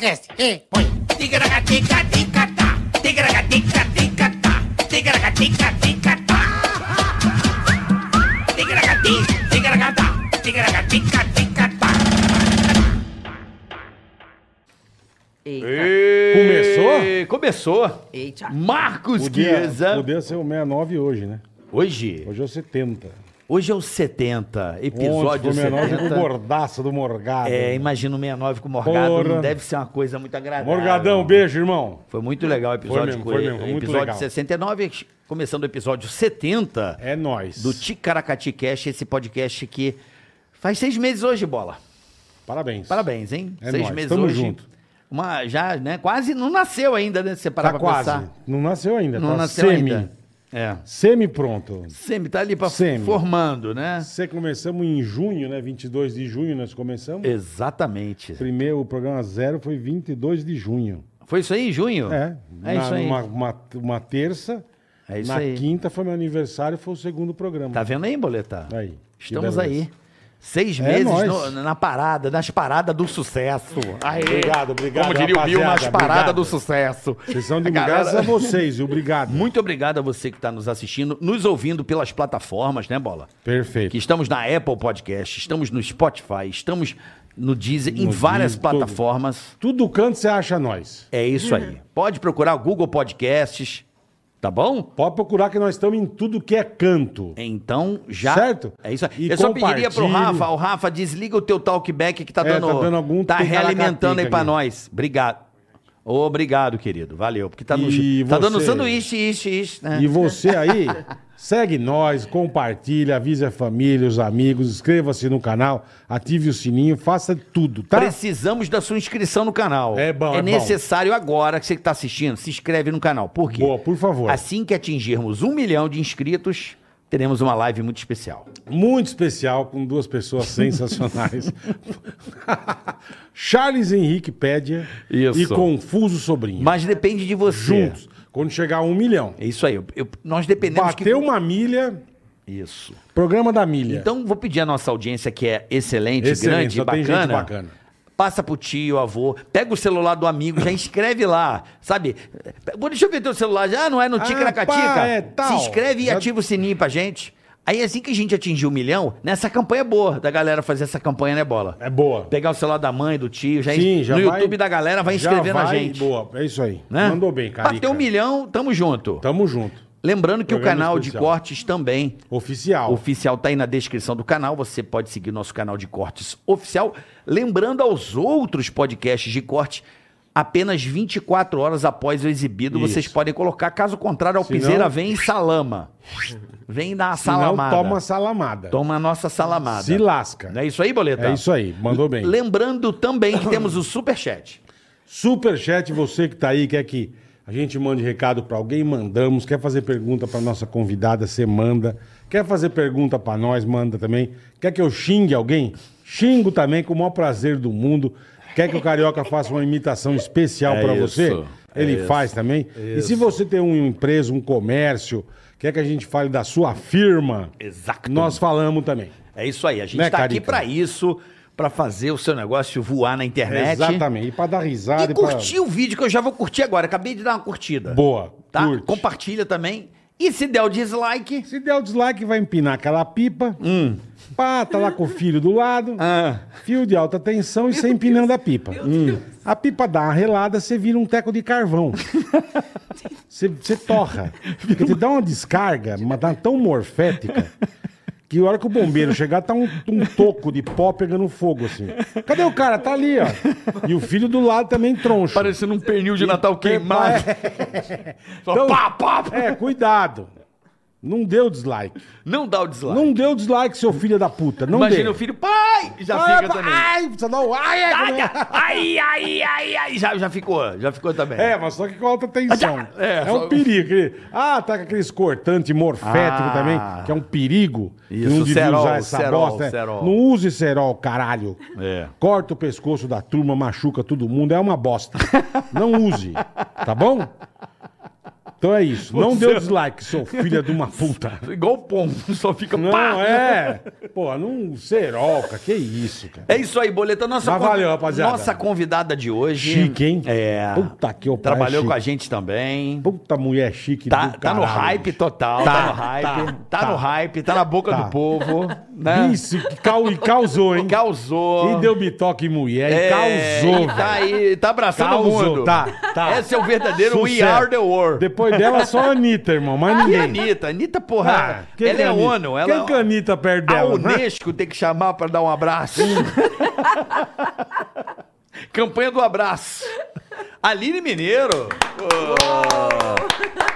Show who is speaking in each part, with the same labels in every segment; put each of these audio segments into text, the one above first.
Speaker 1: desce e põe. Tigaragatica-ticatá, tigaragatica-ticatá, tigaragatica-ticatá. Tigaragati, tigaragatá, tigaragatica-ticatá.
Speaker 2: Eita,
Speaker 3: Começou?
Speaker 4: Começou? Começou.
Speaker 2: eita.
Speaker 4: Marcos
Speaker 3: Podia,
Speaker 4: Guiza.
Speaker 3: podia ser o 69 hoje, né?
Speaker 4: Hoje,
Speaker 3: Hoje é o 70.
Speaker 4: hoje é o 70,
Speaker 3: Ontem foi
Speaker 4: episódio
Speaker 3: o 69 com é o
Speaker 4: 70.
Speaker 3: gordaço do Morgado.
Speaker 4: É, imagina o 69 com o Morgado,
Speaker 3: né? Porra.
Speaker 4: não deve ser uma coisa muito agradável.
Speaker 3: Morgadão, beijo, irmão.
Speaker 4: Foi muito legal o episódio
Speaker 3: mesmo,
Speaker 4: com
Speaker 3: foi
Speaker 4: ele.
Speaker 3: mesmo, foi muito
Speaker 4: episódio
Speaker 3: legal.
Speaker 4: 69, começando o episódio 70
Speaker 3: É nóis.
Speaker 4: do Ticaracati Cast, esse podcast que faz seis meses hoje, bola.
Speaker 3: Parabéns.
Speaker 4: Parabéns, hein?
Speaker 3: É
Speaker 4: seis
Speaker 3: nóis,
Speaker 4: meses
Speaker 3: tamo
Speaker 4: hoje.
Speaker 3: junto.
Speaker 4: Uma, já, né? Quase não nasceu ainda, né? Se você parar
Speaker 3: Tá
Speaker 4: pra
Speaker 3: quase.
Speaker 4: pensar.
Speaker 3: Não nasceu ainda.
Speaker 4: Não
Speaker 3: tá
Speaker 4: nasceu
Speaker 3: semi.
Speaker 4: ainda. É.
Speaker 3: Semi pronto.
Speaker 4: Semi, tá ali pra
Speaker 3: Semi.
Speaker 4: formando, né?
Speaker 3: Você começamos em junho, né? 22 de junho nós
Speaker 4: É.
Speaker 3: começamos.
Speaker 4: Exatamente.
Speaker 3: Primeiro, o programa zero foi 22 de junho.
Speaker 4: Foi isso aí, em junho?
Speaker 3: É.
Speaker 4: É
Speaker 3: na-
Speaker 4: isso aí.
Speaker 3: Uma, uma- uma terça.
Speaker 4: É isso
Speaker 3: na
Speaker 4: aí.
Speaker 3: quinta foi meu aniversário, foi o segundo programa.
Speaker 4: Tá vendo aí, Boletar?
Speaker 3: Aí, que
Speaker 4: Estamos
Speaker 3: beleza.
Speaker 4: aí. Seis
Speaker 3: É
Speaker 4: meses
Speaker 3: nóis.
Speaker 4: no- na parada, nas paradas do sucesso. Aê.
Speaker 3: Obrigado, obrigado,
Speaker 4: Como diria o Bill, nas
Speaker 3: rapaziada,
Speaker 4: paradas
Speaker 3: obrigado.
Speaker 4: do sucesso.
Speaker 3: Vocês são de
Speaker 4: A galera-
Speaker 3: graças a vocês, e obrigado.
Speaker 4: Muito obrigado a você que está nos assistindo, nos ouvindo pelas plataformas, né, Bola?
Speaker 3: Perfeito.
Speaker 4: Que estamos na Apple Podcast, estamos no Spotify, estamos no Deezer, em
Speaker 3: No
Speaker 4: várias
Speaker 3: Deezer, tudo.
Speaker 4: plataformas.
Speaker 3: Tudo canto você acha nós.
Speaker 4: É isso
Speaker 3: Uhum.
Speaker 4: aí. Pode procurar o Google Podcasts, tá bom?
Speaker 3: Pode procurar que nós estamos em tudo que é canto.
Speaker 4: Então já.
Speaker 3: Certo.
Speaker 4: É isso aí.
Speaker 3: E
Speaker 4: Eu só pediria pro
Speaker 3: compartilhe.
Speaker 4: Rafa, o Rafa, desliga o teu talkback que tá
Speaker 3: É,
Speaker 4: dando.
Speaker 3: tá dando algum
Speaker 4: tá realimentando aí
Speaker 3: ticaracateca
Speaker 4: pra
Speaker 3: ali.
Speaker 4: nós. Obrigado. Obrigado, querido. Valeu. Porque tá, no,
Speaker 3: E
Speaker 4: tá dando
Speaker 3: você?
Speaker 4: sanduíche, isso, isso, né?
Speaker 3: E você aí, segue nós, compartilha, avise a família, os amigos, inscreva-se no canal, ative o sininho, faça tudo, tá?
Speaker 4: Precisamos da sua inscrição no canal.
Speaker 3: É bom,
Speaker 4: É,
Speaker 3: é bom.
Speaker 4: necessário agora que você que tá assistindo, se inscreve no canal. Por quê?
Speaker 3: Boa, por favor.
Speaker 4: Assim que atingirmos um milhão de inscritos, teremos uma live muito especial.
Speaker 3: Muito especial com duas pessoas sensacionais. Charles Henrique Pédia
Speaker 4: Isso.
Speaker 3: e Confuso Sobrinho.
Speaker 4: Mas depende de você.
Speaker 3: juntos. Quando chegar a um milhão.
Speaker 4: É isso aí. eu- eu- nós dependemos
Speaker 3: Bateu uma milha,
Speaker 4: que... Isso.
Speaker 3: programa da milha.
Speaker 4: Então, vou pedir à nossa audiência, que é excelente,
Speaker 3: Excelente,
Speaker 4: grande,
Speaker 3: só tem
Speaker 4: bacana.
Speaker 3: gente bacana.
Speaker 4: Passa pro tio, avô, pega o celular do amigo, já inscreve lá, sabe? Pô, Deixa eu ver teu celular, já não é no
Speaker 3: Ah,
Speaker 4: Ticaracatica?
Speaker 3: pá, é
Speaker 4: Se
Speaker 3: tal.
Speaker 4: inscreve e
Speaker 3: Já-
Speaker 4: ativa o sininho pra gente. Aí assim que a gente atingir um milhão, nessa campanha boa da galera fazer essa campanha, né, Bola?
Speaker 3: é boa.
Speaker 4: Pegar o celular da mãe, do tio, já,
Speaker 3: Sim, já
Speaker 4: no
Speaker 3: vai-
Speaker 4: YouTube da galera, vai
Speaker 3: já
Speaker 4: inscrever na
Speaker 3: vai,
Speaker 4: gente.
Speaker 3: Boa, é isso aí.
Speaker 4: Né?
Speaker 3: Mandou bem, cara.
Speaker 4: Bateu um milhão, tamo junto.
Speaker 3: Tamo junto.
Speaker 4: Lembrando que
Speaker 3: Programa
Speaker 4: o canal
Speaker 3: especial.
Speaker 4: de cortes também
Speaker 3: Oficial.
Speaker 4: oficial tá aí na descrição do canal. Você pode seguir o nosso canal de cortes oficial. Lembrando aos outros podcasts de corte, apenas 24 horas após o exibido,
Speaker 3: Isso.
Speaker 4: vocês podem colocar. Caso contrário, ao
Speaker 3: Se não-
Speaker 4: Piseira vem e salama. Vem dar a
Speaker 3: Se não,
Speaker 4: salamada.
Speaker 3: toma salamada.
Speaker 4: Toma a nossa salamada.
Speaker 3: Se lasca.
Speaker 4: Não é isso aí, Boleta?
Speaker 3: É isso aí, mandou bem.
Speaker 4: Lembrando também que temos o Superchat.
Speaker 3: Superchat, você que tá aí, quer que a gente mande recado pra alguém, mandamos. Quer fazer pergunta pra nossa convidada, você manda. Quer fazer pergunta pra nós, manda também. Quer que eu xingue alguém? Xingo também, com o maior prazer do mundo. Quer que o Carioca faça uma imitação especial
Speaker 4: É
Speaker 3: pra
Speaker 4: isso,
Speaker 3: você?
Speaker 4: é
Speaker 3: Ele
Speaker 4: isso.
Speaker 3: faz também. E se você tem uma empresa, um comércio, quer que a gente fale da sua firma,
Speaker 4: Exato.
Speaker 3: nós falamos também.
Speaker 4: É isso aí. A gente
Speaker 3: Né,
Speaker 4: tá aqui
Speaker 3: Carica?
Speaker 4: pra isso, pra fazer o seu negócio voar na internet.
Speaker 3: Exatamente. E pra dar risada.
Speaker 4: E
Speaker 3: pra-
Speaker 4: curtir o vídeo que eu já vou curtir agora. Acabei de dar uma curtida.
Speaker 3: Boa.
Speaker 4: Tá?
Speaker 3: curte.
Speaker 4: Compartilha também. E se der o dislike.
Speaker 3: Se der o dislike, vai empinar aquela pipa. Pá, tá lá com o filho do lado.
Speaker 4: Ah.
Speaker 3: Fio de alta tensão e você empinando a pipa. Hum. A pipa dá uma relada, você vira um teco de carvão. Você, você torra. Porque te dá uma descarga, mas dá tão morfética, que a hora que o bombeiro chegar, tá um, um toco de pó pegando fogo, assim. Cadê o cara? Tá ali, ó. E o filho do lado também troncho.
Speaker 4: Parecendo um pernil de Natal
Speaker 3: queimado.
Speaker 4: Só
Speaker 3: Então-
Speaker 4: pá, pá, pá.
Speaker 3: É, cuidado. Não deu dislike.
Speaker 4: Não dá o dislike.
Speaker 3: Não deu dislike, seu filho da puta. Não
Speaker 4: Imagina
Speaker 3: deu.
Speaker 4: o filho, pai! Já
Speaker 3: Ai,
Speaker 4: fica
Speaker 3: pa-
Speaker 4: também.
Speaker 3: Ai, precisa dar um ai, ai,
Speaker 4: Ai,
Speaker 3: como é?
Speaker 4: ai, ai, ai, ai. Já, já ficou, já ficou também.
Speaker 3: É, mas só que com alta tensão.
Speaker 4: É,
Speaker 3: É,
Speaker 4: só-
Speaker 3: um perigo. aquele- Ah, tá com aqueles cortantes morféticos
Speaker 4: Ah.
Speaker 3: também, que é um perigo. que
Speaker 4: Isso,
Speaker 3: não devia
Speaker 4: cerol,
Speaker 3: usar essa
Speaker 4: cerol,
Speaker 3: bosta. né?
Speaker 4: cerol.
Speaker 3: Não use cerol, caralho.
Speaker 4: É.
Speaker 3: Corta o pescoço da turma, machuca todo mundo. É uma bosta. não use, tá bom? Então é isso. Não deu dislike, seu filho de uma puta.
Speaker 4: Igual o pombo, só fica
Speaker 3: Não,
Speaker 4: pá.
Speaker 3: é. Pô, não seroca. Que isso, cara.
Speaker 4: É isso aí, boleta. Nossa,
Speaker 3: Mas
Speaker 4: con-
Speaker 3: valeu, rapaziada.
Speaker 4: nossa convidada de hoje.
Speaker 3: Chique, hein?
Speaker 4: É.
Speaker 3: Puta que eu
Speaker 4: Trabalhou com a gente também.
Speaker 3: Puta mulher chique
Speaker 4: Tá,
Speaker 3: do
Speaker 4: tá no
Speaker 3: caralho,
Speaker 4: hype
Speaker 3: bicho.
Speaker 4: total. Tá, no hype. Tá, no hype. Tá na boca
Speaker 3: Tá.
Speaker 4: do povo. Né?
Speaker 3: Isso, que cau- e causou, hein?
Speaker 4: Causou.
Speaker 3: E deu bitoque em mulher, e
Speaker 4: É,
Speaker 3: causou.
Speaker 4: e Tá aí, tá abraçando
Speaker 3: Causou,
Speaker 4: o mundo.
Speaker 3: tá, tá.
Speaker 4: Esse é o verdadeiro We
Speaker 3: Sucesso.
Speaker 4: Are The World.
Speaker 3: Depois dela, só a Anitta, irmão, mas
Speaker 4: E a
Speaker 3: ninguém. Ah,
Speaker 4: Anitta, Anitta, porra,
Speaker 3: quem
Speaker 4: ela
Speaker 3: que
Speaker 4: é
Speaker 3: Anitta?
Speaker 4: ONU, ela
Speaker 3: Quem que a Anitta perde
Speaker 4: a
Speaker 3: dela? né?
Speaker 4: Unesco tem que chamar pra dar um abraço. Campanha do abraço. Aline Mineiro. Pô.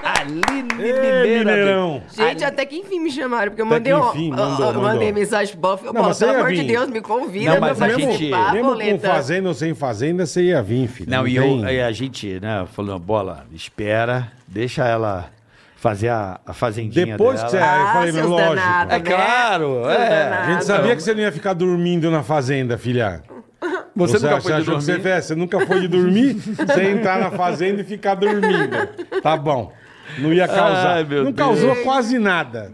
Speaker 4: Aline
Speaker 3: Ei,
Speaker 4: Mineira.
Speaker 3: É, Mineirão.
Speaker 5: Gente, até que enfim me chamaram, porque eu
Speaker 3: Até
Speaker 5: mandei,
Speaker 3: que
Speaker 5: um-
Speaker 3: enfim,
Speaker 5: ah,
Speaker 3: mandou,
Speaker 5: ah, mandei
Speaker 3: mandou.
Speaker 5: mensagem pro Bob,
Speaker 3: Não, mas
Speaker 5: Bob,
Speaker 3: você
Speaker 5: pelo
Speaker 3: ia
Speaker 5: amor de
Speaker 3: vir.
Speaker 5: Deus, me convida
Speaker 4: Não,
Speaker 5: pra
Speaker 4: mas a gente-
Speaker 5: participar,
Speaker 3: Mesmo com
Speaker 5: boleta.
Speaker 3: fazenda ou sem fazenda, você ia vir, filho.
Speaker 4: Não, e eu,
Speaker 3: tem-
Speaker 4: e a gente, né, falou, bola, espera, deixa ela fazer a, a fazendinha
Speaker 3: Depois que né?
Speaker 4: dela.
Speaker 3: você. eu
Speaker 5: Ah,
Speaker 3: falei, mas
Speaker 5: seus
Speaker 3: lógico.
Speaker 5: danados.
Speaker 4: É claro,
Speaker 5: Seus
Speaker 4: é.
Speaker 5: danados.
Speaker 3: A gente sabia que você não ia ficar dormindo na fazenda, filha.
Speaker 4: Você nunca foi de
Speaker 3: achou que Você,
Speaker 4: dormir?
Speaker 3: é, você nunca foi de dormir, você ia entrar na fazenda e ficar dormindo. Tá bom. Não ia causar.
Speaker 4: Ai, meu
Speaker 3: não
Speaker 4: Deus.
Speaker 3: causou quase nada.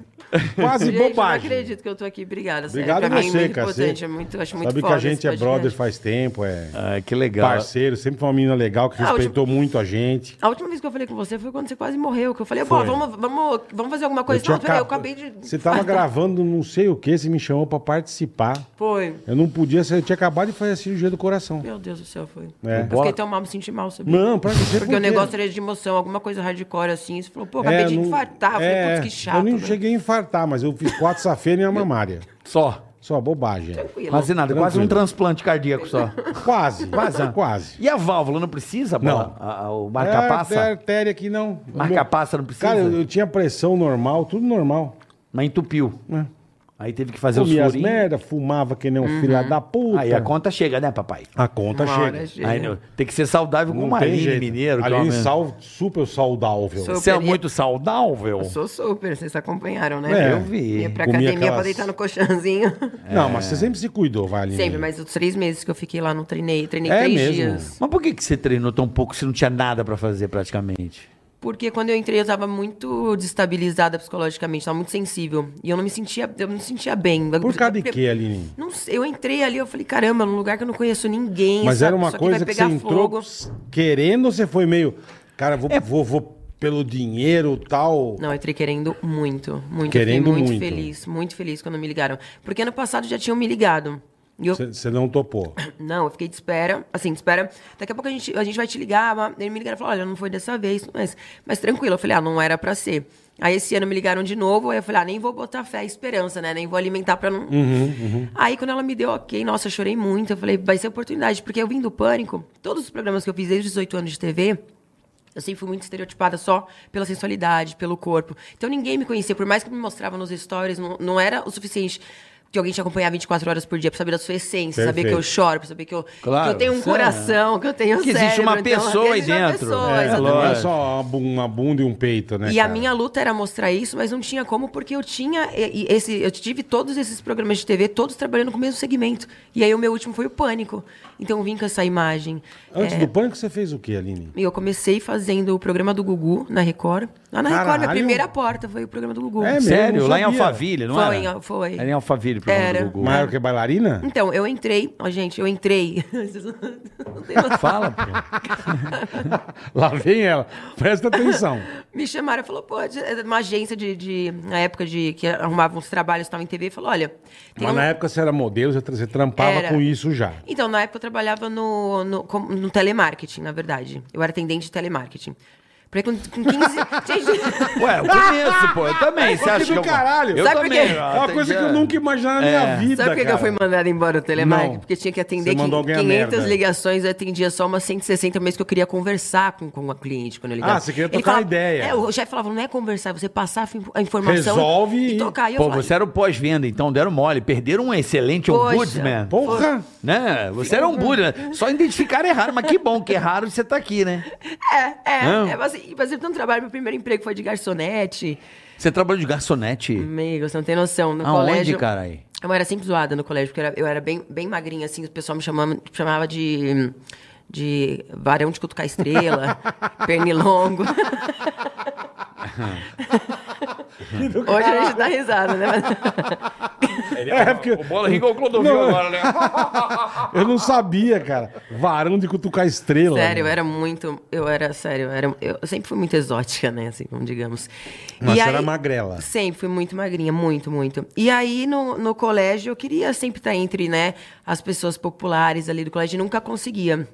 Speaker 3: Quase
Speaker 5: Gente, eu não
Speaker 3: bobagem.
Speaker 5: acredito que eu tô aqui. Obrigada. sério.
Speaker 3: Obrigado
Speaker 5: pra
Speaker 3: a
Speaker 5: mim é
Speaker 3: você,
Speaker 5: muito
Speaker 3: cara.
Speaker 5: importante. É muito, acho muito
Speaker 3: Sabe que
Speaker 5: foda
Speaker 3: a gente
Speaker 5: esse
Speaker 3: é
Speaker 5: podcast.
Speaker 3: brother faz tempo, é
Speaker 4: Ah, que legal.
Speaker 3: parceiro, sempre foi uma menina legal que
Speaker 5: Ah, hoje-
Speaker 3: respeitou muito a gente.
Speaker 5: A última vez que eu falei com você foi quando você quase morreu. Que eu falei, pô,
Speaker 3: Foi.
Speaker 5: vamos, vamos, vamos fazer alguma coisa.
Speaker 3: tinha
Speaker 5: Não, peraí, eu
Speaker 3: acab-
Speaker 5: acabei de.
Speaker 3: Você tava gravando não sei o que, você me chamou pra participar.
Speaker 5: Foi.
Speaker 3: Eu não podia, eu tinha acabado de fazer a cirurgia do coração.
Speaker 5: Meu Deus do céu, foi.
Speaker 3: É.
Speaker 5: Eu
Speaker 4: Bola.
Speaker 5: fiquei tão mal, me senti mal sobre
Speaker 3: Não, pra você
Speaker 5: Porque o negócio era de emoção, alguma coisa hardcore assim. Você falou, pô,
Speaker 3: É,
Speaker 5: acabei de
Speaker 3: não-
Speaker 5: infartar. Eu falei,
Speaker 3: é,
Speaker 5: putz, que chato. né?"
Speaker 3: Eu nem
Speaker 5: velho.
Speaker 3: cheguei a infartar, mas eu fiz quatro safena e uma mamária.
Speaker 4: Só.
Speaker 3: Só bobagem.
Speaker 5: Tranquilo.
Speaker 4: Quase nada, quase um
Speaker 3: Tranquilo.
Speaker 4: transplante cardíaco só.
Speaker 3: Quase.
Speaker 4: Quase.
Speaker 3: Quase.
Speaker 4: E a válvula não precisa, bola?
Speaker 3: Não.
Speaker 4: A- a- o
Speaker 3: É,
Speaker 4: marca-passa?
Speaker 3: é artéria aqui não.
Speaker 4: Marca-passa não precisa?
Speaker 3: Cara, eu, eu tinha pressão normal, tudo normal.
Speaker 4: Mas entupiu.
Speaker 3: É.
Speaker 4: Aí teve que fazer os
Speaker 3: Comia as
Speaker 4: furinhos.
Speaker 3: merda, fumava que nem um filho da puta.
Speaker 4: Aí a conta chega, né, papai?
Speaker 3: A conta
Speaker 5: Uhum. Uma
Speaker 3: chega.
Speaker 5: hora chega.
Speaker 4: Aí, não- tem que ser saudável como
Speaker 3: Não
Speaker 4: uma
Speaker 3: tem
Speaker 4: Aline
Speaker 3: jeito.
Speaker 4: Mineiro. que é
Speaker 3: Aline
Speaker 4: uma-
Speaker 3: sal, super saudável.
Speaker 5: Sou-
Speaker 4: Você é
Speaker 5: Super-
Speaker 4: muito saudável?
Speaker 5: Eu Sou super, vocês acompanharam,
Speaker 3: É.
Speaker 5: né?
Speaker 4: Eu vi.
Speaker 5: Ia pra
Speaker 3: Comia
Speaker 5: academia
Speaker 3: aquelas-
Speaker 5: pra deitar no colchãozinho.
Speaker 3: Não, mas
Speaker 4: É.
Speaker 3: você sempre se cuidou, vai, Aline.
Speaker 5: Sempre, mas os três meses que eu fiquei lá não treinei. Treinei
Speaker 3: É
Speaker 5: três
Speaker 3: mesmo?
Speaker 5: dias.
Speaker 4: Mas por que, que você treinou tão pouco se não tinha nada pra fazer praticamente?
Speaker 5: Porque quando eu entrei, eu tava muito destabilizada psicologicamente, tava muito sensível. E eu não me sentia, eu não me sentia bem.
Speaker 3: Por causa de
Speaker 5: Eu-
Speaker 3: quê, Aline?
Speaker 5: Não sei, eu entrei ali, eu falei, caramba, num lugar que eu não conheço ninguém.
Speaker 3: Mas
Speaker 5: sabe?
Speaker 3: era uma
Speaker 5: Isso aqui
Speaker 3: coisa
Speaker 5: vai
Speaker 3: que você
Speaker 5: pegar
Speaker 3: entrou
Speaker 5: fogo. É.
Speaker 3: querendo ou você foi meio. Cara, vou, vou, vou pelo dinheiro tal.
Speaker 5: Não, eu entrei querendo muito, muito.
Speaker 3: Querendo
Speaker 5: eu fiquei muito,
Speaker 3: muito.
Speaker 5: feliz, muito feliz quando me ligaram. Porque ano passado já tinham me ligado. E eu,
Speaker 3: Você você não topou.
Speaker 5: Não, eu fiquei de espera, assim, de espera. Daqui a pouco a gente, a gente vai te ligar. mas Ele me ligaram e falou: olha, não foi dessa vez, mas, mas tranquilo. Eu falei: ah, não era pra ser. Aí esse ano me ligaram de novo, aí eu falei: ah, nem vou botar fé e esperança, né? Nem vou alimentar pra não. Aí quando ela me deu ok, nossa, eu chorei muito. Eu falei: vai ser oportunidade, porque eu vim do pânico, todos os programas que eu fiz desde os 18 anos de TV. Eu sempre fui muito estereotipada só pela sensualidade, pelo corpo. Então ninguém me conhecia, por mais que me mostrava nos stories, não, não era o suficiente que alguém te acompanhar 24 horas por dia pra saber da sua essência, saber que eu
Speaker 3: Perfeito.
Speaker 5: choro, pra saber que eu,
Speaker 4: Claro,
Speaker 5: que eu tenho um
Speaker 4: isso é-
Speaker 5: coração, que eu tenho um
Speaker 4: Que existe
Speaker 5: cérebro,
Speaker 4: uma pessoa
Speaker 5: que
Speaker 4: aí
Speaker 5: existe uma
Speaker 4: dentro.
Speaker 5: pessoa,
Speaker 4: É,
Speaker 5: exatamente.
Speaker 3: não é
Speaker 4: lógico.
Speaker 3: só uma bu- uma bunda e um peito, né?
Speaker 5: E a
Speaker 3: cara?
Speaker 5: minha luta era mostrar isso, mas não tinha como, porque eu tinha e- e esse. Eu tive todos esses programas de TV, todos trabalhando com o mesmo segmento. E aí o meu último foi o pânico. Então eu vim com essa imagem.
Speaker 3: Antes do pânico, você fez o quê, Aline?
Speaker 5: E eu comecei fazendo o programa do Gugu na Record. Lá na Record,
Speaker 3: Caralho.
Speaker 5: minha primeira porta foi o programa do Gugu.
Speaker 3: É mesmo?
Speaker 4: Sério?
Speaker 3: não
Speaker 4: Lá em
Speaker 3: sabia.
Speaker 4: Alphaville, não
Speaker 5: Foi,
Speaker 4: era?
Speaker 5: foi.
Speaker 4: Era em Alphaville, pro
Speaker 5: Era.
Speaker 4: nome do Google.
Speaker 3: Mas era o que bailarina?
Speaker 5: Então, eu entrei. Ó, gente, eu entrei. Vocês não- não tem noção.
Speaker 4: Fala, pô.
Speaker 3: Lá vem ela. Presta atenção.
Speaker 5: Me chamaram, falou, pô, de- é de uma agência de, de- na época de que arrumavam os trabalhos, estava em TV, falou, olha, tem
Speaker 3: Mas
Speaker 5: um-
Speaker 3: na época você era modelo, você tra- você trampava
Speaker 5: Era.
Speaker 3: com isso já.
Speaker 5: Então, na época eu trabalhava no, no, com- no telemarketing, na verdade. Eu era atendente de telemarketing. Porque com, com 15. Gente,
Speaker 4: Ué, eu conheço, pô. Eu também. Você
Speaker 3: Aqui
Speaker 4: acha
Speaker 3: É do
Speaker 4: que eu...
Speaker 3: caralho.
Speaker 4: Eu
Speaker 5: Sabe por
Speaker 4: também.
Speaker 5: quê?
Speaker 4: eu
Speaker 3: É uma coisa que eu
Speaker 4: atendia-
Speaker 3: nunca imaginei na minha vida,
Speaker 5: É. sabe por que que
Speaker 3: cara.
Speaker 5: eu fui mandada embora do telemarketing?
Speaker 3: Não.
Speaker 5: Porque tinha que atender
Speaker 3: Você
Speaker 5: quin-
Speaker 3: mandou alguém a
Speaker 5: 500
Speaker 3: merda.
Speaker 5: ligações, eu atendia só umas 160 mês que eu queria conversar com, com a cliente quando eu ligava.
Speaker 3: Ah, você queria
Speaker 5: Ele
Speaker 3: trocar
Speaker 5: falava-
Speaker 3: ideia.
Speaker 5: É, o chefe falava, não é conversar, é você passar a fi- a informação
Speaker 3: Resolve
Speaker 5: e,
Speaker 3: e-
Speaker 5: e tocar. E eu
Speaker 4: Pô,
Speaker 5: falava,
Speaker 4: você era o pós-venda, então deram mole. Perderam um excelente
Speaker 5: Poxa.
Speaker 4: ombudsman.
Speaker 3: Porra!
Speaker 4: Né? Você era um bullying, né? Só identificaram errado, mas que bom que erraram e você tá aqui, né?
Speaker 5: É, é.
Speaker 4: Não?
Speaker 5: é mas, assim, mas eu tanto trabalho, meu primeiro emprego foi de garçonete.
Speaker 4: Você trabalhou de garçonete?
Speaker 5: Amigo, você não tem noção. No
Speaker 4: Aonde,
Speaker 5: colégio.
Speaker 4: carai?
Speaker 5: Eu era sempre zoada no colégio, porque eu era, eu era bem, bem magrinha, assim, o pessoal me chamava, chamava de. de varão de cutucar estrela, pernilongo. Hoje a gente dá risada, né?
Speaker 3: É, porque-
Speaker 4: O Bola igual o Clodovil
Speaker 3: Não.
Speaker 4: agora, né?
Speaker 3: Eu não sabia, cara. Varão de cutucar estrela.
Speaker 5: Sério, eu era muito. Eu era, sério, eu, era, eu sempre fui muito exótica, né? Assim, como digamos.
Speaker 3: Mas
Speaker 5: E
Speaker 3: você era
Speaker 5: aí-
Speaker 3: magrela.
Speaker 5: Sempre fui muito magrinha, muito, muito. E aí no, no colégio eu queria sempre estar entre, né, as pessoas populares ali do colégio e nunca conseguia.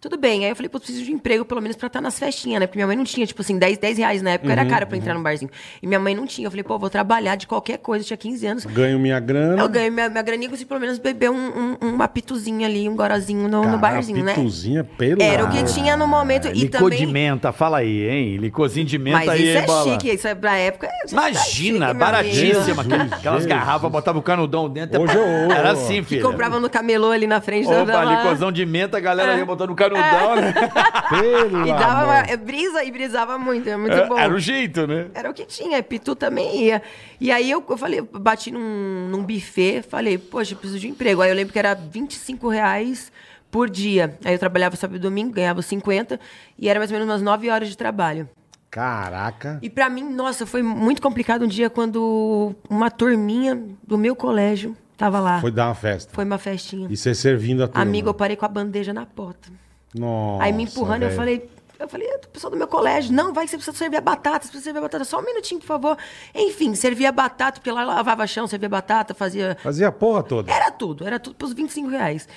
Speaker 5: Tudo bem, aí eu falei, pô, preciso de um emprego pelo menos pra estar nas festinhas, né? Porque minha mãe não tinha, tipo assim, 10, 10 reais na época,
Speaker 3: Uhum,
Speaker 5: era caro pra entrar no barzinho. E minha mãe não tinha. Eu falei, pô, vou trabalhar de qualquer coisa, eu tinha 15 anos.
Speaker 3: Ganho minha grana.
Speaker 5: Eu ganho minha, minha graninha, consegui pelo menos beber um, um, uma pituzinha ali, um gorazinho no, no barzinho, né?
Speaker 3: pituzinha, pelo
Speaker 5: Era o que
Speaker 3: amor.
Speaker 5: tinha no momento. E
Speaker 4: Licor de
Speaker 5: também.
Speaker 4: menta, fala aí, hein? Licorzinho de menta
Speaker 5: Mas
Speaker 4: aí,
Speaker 5: isso
Speaker 4: hein,
Speaker 5: é
Speaker 4: Bola?
Speaker 5: chique, isso é pra época. é- isso é
Speaker 4: Imagina,
Speaker 5: chique, meu amigo.
Speaker 4: baratíssima.
Speaker 3: amigo.
Speaker 4: aquelas- Aquelas
Speaker 3: Jesus.
Speaker 4: garrafas, botava o canudão dentro.
Speaker 3: Hoje é eu-
Speaker 4: Era assim,
Speaker 5: Que
Speaker 4: filho.
Speaker 5: comprava no camelô ali na frente da- É.
Speaker 4: Opa,
Speaker 5: da
Speaker 4: licorzão de menta, a galera ia botando o canudão, né?
Speaker 3: Pelo
Speaker 5: E dava
Speaker 3: amor.
Speaker 5: uma- é, brisa e brisava muito, é muito bom.
Speaker 4: Era o jeito, né?
Speaker 5: Era o que tinha, Pitu também ia. E aí eu, eu falei, eu bati num, num buffet, falei, poxa, eu preciso de um emprego. Aí eu lembro que era 25 reais por dia. Aí eu trabalhava sábado e domingo, ganhava os 50, e era mais ou menos umas 9 horas de trabalho.
Speaker 3: Caraca.
Speaker 5: E pra mim, nossa, foi muito complicado um dia quando uma turminha do meu colégio tava lá.
Speaker 3: Foi
Speaker 5: Foi,
Speaker 3: dar uma festa.
Speaker 5: uma festinha.
Speaker 3: E você servindo a turma.
Speaker 5: Amigo, eu parei com a bandeja na porta.
Speaker 3: Nossa,
Speaker 5: Aí me empurrando,
Speaker 3: velho.
Speaker 5: eu falei. Eu falei, é do pessoal do meu colégio, não, vai que você precisa servir a batata, você precisa servir a batata, só um minutinho, por favor. Enfim, servia a batata, porque lá lavava chão, servia batata, fazia.
Speaker 3: Fazia a porra toda.
Speaker 5: Era tudo, era tudo pros 25 reais.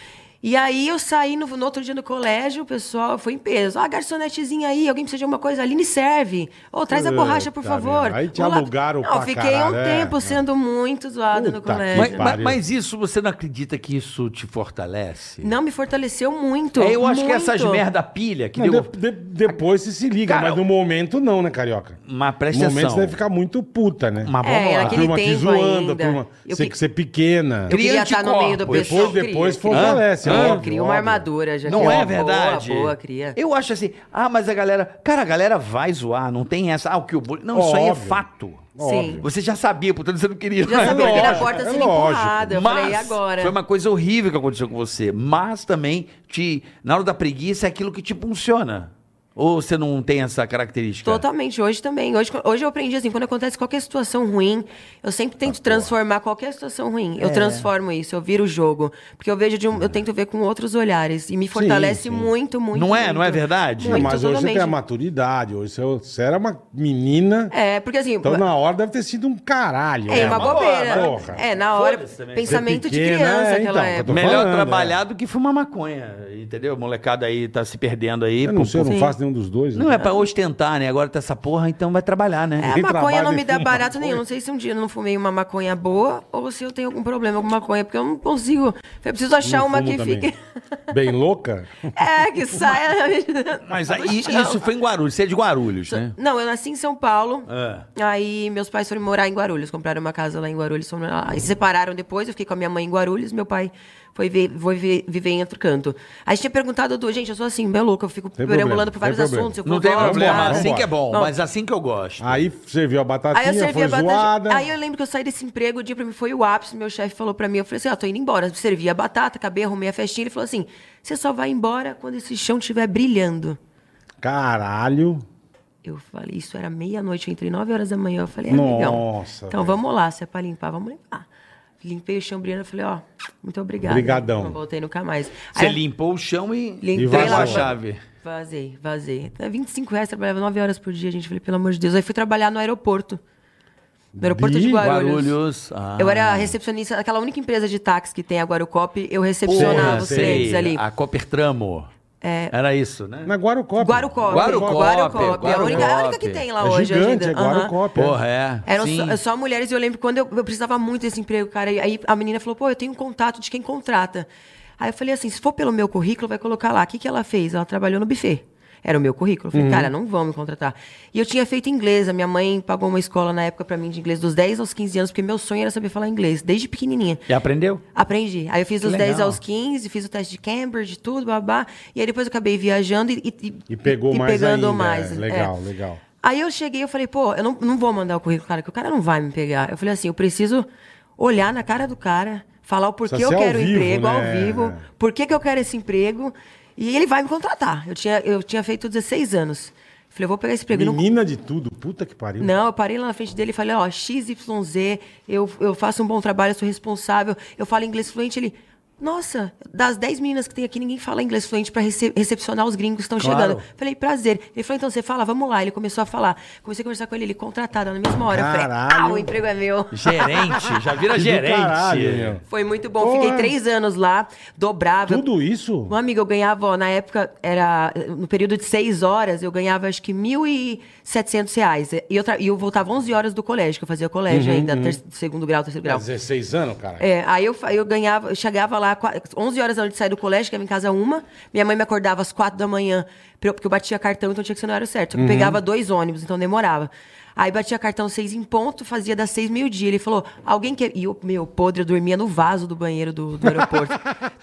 Speaker 5: E aí eu saí no, no outro dia do colégio, o pessoal foi em peso. Ó, a garçonetezinha aí, alguém precisa de alguma coisa ali, me serve. Ô, traz a
Speaker 3: Puta
Speaker 5: borracha, por favor.
Speaker 3: merda. Aí te
Speaker 5: Um lápis.
Speaker 3: alugaram
Speaker 5: Não,
Speaker 3: pra
Speaker 5: fiquei
Speaker 3: caralho,
Speaker 5: um
Speaker 3: é.
Speaker 5: tempo sendo muito zoada
Speaker 3: Puta
Speaker 5: no
Speaker 3: que
Speaker 5: colégio.
Speaker 4: Mas,
Speaker 3: Pariu.
Speaker 4: mas- mas isso, você não acredita que isso te fortalece?
Speaker 5: Não me fortaleceu muito.
Speaker 4: É, eu acho que essas
Speaker 5: muito.
Speaker 4: merda pilha que
Speaker 3: Não,
Speaker 4: deu...
Speaker 3: de- de- depois você se liga,
Speaker 4: Cara,
Speaker 3: mas no momento não, né, Carioca?
Speaker 4: Mas
Speaker 3: No
Speaker 4: presta
Speaker 3: momento
Speaker 4: atenção.
Speaker 3: você deve ficar muito puta, né?
Speaker 4: Mas vamos
Speaker 5: É,
Speaker 4: lá.
Speaker 3: a
Speaker 5: naquele
Speaker 3: turma te
Speaker 5: tempo
Speaker 3: zoando, a
Speaker 5: ainda.
Speaker 3: turma.
Speaker 5: Eu
Speaker 3: Você
Speaker 5: que-
Speaker 3: que você é pequena.
Speaker 5: Eu queria estar no meio do
Speaker 4: Anticorpos.
Speaker 5: pessoal.
Speaker 3: Depois- depois
Speaker 5: cria, cria.
Speaker 3: fortalece,
Speaker 5: Cria,
Speaker 3: óbvio,
Speaker 5: cria Ah, uma
Speaker 3: óbvio.
Speaker 5: armadura já.
Speaker 4: Não
Speaker 5: cria.
Speaker 4: é verdade?
Speaker 5: Boa, boa, cria.
Speaker 4: Eu acho assim, ah, mas a galera. Cara, a galera vai zoar, não tem essa. Ah, o que o bullying. Não, isso aí é
Speaker 3: Óbvio.
Speaker 4: fato.
Speaker 5: Sim.
Speaker 4: Você já sabia, portanto você não queria.
Speaker 5: Já sabia, eu
Speaker 3: lógico,
Speaker 5: fiquei na porta
Speaker 3: é
Speaker 5: sendo
Speaker 3: lógico.
Speaker 5: empurrada. assim, Eu falei, e agora?
Speaker 4: foi uma coisa horrível que aconteceu com você. Mas também, te, na hora da preguiça, é aquilo que te funciona. Ou você não tem essa característica?
Speaker 5: Totalmente, hoje também. Hoje, hoje eu aprendi assim, quando acontece qualquer situação ruim, eu sempre
Speaker 3: Tá
Speaker 5: tento transformar qualquer situação ruim.
Speaker 3: É.
Speaker 5: Eu transformo isso, eu viro o jogo. Porque eu vejo de um. Eu tento ver com outros olhares. E me fortalece
Speaker 3: sim.
Speaker 5: muito, muito.
Speaker 4: Não é?
Speaker 5: muito.
Speaker 4: Não é verdade?
Speaker 3: Não,
Speaker 5: Muito,
Speaker 3: mas hoje você
Speaker 5: totalmente.
Speaker 3: tem a maturidade, hoje você, é você era uma menina,
Speaker 5: É, porque assim.
Speaker 3: então na hora deve ter sido um caralho.
Speaker 5: É,
Speaker 3: né?
Speaker 5: uma
Speaker 4: Mas-
Speaker 5: bobeira.
Speaker 3: Porra.
Speaker 5: É, na hora,
Speaker 4: Foda-se também.
Speaker 5: pensamento de
Speaker 3: Pequena,
Speaker 5: criança
Speaker 3: é,
Speaker 5: aquela
Speaker 3: então, eu tô
Speaker 5: época.
Speaker 4: Melhor
Speaker 3: falando, é.
Speaker 4: trabalhar do que fumar maconha, entendeu? Molecada aí tá se perdendo aí.
Speaker 3: Eu não
Speaker 4: por-
Speaker 3: sei, eu não
Speaker 5: Sim.
Speaker 3: faço nenhum dos dois. né?
Speaker 4: Não é pra ostentar, né? Agora tá essa porra, então vai trabalhar, né?
Speaker 5: É, a
Speaker 3: Quem
Speaker 5: maconha
Speaker 3: trabalha
Speaker 5: não me
Speaker 3: e
Speaker 5: dá
Speaker 3: fuma
Speaker 5: barato
Speaker 3: maconha.
Speaker 5: nenhum. Não sei se um dia eu não fumei uma maconha boa ou se eu tenho algum problema com maconha, porque eu não consigo. Eu preciso achar
Speaker 3: Não
Speaker 5: uma
Speaker 3: fumo
Speaker 5: que
Speaker 3: também.
Speaker 5: fique.
Speaker 3: Bem louca?
Speaker 5: É, que saia.
Speaker 4: Mas
Speaker 5: do
Speaker 4: aí,
Speaker 5: chão.
Speaker 4: isso foi em Guarulhos, você é de Guarulhos, né?
Speaker 5: Não, eu nasci em São Paulo.
Speaker 4: É.
Speaker 5: Aí meus pais foram morar em Guarulhos, compraram uma casa lá em Guarulhos, foram lá. Aí se separaram depois, eu fiquei com a minha mãe em Guarulhos, meu pai foi, ver, foi ver- viver em outro canto. Aí tinha perguntado do, gente, eu sou assim, bem louca, eu fico
Speaker 3: Tem problema,
Speaker 5: perambulando por vários
Speaker 3: tem problema.
Speaker 5: assuntos, eu
Speaker 4: Não tem
Speaker 5: volto,
Speaker 4: problema,
Speaker 5: volto.
Speaker 3: vambora,
Speaker 4: assim que é bom,
Speaker 5: Não. Ah.
Speaker 4: mas assim que eu gosto.
Speaker 3: Aí serviu a
Speaker 5: Aí
Speaker 3: batatinha,
Speaker 5: eu servi
Speaker 3: foi
Speaker 5: a batata.
Speaker 3: zoada.
Speaker 5: Aí eu lembro que eu saí desse emprego, o dia pra mim foi o ápice. Meu chefe falou pra mim, eu falei assim, ó, tô indo embora. Eu Servi a batata, acabei, arrumei a festinha. Ele falou assim, você só vai embora quando esse chão estiver brilhando.
Speaker 3: Caralho.
Speaker 5: Eu falei, isso era meia-noite, eu entrei 9 horas da manhã. Eu falei, ah,
Speaker 3: Nossa,
Speaker 5: legal. Então
Speaker 3: velho.
Speaker 5: vamos lá, se é pra limpar, vamos limpar. Limpei o chão brilhando, eu falei, ó, muito obrigada.
Speaker 3: Obrigadão.
Speaker 5: Não voltei nunca mais.
Speaker 4: Você
Speaker 5: Aí-
Speaker 4: limpou o chão e,
Speaker 5: É. Limpei
Speaker 4: e vazou
Speaker 3: lá.
Speaker 4: a chave.
Speaker 5: Vazei, vazei. Até 25 reais, trabalhava 9 horas por dia, gente. Falei, pelo amor de Deus. Aí fui trabalhar no aeroporto. No aeroporto de,
Speaker 3: De
Speaker 5: Guarulhos.
Speaker 4: Guarulhos, ah.
Speaker 5: Eu era recepcionista daquela única empresa de táxi que tem agora o COP. Eu recepcionava os
Speaker 4: Sei,
Speaker 5: clientes ali. É,
Speaker 4: A Copertramo. Era isso, né?
Speaker 3: Na Guarucópia.
Speaker 5: Guarucop.
Speaker 4: Guarucop,
Speaker 5: É a única, a única
Speaker 4: Guarucop.
Speaker 5: que tem
Speaker 3: É
Speaker 5: lá hoje
Speaker 3: gigante,
Speaker 5: ainda.
Speaker 3: é
Speaker 5: Aham.
Speaker 3: Guarucópia.
Speaker 4: Porra, é.
Speaker 5: Eram
Speaker 4: sim.
Speaker 5: só, só mulheres e um eu lembro que quando eu, eu precisava muito desse emprego, cara. E aí a menina falou, pô, eu tenho um contato de quem contrata. Aí eu falei assim, se for pelo meu currículo, vai colocar lá. O que, que ela fez? Ela trabalhou no buffet. Era o meu currículo. Eu falei, cara, não vão me contratar. E eu tinha feito inglês. A minha mãe pagou uma escola na época pra mim de inglês dos 10 aos 15 anos, porque meu sonho era saber falar inglês, desde pequenininha.
Speaker 4: E aprendeu?
Speaker 5: Aprendi. Aí eu fiz
Speaker 4: Que
Speaker 5: dos 10
Speaker 4: legal.
Speaker 5: aos 15, fiz o teste de Cambridge, tudo, babá. E aí depois eu acabei viajando e,
Speaker 3: E pegou mais
Speaker 5: pegando
Speaker 3: ainda,
Speaker 5: mais.
Speaker 3: é,
Speaker 5: é.
Speaker 3: legal, legal.
Speaker 5: Aí eu cheguei e falei, pô, eu não, não vou mandar o currículo, cara, que o cara não vai me pegar. Eu falei assim, eu preciso olhar na cara do cara, falar o porquê
Speaker 3: Precisa
Speaker 5: eu
Speaker 3: ser ao
Speaker 5: quero o
Speaker 3: vivo,
Speaker 5: emprego ao
Speaker 3: né?
Speaker 5: vivo, por que, que eu quero esse emprego. E ele vai me contratar. Eu tinha, eu tinha feito 16 anos. Falei, eu vou pegar esse emprego. Não-
Speaker 3: Menina de tudo, puta que pariu.
Speaker 5: Não, eu parei lá na frente dele e falei, ó, XYZ, eu, eu faço um bom trabalho, eu sou responsável, eu falo inglês fluente. Ele, nossa, das 10 meninas que tem aqui, ninguém fala inglês fluente pra rece- recepcionar os gringos que estão
Speaker 6: Claro.
Speaker 5: chegando. Falei, prazer. Ele falou, então você fala, vamos lá. Ele começou a falar. Comecei a conversar com ele, ele contratado na mesma hora. Eu
Speaker 3: Caralho.
Speaker 5: Falei, ah, o emprego é meu.
Speaker 6: Gerente, já vira
Speaker 3: Que do
Speaker 6: gerente.
Speaker 3: caralho, meu.
Speaker 5: Foi muito bom.
Speaker 3: Porra.
Speaker 5: Fiquei três anos lá, dobrava.
Speaker 3: Tudo isso?
Speaker 5: Uma amiga, Tipo, um eu ganhava, ó, na época, era eh, no período de seis horas, eu ganhava acho que R$ 1.700 reais. E eu, tra- e eu voltava 11 horas do colégio, que eu fazia colégio ainda, ter- segundo grau, terceiro grau.
Speaker 3: 16 anos, cara.
Speaker 5: É, aí eu, fa- eu ganhava, eu chegava lá, qua- 11 horas antes de sair do colégio, que em casa uma. Minha mãe me acordava às 4 da manhã, pra eu- porque eu batia cartão, então tinha que ser no horário certo. Eu pegava dois ônibus, então demorava. Aí batia cartão seis em ponto, fazia das seis meio-dia. Ele falou, alguém quer. E eu, meu, podre, eu dormia no vaso do banheiro do, do aeroporto.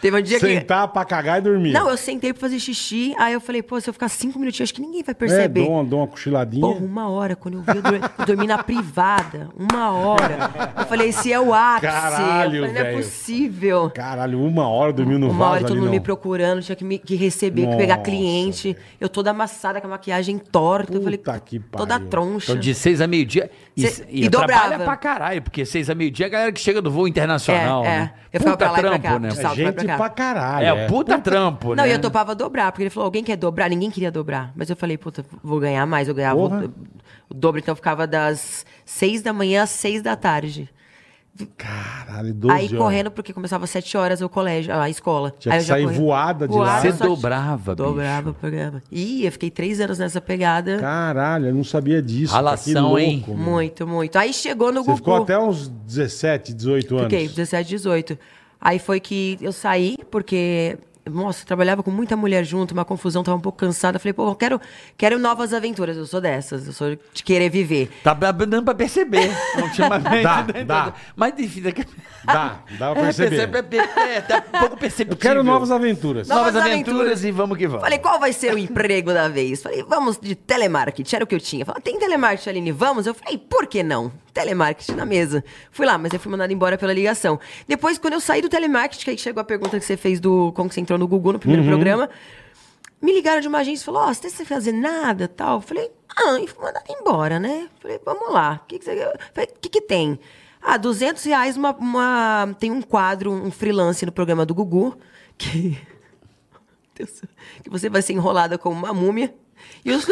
Speaker 5: Teve um dia que.
Speaker 3: Sentar pra cagar e dormir.
Speaker 5: Não, eu sentei pra fazer xixi, aí eu falei, pô, se eu ficar cinco minutinhos, acho que ninguém vai perceber.
Speaker 3: É, dou, uma- dou uma cochiladinha.
Speaker 5: Porra, uma hora, quando eu vi, eu, dor- eu dormi na privada. Uma hora. Eu falei, esse é o ápice.
Speaker 3: Caralho,
Speaker 5: eu falei, não
Speaker 3: velho.
Speaker 5: é possível.
Speaker 3: Caralho, uma hora dormiu no
Speaker 5: Uma
Speaker 3: vaso
Speaker 5: hora todo
Speaker 3: ali,
Speaker 5: mundo
Speaker 3: não.
Speaker 5: me procurando, tinha que, me- que receber, que pegar
Speaker 3: Nossa,
Speaker 5: cliente. Eu toda amassada, com a maquiagem torta. eu falei,
Speaker 3: Puta que
Speaker 5: toda
Speaker 3: pariu.
Speaker 5: troncha.
Speaker 6: Então, de seis a meio-dia. E,
Speaker 5: Cê-
Speaker 6: e
Speaker 5: e dobrava.
Speaker 6: trabalha pra caralho, porque seis a meio-dia é a galera que chega do voo internacional,
Speaker 5: É, é.
Speaker 6: né?
Speaker 5: Eu ficava pra lá e pra
Speaker 6: trampo,
Speaker 5: cá,
Speaker 6: né?
Speaker 5: de
Speaker 3: É
Speaker 5: salto
Speaker 3: gente
Speaker 5: pra
Speaker 3: pra,
Speaker 5: cá.
Speaker 3: caralho.
Speaker 6: É, puta trampo,
Speaker 5: Não,
Speaker 6: né?
Speaker 5: e eu topava dobrar, porque ele falou, alguém quer dobrar? Ninguém queria dobrar. Mas eu falei, puta, vou ganhar mais, eu ganhava
Speaker 3: Porra.
Speaker 5: o, o dobro. Então eu ficava das seis da manhã às seis da tarde.
Speaker 3: Caralho, 12
Speaker 5: aí
Speaker 3: horas.
Speaker 5: correndo, porque começava às 7 horas o colégio, a escola.
Speaker 3: Tinha
Speaker 5: aí
Speaker 3: que sair voada de lá.
Speaker 6: Você
Speaker 5: só que-
Speaker 6: dobrava, bicho.
Speaker 5: Dobrava o programa. Ih, eu fiquei três anos nessa pegada.
Speaker 3: Caralho, eu não sabia disso. cara, que
Speaker 6: Ralação,
Speaker 3: louco,
Speaker 6: hein?
Speaker 3: mano.
Speaker 5: Muito, muito. Aí chegou no
Speaker 3: Você
Speaker 5: Gugu.
Speaker 3: ficou até uns 17, 18 anos.
Speaker 5: Fiquei, 17, 18. Aí foi que eu saí, porque, nossa, eu trabalhava com muita mulher junto, uma confusão, tava um pouco cansada. Falei, pô, eu quero, quero novas aventuras, eu sou dessas, eu sou de querer viver.
Speaker 6: Tá dá- dando pra perceber. Ultimamente.
Speaker 3: Dá,
Speaker 6: né?
Speaker 3: dá.
Speaker 6: Mas enfim, daqui a
Speaker 3: Dá, dá pra
Speaker 6: É,
Speaker 3: perceber.
Speaker 6: percebe- é, é, é, tá um pouco perceptível.
Speaker 3: Eu quero novas aventuras.
Speaker 5: Não.
Speaker 6: Novas
Speaker 5: Novas
Speaker 6: aventuras,
Speaker 5: aventuras.
Speaker 6: e vamos que vamos.
Speaker 5: Falei, qual vai ser o emprego da vez? Falei, vamos de telemarketing, era o que eu tinha. Falei, "Ah, tem telemarketing, Aline, vamos? Eu falei, por que não? Telemarketing na mesa. Fui lá, mas eu fui mandada embora pela ligação. Depois, quando eu saí do telemarketing, que aí chegou a pergunta que você fez do como que você entrou no Google no primeiro programa, me ligaram de uma agência e falou, ó, você tem que fazer nada tal. Eu falei, ah, e fui mandada embora, né? Falei, vamos lá, o que, que você... eu falei, que, que tem? Ah, 200 reais, uma, uma- tem um quadro, um freelance no programa do Gugu, que... Deus, que você vai ser enrolada como uma múmia. E os...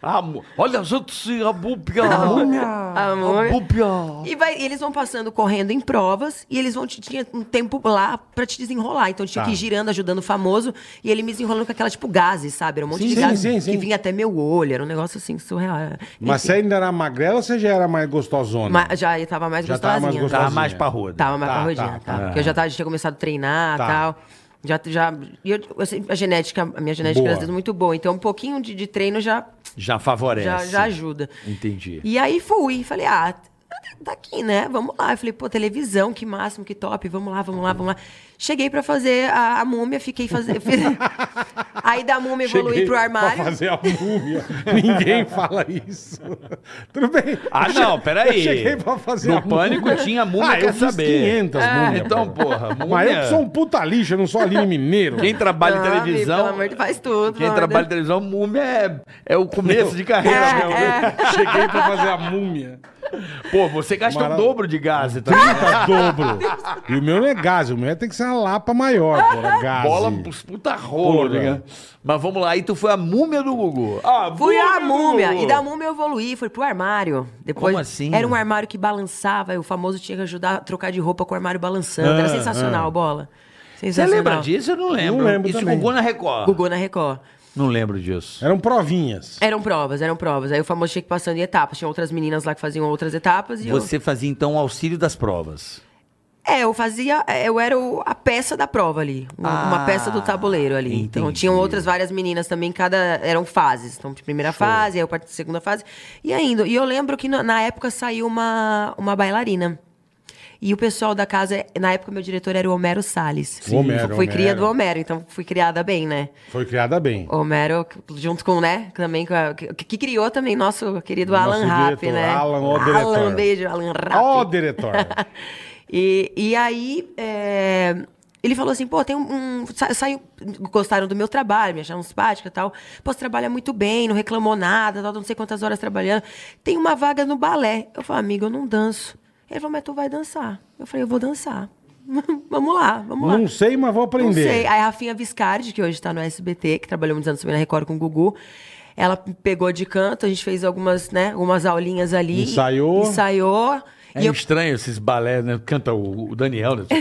Speaker 6: Ah, mo- olha as outras. A búbia. A
Speaker 5: múmia. A múmia.
Speaker 6: búbia.
Speaker 5: E vai- e eles vão passando correndo em provas e eles vão te tinha um tempo lá pra te desenrolar. Então tinha
Speaker 3: Tá.
Speaker 5: que ir girando, ajudando o famoso, e ele me desenrolando com aquela tipo gases, sabe? Era um monte
Speaker 3: Sim,
Speaker 5: de
Speaker 3: sim,
Speaker 5: gases
Speaker 3: sim, sim.
Speaker 5: que vinha até meu olho, era um negócio assim surreal. Era-
Speaker 3: Mas você
Speaker 5: Enfim,
Speaker 3: ainda era magrela ou você já era mais gostosona?
Speaker 5: ma- já tava mais
Speaker 3: Já tava mais
Speaker 5: gostosinha.
Speaker 6: Tá
Speaker 3: gostosa. Sozinha.
Speaker 6: mais parruda.
Speaker 5: Tava mais
Speaker 3: Tá,
Speaker 5: tá,
Speaker 3: tá,
Speaker 5: rodinha, tá.
Speaker 3: tá.
Speaker 5: Porque eu já tava, já tinha começado a treinar
Speaker 3: Tá.
Speaker 5: e tal. Já, já, e eu- eu sei- a genética, a minha genética
Speaker 3: Boa.
Speaker 5: às vezes é muito boa. Então, um pouquinho de, de treino já
Speaker 6: Já favorece.
Speaker 3: É,
Speaker 5: já, já ajuda.
Speaker 3: Então,
Speaker 6: Entendi.
Speaker 5: E aí fui, falei, ah, tá aqui, né? Vamos lá. Eu falei, pô, televisão, que máximo, que top, vamos lá, vamos lá, vamos lá. Cheguei pra fazer a, a múmia, fiquei fazendo. aí da múmia evoluí
Speaker 3: Cheguei
Speaker 5: pro armário.
Speaker 3: Pra fazer a múmia. Ninguém fala isso. Tudo bem.
Speaker 6: Ah, não, peraí.
Speaker 3: Eu cheguei pra fazer
Speaker 6: No
Speaker 3: a múmia.
Speaker 6: pânico tinha múmia,
Speaker 3: ah, eu
Speaker 6: quer
Speaker 3: fiz
Speaker 6: saber.
Speaker 3: 500
Speaker 6: É,
Speaker 3: múmias.
Speaker 6: então, porra,
Speaker 3: Mas eu
Speaker 6: múmia- é-
Speaker 3: que sou um puta lixo, eu não sou Aline Mineiro.
Speaker 6: Quem tá- trabalha
Speaker 5: Ah,
Speaker 6: em
Speaker 5: amigo,
Speaker 6: televisão.
Speaker 5: pelo amor de Deus, faz tudo, pelo
Speaker 6: Quem
Speaker 5: amor
Speaker 6: trabalha em
Speaker 5: de
Speaker 6: televisão, múmia é, é o começo de carreira.
Speaker 5: É,
Speaker 6: meu.
Speaker 5: é.
Speaker 3: Cheguei pra fazer a múmia.
Speaker 6: Pô, você gasta
Speaker 3: Mara-
Speaker 6: o dobro de gás, tá?
Speaker 3: Puta dobro. E o meu não é gás, o meu tem que ser uma lapa maior, porra. Gás.
Speaker 6: Bola pros puta rolo,
Speaker 3: Porra.
Speaker 6: né? Mas vamos lá, aí tu foi a múmia do Gugu. Ah,
Speaker 5: Fui a
Speaker 6: do
Speaker 5: múmia.
Speaker 6: Gugu.
Speaker 5: E da múmia eu evoluí, fui pro armário. Depois,
Speaker 6: Como assim?
Speaker 5: Era um armário que balançava, e o famoso tinha que ajudar a trocar de roupa com o armário balançando.
Speaker 3: Ah,
Speaker 5: Era sensacional,
Speaker 3: ah.
Speaker 5: bola.
Speaker 6: Você
Speaker 5: Sensacional.
Speaker 6: lembra disso? Eu não lembro.
Speaker 3: Não lembro
Speaker 6: Isso
Speaker 3: também.
Speaker 6: Gugu na Record.
Speaker 5: Gugu na Record.
Speaker 6: Não lembro disso.
Speaker 3: Eram provinhas.
Speaker 5: Eram provas, eram provas. Aí o famoso tinha que ir passando em etapas. Tinha outras meninas lá que faziam outras etapas. E eu-
Speaker 6: Você fazia então o auxílio das provas.
Speaker 5: É, eu fazia, eu era o- a peça da prova ali, um-
Speaker 6: Ah,
Speaker 5: uma peça do tabuleiro ali. Então
Speaker 6: entendi.
Speaker 5: tinham outras várias meninas também, cada eram fases. Então de primeira fase, aí eu parti da segunda fase e ainda. E eu lembro que na, na época saiu uma uma bailarina. E o pessoal da casa, na época meu diretor era o Homero Salles.
Speaker 3: Sim. Homero,
Speaker 5: Fui cria
Speaker 3: Homero.
Speaker 5: do Homero, então fui criada bem, né?
Speaker 3: Foi criada bem.
Speaker 5: Homero, junto com, né, também com a- que, que criou também nosso querido
Speaker 3: Nosso
Speaker 5: Alan Rapp,
Speaker 3: diretor,
Speaker 5: né?
Speaker 3: Alan, ó, diretor.
Speaker 5: Alan, beijo, Alan Rapp.
Speaker 3: Ó, diretor.
Speaker 5: e, e aí, é, Ele falou assim, pô, tem um... um sa- saiu, gostaram do meu trabalho, me acharam simpática e tal. Pô, você trabalha muito bem, não reclamou nada, tal, não sei quantas horas trabalhando. Tem uma vaga no balé. Eu falei, amigo, eu não danço. Ele falou, mas tu vai dançar. Eu falei, eu vou dançar. vamos lá, vamos lá.
Speaker 3: Não sei, mas vou aprender.
Speaker 5: Não sei. Aí a Rafinha Viscardi, que hoje tá no SBT, que trabalhou muitos anos também na Record com o Gugu, ela me pegou de canto, a gente fez algumas, né, algumas aulinhas ali.
Speaker 3: Ensaiou.
Speaker 5: Ensaiou.
Speaker 4: É
Speaker 5: e eu...
Speaker 4: estranho esses balés, né? Canta o, o Daniel, né?
Speaker 3: É,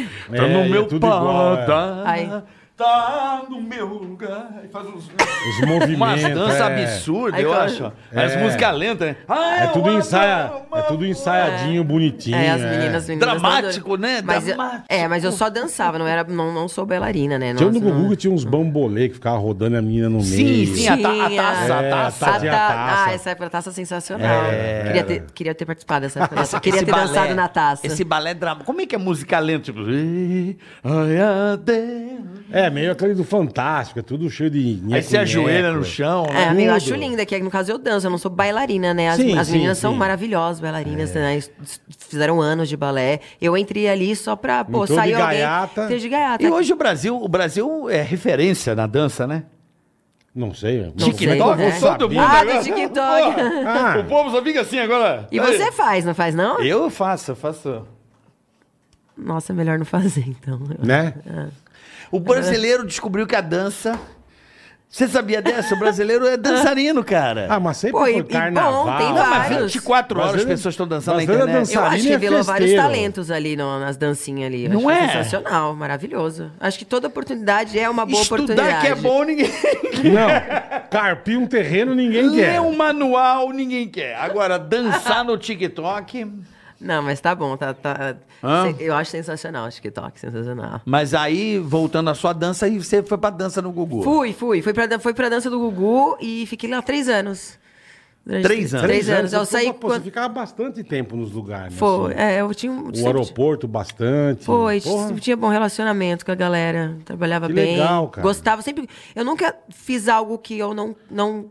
Speaker 3: e é tudo igual, é.
Speaker 5: Aí.
Speaker 4: tá no meu lugar. E faz uns...
Speaker 3: Os movimentos.
Speaker 4: Uma dança
Speaker 3: é.
Speaker 4: absurda,
Speaker 5: Aí
Speaker 4: eu
Speaker 5: fala-
Speaker 4: acho. As músicas lentas, né? Ah,
Speaker 3: É
Speaker 4: eu
Speaker 3: tudo,
Speaker 4: amo
Speaker 3: ensaia,
Speaker 4: uma
Speaker 3: é tudo ensaiadinho, bonitinho.
Speaker 5: É, as meninas, as meninas
Speaker 4: Dramático,
Speaker 5: dançando.
Speaker 4: né?
Speaker 5: Mas eu-
Speaker 4: Dramático.
Speaker 5: é, mas eu só dançava, não, era, não, não sou bailarina, né?
Speaker 3: Tinha um
Speaker 5: Nós
Speaker 3: no
Speaker 5: não-
Speaker 3: Gugu que tinha uns bambolê que ficava rodando e a menina no
Speaker 6: Sim,
Speaker 3: meio.
Speaker 6: sim, a, ta- a taça,
Speaker 3: É,
Speaker 6: a taça.
Speaker 3: a taça.
Speaker 5: Ah, essa época da taça é sensacional.
Speaker 3: É,
Speaker 5: queria, ter, queria ter participado dessa época. da taça.
Speaker 6: Essa-
Speaker 5: queria
Speaker 6: esse
Speaker 5: ter
Speaker 6: balé-
Speaker 5: dançado na taça.
Speaker 6: Esse balé drama. Como é que é música lenta? Tipo. "Ih, ai, adeus".
Speaker 3: É, meio aquele do Fantástico, é tudo cheio de...
Speaker 4: Aí você
Speaker 3: nheco-nheco.
Speaker 4: ajoelha no chão.
Speaker 5: É,
Speaker 4: né?
Speaker 5: amigo, eu
Speaker 3: tudo.
Speaker 5: acho linda, que no caso eu danço, eu não sou bailarina, né? As,
Speaker 3: Sim,
Speaker 5: as
Speaker 3: sim,
Speaker 5: meninas são
Speaker 3: sim.
Speaker 5: maravilhosas bailarinas,
Speaker 6: É.
Speaker 5: né? Eles Fizeram anos de balé. Eu entrei ali só pra, pô,
Speaker 3: Entrou de
Speaker 5: saiu alguém.
Speaker 3: gaiata.
Speaker 5: Entrei de gaiata.
Speaker 6: Um E hoje o Brasil, o Brasil é referência na dança, né?
Speaker 3: Não sei. não
Speaker 5: Não sei,
Speaker 3: sei,
Speaker 5: né?
Speaker 3: eu vou saber.
Speaker 4: Todo mundo
Speaker 5: Ah,
Speaker 4: agora.
Speaker 5: do TikTok.
Speaker 4: Porra,
Speaker 3: Ah.
Speaker 4: O povo só fica assim agora.
Speaker 5: E você faz, não faz não?
Speaker 6: Eu faço, eu faço.
Speaker 5: Nossa, é melhor não fazer, então.
Speaker 3: Né?
Speaker 6: O brasileiro descobriu que a dança. Você sabia dessa? O brasileiro é dançarino, cara.
Speaker 3: Ah, mas sempre
Speaker 5: Pô, e- e
Speaker 3: foi
Speaker 5: bom,
Speaker 3: carnaval.
Speaker 5: tem
Speaker 6: Não, mas
Speaker 5: vários.
Speaker 6: 24 horas as
Speaker 3: Brasileiro-
Speaker 6: pessoas estão dançando na
Speaker 3: brasileiro é
Speaker 6: internet.
Speaker 5: Eu acho
Speaker 3: Sarina
Speaker 5: que
Speaker 3: é
Speaker 5: revelou vários
Speaker 3: festeiro.
Speaker 5: talentos ali no- nas dancinhas ali. Eu
Speaker 6: Não
Speaker 5: acho
Speaker 6: é?
Speaker 5: sensacional, maravilhoso. Acho que toda oportunidade é uma boa
Speaker 6: Estudar
Speaker 5: oportunidade.
Speaker 6: que é bom, ninguém
Speaker 3: Não, carpir um terreno ninguém
Speaker 6: Ler
Speaker 3: quer.
Speaker 6: um manual, ninguém quer. Agora, dançar no TikTok.
Speaker 5: Não, mas tá bom, tá. tá-
Speaker 6: Hã?
Speaker 5: Eu acho sensacional o TikTok, sensacional.
Speaker 6: Mas aí, voltando à sua dança, aí você foi pra dança no
Speaker 3: Tipo,
Speaker 6: Gugu.
Speaker 5: Fui, fui. Fui pra, dan- fui pra dança do Gugu e fiquei lá três anos. Durante
Speaker 6: Três anos?
Speaker 5: Três anos. Eu
Speaker 3: você
Speaker 5: saí
Speaker 3: ficava- pô, Você
Speaker 5: quando.
Speaker 3: ficava bastante tempo nos lugares.
Speaker 5: Foi.
Speaker 3: assim.
Speaker 5: É, eu tinha um.
Speaker 3: O
Speaker 5: sempre-
Speaker 3: aeroporto bastante.
Speaker 5: Foi, tipo,
Speaker 3: Porra.
Speaker 5: sempre tinha bom relacionamento com a galera. Trabalhava
Speaker 3: Que
Speaker 5: bem.
Speaker 3: legal, cara.
Speaker 5: Gostava sempre. Eu nunca fiz algo que eu não. não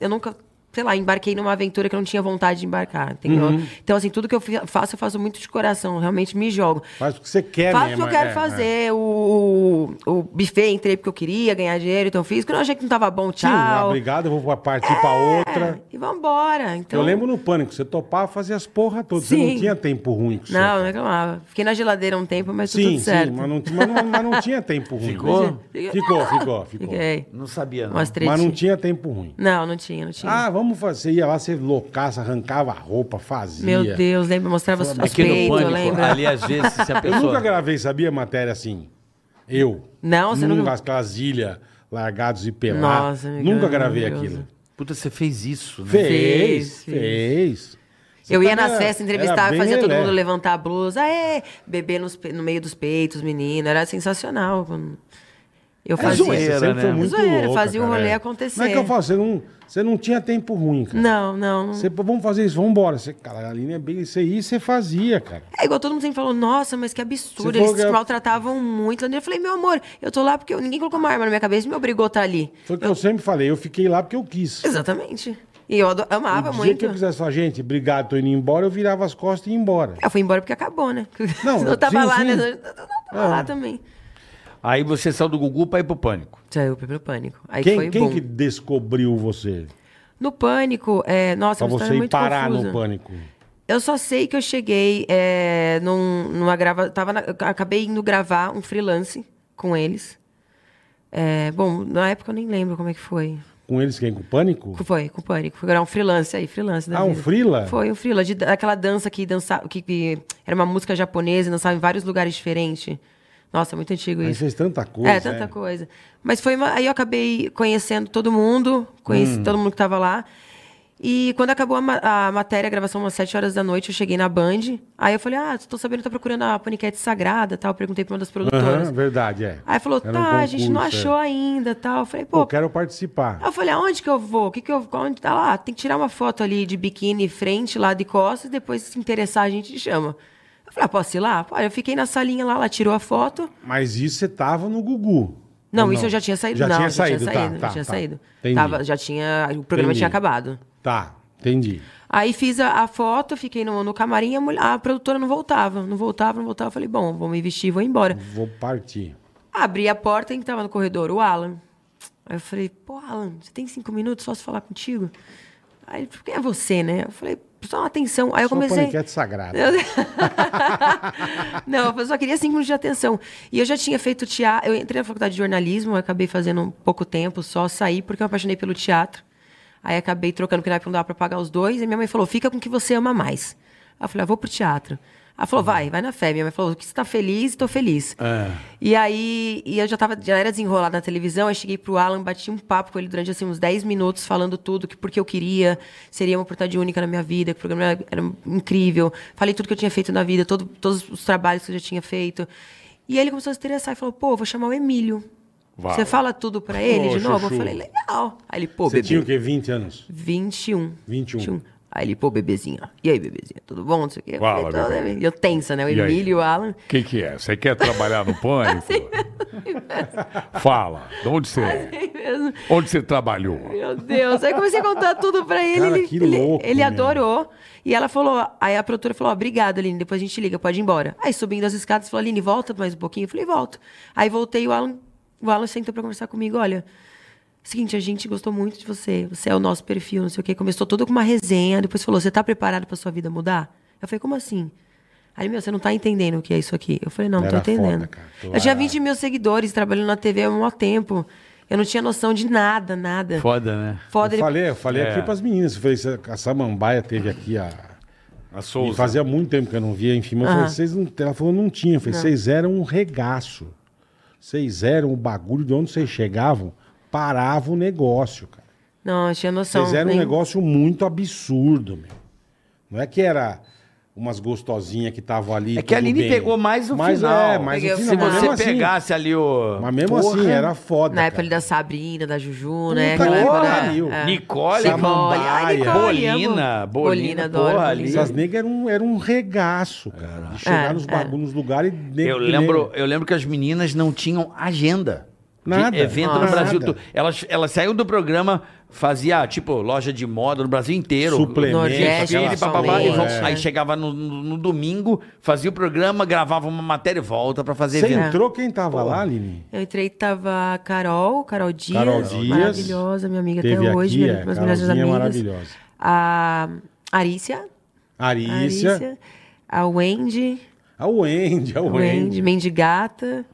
Speaker 5: eu nunca, sei lá, embarquei numa aventura que eu não tinha vontade de embarcar. entendeu?
Speaker 3: Uhum.
Speaker 5: Então, assim, tudo que eu fi- faço, eu faço muito de coração. eu Realmente me jogo.
Speaker 3: Faz o que você quer
Speaker 5: Faço o que
Speaker 3: mesmo.
Speaker 5: eu quero
Speaker 3: é, é.
Speaker 5: fazer. O, o buffet entrei porque eu queria ganhar dinheiro, então eu fiz. Quando eu achei que não tava bom,
Speaker 3: Sim, ah,
Speaker 5: tchau. É.
Speaker 3: obrigado, eu vou pra- partir pra outra.
Speaker 5: E vambora. Então,
Speaker 3: Eu lembro no pânico, você topava fazer as porra todas. Você
Speaker 5: Sim.
Speaker 3: não tinha tempo ruim com você.
Speaker 5: Não, não reclamava. Fiquei na geladeira um tempo, mas
Speaker 3: Sim,
Speaker 5: tudo certo.
Speaker 3: sim, mas não, mas não- mas não tinha tempo ruim.
Speaker 6: Ficou?
Speaker 3: Ficou, ficou, ficou.
Speaker 5: Fiquei.
Speaker 6: Não sabia, não.
Speaker 5: Umas
Speaker 3: Mas não
Speaker 5: tretinhas.
Speaker 3: tinha tempo ruim.
Speaker 5: Não, não tinha, não tinha.
Speaker 3: Ah, vamos fazer. Ia lá, você loucaça, arrancava a roupa, fazia.
Speaker 5: Meu Deus, lembra? Mostrava os, os
Speaker 6: É
Speaker 4: Aqui no
Speaker 5: peitos,
Speaker 4: pânico,
Speaker 5: lembra?
Speaker 4: ali às vezes, se a
Speaker 3: Eu nunca
Speaker 4: pessoa...
Speaker 3: gravei, sabia, matéria assim. Eu.
Speaker 5: Não, você
Speaker 3: nunca.
Speaker 5: nunca-
Speaker 3: Aquelas ilhas, largados e pelados.
Speaker 5: Nossa, amigo,
Speaker 3: Nunca gravei
Speaker 5: maravilhoso.
Speaker 3: aquilo.
Speaker 6: Puta, você fez isso, né?
Speaker 3: Fez,
Speaker 5: Fez,
Speaker 3: fez. Você
Speaker 5: Eu ia
Speaker 3: também
Speaker 5: nas
Speaker 3: era-
Speaker 5: festas,
Speaker 3: era
Speaker 5: entrevistava,
Speaker 3: bem né?
Speaker 5: fazia todo
Speaker 3: lelé.
Speaker 5: mundo levantar a blusa, aê, beber nos pe- no meio dos peitos, menino. Era sensacional. quando Eu
Speaker 3: É
Speaker 5: fazia.
Speaker 3: zoeira,
Speaker 6: Zoeira,
Speaker 3: sempre
Speaker 6: né?
Speaker 3: foi muito
Speaker 5: Zoeira,
Speaker 3: louca,
Speaker 5: fazia o
Speaker 3: cara,
Speaker 5: rolê
Speaker 3: é.
Speaker 5: acontecer.
Speaker 3: Não é que eu falo, você não, você não tinha tempo ruim, cara.
Speaker 5: Não, não.
Speaker 3: Você, pô, vamos fazer isso, vamos embora. Você, cara, a linha é bem isso aí, você fazia, cara.
Speaker 5: É igual todo mundo sempre falou, nossa, mas que absurdo,
Speaker 3: Você
Speaker 5: eles
Speaker 3: falou que
Speaker 5: se
Speaker 3: é-
Speaker 5: maltratavam muito. Eu falei, meu amor, eu tô lá porque eu- ninguém colocou uma arma na minha cabeça e me obrigou a estar ali.
Speaker 3: Foi o que eu sempre falei, eu fiquei lá porque eu quis.
Speaker 5: Exatamente. E eu ado- amava
Speaker 3: o dia
Speaker 5: muito.
Speaker 3: que eu quisesse falar, gente, obrigado, tô indo embora, eu virava as costas e ia embora.
Speaker 5: Eu fui embora porque acabou, né?
Speaker 3: Não,
Speaker 5: eu tava
Speaker 3: sim,
Speaker 5: lá,
Speaker 3: sim. É.
Speaker 5: né? Eu tava lá também.
Speaker 4: Aí você saiu do Gugu pra ir pro Pânico.
Speaker 5: Saiu pelo pânico. Aí
Speaker 3: Quem,
Speaker 5: foi
Speaker 3: quem
Speaker 5: bom.
Speaker 3: que descobriu você?
Speaker 5: No pânico, é, nossa,
Speaker 3: Pra
Speaker 5: uma história
Speaker 3: você ir
Speaker 5: muito
Speaker 3: parar
Speaker 5: confusa.
Speaker 3: no pânico.
Speaker 5: Eu só sei que eu cheguei é, num- numa grava, tava na- eu acabei indo gravar um freelance com eles. É, bom, na época eu nem lembro como é que foi.
Speaker 3: Com eles quem? Com o pânico?
Speaker 5: Com- Foi, com pânico. Fui gravar um freelance aí, freelance. da
Speaker 3: Ah, um
Speaker 5: vida.
Speaker 3: freela?
Speaker 5: Foi, um freela. De, daquela dança que dançava, que, que era uma música japonesa e dançava em vários lugares diferentes. Nossa, é muito antigo
Speaker 3: Aí
Speaker 5: isso.
Speaker 3: fez tanta coisa.
Speaker 5: É, tanta coisa. Mas foi uma... aí eu acabei conhecendo todo mundo,
Speaker 3: Hum.
Speaker 5: conheci todo mundo que tava lá. E quando acabou a, ma- a matéria, a gravação umas 7 horas da noite, eu cheguei na Band. Aí eu falei: "Ah, tô sabendo que tá procurando a paniquete sagrada", tal, perguntei pra uma das produtoras.
Speaker 3: Aham, verdade, é.
Speaker 5: Aí falou:
Speaker 3: Era um
Speaker 5: "Tá, a gente não
Speaker 3: concurso, é.
Speaker 5: achou ainda", tal. Eu falei:
Speaker 3: Pô,
Speaker 5: "Pô,
Speaker 3: eu quero participar.
Speaker 5: Aí eu falei, aonde que eu vou? O que que eu... Onde tá lá? Tem que tirar uma foto ali de biquíni, frente, lado e costas. Depois, se interessar, a gente chama. Eu falei, ah, posso ir lá? Olha, eu fiquei na salinha lá, ela tirou a foto.
Speaker 3: Mas isso você tava no Gugu.
Speaker 5: Não,
Speaker 3: Ou
Speaker 5: isso eu já tinha saído.
Speaker 3: Já
Speaker 5: não,
Speaker 3: tinha
Speaker 5: já
Speaker 3: saído, tá,
Speaker 5: tinha saído.
Speaker 3: tá,
Speaker 5: já tinha
Speaker 3: tá.
Speaker 5: saído.
Speaker 3: Entendi.
Speaker 5: Tava, já tinha... O programa
Speaker 3: Entendi.
Speaker 5: tinha acabado.
Speaker 3: Tá, entendi.
Speaker 5: Aí fiz a, a foto, fiquei no, no camarim e a, mulher- a produtora não voltava. Não voltava, não voltava. Eu falei, bom, vou me vestir e vou embora.
Speaker 3: Vou partir.
Speaker 5: Abri a porta e estava no corredor o Alan. Aí eu falei, pô, Alan, você tem cinco minutos só se falar contigo? Aí ele, falou, quem é você, né? Eu falei, só uma atenção. Aí eu
Speaker 3: Só
Speaker 5: comecei...
Speaker 3: paniquete sagrado.
Speaker 5: Eu- não, eu só queria cinco minutos de atenção. E eu já tinha feito teatro. Eu entrei na faculdade de jornalismo, eu acabei fazendo um pouco tempo, só saí porque eu me apaixonei pelo teatro. Aí acabei trocando, porque na época não dava pra pagar os dois. E minha mãe falou: fica com o que você ama mais. Aí eu falei: ah, vou pro teatro. Ela falou, vai, vai na fé. Minha mãe falou, que você tá feliz, tô feliz.
Speaker 3: É.
Speaker 5: E aí, e eu já tava, já era desenrolada na televisão, eu cheguei pro Alan, bati um papo com ele durante, assim, uns 10 minutos, falando tudo, que porque eu queria, seria uma oportunidade única na minha vida, que o programa era, era incrível. Falei tudo que eu tinha feito na vida, todo- todos os trabalhos que eu já tinha feito. E aí ele começou a se interessar e falou, pô, vou chamar o Emílio. Você fala tudo pra ele
Speaker 3: Ô,
Speaker 5: de novo?
Speaker 3: Chuchu.
Speaker 5: Eu falei, legal. Aí ele, pô,
Speaker 3: Você
Speaker 5: bebê.
Speaker 3: tinha o quê? 20 anos?
Speaker 5: 21.
Speaker 3: 21.
Speaker 5: Aí ele, pô, bebezinha. E aí, bebezinha, tudo bom? Não sei o quê. Eu
Speaker 7: Fala,
Speaker 5: falei, "Tudo
Speaker 7: bebê."
Speaker 5: bem." E eu tensa, né? O
Speaker 7: E aí?
Speaker 5: Emílio e o Alan. Assim,
Speaker 7: O que, que é? Você quer trabalhar no pânico? Fala, de onde você é?
Speaker 5: Aí assim mesmo.
Speaker 7: Onde você trabalhou?
Speaker 5: Meu Deus. Aí eu comecei a contar tudo pra ele.
Speaker 3: Cara,
Speaker 5: ele
Speaker 3: que
Speaker 5: ele-
Speaker 3: louco,
Speaker 5: ele
Speaker 3: meu.
Speaker 5: adorou. E ela falou, aí a produtora falou, ó, obrigado, Aline, depois a gente liga, pode ir embora. Aí subindo as escadas, falou, Aline, volta mais um pouquinho. Eu falei, volto. Aí voltei, o Alan, o Alan sentou pra conversar comigo, olha... Seguinte, a gente gostou muito de você. Você é o nosso perfil, não sei o quê. Começou tudo com uma resenha, depois falou: Você tá preparado pra sua vida mudar? Eu falei: Como assim? Aí, ele, meu, você não tá entendendo o que é isso aqui. Eu falei: Não, não tô
Speaker 3: Era foda,
Speaker 5: entendendo.
Speaker 3: cara. Tu
Speaker 5: Eu tinha
Speaker 3: era-
Speaker 5: 20 mil seguidores trabalhando na TV há um maior tempo. Eu não tinha noção de nada, nada.
Speaker 4: Foda, né?
Speaker 5: Foda,
Speaker 3: Eu
Speaker 5: ele-
Speaker 3: falei, eu falei
Speaker 4: É.
Speaker 3: aqui pras meninas. eu Falei, a Samambaia teve aqui a.
Speaker 7: A
Speaker 3: E
Speaker 7: Souza.
Speaker 3: fazia muito tempo que eu não via, enfim. Mas eu
Speaker 5: Aham.
Speaker 3: falei, vocês não. Ela falou, não tinha. Eu falei, vocês eram um regaço. Vocês eram o bagulho de onde vocês chegavam, parava o negócio, cara.
Speaker 5: Não, eu tinha noção.
Speaker 3: Vocês eram um
Speaker 5: nem-
Speaker 3: negócio muito absurdo, meu. Não é que era umas gostosinhas que estavam ali.
Speaker 4: É que a
Speaker 3: tudo
Speaker 4: Aline
Speaker 3: bem.
Speaker 4: pegou mais o
Speaker 3: mas
Speaker 4: final.
Speaker 3: É, mais
Speaker 5: Peguei
Speaker 3: o
Speaker 5: o
Speaker 3: final.
Speaker 4: Se
Speaker 5: Não,
Speaker 3: mas
Speaker 4: você
Speaker 3: mesmo assim-
Speaker 4: pegasse ali o.
Speaker 3: Mas mesmo
Speaker 4: Porra.
Speaker 3: assim, era foda.
Speaker 5: Na época
Speaker 3: cara.
Speaker 5: ali da Sabrina, da Juju, né?
Speaker 3: Puta
Speaker 5: Aquela
Speaker 3: que
Speaker 5: época, né?
Speaker 3: pariu.
Speaker 5: É.
Speaker 4: Nicole,
Speaker 5: Nicole. Ai,
Speaker 3: Samambaia.
Speaker 5: Nicole,
Speaker 4: Bolina,
Speaker 5: amo.
Speaker 4: Bolina,
Speaker 5: adoro.
Speaker 4: porra,
Speaker 5: Bolina.
Speaker 4: ali.
Speaker 3: Essas negras eram, eram um regaço, cara. De chegar
Speaker 5: É,
Speaker 3: nos
Speaker 5: é.
Speaker 3: bagulhos, nos lugares e nego-
Speaker 4: Eu lembro, eu lembro que as meninas não tinham agenda. de
Speaker 3: Nada.
Speaker 4: evento
Speaker 3: Nada.
Speaker 4: no Brasil. todo. Elas, elas saíam do programa, fazia, tipo, loja de moda no Brasil inteiro.
Speaker 3: Suplemento,
Speaker 4: Nordeste,
Speaker 5: aquela
Speaker 4: e papapá, e
Speaker 3: soleil,
Speaker 4: vão-
Speaker 3: é.
Speaker 4: Aí chegava no, no- no domingo, fazia o programa, gravava uma matéria e volta pra fazer
Speaker 3: Você
Speaker 4: evento.
Speaker 3: entrou quem tava lá, Aline?
Speaker 5: Eu entrei, tava a Carol, Carol Dias,
Speaker 3: Carol Dias.
Speaker 5: maravilhosa, minha amiga
Speaker 3: Teve
Speaker 5: até hoje,
Speaker 3: aqui, é,
Speaker 5: minha, minhas melhores
Speaker 3: Carolzinha
Speaker 5: amigas.
Speaker 3: maravilhosa.
Speaker 5: A Arícia.
Speaker 3: Arícia.
Speaker 5: Arícia, A Wendy.
Speaker 3: A Wendy, a
Speaker 5: Wendy,
Speaker 3: Wendy.
Speaker 5: Mendigata.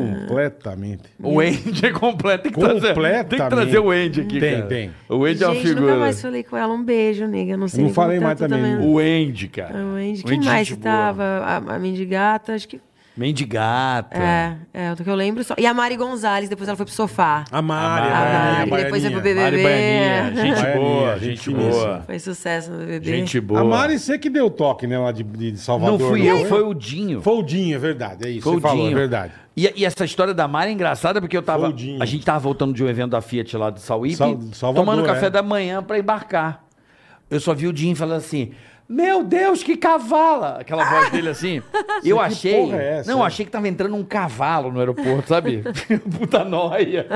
Speaker 3: Completamente.
Speaker 4: O Andy é completo. Tem que, Trazer, tem que
Speaker 3: Completamente.
Speaker 4: trazer o Andy aqui,
Speaker 3: Tem,
Speaker 4: cara.
Speaker 3: tem.
Speaker 4: O Andy é uma
Speaker 5: Gente, nunca
Speaker 4: figura.
Speaker 5: mais falei com ela. Um beijo, nega. Eu não sei
Speaker 3: Eu não
Speaker 5: nem como
Speaker 3: falei
Speaker 5: tá,
Speaker 3: mais
Speaker 5: tu
Speaker 3: também, né?
Speaker 5: vendo?
Speaker 4: O Andy,
Speaker 5: A
Speaker 4: cara.
Speaker 5: Wendy,
Speaker 4: O
Speaker 5: quem mais que
Speaker 4: gente boa.
Speaker 5: tava? A, a Mendigata, acho que...
Speaker 3: Tá.
Speaker 4: Mendigata.
Speaker 5: É, é, do que eu lembro só. E a Mari Gonzalez, depois ela foi pro sofá.
Speaker 3: A Mari,
Speaker 5: A Mari, depois eu vou beber.
Speaker 4: Mari Baianinha.
Speaker 5: Bebê.
Speaker 4: Gente
Speaker 3: Baianinha,
Speaker 4: boa,
Speaker 3: gente
Speaker 4: gente
Speaker 3: finíssima.
Speaker 4: boa.
Speaker 5: Foi sucesso no BBB.
Speaker 4: Gente boa.
Speaker 3: A Mari, você que deu toque, né, lá de, de Salvador. né?
Speaker 4: Não fui eu,
Speaker 3: foi?
Speaker 4: foi o Dinho.
Speaker 3: Foldinho, é verdade. É isso,
Speaker 4: Foi
Speaker 3: você
Speaker 4: o
Speaker 3: falou, é
Speaker 4: Dinho.
Speaker 3: verdade.
Speaker 4: E, e essa história da Mari é engraçada, porque eu tava.
Speaker 3: Foi o Dinho.
Speaker 4: A gente tava voltando de um evento da Fiat lá do Sauípe,
Speaker 3: Sal- Salvador,
Speaker 4: tomando café
Speaker 3: é.
Speaker 4: da manhã pra embarcar. Eu só vi o Dinho falando assim: Meu Deus, que cavala! Aquela voz dele assim. Eu
Speaker 3: que
Speaker 4: achei.
Speaker 3: porra é essa?
Speaker 4: não, eu achei que tava entrando um cavalo no aeroporto, sabe? Puta noia.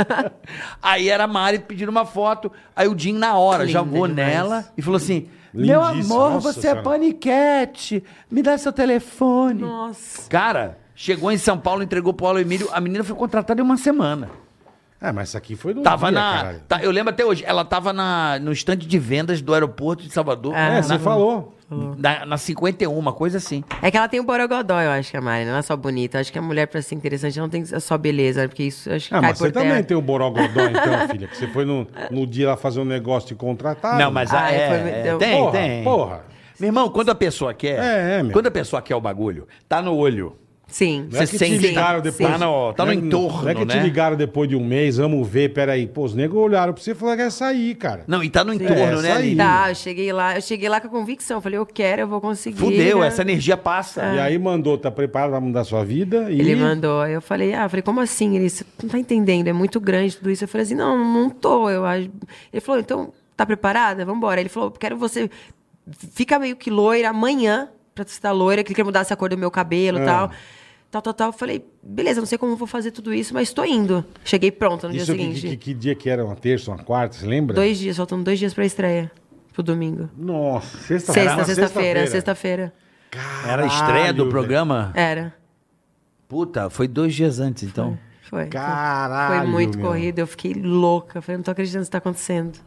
Speaker 4: Aí era a Mari pedindo uma foto. Aí o Dinho, na hora,
Speaker 5: Linda
Speaker 4: jogou
Speaker 5: demais.
Speaker 4: nela e falou assim: Meu
Speaker 3: Lindíssima,
Speaker 4: amor,
Speaker 3: nossa
Speaker 4: você é
Speaker 3: senhora."
Speaker 4: paniquete. Me dá seu telefone.
Speaker 5: Nossa.
Speaker 4: Cara, chegou em São Paulo, entregou pro Paulo Emílio, a menina foi contratada em uma semana.
Speaker 3: É, mas isso aqui foi do.
Speaker 4: Tava
Speaker 3: dia,
Speaker 4: na.
Speaker 3: caralho.
Speaker 4: tá- eu lembro até hoje, ela tava na, no estande de vendas do aeroporto de Salvador.
Speaker 5: É,
Speaker 3: É,
Speaker 4: na,
Speaker 3: você falou.
Speaker 4: na, na 51, uma coisa assim.
Speaker 5: É que ela tem o borogodó, eu acho que a Mari, não é só bonita. Eu acho que a mulher, pra ser interessante, não tem só beleza, porque isso acho que
Speaker 3: Ah,
Speaker 5: cai
Speaker 3: mas
Speaker 5: por
Speaker 3: você
Speaker 5: terra.
Speaker 3: também tem o Borogodó, então, filha. Que você foi no, no dia lá fazer um negócio de contratar.
Speaker 4: Não, mas
Speaker 5: Ah,
Speaker 4: ah, é,
Speaker 5: foi-
Speaker 4: é,
Speaker 5: deu-
Speaker 4: tem,
Speaker 3: porra,
Speaker 4: tem.
Speaker 3: Porra.
Speaker 4: Meu irmão, quando a pessoa quer.
Speaker 3: É, é, meu.
Speaker 4: Quando a pessoa quer o bagulho, tá no olho.
Speaker 5: Sim.
Speaker 3: Não é
Speaker 4: Você
Speaker 3: que te
Speaker 4: sente-
Speaker 3: ligaram depois.
Speaker 4: Tá no- tá no
Speaker 3: não é-
Speaker 4: entorno,
Speaker 3: Não é que te
Speaker 4: né?
Speaker 3: ligaram depois de um mês, vamos ver, peraí. Pô, os negros olharam pra você e falaram que é sair, cara.
Speaker 4: Não, e tá no entorno,
Speaker 3: É,
Speaker 4: né,
Speaker 3: isso aí.
Speaker 4: Aline?
Speaker 5: Tá, eu cheguei lá, eu cheguei lá com a convicção. Falei, eu quero, eu vou conseguir.
Speaker 4: Fudeu,
Speaker 5: né?
Speaker 4: essa energia passa.
Speaker 3: Tá E aí mandou, tá preparado pra mudar sua vida? E...
Speaker 5: Ele mandou. Aí Eu falei, ah, falei, como assim? Ele, você não tá entendendo, é muito grande tudo isso. Eu falei assim, não, não tô. Eu acho. Ele falou, então, tá preparada? Vambora. Ele falou, quero você. Fica meio que loira amanhã, pra você estar loira, que ele quer mudar essa cor do meu cabelo
Speaker 3: É.
Speaker 5: e tal. Tal, tal, tal. Eu falei, beleza, não sei como eu vou fazer tudo isso, mas tô indo. Cheguei pronta no
Speaker 3: Isso
Speaker 5: dia
Speaker 3: que,
Speaker 5: seguinte.
Speaker 3: que- que dia que era? Uma terça, uma quarta, você lembra?
Speaker 5: Dois dias, faltando dois dias pra estreia. Pro domingo.
Speaker 3: Nossa, sexta-feira.
Speaker 5: Sexta,
Speaker 3: Era
Speaker 5: sexta-feira, sexta-feira.
Speaker 4: Era a estreia
Speaker 3: Caralho,
Speaker 4: do
Speaker 3: velho.
Speaker 4: programa.
Speaker 5: Era.
Speaker 4: Puta, foi dois dias antes, então.
Speaker 5: Foi.
Speaker 3: Caralho,
Speaker 5: Foi muito
Speaker 3: meu.
Speaker 5: corrido, eu fiquei louca. Eu Falei, não tô acreditando que isso tá acontecendo.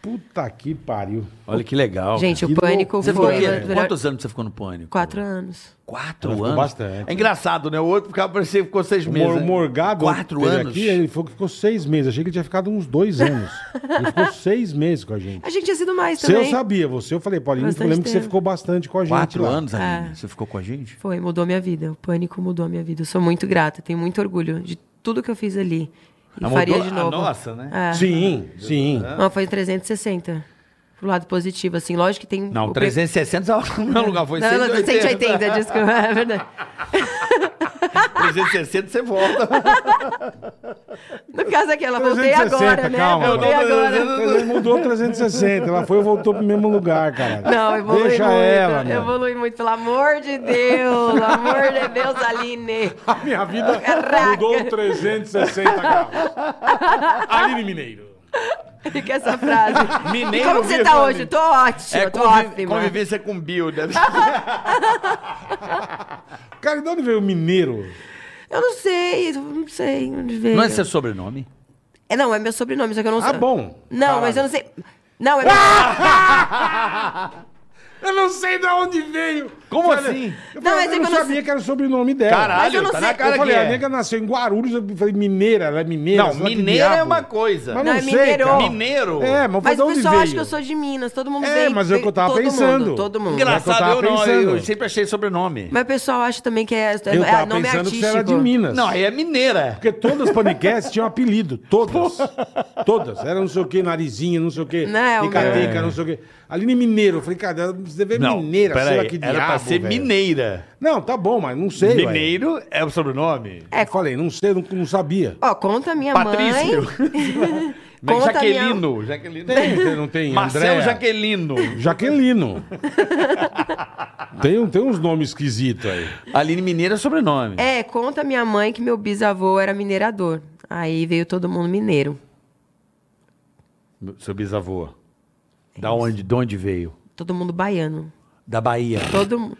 Speaker 3: Puta que pariu.
Speaker 4: Olha que legal.
Speaker 5: Gente,
Speaker 3: que
Speaker 5: o pânico
Speaker 4: Você
Speaker 3: loucura.
Speaker 4: ficou
Speaker 5: foi.
Speaker 4: o
Speaker 5: uma
Speaker 4: quê?
Speaker 5: das melhores-
Speaker 4: Quantos anos você ficou no pânico?
Speaker 5: Quatro anos.
Speaker 4: Quatro
Speaker 3: Ela ficou
Speaker 4: anos?
Speaker 3: bastante.
Speaker 4: É engraçado, né? O outro ficava parecendo que ficou seis
Speaker 3: O
Speaker 4: meses.
Speaker 3: Mor
Speaker 4: né?
Speaker 3: Morgado
Speaker 4: Quatro
Speaker 3: teve
Speaker 4: anos.
Speaker 3: aqui, ele falou que ficou seis meses. Achei que ele tinha ficado uns dois anos. ele ficou seis meses com a gente.
Speaker 5: A gente tinha sido mais
Speaker 3: Se eu
Speaker 5: também.
Speaker 3: sabia, você, eu falei, Paulinho, eu
Speaker 5: Bastante
Speaker 3: lembro que você
Speaker 5: tempo.
Speaker 3: ficou bastante com a gente.
Speaker 4: Quatro
Speaker 3: lá.
Speaker 4: anos,
Speaker 5: É.
Speaker 4: Aline. Você ficou com a gente?
Speaker 5: Foi, mudou minha vida. O pânico mudou minha vida. Eu sou muito grata, tenho muito orgulho de tudo que eu fiz ali. E
Speaker 4: Ah,
Speaker 5: faria
Speaker 4: mudou a
Speaker 5: de novo.
Speaker 4: nossa, né?
Speaker 5: É.
Speaker 3: Sim, sim.
Speaker 5: Mas foi 360. Pro lado positivo, assim. Lógico que tem.
Speaker 4: Não,
Speaker 5: o-
Speaker 4: 360 não lugar, foi
Speaker 5: Não, não,
Speaker 4: 180.
Speaker 5: 180, desculpa, é verdade.
Speaker 4: 360 você volta.
Speaker 5: No caso aqui, ela voltei
Speaker 3: 360,
Speaker 5: agora, né?
Speaker 3: calma.
Speaker 5: Voltei
Speaker 4: Não, não, não,
Speaker 5: agora.
Speaker 4: não,
Speaker 3: Ele mudou 360, ela foi e voltou pro mesmo lugar, cara.
Speaker 5: Não, evolui
Speaker 3: Deixa
Speaker 5: muito.
Speaker 3: ela, meu.
Speaker 5: evolui muito, pelo amor de Deus. Pelo amor de Deus, Aline.
Speaker 3: A minha vida
Speaker 4: É
Speaker 5: Caraca.
Speaker 3: mudou 360 graus. Aline Mineiro.
Speaker 5: Fica essa frase.
Speaker 4: Mineiro
Speaker 5: e como que você
Speaker 4: vivo,
Speaker 5: tá
Speaker 4: amigo.
Speaker 5: hoje? Tô ótima,
Speaker 4: É
Speaker 5: tô
Speaker 4: conviv-
Speaker 5: ótima.
Speaker 4: convivência com Bill, né? deve ser.
Speaker 3: Cara, e de onde veio o Mineiro?
Speaker 5: Eu não sei, eu não sei onde veio.
Speaker 4: Não é seu sobrenome?
Speaker 5: É, não, é meu sobrenome, só que eu não sei.
Speaker 3: Ah, bom. Ah!
Speaker 5: Não, mas eu não sei. Não, é.
Speaker 3: Eu não sei de onde veio.
Speaker 4: Como
Speaker 3: Falei-
Speaker 4: assim?
Speaker 3: Eu,
Speaker 5: Não,
Speaker 3: falei, eu
Speaker 5: mas é
Speaker 3: não
Speaker 5: que eu não
Speaker 3: sabia
Speaker 5: sei-
Speaker 3: que era o sobrenome dela.
Speaker 5: Mas eu não
Speaker 4: tá na
Speaker 5: sei.
Speaker 4: cara
Speaker 3: eu falei,
Speaker 4: que
Speaker 3: a
Speaker 4: é.
Speaker 3: nega nasceu em Guarulhos, eu falei, mineira, ela é mineira.
Speaker 4: Não,
Speaker 3: sei lá que
Speaker 4: mineira é
Speaker 3: diabo.
Speaker 4: uma coisa.
Speaker 3: Mas
Speaker 5: Não,
Speaker 3: não,
Speaker 5: é
Speaker 3: sei,
Speaker 5: mineiro.
Speaker 3: cara.
Speaker 4: Mineiro.
Speaker 3: É, mas, foi
Speaker 5: Mas
Speaker 3: de
Speaker 5: o
Speaker 3: onde
Speaker 5: pessoal
Speaker 3: veio?
Speaker 5: acha que eu sou de Minas, todo mundo
Speaker 3: É,
Speaker 5: veio.
Speaker 3: mas é o que eu tava
Speaker 5: todo
Speaker 3: pensando.
Speaker 5: Mundo, todo mundo.
Speaker 4: Engraçado,
Speaker 3: tava
Speaker 4: eu não.
Speaker 3: pensando.
Speaker 4: Eu sempre achei sobrenome.
Speaker 5: Mas o pessoal acha também que é, é,
Speaker 3: Eu
Speaker 5: é
Speaker 3: tava
Speaker 5: nome
Speaker 3: pensando
Speaker 5: artístico.
Speaker 3: que você era de Minas.
Speaker 4: Não, aí é mineira.
Speaker 3: Porque todas as podcasts tinham apelido, todas. todas. Era não sei o que, narizinho, não sei o que,
Speaker 5: Não, é um o meu-
Speaker 3: tica-tica, não sei o que. Aline Mineiro, eu falei, cara, você deve
Speaker 4: é. Não,
Speaker 3: é mineira, sei lá
Speaker 4: peraí,
Speaker 3: que diabo,
Speaker 4: era pra ser
Speaker 3: velho.
Speaker 4: mineira.
Speaker 3: Não, tá bom, mas não sei, velho.
Speaker 4: Mineiro é o sobrenome?
Speaker 5: É,
Speaker 3: Eu falei, não sei, não, não sabia.
Speaker 5: Ó, conta minha
Speaker 4: Patrício.
Speaker 5: mãe. conta minha...
Speaker 4: Jaquelino. Jaquelino.
Speaker 3: Tem, não tem,
Speaker 4: Marcelo
Speaker 3: Andréa?
Speaker 4: Jaquelino.
Speaker 3: Jaquelino. tem, um- tem uns nomes esquisitos aí.
Speaker 4: Aline Mineira é sobrenome.
Speaker 5: É, conta minha mãe que meu bisavô era minerador. Aí veio todo mundo mineiro.
Speaker 4: Seu bisavô. Da onde, de onde veio?
Speaker 5: Todo mundo baiano.
Speaker 4: Da Bahia.
Speaker 5: Todo mundo.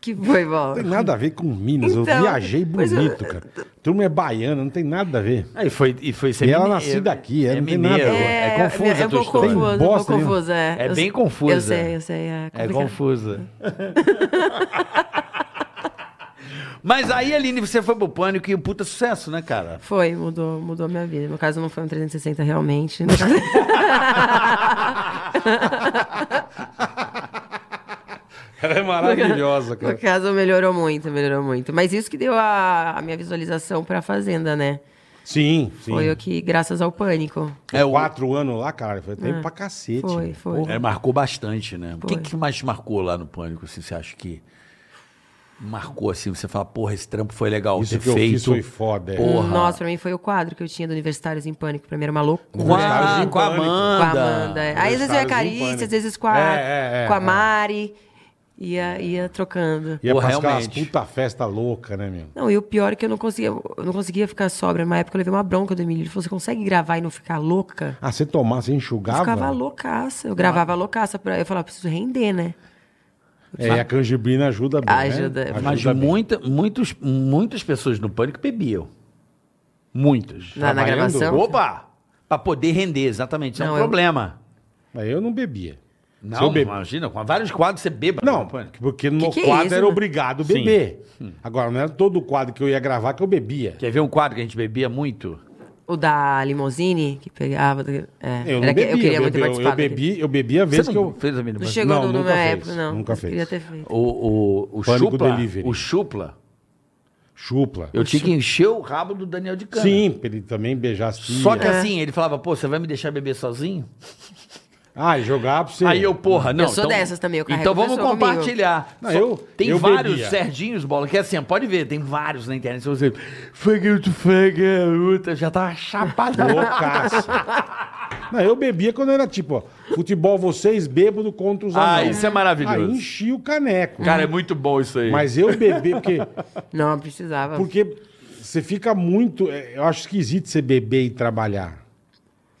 Speaker 5: Que foi,
Speaker 3: Não
Speaker 5: Bola?
Speaker 3: tem nada a ver com Minas. eu
Speaker 5: Então,
Speaker 3: viajei
Speaker 5: pois é.
Speaker 3: bonito, cara. Turma é baiana, não tem nada a ver.
Speaker 4: Aí foi, e foi ser
Speaker 3: E ela
Speaker 4: mine-
Speaker 3: nascida aqui, é, não tem
Speaker 4: mineiro.
Speaker 3: nada.
Speaker 4: É,
Speaker 5: é,
Speaker 4: confusa
Speaker 5: é
Speaker 4: a
Speaker 5: um
Speaker 4: tua
Speaker 5: pouco
Speaker 4: história.
Speaker 5: confusa, um pouco
Speaker 3: bosta nenhuma.
Speaker 5: confusa, é.
Speaker 4: É
Speaker 5: Eu
Speaker 4: bem
Speaker 5: sei-
Speaker 4: confusa.
Speaker 5: Eu sei, eu sei, é
Speaker 4: É
Speaker 5: complicado.
Speaker 4: confusa. Mas aí, Aline, você foi pro Pânico e um puta sucesso, né, cara?
Speaker 5: Foi, mudou, mudou minha vida. No caso, não foi um 360 realmente. né?
Speaker 3: Ela é maravilhosa,
Speaker 5: No caso, melhorou muito, melhorou muito. Mas isso que deu a, a minha visualização pra Fazenda, né?
Speaker 3: Sim, sim.
Speaker 5: Foi o que, graças ao pânico.
Speaker 3: É, quatro anos lá, cara, foi tempo pra cacete.
Speaker 5: Ah, Foi,
Speaker 3: né?
Speaker 5: foi.
Speaker 4: É, marcou bastante, né? O que,
Speaker 5: Foi.
Speaker 4: que mais te marcou lá no Pânico, assim, você acha que marcou, assim, você fala, porra, esse trampo foi legal,
Speaker 3: Isso
Speaker 4: ter
Speaker 3: que eu
Speaker 4: feito.
Speaker 3: fiz foi foda. é.
Speaker 4: Porra.
Speaker 5: Nossa, pra mim foi o quadro que eu tinha do Universitários em Pânico. Pra mim era uma loucura.
Speaker 4: Com a,
Speaker 3: Universitários em
Speaker 4: com a
Speaker 3: Pânico.
Speaker 4: Amanda.
Speaker 5: Com a Amanda. é. Aí às vezes eu ia
Speaker 3: Universitários em
Speaker 5: com a Carice,
Speaker 3: Pânico.
Speaker 5: às vezes com a,
Speaker 3: né? É, é, é,
Speaker 5: com a
Speaker 3: é.
Speaker 5: Mari. Ia, ia trocando.
Speaker 3: Ia
Speaker 4: Pô,
Speaker 3: pra aquelas
Speaker 4: realmente.
Speaker 3: puta festa louca, né, meu?
Speaker 5: Não, e o pior é que eu não conseguia, eu não conseguia ficar sóbria. Na época eu levei uma bronca do Emílio. Ele falou, você consegue gravar e não ficar louca?
Speaker 3: Ah, você tomar, você
Speaker 5: Eu
Speaker 3: enxugava?
Speaker 5: ficava loucaça. Eu gravava loucaça. Pra... Eu falava, preciso render, né?
Speaker 3: É, e a canjibrina ajuda bem,
Speaker 5: Ajuda.
Speaker 3: né?
Speaker 4: Mas
Speaker 3: bem.
Speaker 4: muita, muitos, muitas pessoas no Pânico bebiam. Muitas.
Speaker 5: Na, na
Speaker 3: Trabalhando?
Speaker 5: gravação.
Speaker 4: Opa! Pra poder render, exatamente. Isso é um
Speaker 5: Não, eu-
Speaker 4: problema.
Speaker 3: Mas eu não bebia. Se eu
Speaker 4: Não,
Speaker 3: bebi-
Speaker 4: imagina, com vários quadros você beba.
Speaker 3: Não,
Speaker 4: no Pânico.
Speaker 3: porque no
Speaker 5: que é
Speaker 3: quadro
Speaker 5: isso,
Speaker 3: era
Speaker 5: né?
Speaker 3: obrigado a beber. Agora, não era todo quadro que eu ia gravar que eu bebia.
Speaker 4: Quer ver um quadro que a gente bebia muito?
Speaker 5: O da Limousine, que pegava... do- É,
Speaker 3: Eu não
Speaker 5: era que-
Speaker 3: bebia,
Speaker 5: eu queria muito
Speaker 3: bebia- eu,
Speaker 5: participar daquele.
Speaker 3: bebi, eu bebi a vez
Speaker 4: Você
Speaker 3: que
Speaker 4: não
Speaker 3: eu...
Speaker 4: fez a mínima.
Speaker 5: Não chegou
Speaker 3: Não,
Speaker 5: no- na
Speaker 3: nunca
Speaker 5: minha
Speaker 3: fez,
Speaker 5: época, não.
Speaker 3: nunca
Speaker 5: Mas
Speaker 3: fez.
Speaker 5: Queria ter feito.
Speaker 4: O, o, o
Speaker 3: Pânico
Speaker 4: Chupla.
Speaker 3: Delivery.
Speaker 4: O Chupla.
Speaker 3: Chupla.
Speaker 4: Eu tinha que encher o rabo do Daniel de Cana.
Speaker 3: Sim, pra ele também beijar as filhas.
Speaker 5: É.
Speaker 4: Só que assim, ele falava, pô, você vai me deixar beber sozinho?
Speaker 3: Ah, e jogar pra você...
Speaker 4: Aí eu, porra, não.
Speaker 5: Eu sou dessas também, eu carrego
Speaker 4: Então vamos
Speaker 5: pessoa comigo.
Speaker 4: compartilhar.
Speaker 3: Não,
Speaker 4: Só-
Speaker 3: eu-
Speaker 4: tem
Speaker 3: eu
Speaker 4: vários
Speaker 3: bebia.
Speaker 4: Serginhos, bola, que é assim, ó, pode ver, tem vários na internet. Se você. Fega, tu fega, puta, já tava chapada.
Speaker 3: Loucaço. Não, eu bebia quando era tipo, ó, futebol vocês, bêbado contra os
Speaker 4: Ah,
Speaker 3: anões.
Speaker 4: isso é maravilhoso.
Speaker 3: Aí enchi o caneco.
Speaker 4: Cara, é muito bom isso aí.
Speaker 3: Mas eu bebi, porque,
Speaker 5: Não, precisava.
Speaker 3: porque você fica muito. é, Eu acho esquisito você beber e trabalhar.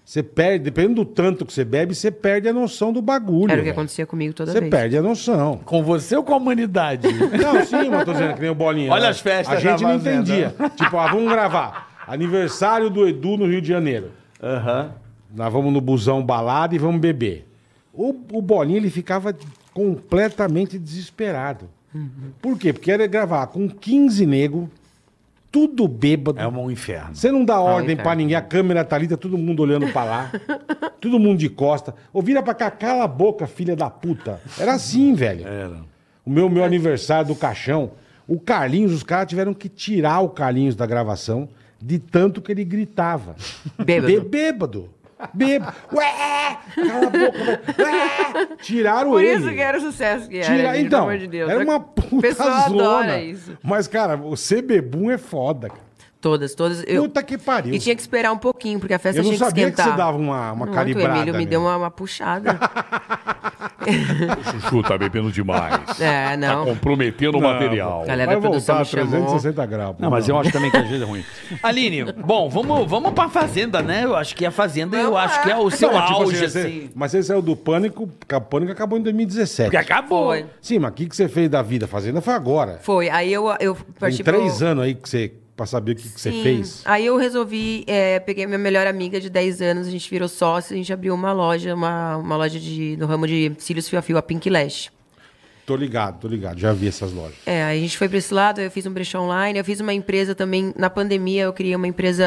Speaker 3: Você perde, dependendo do tanto que você bebe, você perde a noção do bagulho.
Speaker 5: Era o que
Speaker 3: velho.
Speaker 5: acontecia comigo toda
Speaker 3: Você
Speaker 5: vez.
Speaker 3: perde a noção.
Speaker 4: com você ou com a humanidade?
Speaker 3: Não, sim, mas tô dizendo que nem o Bolinha.
Speaker 4: Olha
Speaker 3: né?
Speaker 4: as festas
Speaker 3: A gente
Speaker 4: já
Speaker 3: não
Speaker 4: fazendo.
Speaker 3: entendia. Tipo, ah, vamos gravar. Aniversário do Edu no Rio de Janeiro.
Speaker 6: Aham.
Speaker 3: Nós vamos no busão balada e vamos beber. O, o Bolinha, ele ficava completamente desesperado.
Speaker 5: Uhum.
Speaker 3: Por quê? Porque era gravar com 15 nego, tudo bêbado.
Speaker 6: É um inferno.
Speaker 3: Você não dá ordem
Speaker 5: cara.
Speaker 3: pra ninguém, a câmera tá ali, tá todo mundo olhando pra lá. todo mundo de costa. Ou vira pra cá, cala a boca, filha da puta. Era
Speaker 6: Uhum.
Speaker 3: assim, velho. Era. O meu, meu aniversário do caixão, o Carlinhos, os caras tiveram que tirar o Carlinhos da gravação de tanto que ele gritava.
Speaker 5: Bêbado.
Speaker 3: Bê- bêbado. Bêbado. Ué! Cala a boca, velho. Ué! Tiraram
Speaker 5: Por
Speaker 3: ele.
Speaker 5: isso que era o sucesso que era.
Speaker 3: Tira...
Speaker 5: gente,
Speaker 3: então,
Speaker 5: pelo amor de Deus.
Speaker 3: era uma
Speaker 5: O
Speaker 3: puta
Speaker 5: pessoal adora
Speaker 3: zona.
Speaker 5: isso.
Speaker 3: Mas, cara, o ser bebum é foda, cara.
Speaker 5: Todas, todas. Eu...
Speaker 3: Puta que pariu.
Speaker 5: E tinha que esperar um pouquinho, porque a festa
Speaker 3: Eu não
Speaker 5: tinha que
Speaker 3: sabia que
Speaker 5: esquentar.
Speaker 3: você dava uma- uma
Speaker 5: Muito,
Speaker 3: calibrada,
Speaker 5: O Emílio me
Speaker 3: meu.
Speaker 5: deu uma, uma puxada.
Speaker 7: O Chuchu tá bebendo demais.
Speaker 5: é,
Speaker 7: Tá
Speaker 5: não.
Speaker 7: comprometendo o material.
Speaker 5: A galera
Speaker 3: Vai
Speaker 5: da produção
Speaker 3: voltar a
Speaker 5: me chamou.
Speaker 3: 360 graus. pô.
Speaker 4: Não, mas eu acho também que às vezes é
Speaker 7: ruim.
Speaker 4: Aline, bom, vamos, vamos pra Fazenda, né? Eu acho que a Fazenda, eu
Speaker 5: Vamos lá.
Speaker 4: acho que é o seu
Speaker 3: Não, mas, tipo
Speaker 4: auge,
Speaker 3: você-
Speaker 4: assim.
Speaker 3: Mas você saiu do pânico, porque o pânico acabou em 2017.
Speaker 4: Porque acabou.
Speaker 5: Foi.
Speaker 3: Sim, mas o que, que você fez da vida? Fazenda foi agora.
Speaker 5: Foi. Aí eu, eu
Speaker 3: Tem
Speaker 5: parti pro-
Speaker 3: três anos aí que você, pra saber o que, que você
Speaker 5: Sim.
Speaker 3: fez.
Speaker 5: Aí eu resolvi, é, peguei minha melhor amiga de 10 anos, a gente virou sócio, a gente abriu uma loja, uma, uma loja de, no ramo de cílios fio a fio, a Pink Lash.
Speaker 3: Tô ligado, tô ligado. Já vi essas lojas.
Speaker 5: É, aí a gente foi pra esse lado, eu fiz um brechó online, eu fiz uma empresa também, na pandemia eu criei uma empresa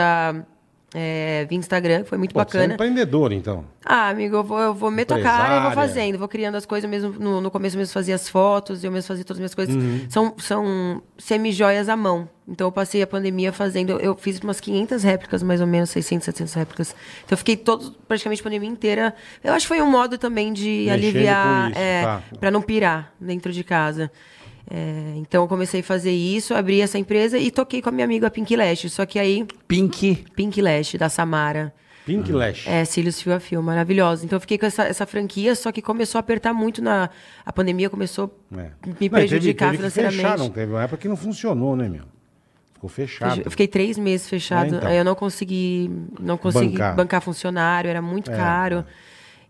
Speaker 5: é, via Instagram, que foi muito
Speaker 3: Pô, Você é
Speaker 5: bacana.
Speaker 3: empreendedor, então.
Speaker 5: Ah, amigo, eu vou, eu vou meto a cara e vou
Speaker 3: Empresária.
Speaker 5: fazendo. Vou criando as coisas mesmo. No, no começo eu mesmo fazia as fotos, eu mesmo fazia todas as minhas coisas.
Speaker 3: Uhum.
Speaker 5: São, são semi-joias à mão. Então eu passei a pandemia fazendo. Eu, eu fiz umas 500 réplicas, mais ou menos, 600, 700 réplicas. Então eu fiquei todo, praticamente a pandemia inteira. Eu acho que foi um modo também de
Speaker 3: Mexendo
Speaker 5: aliviar,
Speaker 3: com isso,
Speaker 5: é,
Speaker 3: tá.
Speaker 5: pra não pirar dentro de casa. É, então eu comecei a fazer isso, abri essa empresa e toquei com a minha amiga Pink Lash. Só que aí,
Speaker 4: Pink.
Speaker 5: Pink Lash, da Samara.
Speaker 3: Pink Lash.
Speaker 5: É, cílios fio a fio, maravilhosa. Então eu fiquei com essa, essa franquia, só que começou a apertar muito na. A pandemia começou a
Speaker 3: É.
Speaker 5: me
Speaker 3: Não, e teve-
Speaker 5: prejudicar
Speaker 3: teve que Fechar, não
Speaker 5: financeiramente.
Speaker 3: teve uma época que não funcionou, né, meu? Ficou fechado.
Speaker 5: Eu fiquei três meses fechado.
Speaker 3: É, então.
Speaker 5: Aí eu não consegui. Não consegui
Speaker 3: Bancar.
Speaker 5: bancar, funcionário, era muito
Speaker 3: É,
Speaker 5: caro.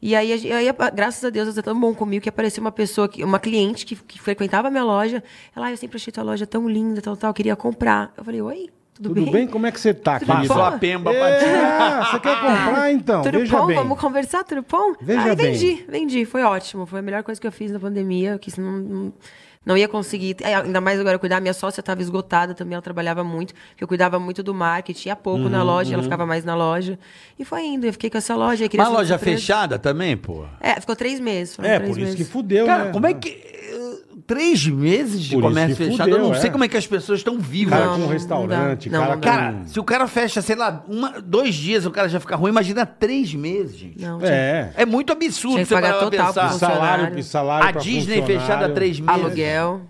Speaker 5: E aí, a gen- aí, a- graças a Deus, Deus é tão bom comigo que apareceu uma pessoa, que, uma cliente que, que frequentava a minha loja. Ela, ah, eu sempre achei tua loja tão linda, tal, tal, queria comprar. Eu falei, oi, tudo,
Speaker 3: Tudo bem? Como é que você tá, querida?
Speaker 4: Passou a pemba pra ti.
Speaker 3: É, você quer comprar, então?
Speaker 5: Tudo
Speaker 3: Veja
Speaker 5: bom?
Speaker 3: bem.
Speaker 5: Ah, Vamos conversar, tudo bom?
Speaker 3: Veja
Speaker 5: Aí
Speaker 3: bem.
Speaker 5: vendi, vendi. Foi ótimo. Foi a melhor coisa que eu fiz na pandemia, que senão não, não ia conseguir. É, Ainda mais agora eu cuidar. Minha sócia estava esgotada também, ela trabalhava muito. porque Eu cuidava muito do marketing, ia pouco
Speaker 3: Uhum,
Speaker 5: na loja, ela ficava mais na loja. E foi indo, eu fiquei com essa loja. aí queria
Speaker 4: Mas
Speaker 5: ser uma
Speaker 4: loja
Speaker 5: surpresa.
Speaker 4: fechada também, pô.
Speaker 5: É, ficou três meses. foram
Speaker 3: É,
Speaker 5: três
Speaker 3: por isso
Speaker 5: meses.
Speaker 3: que fudeu,
Speaker 4: Cara,
Speaker 3: né?
Speaker 4: como é que. eh, Três meses de
Speaker 3: Por isso
Speaker 4: comércio
Speaker 3: que
Speaker 4: fechado, eu
Speaker 3: fudeu,
Speaker 4: não sei
Speaker 3: é.
Speaker 4: como é que as pessoas estão vivas.
Speaker 3: Cara,
Speaker 5: Não,
Speaker 3: com um
Speaker 5: não
Speaker 3: restaurante,
Speaker 5: dá. Não,
Speaker 3: cara...
Speaker 5: não dá.
Speaker 3: com-
Speaker 4: Cara, se o cara fecha, sei lá, uma, dois dias o cara já fica ruim, imagina três meses, gente.
Speaker 5: Não,
Speaker 3: É.
Speaker 4: É muito absurdo
Speaker 5: Tinha que
Speaker 4: você
Speaker 5: pagar
Speaker 4: parar pra
Speaker 5: total
Speaker 4: pensar.
Speaker 5: pro
Speaker 3: Salário,
Speaker 5: funcionário.
Speaker 3: salário
Speaker 4: A
Speaker 3: pra
Speaker 4: Disney
Speaker 3: funcionário,
Speaker 4: fechada há três
Speaker 5: tinha
Speaker 4: meses.
Speaker 5: aluguel.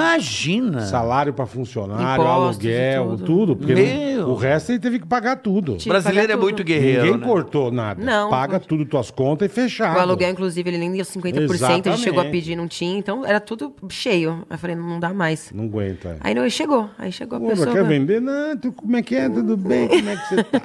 Speaker 4: Imagina.
Speaker 3: Salário pra funcionário,
Speaker 5: Impostos e
Speaker 3: aluguel, tudo.
Speaker 5: tudo.
Speaker 3: porque
Speaker 4: Meu.
Speaker 3: não- o resto ele teve que pagar tudo.
Speaker 4: O brasileiro é
Speaker 5: Tinha que pagar
Speaker 4: muito
Speaker 5: tudo.
Speaker 4: guerreiro.
Speaker 3: Ninguém
Speaker 4: né?
Speaker 3: cortou nada.
Speaker 5: Não,
Speaker 3: Paga
Speaker 5: cortou.
Speaker 3: tudo tuas contas e fechado.
Speaker 5: O aluguel, é inclusive, ele nem deu 50%, ele chegou a
Speaker 3: Exatamente.
Speaker 5: pedir, não tinha. Então, era tudo cheio. Eu falei, não dá mais.
Speaker 3: Não aguenta.
Speaker 5: Aí não, chegou. Aí chegou a
Speaker 3: Pô,
Speaker 5: pessoa... né?
Speaker 3: mas quer vender? Não, tu- como é que é? Tudo bem? Como é que você tá?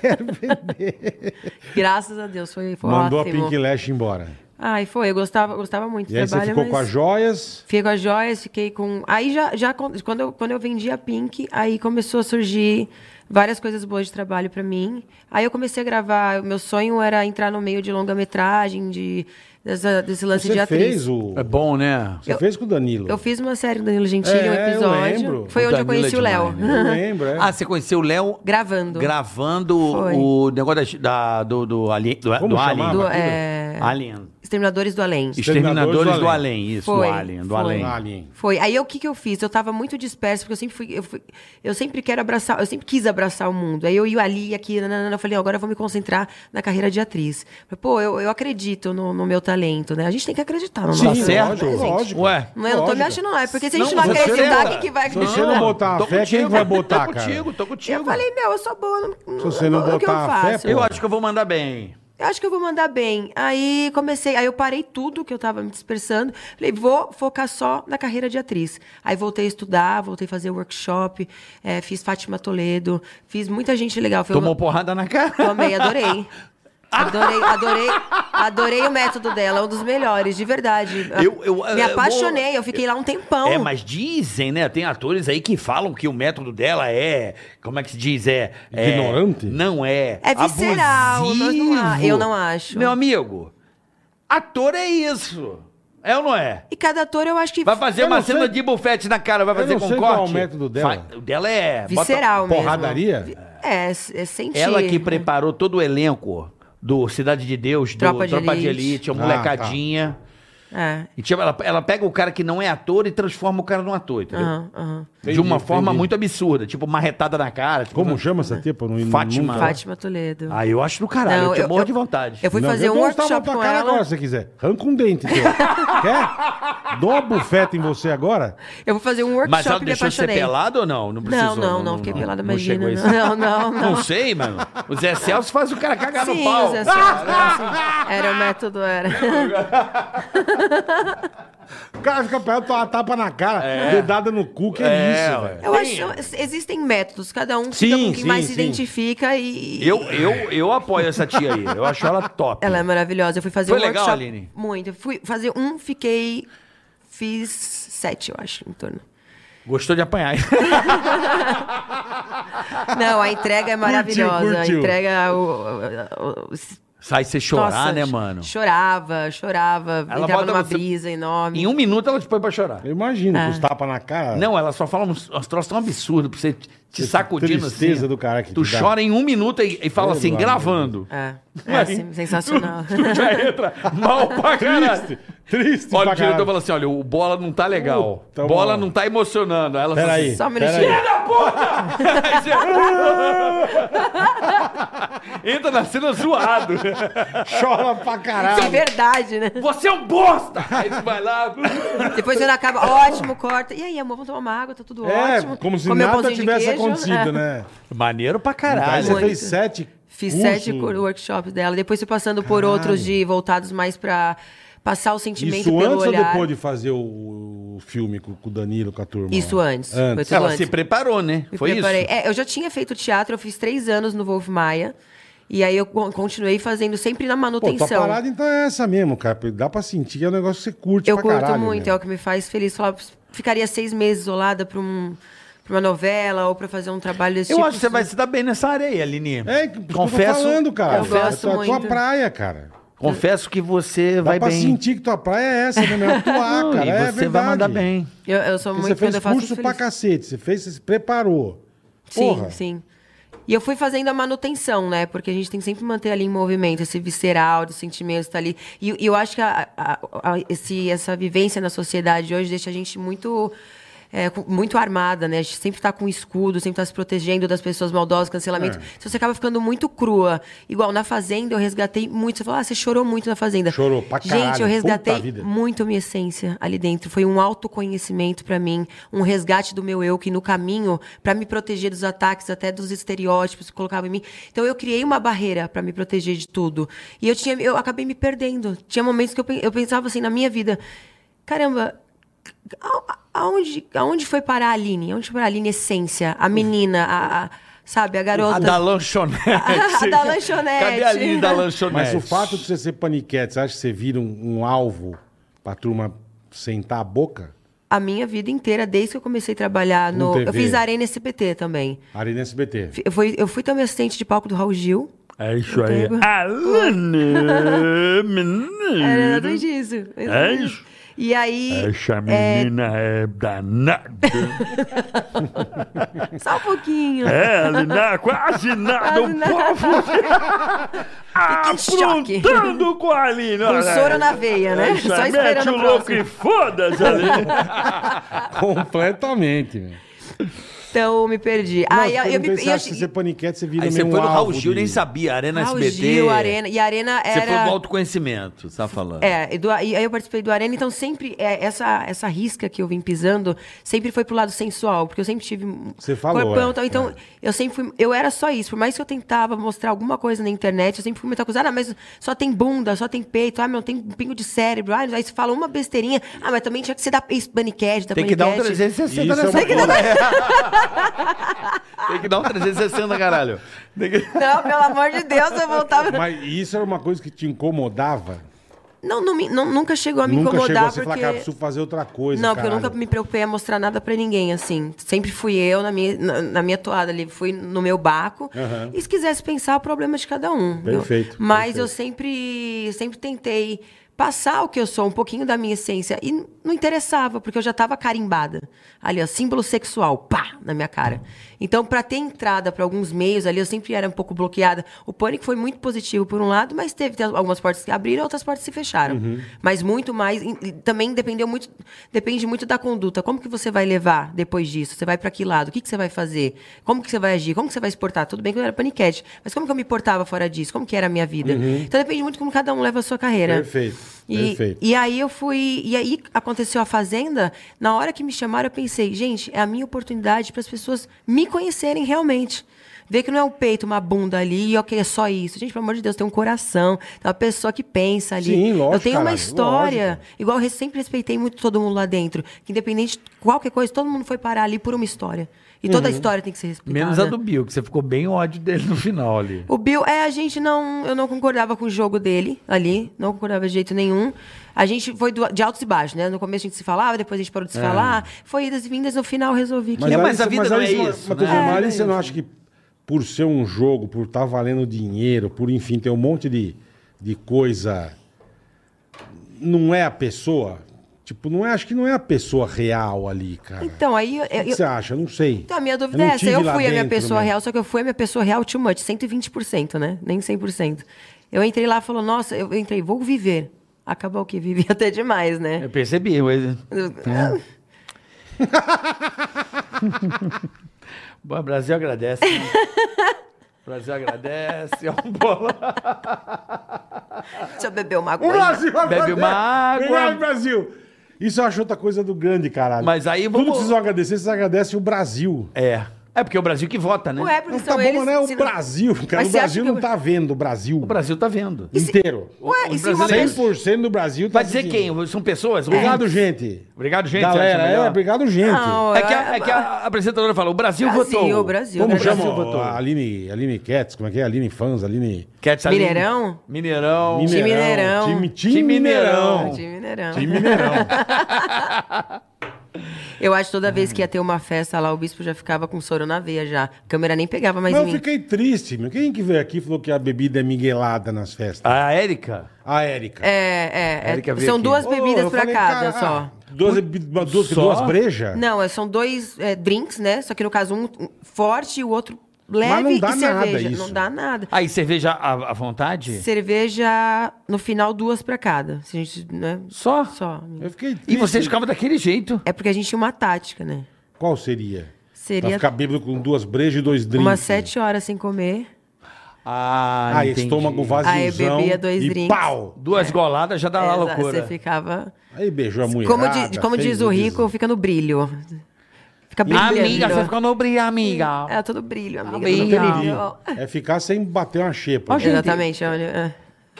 Speaker 3: Quero vender.
Speaker 5: Graças a Deus, foi, foi
Speaker 3: Mandou a
Speaker 5: ótimo.
Speaker 3: Pink Lash embora.
Speaker 5: Ai, foi, eu gostava, gostava muito
Speaker 3: E
Speaker 5: do
Speaker 3: aí você
Speaker 5: trabalho, é
Speaker 3: ficou
Speaker 5: mas...
Speaker 3: com as joias.
Speaker 5: Fiquei com as joias, fiquei com... Aí já, já con- quando, eu, quando eu vendi a Pink, aí começou a surgir várias coisas boas de trabalho pra mim. Aí eu comecei a gravar, o meu sonho era entrar no meio de longa-metragem, de, dessa- desse lance de
Speaker 3: Você
Speaker 5: atriz.
Speaker 3: fez o.
Speaker 4: É bom, né?
Speaker 3: Você fez com o Danilo.
Speaker 5: Eu fiz uma série do Danilo Gentili, um
Speaker 3: É, eu
Speaker 5: episódio.
Speaker 3: lembro.
Speaker 5: Foi
Speaker 4: O
Speaker 5: onde eu
Speaker 4: Danilo é
Speaker 5: conheci o Léo.
Speaker 4: demais,
Speaker 3: Eu lembro, é.
Speaker 4: Ah, você conheceu o Léo
Speaker 5: Gravando.
Speaker 4: gravando
Speaker 5: Foi.
Speaker 4: o negócio da, da- do, do, ali- do,
Speaker 3: Como
Speaker 4: do
Speaker 3: chamava
Speaker 4: Alien.
Speaker 5: do,
Speaker 3: aquilo?
Speaker 5: é,
Speaker 4: Alien.
Speaker 5: Exterminadores do Além.
Speaker 4: Exterminadores do
Speaker 3: do
Speaker 4: Além, isso,
Speaker 5: Foi,
Speaker 4: do Alien, do
Speaker 5: foi.
Speaker 4: Além.
Speaker 3: Alien.
Speaker 5: Foi. Aí eu- o que, que eu fiz? Eu tava muito dispersa, porque eu sempre fui, eu fui- Eu sempre quero abraçar, eu sempre quis abraçar o mundo. Aí eu ia ali, ia aqui, nanana, eu falei, ó, agora eu vou me concentrar na carreira de atriz. Falei, Pô, eu, eu acredito no, no meu talento, né? A gente tem que acreditar no
Speaker 3: Sim,
Speaker 5: nosso
Speaker 4: Tá certo,
Speaker 5: talento, né, gente?
Speaker 3: lógico.
Speaker 4: Ué.
Speaker 5: Não, eu não tô me
Speaker 3: Lógico.
Speaker 5: achando, não. É porque se a gente
Speaker 4: Não,
Speaker 5: não,
Speaker 4: você
Speaker 5: acreditar,
Speaker 4: não.
Speaker 5: quem que vai
Speaker 3: Se
Speaker 5: acreditar?
Speaker 3: você não botar a
Speaker 4: Tô
Speaker 3: fé, quem
Speaker 4: contigo,
Speaker 3: que vai botar,
Speaker 4: tô
Speaker 3: cara?
Speaker 4: contigo, tô contigo.
Speaker 5: Eu falei, meu, eu sou boa. Não,
Speaker 3: Se você não
Speaker 5: o que eu
Speaker 3: botar a fé,
Speaker 5: faço?
Speaker 3: pô,
Speaker 4: Eu acho que eu vou mandar bem.
Speaker 5: Eu acho que eu vou mandar bem. Aí comecei, aí eu parei tudo que eu tava me dispersando. Falei, vou focar só na carreira de atriz. Aí voltei a estudar, voltei a fazer workshop, eh, fiz Fátima Toledo, fiz muita gente legal. Foi
Speaker 4: Tomou
Speaker 5: uma-
Speaker 4: porrada na cara.
Speaker 5: Tomei, adorei. Adorei, adorei, adorei o método dela, é um dos melhores, de verdade.
Speaker 4: Eu- eu-
Speaker 5: Me
Speaker 4: eu vou-
Speaker 5: apaixonei, eu fiquei lá um tempão.
Speaker 4: É, mas dizem, né? Tem atores aí que falam que o método dela é. Como é que se diz? É. é-
Speaker 3: Ignorante?
Speaker 4: não é.
Speaker 5: É visceral, nós não a-
Speaker 4: abusivo.
Speaker 5: eu não acho.
Speaker 4: Meu amigo, ator é isso. É ou não é?
Speaker 5: E cada ator eu acho que
Speaker 4: Vai fazer
Speaker 3: Eu não
Speaker 4: uma cena
Speaker 3: sei.
Speaker 4: de bufete na cara, vai
Speaker 3: Eu
Speaker 4: fazer
Speaker 3: não
Speaker 4: com
Speaker 3: sei
Speaker 4: corte?
Speaker 3: qual é o método dela.
Speaker 4: Fa- O dela é. bota-
Speaker 5: visceral mesmo.
Speaker 3: Porradaria?
Speaker 5: É, s- é sentir.
Speaker 4: Ela que preparou todo o elenco do Cidade de Deus, do
Speaker 5: Tropa
Speaker 4: Tropa
Speaker 5: de
Speaker 4: de, Elite,
Speaker 5: Elite.
Speaker 4: a
Speaker 3: Ah,
Speaker 4: molecadinha.
Speaker 5: É.
Speaker 4: E tipo, ela, ela pega o cara que não é ator e transforma o cara num ator, entendeu?
Speaker 5: Aham, aham.
Speaker 4: de
Speaker 3: Entendi,
Speaker 4: uma forma
Speaker 3: entendi.
Speaker 4: muito absurda, tipo marretada na cara. Tipo,
Speaker 3: Como chama essa tipa? Não-
Speaker 4: Fátima.
Speaker 3: nunca-
Speaker 5: Fátima Toledo.
Speaker 4: Ah, eu acho do caralho, eu te morro de vontade.
Speaker 5: Eu fui
Speaker 3: Não,
Speaker 5: fazer
Speaker 3: eu
Speaker 5: um
Speaker 3: dou uns tapas
Speaker 5: workshop
Speaker 3: na
Speaker 5: com
Speaker 3: cara
Speaker 5: ela.
Speaker 3: agora se você quiser. Arranca um dente. teu. Quer? Dou uma bufeta em você agora?
Speaker 5: Eu vou fazer um workshop
Speaker 4: Mas ela
Speaker 5: e me
Speaker 4: deixou de ser
Speaker 5: apaixonei.
Speaker 4: pelada ou não? Não
Speaker 5: Não,
Speaker 4: precisou.
Speaker 5: não, não, fiquei pelada,
Speaker 4: chegou
Speaker 5: imagina.
Speaker 4: isso.
Speaker 5: Não, não, não.
Speaker 4: Não sei, mano. O Zé Celso faz o cara cagar
Speaker 5: Sim,
Speaker 4: no pau.
Speaker 5: o Zé Celso, era assim. Era o método, era.
Speaker 3: O cara fica perto, uma tapa na cara, dedada no cu, que é, isso, velho.
Speaker 5: Eu acho existem métodos, cada um fica
Speaker 3: Sim,
Speaker 5: com quem
Speaker 3: sim,
Speaker 5: mais se
Speaker 3: sim.
Speaker 5: identifica e.
Speaker 4: Eu, eu, eu apoio essa tia aí. Eu acho ela top.
Speaker 5: Ela é maravilhosa. Eu fui fazer
Speaker 4: Foi
Speaker 5: um
Speaker 4: legal,
Speaker 5: workshop.
Speaker 4: Aline?
Speaker 5: Muito. Eu fui fazer um, fiquei. Fiz sete, eu acho, em torno.
Speaker 4: Gostou de apanhar.
Speaker 5: Não, a entrega é maravilhosa.
Speaker 3: curtiu.
Speaker 5: A entrega. O, o- o- os-
Speaker 4: Sai você chorar,
Speaker 5: nossa,
Speaker 4: né, mano?
Speaker 5: Chorava, chorava.
Speaker 4: Ela
Speaker 5: entrava
Speaker 4: bota
Speaker 5: numa
Speaker 4: você-
Speaker 5: brisa enorme.
Speaker 4: Em um minuto ela te põe pra chorar.
Speaker 3: Eu imagino,
Speaker 5: Ah.
Speaker 3: com os tapas na cara.
Speaker 4: Não, ela só fala uns, uns troços tão absurdos pra você te- te
Speaker 3: Essa
Speaker 4: sacudindo
Speaker 3: tristeza
Speaker 4: assim.
Speaker 3: do cara que
Speaker 4: tu
Speaker 3: te dá.
Speaker 4: chora em um minuto e, e fala assim,
Speaker 3: Pelo amor de
Speaker 4: gravando.
Speaker 5: É, é sim, sensacional.
Speaker 4: Já entra mal pra caralho.
Speaker 3: Triste, triste
Speaker 4: Olha,
Speaker 3: pra
Speaker 4: o diretor
Speaker 3: caralho.
Speaker 4: fala assim: olha, o bola não tá legal.
Speaker 3: Uh, tá
Speaker 4: bola
Speaker 3: bom.
Speaker 4: não tá emocionando. Aí Ela fala
Speaker 3: Peraí,
Speaker 4: assim,
Speaker 5: Só um
Speaker 3: peraí.
Speaker 5: minutinho.
Speaker 4: entra na cena zoado.
Speaker 3: Chora pra
Speaker 5: De
Speaker 3: caralho.
Speaker 5: verdade, né?
Speaker 4: Você é um bosta! Aí tu vai lá.
Speaker 5: Depois quando acaba, ótimo, corta. E aí, amor, vamos tomar uma água, tá tudo
Speaker 3: É,
Speaker 5: ótimo.
Speaker 3: como se
Speaker 5: Comer um
Speaker 3: nada
Speaker 5: pãozinho de
Speaker 3: tivesse
Speaker 5: queijo.
Speaker 3: acontecido,
Speaker 5: É.
Speaker 3: né?
Speaker 4: Maneiro pra
Speaker 3: Aí você
Speaker 4: caralho.
Speaker 5: Muito.
Speaker 3: fez sete
Speaker 5: Fiz
Speaker 3: cursos.
Speaker 5: sete cur- workshops dela. Depois fui passando por outros de voltados mais pra passar o sentimento
Speaker 3: Isso
Speaker 5: pelo
Speaker 3: antes ou
Speaker 5: olhar.
Speaker 3: depois de fazer o, o filme com, com o Danilo, com a turma?
Speaker 5: Isso
Speaker 3: lá?
Speaker 5: antes. Foi
Speaker 3: antes.
Speaker 5: tudo
Speaker 4: Ela
Speaker 5: antes.
Speaker 4: se preparou, né?
Speaker 5: Me
Speaker 4: Foi
Speaker 5: preparei.
Speaker 4: isso.
Speaker 5: É, eu já tinha feito teatro, eu fiz três anos no Wolf Maia. E aí eu con- continuei fazendo sempre na
Speaker 3: Pô, tá tua
Speaker 5: manutenção.
Speaker 3: parada então é essa mesmo, cara. Dá pra sentir que é um negócio que você curte
Speaker 5: eu
Speaker 3: pra
Speaker 5: curto
Speaker 3: caralho.
Speaker 5: muito,
Speaker 3: mesmo.
Speaker 5: é o que me faz feliz. Falar, ficaria seis meses isolada pra, um, pra uma novela ou pra fazer um trabalho desse
Speaker 4: Eu
Speaker 5: tipo.
Speaker 4: acho que você vai se dar bem nessa área aí, Aline.
Speaker 3: É, que- que eu
Speaker 4: confesso,
Speaker 3: tô falando, cara.
Speaker 5: confesso
Speaker 3: é a tua, tua
Speaker 5: muito.
Speaker 3: praia, cara.
Speaker 4: confesso que você
Speaker 3: Dá
Speaker 4: vai
Speaker 3: pra
Speaker 4: bem.
Speaker 3: sentir que tua praia é essa, né? meu? É atuar,
Speaker 4: Não,
Speaker 3: cara.
Speaker 4: e
Speaker 3: é
Speaker 4: você
Speaker 3: verdade.
Speaker 4: vai mandar bem.
Speaker 5: Eu, eu sou
Speaker 3: Porque
Speaker 5: muito
Speaker 3: você
Speaker 5: quando
Speaker 3: fez
Speaker 5: eu faço
Speaker 3: curso
Speaker 5: feliz.
Speaker 3: pra cacete, você fez, você se preparou.
Speaker 5: Sim,
Speaker 3: Porra.
Speaker 5: sim. E eu fui fazendo a manutenção, né? Porque a gente tem que sempre manter ali em movimento, esse visceral dos sentimentos tá ali. E, e eu acho que a- a- a- esse, essa vivência na sociedade hoje deixa a gente muito. é, com- muito armada, né? A gente sempre tá com escudo, sempre tá se protegendo das pessoas maldosas,
Speaker 3: É.
Speaker 5: cancelamento. Então você acaba ficando muito crua. Igual na Fazenda, eu resgatei muito. Você falou, ah, você chorou muito na Fazenda.
Speaker 3: Chorou pra
Speaker 5: Gente,
Speaker 3: caralho,
Speaker 5: eu
Speaker 3: puta
Speaker 5: resgatei
Speaker 3: vida.
Speaker 5: muito minha essência ali dentro. Foi um autoconhecimento pra mim, um resgate do meu eu que no caminho pra me proteger dos ataques, até dos estereótipos que colocava em mim. Então eu criei uma barreira pra me proteger de tudo. E eu tinha eu acabei me perdendo. Tinha momentos que eu, pen- eu pensava assim na minha vida, caramba, a- aonde aonde foi parar a Aline? Aonde foi parar a Aline essência, a menina, a, a- sabe, a garota
Speaker 4: A Ah, da lanchonete.
Speaker 5: A da lanchonete.
Speaker 4: Cadê a Aline da lanchonete?
Speaker 3: Mas o fato de você ser paniquete, você acha que você vira um, um alvo pra turma sentar a boca?
Speaker 5: a minha vida inteira desde que eu comecei a trabalhar
Speaker 3: Com
Speaker 5: no eu
Speaker 3: TV.
Speaker 5: fiz arena SBT também.
Speaker 3: Arena SBT.
Speaker 5: Eu fui, eu fui também assistente de palco do Raul Gil.
Speaker 4: É isso aí.
Speaker 5: Entendo.
Speaker 4: Aline, menina.
Speaker 5: Era exatamente É isso. exatamente
Speaker 4: Uhum. isso.
Speaker 5: isso. E aí, é,
Speaker 8: Essa menina é danada.
Speaker 5: só um pouquinho.
Speaker 4: É,
Speaker 8: É, Ela na- quase nada.
Speaker 5: Quase
Speaker 8: Um
Speaker 5: nada.
Speaker 8: povo
Speaker 5: em choque.
Speaker 8: afrontando com a Aline.
Speaker 5: Com soro na veia, né?
Speaker 8: Essa
Speaker 5: Só
Speaker 8: mete
Speaker 5: esperando
Speaker 8: o
Speaker 5: o
Speaker 8: louco e
Speaker 5: próximo.
Speaker 8: foda-se, Aline.
Speaker 3: Completamente, meu.
Speaker 5: Então, eu me perdi.
Speaker 3: Não,
Speaker 5: Ah, e eu,
Speaker 3: eu,
Speaker 5: eu, me-
Speaker 3: você
Speaker 5: eu-
Speaker 3: acha que você tá paniquete, você vira
Speaker 4: Aí você
Speaker 3: meio
Speaker 4: foi
Speaker 3: um
Speaker 4: no Raul
Speaker 3: alvo
Speaker 4: Gil,
Speaker 3: de-
Speaker 4: nem sabia. Arena
Speaker 5: Raul
Speaker 4: SBT.
Speaker 5: Gil, Arena. E a Arena
Speaker 4: Você
Speaker 5: era...
Speaker 4: foi no autoconhecimento, você tá falando.
Speaker 5: É, e do- aí aí eu participei do Arena, então sempre é, essa, essa risca que eu vim pisando sempre foi pro lado sensual, porque eu sempre tive um
Speaker 3: Você falou,
Speaker 5: corpão
Speaker 3: é,
Speaker 5: e tal. Então, eu sempre fui. Eu era só isso. Por mais que eu tentava mostrar alguma coisa na internet, eu sempre fui muito acusada, ah, mas só tem bunda, só tem peito, ah, meu, tem um pingo de cérebro. Ah, aí você fala uma besteirinha, ah, mas também tinha que ser da ex-paniquete, da
Speaker 4: Tem que dar um
Speaker 5: paniquete.
Speaker 4: 360
Speaker 3: Isso é
Speaker 4: nessa
Speaker 3: uma
Speaker 4: porra.
Speaker 6: Tem que dar um 360, caralho. Tem que-
Speaker 5: Não, pelo amor de Deus, eu voltava.
Speaker 4: é.
Speaker 3: Mas isso era uma coisa que te incomodava?
Speaker 5: Não, não me- não- nunca chegou a me
Speaker 3: nunca chegou a
Speaker 5: incomodar
Speaker 3: você
Speaker 5: porque.
Speaker 3: falar, cara, preciso fazer outra coisa,
Speaker 5: Não, porque eu
Speaker 3: caralho.
Speaker 5: nunca me preocupei a mostrar nada pra ninguém, assim. Sempre fui eu na minha, na, na minha toada ali, fui no meu barco.
Speaker 3: Aham.
Speaker 5: E se quisesse pensar, o problema é de cada um. viu?
Speaker 3: Perfeito,
Speaker 5: Mas
Speaker 3: perfeito.
Speaker 5: eu sempre, sempre tentei passar o que eu sou, um pouquinho da minha essência. E n- não interessava, porque eu já tava carimbada. Ali, ó, símbolo sexual, pá, na minha cara. Então, pra ter entrada pra alguns meios ali, eu sempre era um pouco bloqueada. O pânico foi muito positivo por um lado, mas teve tem algumas portas que abriram, outras portas se fecharam. Mas muito mais, e- e também dependeu muito, depende muito da conduta. Como que você vai levar depois disso? Você vai pra que lado? O que que você vai fazer? Como que você vai agir? Como que você vai se portar? Tudo bem que eu era paniquete, mas como que eu me portava fora disso? Como que era a minha vida? Então depende muito como cada um leva a sua carreira.
Speaker 3: Perfeito,
Speaker 5: E,
Speaker 3: perfeito.
Speaker 5: e aí eu fui. E aí aconteceu a Fazenda. Na hora que me chamaram, eu pensei, gente, é a minha oportunidade para as pessoas me conhecerem realmente. Ver que não é um peito, uma bunda ali, e ok, é só isso. Gente, pelo amor de Deus, tem um coração, tem uma pessoa que pensa ali.
Speaker 3: Sim, lógico,
Speaker 5: Eu tenho uma
Speaker 3: caralho,
Speaker 5: história.
Speaker 3: lógico.
Speaker 5: Igual eu re- sempre respeitei muito todo mundo lá dentro. Que independente de qualquer coisa, todo mundo foi parar ali por uma história. E toda a
Speaker 3: Uhum.
Speaker 5: história tem que ser respeitada.
Speaker 4: Menos a do Bill, que você ficou bem ódio dele no final ali.
Speaker 5: O Bill, é, a gente não. Eu não concordava com o jogo dele ali, não concordava de jeito nenhum. A gente foi do- de altos e baixos, né? No começo a gente se falava, depois a gente parou de se falar. Foi idas e vindas, no final eu resolvi que.
Speaker 3: É.
Speaker 4: É, mas
Speaker 3: Mas, ali
Speaker 4: a
Speaker 3: você-
Speaker 4: vida não
Speaker 3: ali
Speaker 4: é
Speaker 3: você-
Speaker 4: isso,
Speaker 3: Mas,
Speaker 4: né?
Speaker 3: Tejama,
Speaker 4: É,
Speaker 3: ali
Speaker 4: não é
Speaker 3: você não acha que por ser um jogo, por estar valendo dinheiro, por enfim, ter um monte de, de coisa, não é a pessoa? Tipo, não é, acho que não é a pessoa real ali, cara.
Speaker 5: Então, aí eu-
Speaker 3: o que
Speaker 5: eu-
Speaker 3: você acha? Eu não sei.
Speaker 5: Então, a minha dúvida
Speaker 3: não
Speaker 5: é essa.
Speaker 3: tive
Speaker 5: Eu
Speaker 3: lá
Speaker 5: fui a minha
Speaker 3: dentro,
Speaker 5: pessoa
Speaker 3: né?
Speaker 5: real, só que eu fui a minha pessoa real too much, 120%, né? Nem 100%. Eu entrei lá e falou, nossa, eu entrei, vou viver. Acabou o que vivi até demais, né?
Speaker 4: Eu percebi. Mas...
Speaker 3: É.
Speaker 4: Bom, o Brasil agradece. né? O Brasil agradece. É um bola.
Speaker 5: Deixa eu beber uma
Speaker 3: O
Speaker 5: água.
Speaker 3: Um Brasil agora-
Speaker 4: Bebe uma água.
Speaker 3: Obrigado, Brasil. Isso eu acho outra coisa do grande, caralho.
Speaker 4: Mas aí vamos-
Speaker 3: Tudo que vocês vão agradecer, vocês agradecem o Brasil.
Speaker 4: É. É porque é o Brasil que vota, né?
Speaker 5: Ué, porque
Speaker 3: Não,
Speaker 5: são
Speaker 3: tá
Speaker 5: Então, eles.
Speaker 3: bom, né? O
Speaker 5: se não-
Speaker 3: Brasil, cara.
Speaker 5: Mas
Speaker 3: O
Speaker 5: você acha
Speaker 3: Brasil
Speaker 5: que
Speaker 3: não
Speaker 5: eu-
Speaker 3: tá vendo o Brasil
Speaker 4: O Brasil tá vendo.
Speaker 5: é
Speaker 3: inteiro.
Speaker 5: Ué, e se
Speaker 3: é
Speaker 5: uma
Speaker 4: brasileiro-
Speaker 5: pessoa.
Speaker 3: 100% do Brasil tá
Speaker 4: Vai dizer
Speaker 3: assistindo.
Speaker 4: quem? São pessoas?
Speaker 3: Obrigado, gente.
Speaker 4: Obrigado, gente.
Speaker 3: Galera,
Speaker 4: acha melhor?
Speaker 3: é, obrigado, gente.
Speaker 5: Não,
Speaker 4: É que, a,
Speaker 5: eu-
Speaker 4: é que a apresentadora fala, o Brasil,
Speaker 5: Brasil,
Speaker 4: votou.
Speaker 5: Brasil,
Speaker 3: Como
Speaker 5: Brasil.
Speaker 3: chama
Speaker 4: votou.
Speaker 3: a Aline, Aline Cats? Como é que é? Aline Fans, Aline...
Speaker 4: Quer saber?
Speaker 5: Mineirão?
Speaker 4: Mineirão.
Speaker 5: Time Mineirão.
Speaker 3: Time, time
Speaker 4: Time Mineirão.
Speaker 3: Mineirão.
Speaker 5: Time Mineirão.
Speaker 3: Time Mineirão.
Speaker 5: Eu acho que toda vez
Speaker 3: Hum.
Speaker 5: que ia ter uma festa lá, o bispo já ficava com soro na veia já. A câmera nem pegava mais
Speaker 3: Mas eu
Speaker 5: em mim.
Speaker 3: fiquei triste, meu. Quem que veio aqui e falou que a bebida é miguelada nas festas?
Speaker 4: A Érica?
Speaker 3: A Érica.
Speaker 5: É, é,
Speaker 4: Érica
Speaker 5: é.
Speaker 4: veio
Speaker 5: São
Speaker 4: aqui.
Speaker 5: duas bebidas
Speaker 3: Ô, eu
Speaker 5: pra
Speaker 3: falei, cara,
Speaker 5: cada só.
Speaker 3: ah, Duas, bebi- duas,
Speaker 4: Só?
Speaker 3: duas brejas?
Speaker 5: Não, é, são dois é, drinks, né? Só que no caso, um um forte e o outro leve
Speaker 3: Mas não dá
Speaker 5: e
Speaker 3: nada
Speaker 5: cerveja.
Speaker 3: isso.
Speaker 5: Não dá nada.
Speaker 4: Aí, Ah, cerveja à, à vontade?
Speaker 5: Cerveja, no final, duas pra cada. Se a gente, né?
Speaker 4: Só?
Speaker 5: Só.
Speaker 3: Eu fiquei triste.
Speaker 4: E vocês ficavam daquele jeito.
Speaker 5: É porque a gente tinha uma tática, né?
Speaker 3: Qual seria? Pra
Speaker 5: Seria
Speaker 3: ficar bêbado com duas brejas e dois drinks.
Speaker 5: umas sete horas sem comer.
Speaker 4: Ah,
Speaker 3: Ah,
Speaker 4: entendi.
Speaker 3: estômago vaziozão.
Speaker 5: Aí é bebia dois
Speaker 3: e
Speaker 5: drinks.
Speaker 3: pau!
Speaker 4: Duas goladas
Speaker 3: Tá
Speaker 4: já dá lá
Speaker 5: Exa-
Speaker 4: loucura.
Speaker 5: É. Você ficava...
Speaker 3: Aí beijou a mulher.
Speaker 5: Como, di- como diz o Rico, fica no brilho. Fica brilhando.
Speaker 4: Amiga, você ficou no brilho, amiga.
Speaker 5: É, todo brilho, amiga.
Speaker 4: Amiga.
Speaker 5: todo brilho.
Speaker 3: É ficar sem bater uma xepa.
Speaker 4: Ó, gente,
Speaker 5: Exatamente, olha. é,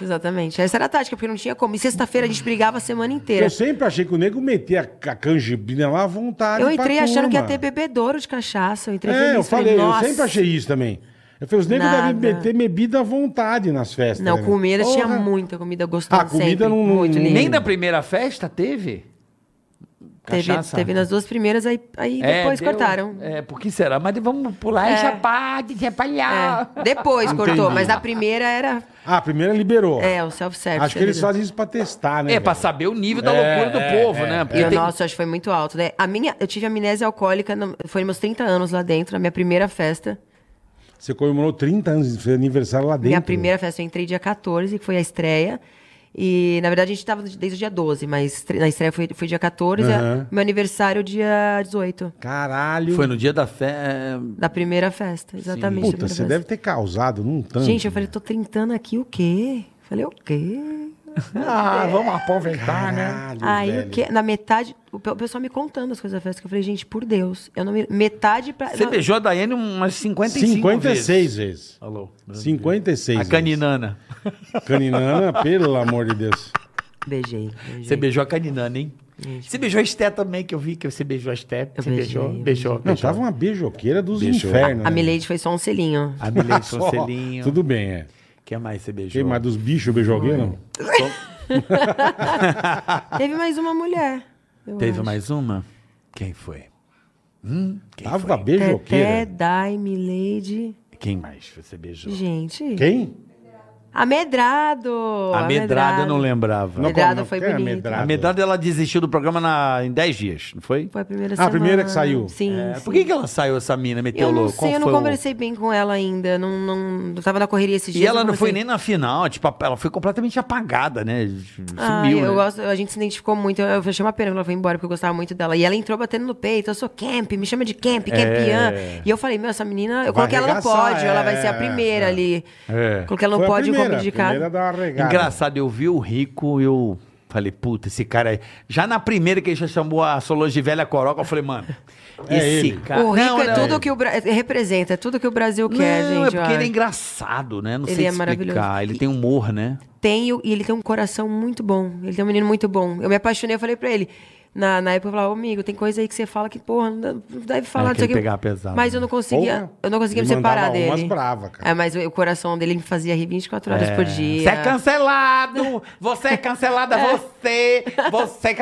Speaker 5: Exatamente. Essa era a tática, porque não tinha como. E sexta-feira a gente brigava a semana inteira.
Speaker 3: Eu sempre achei que o nego metia a a canjibina lá à vontade.
Speaker 5: Eu
Speaker 3: pra
Speaker 5: entrei achando
Speaker 3: turma.
Speaker 5: que ia ter bebedouro de cachaça. Eu entrei
Speaker 3: É,
Speaker 5: feliz,
Speaker 3: eu falei, eu
Speaker 5: "Nossa".
Speaker 3: sempre achei isso também. Eu falei, os negros
Speaker 5: Nada.
Speaker 3: devem meter bebida à vontade nas festas.
Speaker 5: Não,
Speaker 3: né?
Speaker 5: comida tinha
Speaker 3: Porra.
Speaker 5: muita comida gostosa.
Speaker 3: Ah, comida
Speaker 5: sempre,
Speaker 3: não-
Speaker 5: Muito
Speaker 3: não-
Speaker 5: linda.
Speaker 4: Nem na primeira festa teve?
Speaker 5: Teve,
Speaker 4: Cachaça?
Speaker 5: teve nas duas primeiras, aí, aí
Speaker 4: É,
Speaker 5: depois
Speaker 4: deu-
Speaker 5: cortaram.
Speaker 4: É, por que será? Mas vamos pular
Speaker 5: É.
Speaker 4: essa parte, essa palhaça.
Speaker 5: É, Depois cortou,
Speaker 3: Entendi.
Speaker 5: mas na primeira era.
Speaker 3: Ah, a primeira liberou.
Speaker 5: É, o self-service.
Speaker 3: Acho que eles
Speaker 5: entendeu?
Speaker 3: fazem isso pra testar, né?
Speaker 4: É, pra
Speaker 3: velho?
Speaker 4: saber o nível da
Speaker 3: É,
Speaker 4: loucura do
Speaker 3: é,
Speaker 4: povo,
Speaker 3: é,
Speaker 4: né?
Speaker 5: E
Speaker 4: Porque
Speaker 5: o
Speaker 4: tem-
Speaker 5: nosso, acho que foi muito alto, né? A minha, eu tive amnésia alcoólica, no- foi meus 30 anos lá dentro, na minha primeira festa.
Speaker 3: Você comemorou 30 anos, fez aniversário lá dentro.
Speaker 5: Minha primeira festa, eu entrei dia 14, que foi a estreia. E, na verdade, a gente tava desde o dia 12, mas tre- na estreia foi, foi dia 14, e
Speaker 3: Aham.
Speaker 5: a- meu aniversário dia 18,
Speaker 3: Caralho.
Speaker 4: Foi no dia da festa.
Speaker 5: da primeira festa, exatamente.
Speaker 3: Puta,
Speaker 5: da primeira
Speaker 3: você
Speaker 5: festa.
Speaker 3: deve ter causado num tanto. né?
Speaker 5: Gente, eu falei, tô trintando aqui, o quê? Falei, o quê?
Speaker 4: Ah, vamos aproveitar, né?
Speaker 3: Caralho,
Speaker 5: tá, né?" Aí,
Speaker 3: velho.
Speaker 5: o quê? Na metade, o pe- o pessoal me contando as coisas da festa, que eu falei, gente, por Deus, eu não me... Metade pra...
Speaker 4: Você
Speaker 5: não-
Speaker 4: beijou a Daiane umas 55 vezes.
Speaker 3: 56 vezes.
Speaker 4: Alô.
Speaker 3: 56
Speaker 4: A
Speaker 3: vezes.
Speaker 4: caninana.
Speaker 3: Caninana, pelo amor de Deus.
Speaker 5: Beijei, beijei.
Speaker 4: Você beijou a caninana, hein? Você beijou a Esté também, que eu vi que você beijou a Esté.
Speaker 5: Eu
Speaker 4: Você
Speaker 5: beijei,
Speaker 4: beijou,
Speaker 5: eu
Speaker 4: beijou,
Speaker 3: Não,
Speaker 4: beijou.
Speaker 3: tava uma beijoqueira dos
Speaker 4: Beijou.
Speaker 3: infernos. né?
Speaker 5: A Milady foi só um selinho.
Speaker 4: A Milene
Speaker 3: Só.
Speaker 4: Soncelinho.
Speaker 3: Tudo bem, é.
Speaker 4: Quem mais você beijou?
Speaker 3: Quem mais dos bichos beijou alguém, não?
Speaker 5: Teve mais uma mulher. eu
Speaker 4: Teve
Speaker 5: acho.
Speaker 4: mais uma? Quem foi? Hum, quem
Speaker 3: Tava
Speaker 4: foi?
Speaker 5: Teté,
Speaker 3: beijoqueira.
Speaker 5: Dai, Milady.
Speaker 4: Quem mais você beijou?
Speaker 5: Gente.
Speaker 3: Quem?
Speaker 5: Amedrado!
Speaker 4: A medrada eu não lembrava.
Speaker 5: Não, Medrado
Speaker 3: qual-
Speaker 5: foi
Speaker 3: quem é
Speaker 5: bonito.
Speaker 4: A
Speaker 3: Medrado?
Speaker 4: medrada ela desistiu do programa na- em 10 dias, não foi?
Speaker 5: Foi a primeira
Speaker 3: Ah, a
Speaker 5: semana.
Speaker 3: primeira que saiu.
Speaker 5: Sim.
Speaker 4: É,
Speaker 5: sim.
Speaker 4: Por que, que ela saiu essa mina, meteu
Speaker 5: Eu não
Speaker 4: louco? Qual
Speaker 5: sei, eu não
Speaker 4: foi o-
Speaker 5: conversei bem com ela ainda. Não, não, eu tava na correria esses
Speaker 4: E
Speaker 5: dias.
Speaker 4: ela não foi
Speaker 5: conversei.
Speaker 4: nem na final, tipo, ela foi completamente apagada, né? Sumiu,
Speaker 5: Ah, eu
Speaker 4: né?
Speaker 5: gosto, a gente se identificou muito. Eu eu achei uma pena que ela foi embora, porque eu gostava muito dela. E ela entrou batendo no peito. Eu sou camp, me chama de
Speaker 4: É.
Speaker 5: camp, campeã. E eu falei, meu, essa menina, eu
Speaker 3: Vai
Speaker 5: coloquei ela no
Speaker 3: arregaçar,
Speaker 5: pódio, ela vai ser a
Speaker 3: é,
Speaker 5: primeira
Speaker 3: é.
Speaker 5: ali.
Speaker 4: É.
Speaker 5: Coloquei ela no
Speaker 3: Foi a
Speaker 5: pódio
Speaker 3: primeira,
Speaker 5: como
Speaker 3: a
Speaker 5: indicada.
Speaker 3: primeira dá uma regada.
Speaker 4: Engraçado, eu vi o Rico e eu falei, puta, esse cara aí. Já na primeira que ele já chamou a Solange Velha Coroca, eu falei, mano,
Speaker 3: É
Speaker 4: esse
Speaker 3: ele.
Speaker 4: cara.
Speaker 5: O Rico
Speaker 4: Não,
Speaker 5: é
Speaker 4: não,
Speaker 5: tudo que o Bra... é- representa, é tudo que o Brasil quer,
Speaker 4: Não,
Speaker 5: gente.
Speaker 4: É porque
Speaker 5: ó.
Speaker 4: ele é engraçado, né? Não
Speaker 5: Ele
Speaker 4: sei
Speaker 5: é
Speaker 4: explicar.
Speaker 5: maravilhoso.
Speaker 4: Ele
Speaker 5: E-
Speaker 4: tem humor, né?
Speaker 5: tenho e ele tem um coração muito bom. Ele tem um menino muito bom. Eu me apaixonei, eu falei pra ele. Na, na época eu falava, "Ô, amigo, tem coisa aí que você fala que, porra, não dá- não deve falar
Speaker 4: É, que
Speaker 5: disso
Speaker 4: ele
Speaker 5: aqui.
Speaker 4: pegava pesado, né?
Speaker 5: Mas eu não conseguia,
Speaker 3: Porra,
Speaker 5: eu não conseguia me
Speaker 3: ele
Speaker 5: separar
Speaker 3: mandava
Speaker 5: dele.
Speaker 3: umas brava, cara.
Speaker 5: É, mas o, o coração dele me fazia rir 24 horas por dia.
Speaker 4: Você é cancelado! Você é cancelada, você! Você é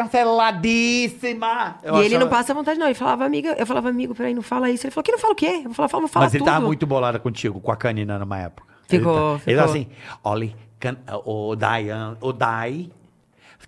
Speaker 4: canceladíssima! Eu
Speaker 5: E ele
Speaker 4: achava-
Speaker 5: não passa vontade, não. Ele falava, amiga, eu falava, amigo, peraí, não fala isso. Ele falou, que não fala o quê? Eu falava, fala, fala
Speaker 4: Mas ele
Speaker 5: tudo.
Speaker 4: tava muito bolado contigo, com a canina numa época.
Speaker 5: Ficou,
Speaker 4: ele, tá- Ele
Speaker 5: ficou.
Speaker 4: tava assim, olha, can, o Dayan, o Dai,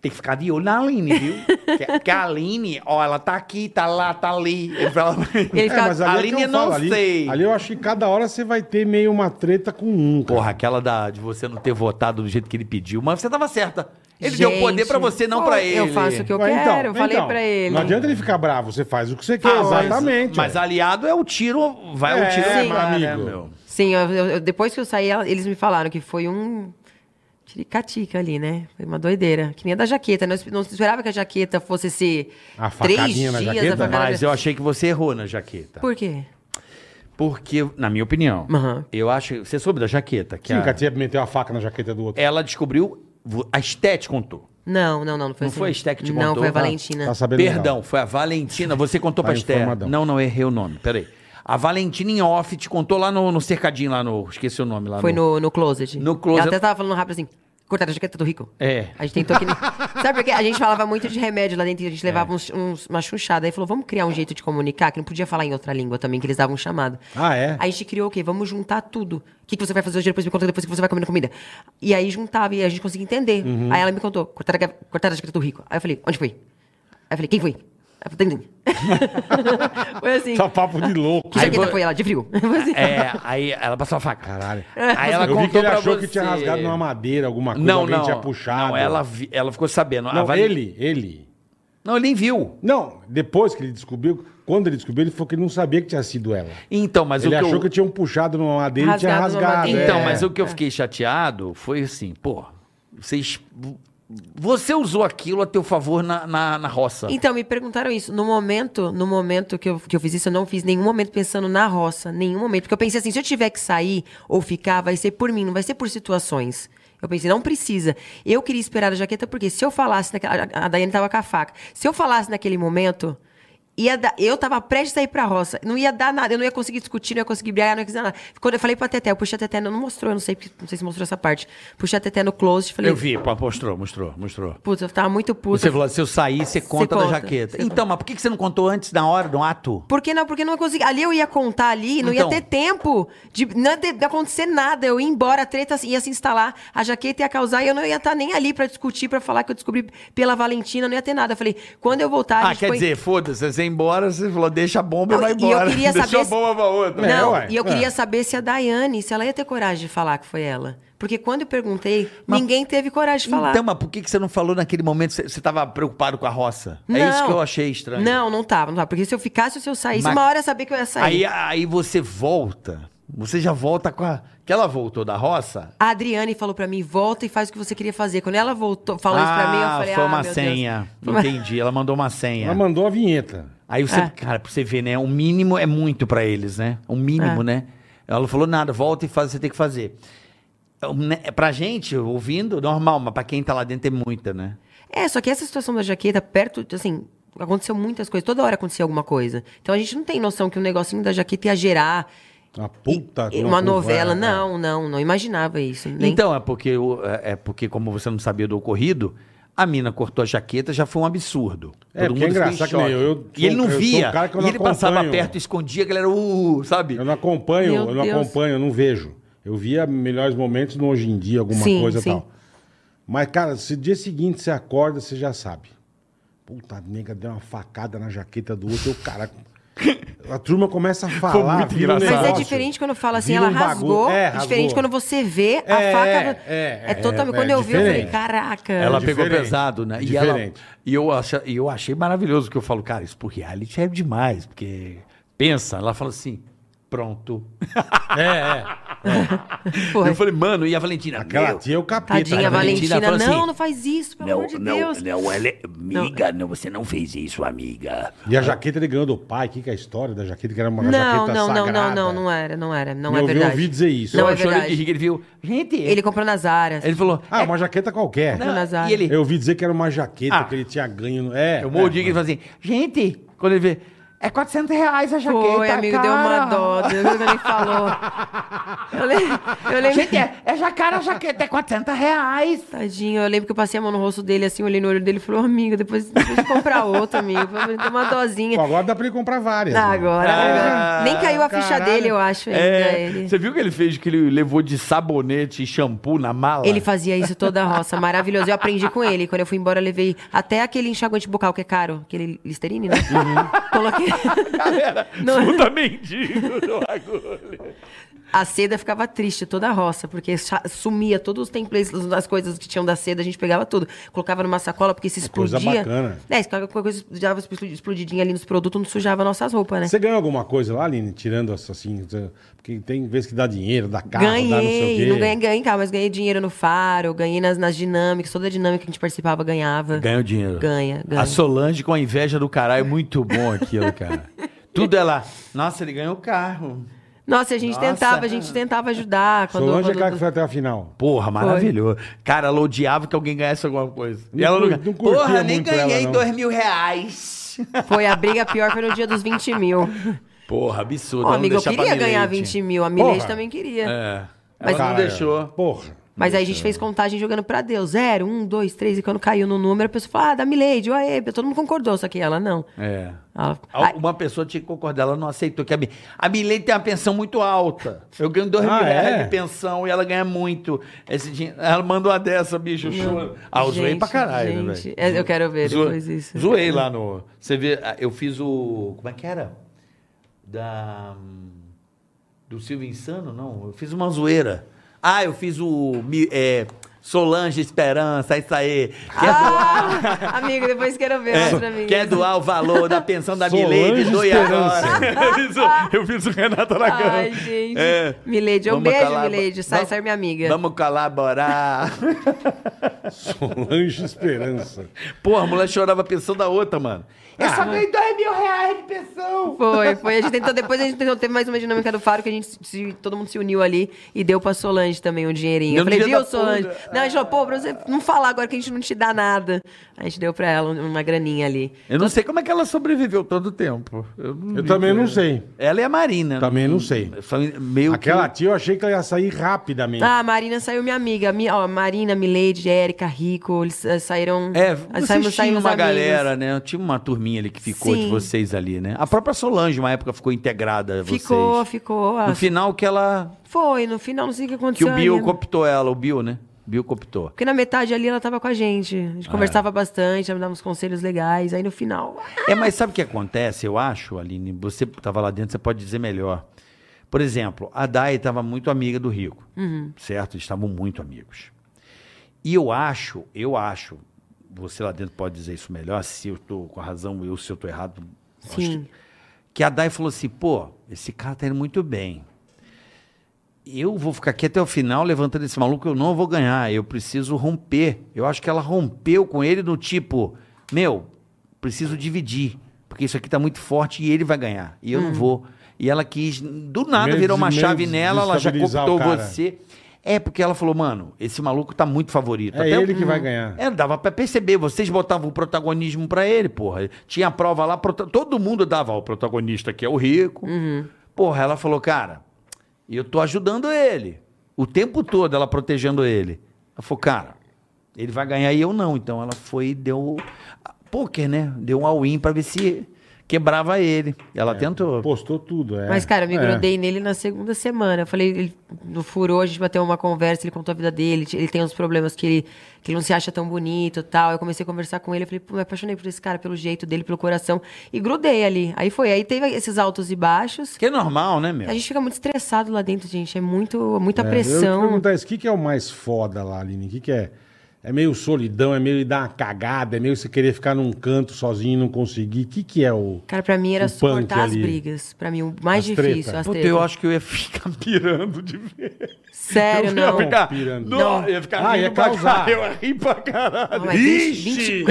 Speaker 4: tem que ficar de olho na Aline, viu? que, porque a Aline, ó, ela tá aqui, tá lá, tá ali. Ele fala...
Speaker 5: Ele
Speaker 3: É,
Speaker 5: ficava-
Speaker 3: mas ali é
Speaker 4: Aline, é
Speaker 3: que eu
Speaker 4: eu não
Speaker 3: falo, ali-
Speaker 4: sei.
Speaker 3: Ali eu acho que cada hora você vai ter meio uma treta com um, cara.
Speaker 4: Porra, aquela da, de você não ter votado do jeito que ele pediu, mas você tava certa. Ele deu
Speaker 5: Gente,
Speaker 4: poder pra você, não pra ele.
Speaker 5: Eu faço o que eu
Speaker 3: Ué,
Speaker 5: quero, eu falei
Speaker 3: então,
Speaker 5: pra ele.
Speaker 3: Não adianta ele ficar bravo, você faz o que você quer.
Speaker 4: Ah, mas-
Speaker 3: exatamente.
Speaker 4: Mas,
Speaker 3: ué.
Speaker 4: aliado é o tiro, vai
Speaker 3: É,
Speaker 4: o tiro
Speaker 3: sim.
Speaker 4: pra lá, né,
Speaker 3: amigo.
Speaker 4: meu?
Speaker 5: Sim, eu- eu- eu- depois que eu saí, ela- eles me falaram que foi um tiricatica ali, né? Foi uma doideira. Que nem a da jaqueta. né? Não, es- não esperava que a jaqueta fosse esse
Speaker 3: A facadinha
Speaker 5: três dias
Speaker 3: na
Speaker 5: a
Speaker 3: jaqueta?
Speaker 5: facada na
Speaker 4: Mas eu achei que você errou na jaqueta.
Speaker 5: Por quê?
Speaker 4: Porque, na minha opinião,
Speaker 5: Aham.
Speaker 4: eu acho. Você soube da jaqueta? Que
Speaker 3: Sim,
Speaker 4: a-
Speaker 3: o Catia meteu a faca na jaqueta do outro.
Speaker 4: ela descobriu. vo- A Estética contou.
Speaker 5: Não, não, não. Não foi,
Speaker 4: Não
Speaker 5: assim.
Speaker 4: foi a Esté que te
Speaker 5: Não,
Speaker 4: contou?
Speaker 5: foi a
Speaker 4: Tá-
Speaker 5: Valentina.
Speaker 3: tá sabendo
Speaker 4: Perdão,
Speaker 3: legal.
Speaker 4: foi a Valentina. Você contou
Speaker 3: Tá
Speaker 4: pra Esté.
Speaker 3: informadão.
Speaker 4: Não, não, errei o nome. Peraí. A Valentina em off te contou lá no, no cercadinho, lá no. Esqueci o nome lá.
Speaker 5: Foi no, no closet.
Speaker 4: No closet.
Speaker 5: Ela até tava falando rápido assim. Cortaram a jaqueta do rico.
Speaker 4: É.
Speaker 5: A gente tentou que nem... Sabe por quê? A gente falava muito de remédio lá dentro. e A
Speaker 3: É.
Speaker 5: gente levava uns, uns, uma chunchada. Aí falou, vamos criar um jeito de comunicar. Que não podia falar em outra língua também, que eles davam um chamado.
Speaker 3: Ah, é?
Speaker 5: Aí a gente criou o quê? Vamos juntar tudo. O que, que você vai fazer hoje? Depois me conta, depois que você vai comendo comida. E aí juntava e a gente conseguia entender.
Speaker 3: Uhum.
Speaker 5: Aí ela me contou, cortaram, a- cortaram a jaqueta do rico. Aí eu falei, onde foi? Aí eu falei, quem foi? Aí eu falei, "Tem-tem." Foi assim.
Speaker 3: Tá papo de louco.
Speaker 5: Que jaqueta foi ela? De frio. Foi assim.
Speaker 4: É, aí ela passou a faca.
Speaker 3: Caralho.
Speaker 4: Aí ela
Speaker 3: eu vi
Speaker 4: contou
Speaker 3: que ele
Speaker 4: pra
Speaker 3: achou
Speaker 4: você.
Speaker 3: que tinha rasgado numa madeira, alguma coisa,
Speaker 4: Não,
Speaker 3: alguém
Speaker 4: não.
Speaker 3: tinha puxado.
Speaker 4: Não, ela, vi- ela ficou sabendo. A
Speaker 3: Não,
Speaker 4: Valen-
Speaker 3: ele, ele.
Speaker 4: Não, ele nem viu.
Speaker 3: Não, depois que ele descobriu, quando ele descobriu, ele falou que ele não sabia que tinha sido ela.
Speaker 4: Então, mas
Speaker 3: ele
Speaker 4: o que eu-
Speaker 3: achou que tinham puxado numa madeira e tinha
Speaker 5: Rasgado numa
Speaker 3: rasgado.
Speaker 5: madeira.
Speaker 4: Então,
Speaker 3: é.
Speaker 4: mas o que eu fiquei chateado foi assim, pô, vocês. Você usou aquilo a teu favor na, na, na roça.
Speaker 5: Então, me perguntaram isso. No momento, no momento que eu, que eu fiz isso, eu não fiz nenhum momento pensando na roça, nenhum momento. Porque eu pensei assim, se eu tiver que sair ou ficar, vai ser por mim, não vai ser por situações. Eu pensei, não precisa. Eu queria esperar a jaqueta, porque se eu falasse naquela. A a Daiane tava com a faca. Se eu falasse naquele momento. Ia dar- eu tava prestes a ir pra roça. Não ia dar nada. Eu não ia conseguir discutir, não ia conseguir brigar, não ia conseguir nada. Quando eu falei pra Teté, eu puxei a Teté, não não mostrou, eu não sei, porque- não sei se mostrou essa parte. Puxei a Teté no closet, falei,
Speaker 4: Eu vi, pô, mostrou, mostrou, mostrou.
Speaker 5: putz, eu tava muito puta.
Speaker 4: Você falou, se eu sair, você conta da
Speaker 5: conta,
Speaker 4: jaqueta.
Speaker 5: você
Speaker 4: Então, mas por que que você não contou antes, na hora, no ato?
Speaker 5: Porque não, porque não consegui. Ali eu ia contar ali, não
Speaker 4: Então.
Speaker 5: ia ter tempo de não ia ter- de acontecer nada. Eu ia embora, a treta ia se instalar, a jaqueta ia causar e eu não ia estar nem ali pra discutir, pra falar que eu descobri pela Valentina, não ia ter nada. Eu falei, quando eu voltar, a
Speaker 4: Ah,
Speaker 5: gente
Speaker 4: quer
Speaker 5: põe-
Speaker 4: dizer, foda-se, você ia embora, você falou, deixa a bomba e
Speaker 5: Não,
Speaker 4: vai
Speaker 5: e eu
Speaker 4: embora.
Speaker 5: queria
Speaker 4: Deixou
Speaker 5: saber
Speaker 4: a
Speaker 5: se-
Speaker 4: bomba pra outra.
Speaker 3: É,
Speaker 5: Não,
Speaker 3: ué,
Speaker 5: e eu
Speaker 3: é.
Speaker 5: queria saber se a Daiane, se ela ia ter coragem de falar que foi ela. Porque quando eu perguntei, ninguém teve coragem de falar.
Speaker 4: Então, mas por que que você não falou naquele momento? Você, você tava preocupado com a roça? É isso
Speaker 5: Não.
Speaker 4: que eu achei estranho.
Speaker 5: Não, não tava, não tava. Porque se eu ficasse, se eu saísse,
Speaker 4: Mas-
Speaker 5: uma hora eu ia saber que eu ia
Speaker 4: Aí,
Speaker 5: sair.
Speaker 4: aí você volta, você já volta com a... Que ela voltou da roça,
Speaker 5: A Adriane falou pra mim, volta e faz o que você queria fazer. Quando ela voltou, falou isso pra mim, eu falei,
Speaker 4: foi
Speaker 5: ah,
Speaker 4: uma
Speaker 5: meu
Speaker 4: senha.
Speaker 5: Deus. É. Foi uma-
Speaker 4: Entendi, ela mandou uma senha.
Speaker 3: Ela mandou a vinheta.
Speaker 4: Aí você, cara, pra você ver, né? O mínimo é muito pra eles, né? O mínimo,
Speaker 5: É.
Speaker 4: né? Ela não falou nada, volta e faz o que você tem que fazer. É, né, Pra gente, ouvindo, normal, mas pra quem tá lá dentro é muita, né?
Speaker 5: É, só que essa situação da jaqueta, perto, assim, aconteceu muitas coisas. Toda hora acontecia alguma coisa. Então a gente não tem noção que um negocinho da jaqueta ia gerar
Speaker 3: Tá, Uma é. puta. de
Speaker 5: e- uma
Speaker 3: novela,
Speaker 5: novela.
Speaker 3: cara.
Speaker 5: Não, não, não imaginava isso. Nem...
Speaker 4: Então, é porque, o- é é porque, como você não sabia do ocorrido, a mina cortou a jaqueta, já foi um absurdo.
Speaker 3: É, porque
Speaker 4: ficou
Speaker 3: é
Speaker 4: em
Speaker 3: engraçado
Speaker 4: choque.
Speaker 3: que nem eu, eu
Speaker 4: e ele não
Speaker 3: sou- eu sou um
Speaker 4: via.
Speaker 3: cara que eu
Speaker 4: e
Speaker 3: não
Speaker 4: ele passava
Speaker 3: acompanho.
Speaker 4: perto, escondia, a galera, uh, sabe?
Speaker 3: Eu não acompanho,
Speaker 5: Meu
Speaker 3: eu não
Speaker 5: Deus.
Speaker 3: acompanho, eu não vejo. Eu via melhores momentos no hoje em dia, alguma
Speaker 5: Sim,
Speaker 3: coisa e
Speaker 5: sim.
Speaker 3: tal. Mas, cara, se dia seguinte você acorda, você já sabe. Puta, a nega deu uma facada na jaqueta do outro, eu, cara. A turma começa a falar.
Speaker 4: muito
Speaker 3: vira um
Speaker 4: engraçado.
Speaker 5: Mas é
Speaker 3: negócio.
Speaker 5: diferente quando fala assim,
Speaker 3: Vira
Speaker 5: ela
Speaker 3: um bagulho.
Speaker 5: rasgou.
Speaker 3: É,
Speaker 5: É,
Speaker 3: rasgou.
Speaker 5: diferente quando você vê a
Speaker 3: É,
Speaker 5: faca.
Speaker 3: é,
Speaker 5: É,
Speaker 3: é,
Speaker 5: totalmente.
Speaker 3: é,
Speaker 5: quando
Speaker 3: é
Speaker 5: eu vi, eu falei,
Speaker 3: diferente.
Speaker 5: caraca.
Speaker 4: Ela pegou
Speaker 3: É diferente.
Speaker 4: pesado, né? E, ela,
Speaker 3: Diferente.
Speaker 4: e eu, acha, e eu achei maravilhoso, que eu falo, cara, isso por reality é demais, porque pensa, ela fala assim, pronto. É,
Speaker 5: Foi.
Speaker 4: Eu falei, mano, e a Valentina?
Speaker 3: Aquela
Speaker 4: meu,
Speaker 3: tia é o capeta.
Speaker 5: Tadinha
Speaker 4: a Valentina
Speaker 5: Valentina.
Speaker 4: falou assim,
Speaker 5: não, não faz isso, pelo amor de Deus.
Speaker 1: não, ela é- amiga, não. você não fez isso, amiga.
Speaker 3: E a jaqueta ele ganhou do pai. O que, que é a história da jaqueta? Que era uma
Speaker 5: Não,
Speaker 3: jaqueta
Speaker 5: não, não,
Speaker 3: sagrada.
Speaker 5: não, não, não era, não era, não
Speaker 3: Eu ouvi-
Speaker 5: é
Speaker 3: eu
Speaker 5: verdade.
Speaker 3: ouvi dizer isso.
Speaker 5: Não é
Speaker 4: eu chorei de
Speaker 5: verdade.
Speaker 4: rir, ele viu, gente,
Speaker 5: Ele comprou nas áreas.
Speaker 4: ele falou,
Speaker 3: Ah, uma jaqueta qualquer.
Speaker 5: Não. Nazar.
Speaker 4: e ele,
Speaker 3: Eu ouvi dizer que era uma jaqueta
Speaker 4: Ah.
Speaker 3: que ele tinha ganho. no- É.
Speaker 4: Eu mordi
Speaker 3: é,
Speaker 4: e ele falou assim, gente, quando ele vê, é 400 reais a jaqueta,
Speaker 5: Foi, amigo, deu uma
Speaker 4: tá cara."
Speaker 5: dó. Deus quando ele falou. Eu, le... eu lembro.
Speaker 4: Gente, é, é jacara a jaqueta, é 400 reais.
Speaker 5: Tadinho, eu lembro que eu passei a mão no rosto dele, assim, olhei no olho dele e falei, "Ô, amigo, depois, depois de comprar outro, amigo. Deu uma
Speaker 3: Pô,
Speaker 5: dozinha.
Speaker 3: agora dá pra ele comprar várias.
Speaker 5: Ah,
Speaker 3: né?
Speaker 5: agora,
Speaker 4: Ah,
Speaker 5: agora. Nem caiu a ficha
Speaker 3: caralho. É,
Speaker 5: dele, eu acho, ainda. é, ele.
Speaker 4: É, viu que ele fez, que ele levou de sabonete e shampoo na mala?
Speaker 5: Ele fazia isso toda a roça, maravilhoso. Eu aprendi com ele. Quando eu fui embora, eu levei até aquele enxaguante bucal que é caro, aquele Listerine, né?
Speaker 3: Uhum.
Speaker 5: Coloquei.
Speaker 4: Galera,
Speaker 5: Não.
Speaker 4: puta mendigo no agulha.
Speaker 5: A seda ficava triste toda a roça, porque sa- sumia todos os templates, as coisas que tinham da seda, a gente pegava tudo. Colocava numa sacola, porque se
Speaker 3: coisa
Speaker 5: explodia.
Speaker 3: bacana.
Speaker 5: É, se qualquer coisa dava explodidinha ali nos produtos, não sujava nossas roupas, né?
Speaker 3: Você ganhou alguma coisa lá, Aline? Tirando as- assim. você- Porque tem vezes que dá dinheiro, dá carro, dá não sei o
Speaker 5: ganhei,
Speaker 3: quê.
Speaker 5: não ganhei, ganhei, cara, mas ganhei dinheiro no faro, ganhei nas, nas dinâmicas, toda a dinâmica que a gente participava ganhava.
Speaker 4: Ganha o dinheiro.
Speaker 5: Ganha, ganha.
Speaker 4: A Solange com a inveja do caralho, muito bom aquilo, cara. Tudo ela, nossa, ele ganhou o carro.
Speaker 5: Nossa, a gente
Speaker 4: Nossa.
Speaker 5: tentava, a gente tentava ajudar. Quando,
Speaker 3: Solange é
Speaker 5: quando-
Speaker 3: cara que foi até a final.
Speaker 4: Porra, maravilhoso. Cara, ela odiava que alguém ganhasse alguma coisa.
Speaker 3: Não cur-
Speaker 4: ganha-
Speaker 3: não curtia
Speaker 4: Porra, nem
Speaker 3: muito ela,
Speaker 4: ganhei
Speaker 3: não.
Speaker 4: dois mil reais.
Speaker 5: Foi a briga pior, foi no dia dos 20 mil.
Speaker 4: Porra, absurdo.
Speaker 5: Ô,
Speaker 4: ela não
Speaker 5: amigo, eu
Speaker 4: deixa pra
Speaker 5: queria ganhar
Speaker 4: Milete.
Speaker 5: 20 mil, a Milete
Speaker 3: Porra.
Speaker 5: também queria.
Speaker 4: É.
Speaker 5: Mas-
Speaker 4: ela não
Speaker 3: Cara,
Speaker 4: deixou.
Speaker 3: Porra.
Speaker 5: Mas aí a gente fez contagem jogando pra Deus. Zero, um, dois, três. E quando caiu no número, a pessoa falou, ah, da Milady, ó, aí. Todo mundo concordou, só que ela não.
Speaker 4: É.
Speaker 5: Ela-
Speaker 4: Al-
Speaker 5: Ai,
Speaker 4: Uma pessoa tinha que concordar, ela não aceitou que a, Mi- a Milene tem uma pensão muito alta. Eu ganho dois
Speaker 3: Ah,
Speaker 4: mil reais
Speaker 3: é?
Speaker 4: de pensão e ela ganha muito. Esse dinheiro, ela mandou uma dessa, bicho, eu choro. Ah, eu zoei
Speaker 5: gente,
Speaker 4: pra caralho, né, velho?
Speaker 5: gente, é,
Speaker 4: Zo-
Speaker 5: eu quero ver
Speaker 4: zo-
Speaker 5: depois isso.
Speaker 4: Zoei lá no... Você vê, ah, eu fiz o... Como é que era? Da... Do Silvio Insano, não. Eu fiz uma zoeira. Ah, eu fiz o... mi- é, Solange Esperança, isso aí. Que é
Speaker 5: Ah, amigo, depois quero ver.
Speaker 4: é,
Speaker 5: mostra pra mim.
Speaker 4: quer doar o valor da pensão da
Speaker 3: Solange
Speaker 4: Milady, doe agora.
Speaker 3: Esperança.
Speaker 4: eu, fiz o, eu fiz o Renato Aragão.
Speaker 5: Ai, gente.
Speaker 4: É.
Speaker 5: Milady, um
Speaker 4: Vamos
Speaker 5: beijo,
Speaker 4: colabo-
Speaker 5: Milady. Sai,
Speaker 4: vamos-
Speaker 5: sai minha amiga.
Speaker 4: Vamos colaborar.
Speaker 3: Solange Esperança.
Speaker 4: Porra, a mulher chorava a pensão da outra, mano. Eu
Speaker 3: Ah,
Speaker 4: só ganhei dois mil reais de pensão.
Speaker 5: Foi, foi. A gente tentou, depois a gente tentou, teve mais uma dinâmica do Faro que a gente se- todo mundo se uniu ali e deu pra Solange também um dinheirinho.
Speaker 4: Deu
Speaker 5: Eu falei,
Speaker 4: dinheiro
Speaker 5: viu,
Speaker 4: da
Speaker 5: Solange?
Speaker 4: puta.
Speaker 5: Não, a gente falou, pô, pra você não falar agora que a gente não te dá nada. A gente deu pra ela um- uma graninha ali.
Speaker 4: Eu não sei como é que ela sobreviveu todo o tempo. Eu, não
Speaker 3: Eu
Speaker 4: vi.
Speaker 3: também não sei.
Speaker 4: Ela e a Marina. né?
Speaker 3: Também não sei.
Speaker 4: São meio que-
Speaker 3: Aquela tia eu achei que ela ia sair rapidamente.
Speaker 5: Ah, a Marina saiu minha amiga. Mi- ó, Marina, Milady, Érica, Rico, eles eh, saíram.
Speaker 4: É,
Speaker 5: ah,
Speaker 4: vocês
Speaker 5: saímos-
Speaker 4: tinham
Speaker 5: saímos
Speaker 4: uma
Speaker 5: amigos.
Speaker 4: galera, né? Tinha uma turminha ali que ficou de
Speaker 5: Sim.
Speaker 4: vocês ali, né? A própria Solange, uma época, ficou integrada a vocês.
Speaker 5: Ficou, ficou. ah,
Speaker 4: No final que ela
Speaker 5: Foi, no final, não sei o que
Speaker 4: Que
Speaker 5: aconteceu.
Speaker 4: o Bill
Speaker 5: ali.
Speaker 4: cooptou ela, o Bill, né? Bill cooptou.
Speaker 5: Porque na metade ali ela tava com a gente. A
Speaker 4: Ah,
Speaker 5: gente conversava bastante, ela me dava uns conselhos legais. Aí no final.
Speaker 4: É, mas sabe o que acontece? Eu acho, Aline, você que tava lá dentro, você pode dizer melhor. Por exemplo, a Dai estava muito amiga do Rico, certo? Eles estavam muito amigos. E eu acho, eu acho, você lá dentro pode dizer isso melhor, se eu tô com a razão, eu se eu tô errado, acho
Speaker 5: Sim.
Speaker 4: que- que a Dai falou assim, pô, esse cara tá indo muito bem. Eu vou ficar aqui até o final levantando esse maluco, eu não vou ganhar, eu preciso romper. Eu acho que ela rompeu com ele no tipo, meu, preciso dividir, porque isso aqui tá muito forte e ele vai ganhar, e eu não vou. E ela quis, do nada
Speaker 3: Hum. Meio
Speaker 4: virou uma
Speaker 3: des-
Speaker 4: chave
Speaker 3: meio
Speaker 4: nela, ela já
Speaker 3: desestabilizar o
Speaker 4: cooptou
Speaker 3: cara.
Speaker 4: você. É porque ela falou, mano, esse maluco tá muito favorito.
Speaker 3: É ele que vai ganhar.
Speaker 4: É, dava pra perceber. Vocês botavam o protagonismo pra ele, porra. Tinha a prova lá, prota- todo mundo dava ó, o protagonista, que é o rico.
Speaker 5: Uhum.
Speaker 4: Porra, ela falou, cara, eu tô ajudando ele. O tempo todo ela protegendo ele. Ela falou, cara, ele vai ganhar e eu não. Então ela foi e deu poker, né? Deu um all-in pra ver se quebrava ele. Ela
Speaker 3: É.
Speaker 4: tentou.
Speaker 3: Postou tudo, é.
Speaker 5: Mas, cara, eu me
Speaker 3: É.
Speaker 5: grudei nele na segunda semana. Eu falei, ele no furou, a gente bateu uma conversa, ele contou a vida dele, ele tem uns problemas que ele, que ele não se acha tão bonito e tal. Eu comecei a conversar com ele, eu falei, pô, me apaixonei por esse cara, pelo jeito dele, pelo coração. E grudei ali. Aí foi, aí teve esses altos e baixos.
Speaker 4: Que é normal, né, meu?
Speaker 5: A gente fica muito estressado lá dentro, gente. É muito, muita
Speaker 3: É, Eu ia te
Speaker 5: pressão.
Speaker 3: perguntar isso, o que, que é o mais foda lá, Aline? O que, que é? É meio solidão, é meio dar uma cagada, é meio você querer ficar num canto sozinho e não conseguir. O que, que é o.
Speaker 5: Cara, pra mim era
Speaker 3: o punk
Speaker 5: suportar as
Speaker 3: ali.
Speaker 5: brigas. Pra mim, o mais
Speaker 3: As
Speaker 5: difícil,
Speaker 3: treta.
Speaker 5: as
Speaker 4: Puta,
Speaker 5: tretas.
Speaker 4: eu acho que eu ia ficar pirando de ver.
Speaker 5: Sério,
Speaker 4: Eu
Speaker 5: não.
Speaker 4: ia ficar.
Speaker 3: pirando.
Speaker 4: Não,
Speaker 3: Não.
Speaker 4: eu ia ficar
Speaker 3: Ah,
Speaker 4: rindo
Speaker 3: ia
Speaker 4: pra
Speaker 3: causar.
Speaker 4: caralho, Eu ia rir pra caralho.
Speaker 5: Não, mas vinte- vinte-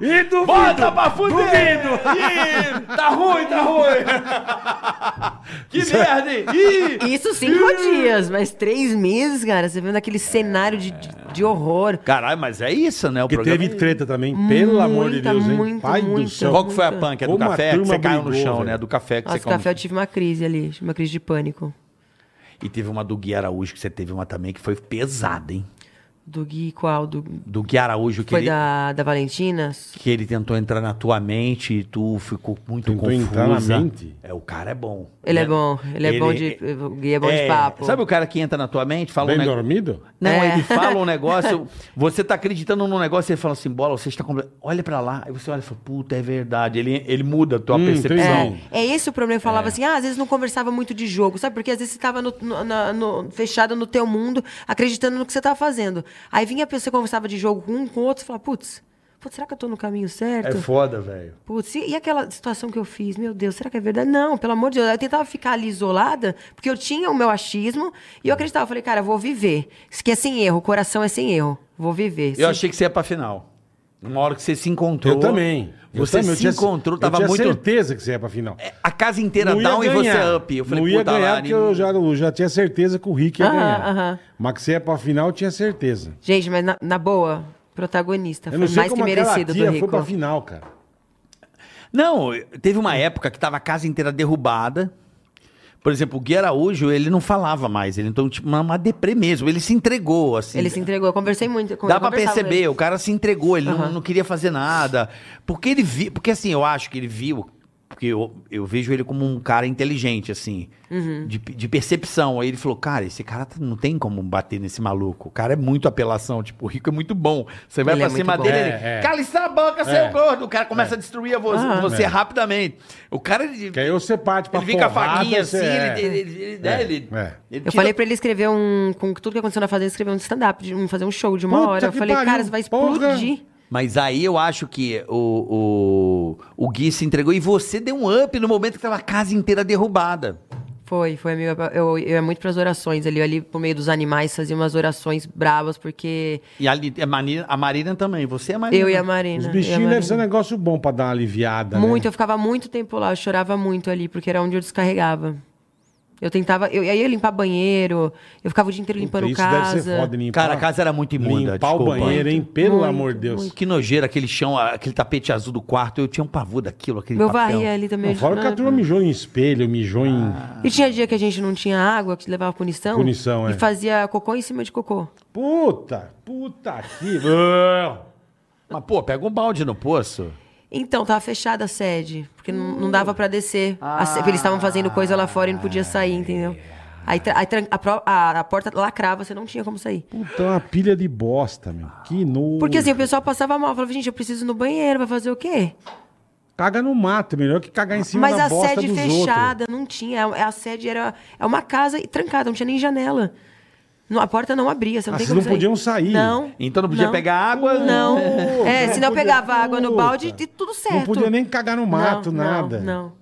Speaker 7: E duvido!
Speaker 4: Bota pra fuder! Ih, tá ruim, tá ruim! que merda, hein? Ih!
Speaker 5: Isso cinco dias, mas três meses, cara, você vendo aquele cenário de, de, de horror.
Speaker 4: Caralho, mas é isso, né? O
Speaker 3: Porque
Speaker 4: programa.
Speaker 3: teve treta também, pelo amor de
Speaker 5: Muita,
Speaker 3: Deus, hein?
Speaker 5: muita,
Speaker 3: Pai do
Speaker 5: muita.
Speaker 3: céu.
Speaker 4: Qual que foi a punk? É do
Speaker 3: Como a
Speaker 4: café? Que
Speaker 3: turma
Speaker 4: você caiu no
Speaker 3: brigou,
Speaker 4: chão, né?
Speaker 3: velho.
Speaker 4: Do café que
Speaker 5: Nossa,
Speaker 4: você come.
Speaker 5: café é eu tive uma crise ali, uma crise de pânico.
Speaker 4: E teve uma do Gui Araújo, que você teve uma também, que foi pesada, hein?
Speaker 5: Do Gui, qual? Do,
Speaker 4: Do Gui Araújo, que
Speaker 5: foi
Speaker 4: ele...
Speaker 5: da, da Valentina?
Speaker 4: que ele tentou entrar na tua mente e tu ficou muito
Speaker 3: Tentou
Speaker 4: confusa.
Speaker 3: entrar na mente?
Speaker 4: É, o cara é bom.
Speaker 5: Ele é bom, ele é bom de- o Gui é bom de papo.
Speaker 4: Sabe o cara que entra na tua mente, fala
Speaker 3: Bem
Speaker 4: um negócio...
Speaker 3: dormido?
Speaker 4: Não,
Speaker 5: É.
Speaker 4: ele fala um negócio, você tá acreditando num negócio, ele fala assim, bola, você está... complet- Olha pra lá, aí você olha e fala, puta, é verdade. Ele, ele muda a tua
Speaker 3: Hum,
Speaker 4: percepção.
Speaker 3: entendi.
Speaker 5: É, é esse o problema. Eu falava assim, ah, às vezes não conversava muito de jogo, sabe? Porque às vezes você tava no, no- na- no- fechado no teu mundo, acreditando no que você tava fazendo. Aí vinha a pessoa conversava de jogo com um, com outro, e falava, putz, putz, será que eu tô no caminho
Speaker 4: É.
Speaker 5: certo?
Speaker 3: É
Speaker 4: foda, velho.
Speaker 5: Putz, e e aquela situação que eu fiz? Meu Deus, será que é verdade? Não, pelo amor de Deus. Eu tentava ficar ali isolada, porque eu tinha o meu achismo e eu acreditava. Eu falei, cara, eu vou viver. Isso que é sem erro, o coração é sem erro. Vou viver.
Speaker 4: Eu
Speaker 5: Sim.
Speaker 4: achei que você ia pra final. Uma hora que você se encontrou...
Speaker 3: Eu também. Eu
Speaker 4: Você
Speaker 3: também, eu
Speaker 4: se
Speaker 3: tinha-
Speaker 4: encontrou, tava
Speaker 3: eu tinha
Speaker 4: muito...
Speaker 3: certeza que você ia pra final.
Speaker 4: A casa inteira down e você up. Eu falei, tá
Speaker 3: não ia
Speaker 4: puta,
Speaker 3: ganhar
Speaker 4: Lari,
Speaker 3: porque eu já, eu já tinha certeza que o Rick ia
Speaker 5: Aham,
Speaker 3: ganhar.
Speaker 5: aham.
Speaker 3: Mas que você ia pra final, eu tinha certeza.
Speaker 5: Gente, mas na, na boa, protagonista.
Speaker 3: Eu
Speaker 5: Foi
Speaker 3: não sei
Speaker 5: mais que
Speaker 3: como aquela
Speaker 5: merecido do
Speaker 3: tia foi
Speaker 5: Rico.
Speaker 3: pra final, cara.
Speaker 4: Não, teve uma época que tava a casa inteira derrubada. Por exemplo, o Gui Araújo, ele não falava mais. Ele então, tipo, uma, uma deprê mesmo. Ele se entregou, assim.
Speaker 3: né?
Speaker 5: Ele se entregou. Eu conversei muito com
Speaker 4: Dá
Speaker 5: eu
Speaker 4: pra
Speaker 5: conversava
Speaker 4: perceber,
Speaker 5: com
Speaker 4: o cara se entregou, ele não,
Speaker 5: é Aham.
Speaker 4: não queria fazer nada. Porque ele viu. Porque assim, eu acho que ele viu. Porque eu, eu vejo ele como um cara inteligente, assim,
Speaker 5: Uhum.
Speaker 4: de, de percepção. Aí ele falou: Cara, esse cara tá- não tem como bater nesse maluco. O cara é muito apelação. Tipo, o rico é muito bom. Você vai
Speaker 5: Ele
Speaker 4: pra
Speaker 5: é muito
Speaker 4: cima
Speaker 5: bom.
Speaker 4: dele,
Speaker 3: É,
Speaker 4: ele.
Speaker 3: é.
Speaker 4: Cala essa boca, seu
Speaker 3: É.
Speaker 4: gordo. O cara começa a destruir a vo-
Speaker 5: Aham.
Speaker 4: você
Speaker 3: É.
Speaker 4: rapidamente. O cara. Ele,
Speaker 3: Que aí você parte pra
Speaker 4: ele vem com a
Speaker 3: porrada,
Speaker 4: faquinha assim,
Speaker 3: você- é.
Speaker 4: ele, ele, ele, né,
Speaker 3: É,
Speaker 4: ele-
Speaker 3: é.
Speaker 4: ele
Speaker 5: Eu
Speaker 4: tira-
Speaker 5: falei pra ele escrever um. Com tudo que aconteceu na fazenda, escrever um stand-up, de um- fazer um show de uma
Speaker 3: Puta
Speaker 5: hora. Eu
Speaker 3: que
Speaker 5: falei,
Speaker 3: pariu,
Speaker 5: cara, você vai
Speaker 3: porra.
Speaker 5: explodir.
Speaker 4: Mas aí eu acho que o, o, o Gui se entregou e você deu um up no momento que tava a casa inteira derrubada.
Speaker 5: Foi, foi amigo. Eu, eu ia muito pras orações ali. Eu ali por meio dos animais fazia umas orações bravas, porque
Speaker 4: E ali, a, Marina, a Marina também, você é a Marina.
Speaker 5: eu e a
Speaker 3: Os
Speaker 5: Marina. né? eu e a
Speaker 3: bichinhos devem ser um
Speaker 5: Marina.
Speaker 3: negócio bom pra dar uma aliviada, né?
Speaker 5: Muito, eu ficava muito tempo lá, eu chorava muito ali, porque era onde eu descarregava. Eu tentava. Eu, eu ia limpar banheiro, eu ficava o dia inteiro limpando
Speaker 3: Isso
Speaker 5: casa.
Speaker 3: deve ser foda limpar.
Speaker 4: Cara, a casa era muito imunda,
Speaker 3: Limpar o
Speaker 4: desculpa.
Speaker 3: banheiro, hein? Pelo
Speaker 5: Muito,
Speaker 3: amor de Deus.
Speaker 4: Que nojeira, aquele chão, aquele tapete azul do quarto, eu tinha um pavor daquilo, aquele
Speaker 5: Meu
Speaker 4: papel.
Speaker 5: varria ali também.
Speaker 3: Não, fora que a turma mijou em espelho, mijou em...
Speaker 5: E tinha dia que a gente não tinha água, que levava punição.
Speaker 3: Punição,
Speaker 5: E
Speaker 3: é.
Speaker 5: fazia cocô em cima de cocô.
Speaker 3: Puta, puta que... Ah!
Speaker 4: Mas, pô, pega um balde no poço.
Speaker 5: Então, tava fechada a sede, porque não, não dava pra descer. A se- eles estavam fazendo coisa lá fora e não podia sair, entendeu? Aí, tra- aí tran- a, pro- a- a porta lacrava, você não tinha como sair.
Speaker 3: Puta, é uma pilha de bosta, meu. Que nojo.
Speaker 5: Porque assim, o pessoal passava mal, falava, gente, eu preciso ir no banheiro, vai fazer o quê?
Speaker 3: Caga no mato, melhor que cagar em cima
Speaker 5: Mas
Speaker 3: da
Speaker 5: a
Speaker 3: bosta
Speaker 5: sede
Speaker 3: dos
Speaker 5: fechada, não tinha. A a sede era é uma casa e trancada, não tinha nem janela. Não, A porta não abria, você não
Speaker 3: Ah,
Speaker 5: tem
Speaker 3: vocês
Speaker 5: como
Speaker 3: não podiam sair.
Speaker 5: Não.
Speaker 4: Então não podia pegar água?
Speaker 5: Não.
Speaker 3: Pô,
Speaker 5: é,
Speaker 3: não
Speaker 5: senão eu
Speaker 3: podia-
Speaker 5: pegava água no
Speaker 3: Puta.
Speaker 5: balde e tudo certo.
Speaker 3: Não podia nem cagar no mato,
Speaker 5: Não,
Speaker 3: nada.
Speaker 5: Não, não.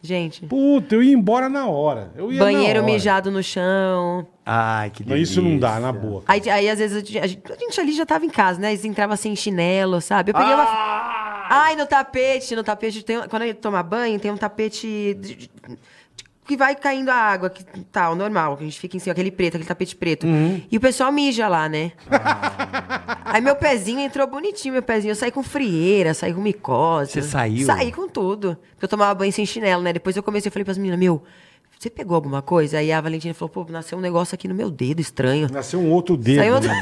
Speaker 5: Gente.
Speaker 3: Puta, eu ia embora na hora. Eu ia na
Speaker 5: Banheiro
Speaker 3: hora.
Speaker 5: mijado no chão.
Speaker 4: Ai, que
Speaker 3: Não,
Speaker 4: delícia.
Speaker 3: isso não dá, né? na boa.
Speaker 5: Aí, aí, às vezes, a gente, a gente- a gente ali já tava em casa, né? Eles entravam assim, em chinelo, sabe? Eu peguei uma...
Speaker 4: Ah,
Speaker 5: Ai, no tapete, no tapete. Tem, quando eu ia tomar banho, tem um tapete um de- de- de- que vai caindo a água, que tal, normal, que a gente fica em cima, aquele preto, aquele tapete preto. E o pessoal mija lá, né? Aí meu pezinho entrou bonitinho, meu pezinho. Eu saí com frieira, saí com micose.
Speaker 4: Você saiu?
Speaker 5: Saí com tudo. Porque eu tomava banho sem chinelo, né? Depois eu comecei, eu falei pras meninas, meu, você pegou alguma coisa? Aí a Valentina falou, pô, nasceu um negócio aqui no meu dedo estranho.
Speaker 3: Nasceu um outro dedo.
Speaker 5: Saiu outro-
Speaker 3: né?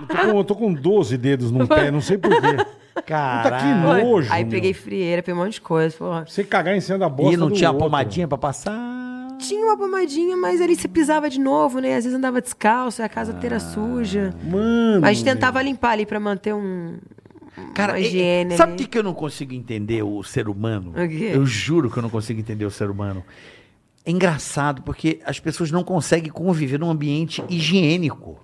Speaker 3: Eu tô com, eu tô com 12 dedos num pé, não sei porquê. Puta que
Speaker 4: Caralho.
Speaker 3: nojo.
Speaker 5: Aí
Speaker 3: meu.
Speaker 5: peguei frieira, peguei um monte de coisa, porra.
Speaker 3: Você cagar em cima da bosta.
Speaker 4: E não
Speaker 3: do
Speaker 4: tinha
Speaker 3: outro.
Speaker 4: pomadinha pra passar?
Speaker 5: Tinha uma pomadinha, mas ele se pisava de novo, né? Às vezes andava descalço, e a casa inteira suja.
Speaker 3: Ah, Mano.
Speaker 5: Mas a gente tentava limpar ali pra manter um.
Speaker 4: Cara,
Speaker 3: é,
Speaker 5: uma
Speaker 4: e- e-
Speaker 5: higiene. né?
Speaker 4: sabe o
Speaker 5: ali.
Speaker 4: que, que eu não consigo entender o ser humano?
Speaker 5: O quê?
Speaker 4: Eu juro que eu não consigo entender o ser humano. É engraçado porque as pessoas não conseguem conviver num ambiente higiênico.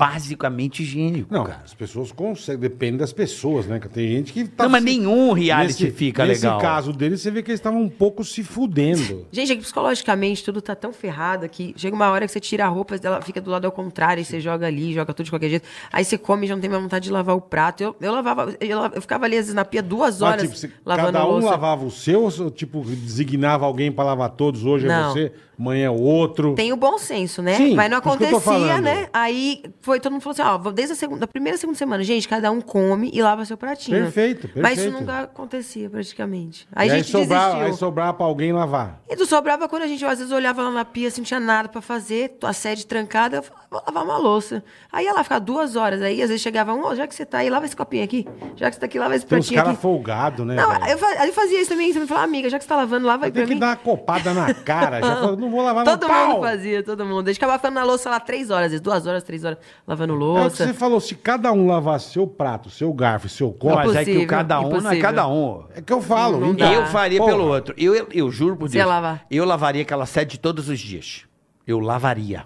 Speaker 4: Basicamente higiênico,
Speaker 3: Não,
Speaker 4: cara.
Speaker 3: as pessoas conseguem, depende das pessoas, né? Tem gente que tá.
Speaker 4: não, mas
Speaker 3: se-
Speaker 4: nenhum reality
Speaker 3: nesse-
Speaker 4: fica
Speaker 3: nesse
Speaker 4: legal.
Speaker 3: caso deles, você vê que eles estavam um pouco se fudendo.
Speaker 5: Gente, é que psicologicamente tudo tá tão ferrado que chega uma hora que você tira a roupa, ela fica do lado ao contrário, e você joga ali, joga tudo de qualquer jeito. Aí você come e já não tem mais vontade de lavar o prato. Eu, eu lavava, eu, la- eu ficava ali às vezes na pia duas
Speaker 3: Mas,
Speaker 5: horas
Speaker 3: tipo, você-
Speaker 5: lavando
Speaker 3: cada
Speaker 5: a
Speaker 3: um
Speaker 5: louça.
Speaker 3: lavava o seu, ou você, tipo, designava alguém pra lavar todos, hoje é
Speaker 5: Não.
Speaker 3: você, amanhã é o outro.
Speaker 5: Tem o bom senso, né?
Speaker 3: Sim,
Speaker 5: Mas não
Speaker 3: por isso que eu tô
Speaker 5: acontecia,
Speaker 3: falando.
Speaker 5: né? Aí foi, todo mundo falou assim, ó, vou- desde a segunda, da primeira a segunda semana, gente, cada um come e lava seu pratinho.
Speaker 3: Perfeito, perfeito.
Speaker 5: Mas isso nunca acontecia praticamente. Aí
Speaker 3: E
Speaker 5: a gente
Speaker 3: sobrava, aí
Speaker 5: desistiu.
Speaker 3: sobrava pra alguém lavar.
Speaker 5: E tu sobrava quando a gente, às vezes, olhava lá na pia, assim, não tinha nada pra fazer, a sede trancada, eu falava, vou lavar uma louça. Aí ia lá ficar duas horas, aí às vezes chegava um, ó, já que você tá aí, lava esse copinho aqui, já que você tá aqui, lava esse
Speaker 3: Tem uns
Speaker 5: pratinho
Speaker 3: caras
Speaker 5: aqui.
Speaker 3: folgados, né?
Speaker 5: Não,
Speaker 3: velho?
Speaker 5: eu, fa- eu fazia isso também, você me falava, amiga, já que você tá lavando, lava aí pra
Speaker 3: Tem que
Speaker 5: mim.
Speaker 3: dar uma copada na cara. Já falou, não vou lavar
Speaker 5: Ah, Todo
Speaker 3: no
Speaker 5: mundo
Speaker 3: pau.
Speaker 5: fazia, todo mundo. A gente acabava ficando na louça lá três horas, às vezes, duas horas, três horas, lavando
Speaker 3: É o que
Speaker 5: louça.
Speaker 3: você falou, se cada um lavar seu prato, seu garfo, e seu
Speaker 4: Não,
Speaker 3: copo,
Speaker 4: mas é que o
Speaker 5: Impossível,
Speaker 4: cada um não é
Speaker 5: impossível.
Speaker 4: cada um.
Speaker 3: é que eu falo.
Speaker 5: Não
Speaker 3: então.
Speaker 5: dá.
Speaker 4: Eu faria
Speaker 3: Porra.
Speaker 4: pelo outro. Eu, eu, eu juro por
Speaker 5: Você
Speaker 4: Deus.
Speaker 5: ia lavar?
Speaker 4: Eu lavaria aquela sede todos os dias. Eu lavaria.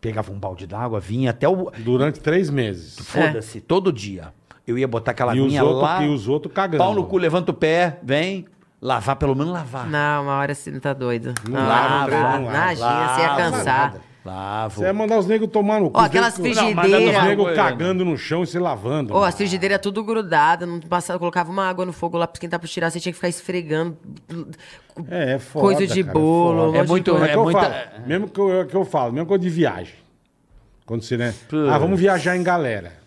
Speaker 4: Pegava um balde d'água, vinha até o.
Speaker 3: Durante três meses.
Speaker 5: É.
Speaker 4: Foda-se, todo dia. Eu ia botar aquela
Speaker 3: E os
Speaker 4: minha
Speaker 3: outros-
Speaker 4: lá.
Speaker 3: e os outros cagando.
Speaker 4: Pau no cu, levanta o pé, vem. Lavar, pelo menos lavar.
Speaker 5: Não, uma hora você não tá doido.
Speaker 3: Não
Speaker 5: Não,
Speaker 3: lava,
Speaker 5: lava,
Speaker 3: não lava, não
Speaker 5: imagina, você ia
Speaker 4: lava.
Speaker 5: cansar.
Speaker 4: Lavo.
Speaker 3: Você é ia mandar os negros tomar no cu. os
Speaker 5: aquelas
Speaker 3: negros-
Speaker 5: frigideiras.
Speaker 3: Não, mandando Os
Speaker 4: Não,
Speaker 3: negros
Speaker 4: é.
Speaker 3: cagando no chão e se lavando.
Speaker 5: Ó, a frigideira tudo grudada, não passava, colocava uma água no fogo lá pra esquentar pra tirar, você tinha que ficar esfregando.
Speaker 3: É, é foda,
Speaker 5: Coisa de
Speaker 3: cara, é
Speaker 5: bolo,
Speaker 3: foda.
Speaker 5: um monte de
Speaker 4: muito-
Speaker 5: coisa.
Speaker 3: É que eu
Speaker 4: muita-
Speaker 3: falo, mesmo que eu, é que eu falo, mesmo coisa de viagem. Quando você, né?
Speaker 4: Putz.
Speaker 3: Ah, vamos viajar em galera.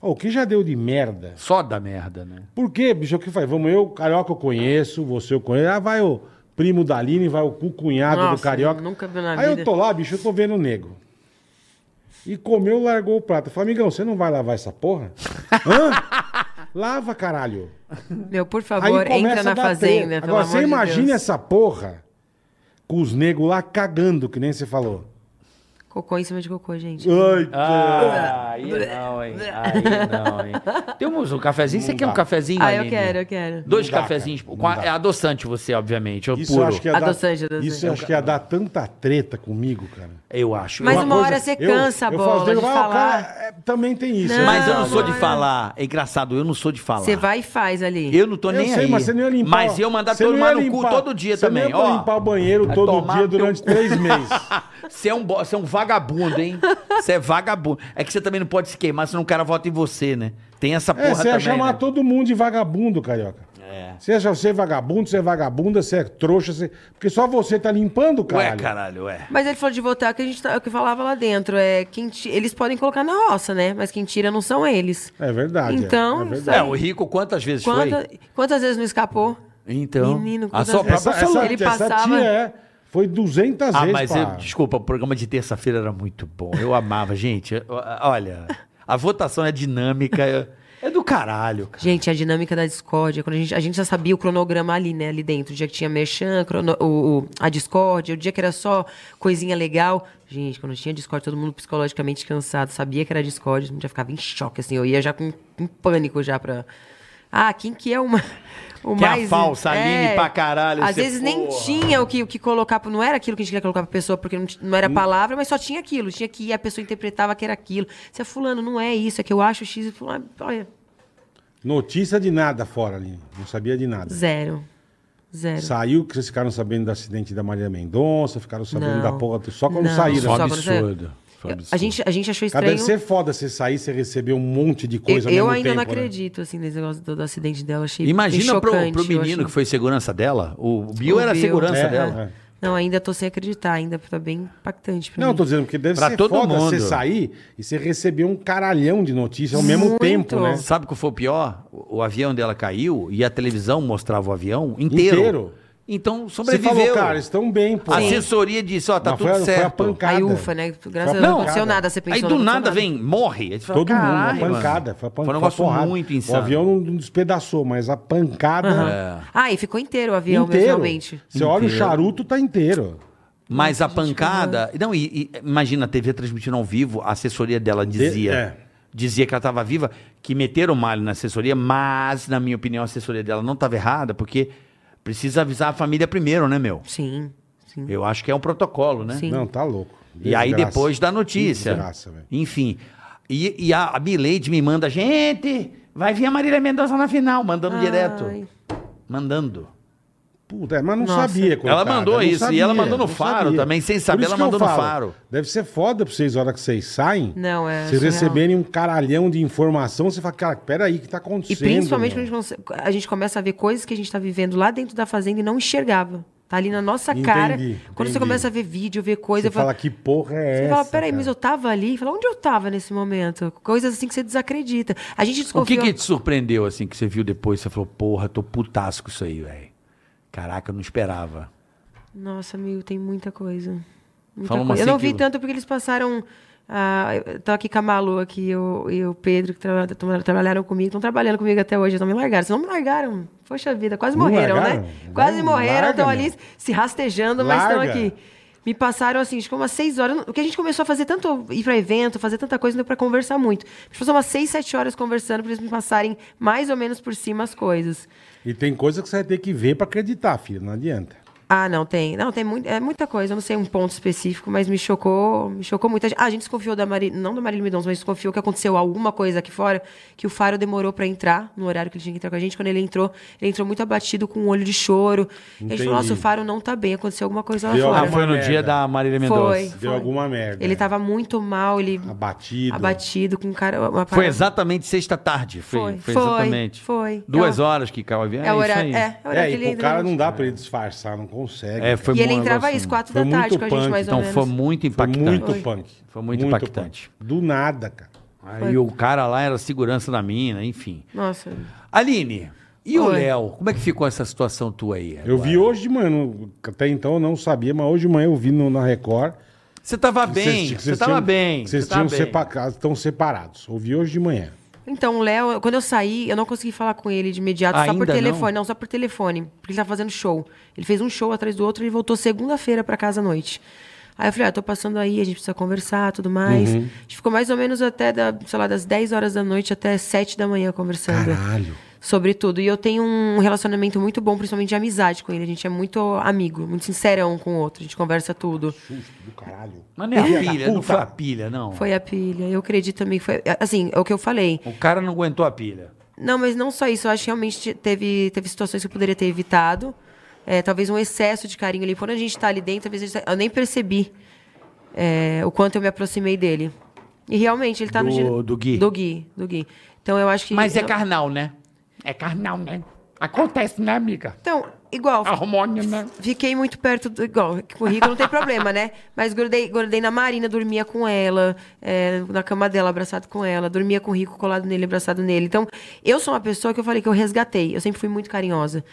Speaker 3: Ô, o que já deu de merda?
Speaker 4: Só da merda, né?
Speaker 3: Por quê, bicho? É O que faz? Vamos, eu, carioca eu conheço, você eu conheço. Ah, vai o primo da Aline, vai o cu- cunhado do
Speaker 5: Nossa,
Speaker 3: carioca.
Speaker 5: nunca vi na
Speaker 3: Aí eu
Speaker 5: vida.
Speaker 3: tô lá, bicho, eu tô vendo o nego. E comeu, largou o prato. Eu falei, amigão, você não vai lavar essa porra? Hã? Lava, caralho.
Speaker 5: Meu, por
Speaker 3: Aí
Speaker 5: favor,
Speaker 3: começa
Speaker 5: entra
Speaker 3: a
Speaker 5: na
Speaker 3: dar
Speaker 5: fazenda.
Speaker 3: treta.
Speaker 5: Pelo
Speaker 3: Agora, você
Speaker 5: amor de
Speaker 3: imagina
Speaker 5: Deus.
Speaker 3: essa porra com os negros lá cagando, que nem você falou.
Speaker 5: Cocô em cima de cocô, gente.
Speaker 3: Ai,
Speaker 4: Ah, aí não, hein? Aí não, hein? Temos um cafezinho.
Speaker 3: Não
Speaker 4: você quer um
Speaker 3: dá.
Speaker 4: cafezinho,
Speaker 5: Ah, eu
Speaker 4: Aline?
Speaker 5: quero, eu quero.
Speaker 4: Dois
Speaker 3: Não dá,
Speaker 4: cafezinhos.
Speaker 3: cara, não
Speaker 4: com a-
Speaker 3: dá.
Speaker 4: é adoçante você, obviamente. Eu
Speaker 3: Isso
Speaker 4: puro.
Speaker 3: eu acho que é- ia dar,
Speaker 5: Adoçante, adoçante.
Speaker 3: Isso eu acho que ia dar tanta treta comigo, cara.
Speaker 4: Eu acho.
Speaker 5: Mas
Speaker 4: eu...
Speaker 5: uma hora você cansa,
Speaker 3: eu, eu
Speaker 5: Bola,
Speaker 3: falo,
Speaker 5: de
Speaker 3: "Ah, o
Speaker 5: falar."
Speaker 3: cara, é, também tem isso. né?
Speaker 5: Não,
Speaker 4: Mas eu não sou de
Speaker 5: não,
Speaker 4: falar. É engraçado, eu não sou de falar.
Speaker 5: Você vai e faz ali.
Speaker 4: Eu não tô
Speaker 3: Eu
Speaker 4: nem
Speaker 3: sei,
Speaker 4: aí.
Speaker 3: mas você não ia limpar.
Speaker 4: Mas eu mandar
Speaker 3: Você
Speaker 4: todo
Speaker 3: não
Speaker 4: tomar
Speaker 3: ia
Speaker 4: no cu
Speaker 3: limpar.
Speaker 4: todo dia também.
Speaker 3: Você não ia
Speaker 4: Ó,
Speaker 3: limpar o banheiro
Speaker 4: vai
Speaker 3: todo
Speaker 4: tomar
Speaker 3: dia
Speaker 4: no teu
Speaker 3: durante
Speaker 4: cu.
Speaker 3: três meses.
Speaker 4: Você é, um bo- você é um vagabundo, hein? Você é vagabundo. É que você também não pode se queimar, senão o cara vota em você, né? Tem essa porra
Speaker 3: É, você ia
Speaker 4: também. né?
Speaker 3: chamar todo mundo de vagabundo, carioca.
Speaker 4: É.
Speaker 3: Você acha você é vagabundo, você é vagabunda, você é trouxa, você... porque só você tá limpando, caralho.
Speaker 4: Ué, caralho, ué.
Speaker 5: Mas ele falou de votar que a gente tá- que eu falava lá dentro. É, quem ti- eles podem colocar na roça, né? Mas quem tira não são eles.
Speaker 3: É verdade. é.
Speaker 5: Então,
Speaker 3: é verdade.
Speaker 5: Tá
Speaker 4: É,
Speaker 5: aí.
Speaker 4: o rico quantas vezes
Speaker 5: Quanta-
Speaker 4: foi?
Speaker 5: quantas vezes não escapou?
Speaker 4: Então.
Speaker 5: Menino,
Speaker 4: a sua
Speaker 5: quantas-
Speaker 4: própria
Speaker 3: Essa, essa,
Speaker 4: saúde.
Speaker 3: essa
Speaker 5: Ele passava-
Speaker 3: tia é, foi 200
Speaker 4: Ah,
Speaker 3: vezes.
Speaker 4: mas
Speaker 3: pra-
Speaker 4: eu- desculpa, o programa de terça-feira era muito bom. Eu amava, gente. eu- Olha, a votação é dinâmica. é- É do caralho, cara.
Speaker 5: Gente, a dinâmica da discórdia, quando a gente, a gente já sabia o cronograma ali, né? Ali dentro. O dia que tinha merchan, crono- o, o- a discórdia, o dia que era só coisinha legal. Gente, quando tinha discórdia, todo mundo psicologicamente cansado. Sabia que era discórdia, a gente já ficava em choque, assim. Eu ia já com, com pânico já pra... Ah, quem que é uma... O
Speaker 4: Que é a
Speaker 5: mais,
Speaker 4: falsa, Aline pra caralho,
Speaker 5: Às
Speaker 4: você,
Speaker 5: vezes nem
Speaker 4: porra.
Speaker 5: tinha o que, o que colocar, pro- não era aquilo que a gente queria colocar pra pessoa, porque não, t- não
Speaker 4: Hum.
Speaker 5: era palavra, mas só tinha aquilo. Tinha que ir, a pessoa interpretava que era aquilo. Você é fulano, não é isso, é que eu acho X. e fulano, Olha,
Speaker 3: Notícia de nada fora ali. Não sabia de nada.
Speaker 5: Zero. Zero.
Speaker 3: Saiu que vocês ficaram sabendo do acidente da Maria Mendonça, ficaram sabendo
Speaker 5: Não.
Speaker 3: da porra. do- Só quando
Speaker 5: Não.
Speaker 3: saíram.
Speaker 5: Só
Speaker 3: Cara,
Speaker 5: quando saiu. Eu- A gente, a gente achou estranho.
Speaker 3: um deve ser foda você sair e você receber um monte de
Speaker 5: Eu,
Speaker 3: coisa
Speaker 5: eu
Speaker 3: ao mesmo
Speaker 5: ainda
Speaker 3: tempo,
Speaker 5: não
Speaker 3: né?
Speaker 5: acredito, assim, nesse negócio do, do acidente dela. Achei bem
Speaker 4: Imagina pro,
Speaker 5: é chocante,
Speaker 4: pro
Speaker 5: eu
Speaker 4: menino
Speaker 5: achei-
Speaker 4: que foi segurança dela. O Bill
Speaker 5: O
Speaker 4: era
Speaker 5: Bill.
Speaker 4: segurança
Speaker 3: É,
Speaker 4: dela.
Speaker 3: é.
Speaker 5: Não, ainda tô sem acreditar, ainda tá bem impactante pra
Speaker 3: Não, eu
Speaker 5: mim.
Speaker 3: tô dizendo porque deve
Speaker 4: Pra
Speaker 3: ser
Speaker 4: todo
Speaker 3: foda
Speaker 4: mundo.
Speaker 3: você sair e você receber um caralhão de notícias ao mesmo
Speaker 5: Muito.
Speaker 3: tempo, né?
Speaker 4: Sabe o que foi o pior? O o avião dela caiu e a televisão mostrava o avião inteiro.
Speaker 3: Inteiro.
Speaker 4: Então
Speaker 3: Você
Speaker 4: sobreviveu. Assim,
Speaker 3: falou, cara, estão bem, pô.
Speaker 4: a assessoria disse, ó, tá
Speaker 3: Mas
Speaker 4: tudo
Speaker 3: foi, a- foi a
Speaker 4: certo.
Speaker 3: pancada.
Speaker 5: Aí ufa, né? Graças
Speaker 3: Foi
Speaker 5: a Deus
Speaker 3: a
Speaker 5: não
Speaker 3: pancada.
Speaker 5: aconteceu nada, você pensou.
Speaker 4: Aí
Speaker 5: não
Speaker 4: do
Speaker 5: aconteceu
Speaker 4: nada vem, morre. Aí você fala,
Speaker 3: Todo
Speaker 4: "Caralho,
Speaker 3: mundo,
Speaker 4: mano."
Speaker 3: uma pancada. Foi, a pan-
Speaker 4: Foi um
Speaker 3: foi a
Speaker 4: negócio
Speaker 3: porrada.
Speaker 4: muito insano. É.
Speaker 3: O avião não despedaçou, mas a pancada
Speaker 5: Aham. Ah, e ficou inteiro o avião, mesmo,
Speaker 3: inteiro.
Speaker 5: realmente.
Speaker 3: Você olha o charuto, tá inteiro.
Speaker 4: Mas a pancada. Não, e, e imagina, a TV transmitindo ao vivo, a assessoria dela dizia.
Speaker 3: é.
Speaker 4: Dizia que ela estava viva, que meteram malho na assessoria, mas, na minha opinião, a assessoria dela não estava errada, porque precisa avisar a família primeiro, né, meu?
Speaker 5: Sim, sim.
Speaker 4: Eu acho que é um protocolo, né?
Speaker 5: Sim.
Speaker 3: Não, tá louco.
Speaker 4: E aí
Speaker 3: Desgraça.
Speaker 4: depois da notícia.
Speaker 3: Que desgraça, velho.
Speaker 4: Enfim. E, e a, a Milady me manda, gente, vai vir a Marília Mendonça na final, mandando
Speaker 5: Ai.
Speaker 4: direto. Mandando.
Speaker 3: Puta, é, mas não
Speaker 5: Nossa.
Speaker 3: sabia, coitada,
Speaker 4: Ela mandou
Speaker 3: não
Speaker 4: isso, e ela mandou no
Speaker 3: não
Speaker 4: Faro também, sem saber,
Speaker 3: Por isso
Speaker 4: ela
Speaker 3: que eu
Speaker 4: mandou no
Speaker 3: falo,
Speaker 4: Faro.
Speaker 3: Deve ser foda pra vocês, a hora que vocês saem.
Speaker 5: Não, é
Speaker 3: Vocês
Speaker 5: surreal.
Speaker 3: receberem um caralhão de informação, você fala, cara, peraí, o que tá
Speaker 5: E
Speaker 3: acontecendo?
Speaker 5: principalmente
Speaker 3: meu?
Speaker 5: quando a gente, conse- a gente começa a ver coisas que a gente tá vivendo lá dentro da fazenda e não enxergava. Tá ali na nossa
Speaker 3: Entendi,
Speaker 5: cara. Quando
Speaker 3: entendi.
Speaker 5: você começa a ver vídeo, ver
Speaker 3: Você
Speaker 5: coisa,
Speaker 3: fala,
Speaker 5: fala,
Speaker 3: que porra é
Speaker 5: você
Speaker 3: essa?
Speaker 5: fala, peraí,
Speaker 3: cara?"
Speaker 5: mas eu tava ali. Fala, onde eu tava nesse momento? Coisas assim que você desacredita. A gente
Speaker 4: O que,
Speaker 5: desconfiou.
Speaker 4: que te surpreendeu, assim, que você viu depois? Você falou, porra, tô putaço com isso aí, velho. Caraca, eu não esperava.
Speaker 5: Nossa, amigo, tem muita coisa. Muita
Speaker 4: Fala umas
Speaker 5: coisa. Eu não
Speaker 4: cinco
Speaker 5: vi
Speaker 4: que-
Speaker 5: tanto porque eles passaram. ah, eu tô aqui com a Malu aqui e o, e o Pedro, que traba- tra- trabalharam comigo, estão trabalhando comigo até hoje, eles não me largaram. Vocês não me largaram. Poxa vida, quase
Speaker 3: Não
Speaker 5: morreram,
Speaker 3: largaram?
Speaker 5: né? Quase
Speaker 3: Não,
Speaker 5: morreram, estão
Speaker 3: larga,
Speaker 5: ali
Speaker 3: meu.
Speaker 5: se rastejando, mas estão
Speaker 3: Larga.
Speaker 5: aqui. Me passaram assim, acho que umas seis horas. Porque a gente começou a fazer tanto, ir pra evento, fazer tanta coisa, não deu pra conversar muito. A gente passou umas seis, sete horas conversando pra eles me passarem mais ou menos por cima as coisas.
Speaker 3: E tem coisa que você vai ter que ver pra acreditar, filho, não adianta.
Speaker 5: Ah, não, tem. Não, tem muito, é muita coisa. Eu não sei um ponto específico, mas me chocou, me chocou muito. Ah, a gente desconfiou da Marília, não da Marília Mendonça, mas desconfiou que aconteceu alguma coisa aqui fora, que o Faro demorou pra entrar no horário que ele tinha que entrar com a gente. Quando ele entrou, ele entrou muito abatido, com um olho de choro. E a gente
Speaker 3: Entendi.
Speaker 5: falou, nossa, o Faro não tá bem, aconteceu alguma coisa lá
Speaker 3: Deu
Speaker 4: Ah,
Speaker 5: fora.
Speaker 4: foi no
Speaker 3: merda.
Speaker 4: dia da Marília Mendonça.
Speaker 5: Foi.
Speaker 3: Deu alguma merda. né?
Speaker 5: Ele
Speaker 4: tá
Speaker 5: tava muito mal, ele
Speaker 3: Abatido.
Speaker 5: abatido, com um cara, uma
Speaker 4: Foi
Speaker 5: parada-
Speaker 4: exatamente sexta-tarde. Foi,
Speaker 5: Foi,
Speaker 4: foi,
Speaker 5: foi,
Speaker 4: exatamente.
Speaker 5: foi.
Speaker 4: Duas
Speaker 5: Ela-
Speaker 4: horas que caiu o avião.
Speaker 5: É o horário,
Speaker 4: isso aí.
Speaker 5: é, é o horário
Speaker 3: É,
Speaker 5: que
Speaker 3: e
Speaker 5: ele
Speaker 3: pro
Speaker 5: entra
Speaker 3: cara
Speaker 5: no-
Speaker 3: não dá pra ele disfarçar, não consegue.
Speaker 4: É, foi
Speaker 5: E ele
Speaker 4: um
Speaker 5: entrava
Speaker 4: negócio-
Speaker 5: às quatro
Speaker 3: Foi
Speaker 5: da
Speaker 3: muito
Speaker 5: tarde com a gente,
Speaker 3: punk,
Speaker 5: mais ou
Speaker 4: Então
Speaker 5: menos.
Speaker 4: foi muito
Speaker 3: Foi
Speaker 4: impactante.
Speaker 3: muito
Speaker 5: Foi.
Speaker 3: punk.
Speaker 4: Foi muito impactante.
Speaker 3: punk. Do nada, cara.
Speaker 4: Aí o cara lá era segurança da mina, enfim.
Speaker 5: Nossa.
Speaker 4: Aline, e o
Speaker 5: Oi.
Speaker 4: Léo? Como é que ficou essa situação tua aí?
Speaker 3: Eu vi hoje de manhã, não- até então eu não sabia, mas hoje de manhã eu vi no, na Record.
Speaker 4: Você tava
Speaker 3: que
Speaker 4: bem,
Speaker 3: ti- que
Speaker 4: você tava
Speaker 3: tinham-
Speaker 4: bem.
Speaker 3: que Vocês
Speaker 4: você tava
Speaker 3: tinham
Speaker 4: bem.
Speaker 3: separa- estão separados. Ouvi hoje de manhã.
Speaker 5: Então, o Léo, quando eu saí, eu não consegui falar com ele de imediato, só
Speaker 4: Ainda
Speaker 5: por
Speaker 4: não?
Speaker 5: telefone. Não? só por telefone, porque ele tá fazendo show. Ele fez um show atrás do outro e voltou segunda-feira pra casa à noite. Aí eu falei, ó, tô passando aí, a gente precisa conversar, tudo mais.
Speaker 4: Uhum.
Speaker 5: A gente ficou mais ou menos até, da, sei lá, das 10 horas da noite até 7 da manhã
Speaker 4: Tá
Speaker 5: conversando.
Speaker 3: Caralho.
Speaker 5: Sobre tudo. E eu tenho um relacionamento muito bom, principalmente de amizade com ele. A gente é muito amigo, muito sincerão um com o outro. A gente conversa tudo.
Speaker 3: Susto do caralho.
Speaker 4: Mas não é a
Speaker 3: Filha da
Speaker 4: pilha, não
Speaker 3: puta.
Speaker 4: foi a pilha, não.
Speaker 5: Foi a pilha. Eu acredito também que foi... Assim, é o que eu falei.
Speaker 4: O cara não aguentou a pilha.
Speaker 5: Não, mas não só isso. Eu acho que realmente teve, teve situações que eu poderia ter evitado. É, talvez um excesso de carinho ali. Quando a gente tá ali dentro, talvez a gente tá- eu nem percebi é, o quanto eu me aproximei dele. E realmente, ele tá no...
Speaker 4: Do-
Speaker 5: dire-
Speaker 4: do Gui?
Speaker 5: Do Gui, do Gui. Então eu acho que...
Speaker 9: Mas é
Speaker 5: eu-
Speaker 9: carnal, né? É carnal, né? Acontece, né, amiga?
Speaker 5: Então, igual...
Speaker 9: Hormônio, né?
Speaker 5: Fiquei muito perto do. Igual, com o Rico não tem problema, né? Mas grudei, grudei na Marina, dormia com ela, é, na cama dela, abraçado com ela, dormia com o Rico colado nele, abraçado nele. Então, eu sou uma pessoa que eu falei que eu resgatei. Eu sempre fui muito carinhosa.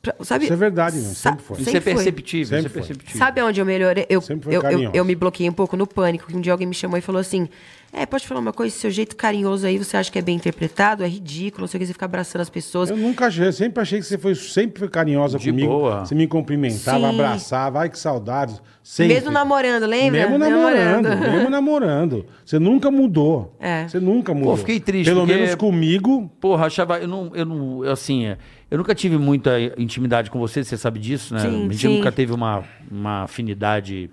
Speaker 5: Pra- Sabe,
Speaker 3: Isso é verdade, né? Sempre foi.
Speaker 4: Isso
Speaker 5: sempre
Speaker 4: é perceptível,
Speaker 3: Sempre
Speaker 4: isso é
Speaker 3: foi.
Speaker 4: perceptível.
Speaker 5: Sabe onde eu melhorei? Eu,
Speaker 3: Sempre foi
Speaker 5: eu, eu,
Speaker 3: carinhosa.
Speaker 5: eu me bloqueei um pouco no pânico. que Um dia alguém me chamou e falou assim: É, pode falar uma coisa, esse seu jeito carinhoso aí, você acha que é bem interpretado? É ridículo, não sei o que, você fica abraçando as pessoas.
Speaker 3: Eu nunca achei, eu sempre achei que você foi sempre foi carinhosa
Speaker 4: De
Speaker 3: comigo.
Speaker 4: boa.
Speaker 3: Você me cumprimentava,
Speaker 5: Sim.
Speaker 3: abraçava, ai que saudades. Sempre.
Speaker 5: Mesmo namorando, lembra?
Speaker 3: Mesmo
Speaker 4: né?
Speaker 3: namorando, mesmo namorando. Você nunca mudou.
Speaker 5: É.
Speaker 3: Você nunca mudou.
Speaker 4: fiquei triste,
Speaker 3: Pelo
Speaker 4: porque-
Speaker 3: menos comigo.
Speaker 4: Porra, eu achava. Eu não, eu não. eu, Assim, é, eu nunca tive muita intimidade com você, você sabe disso, né?
Speaker 5: Sim,
Speaker 4: a gente
Speaker 5: sim.
Speaker 4: nunca teve uma, uma afinidade.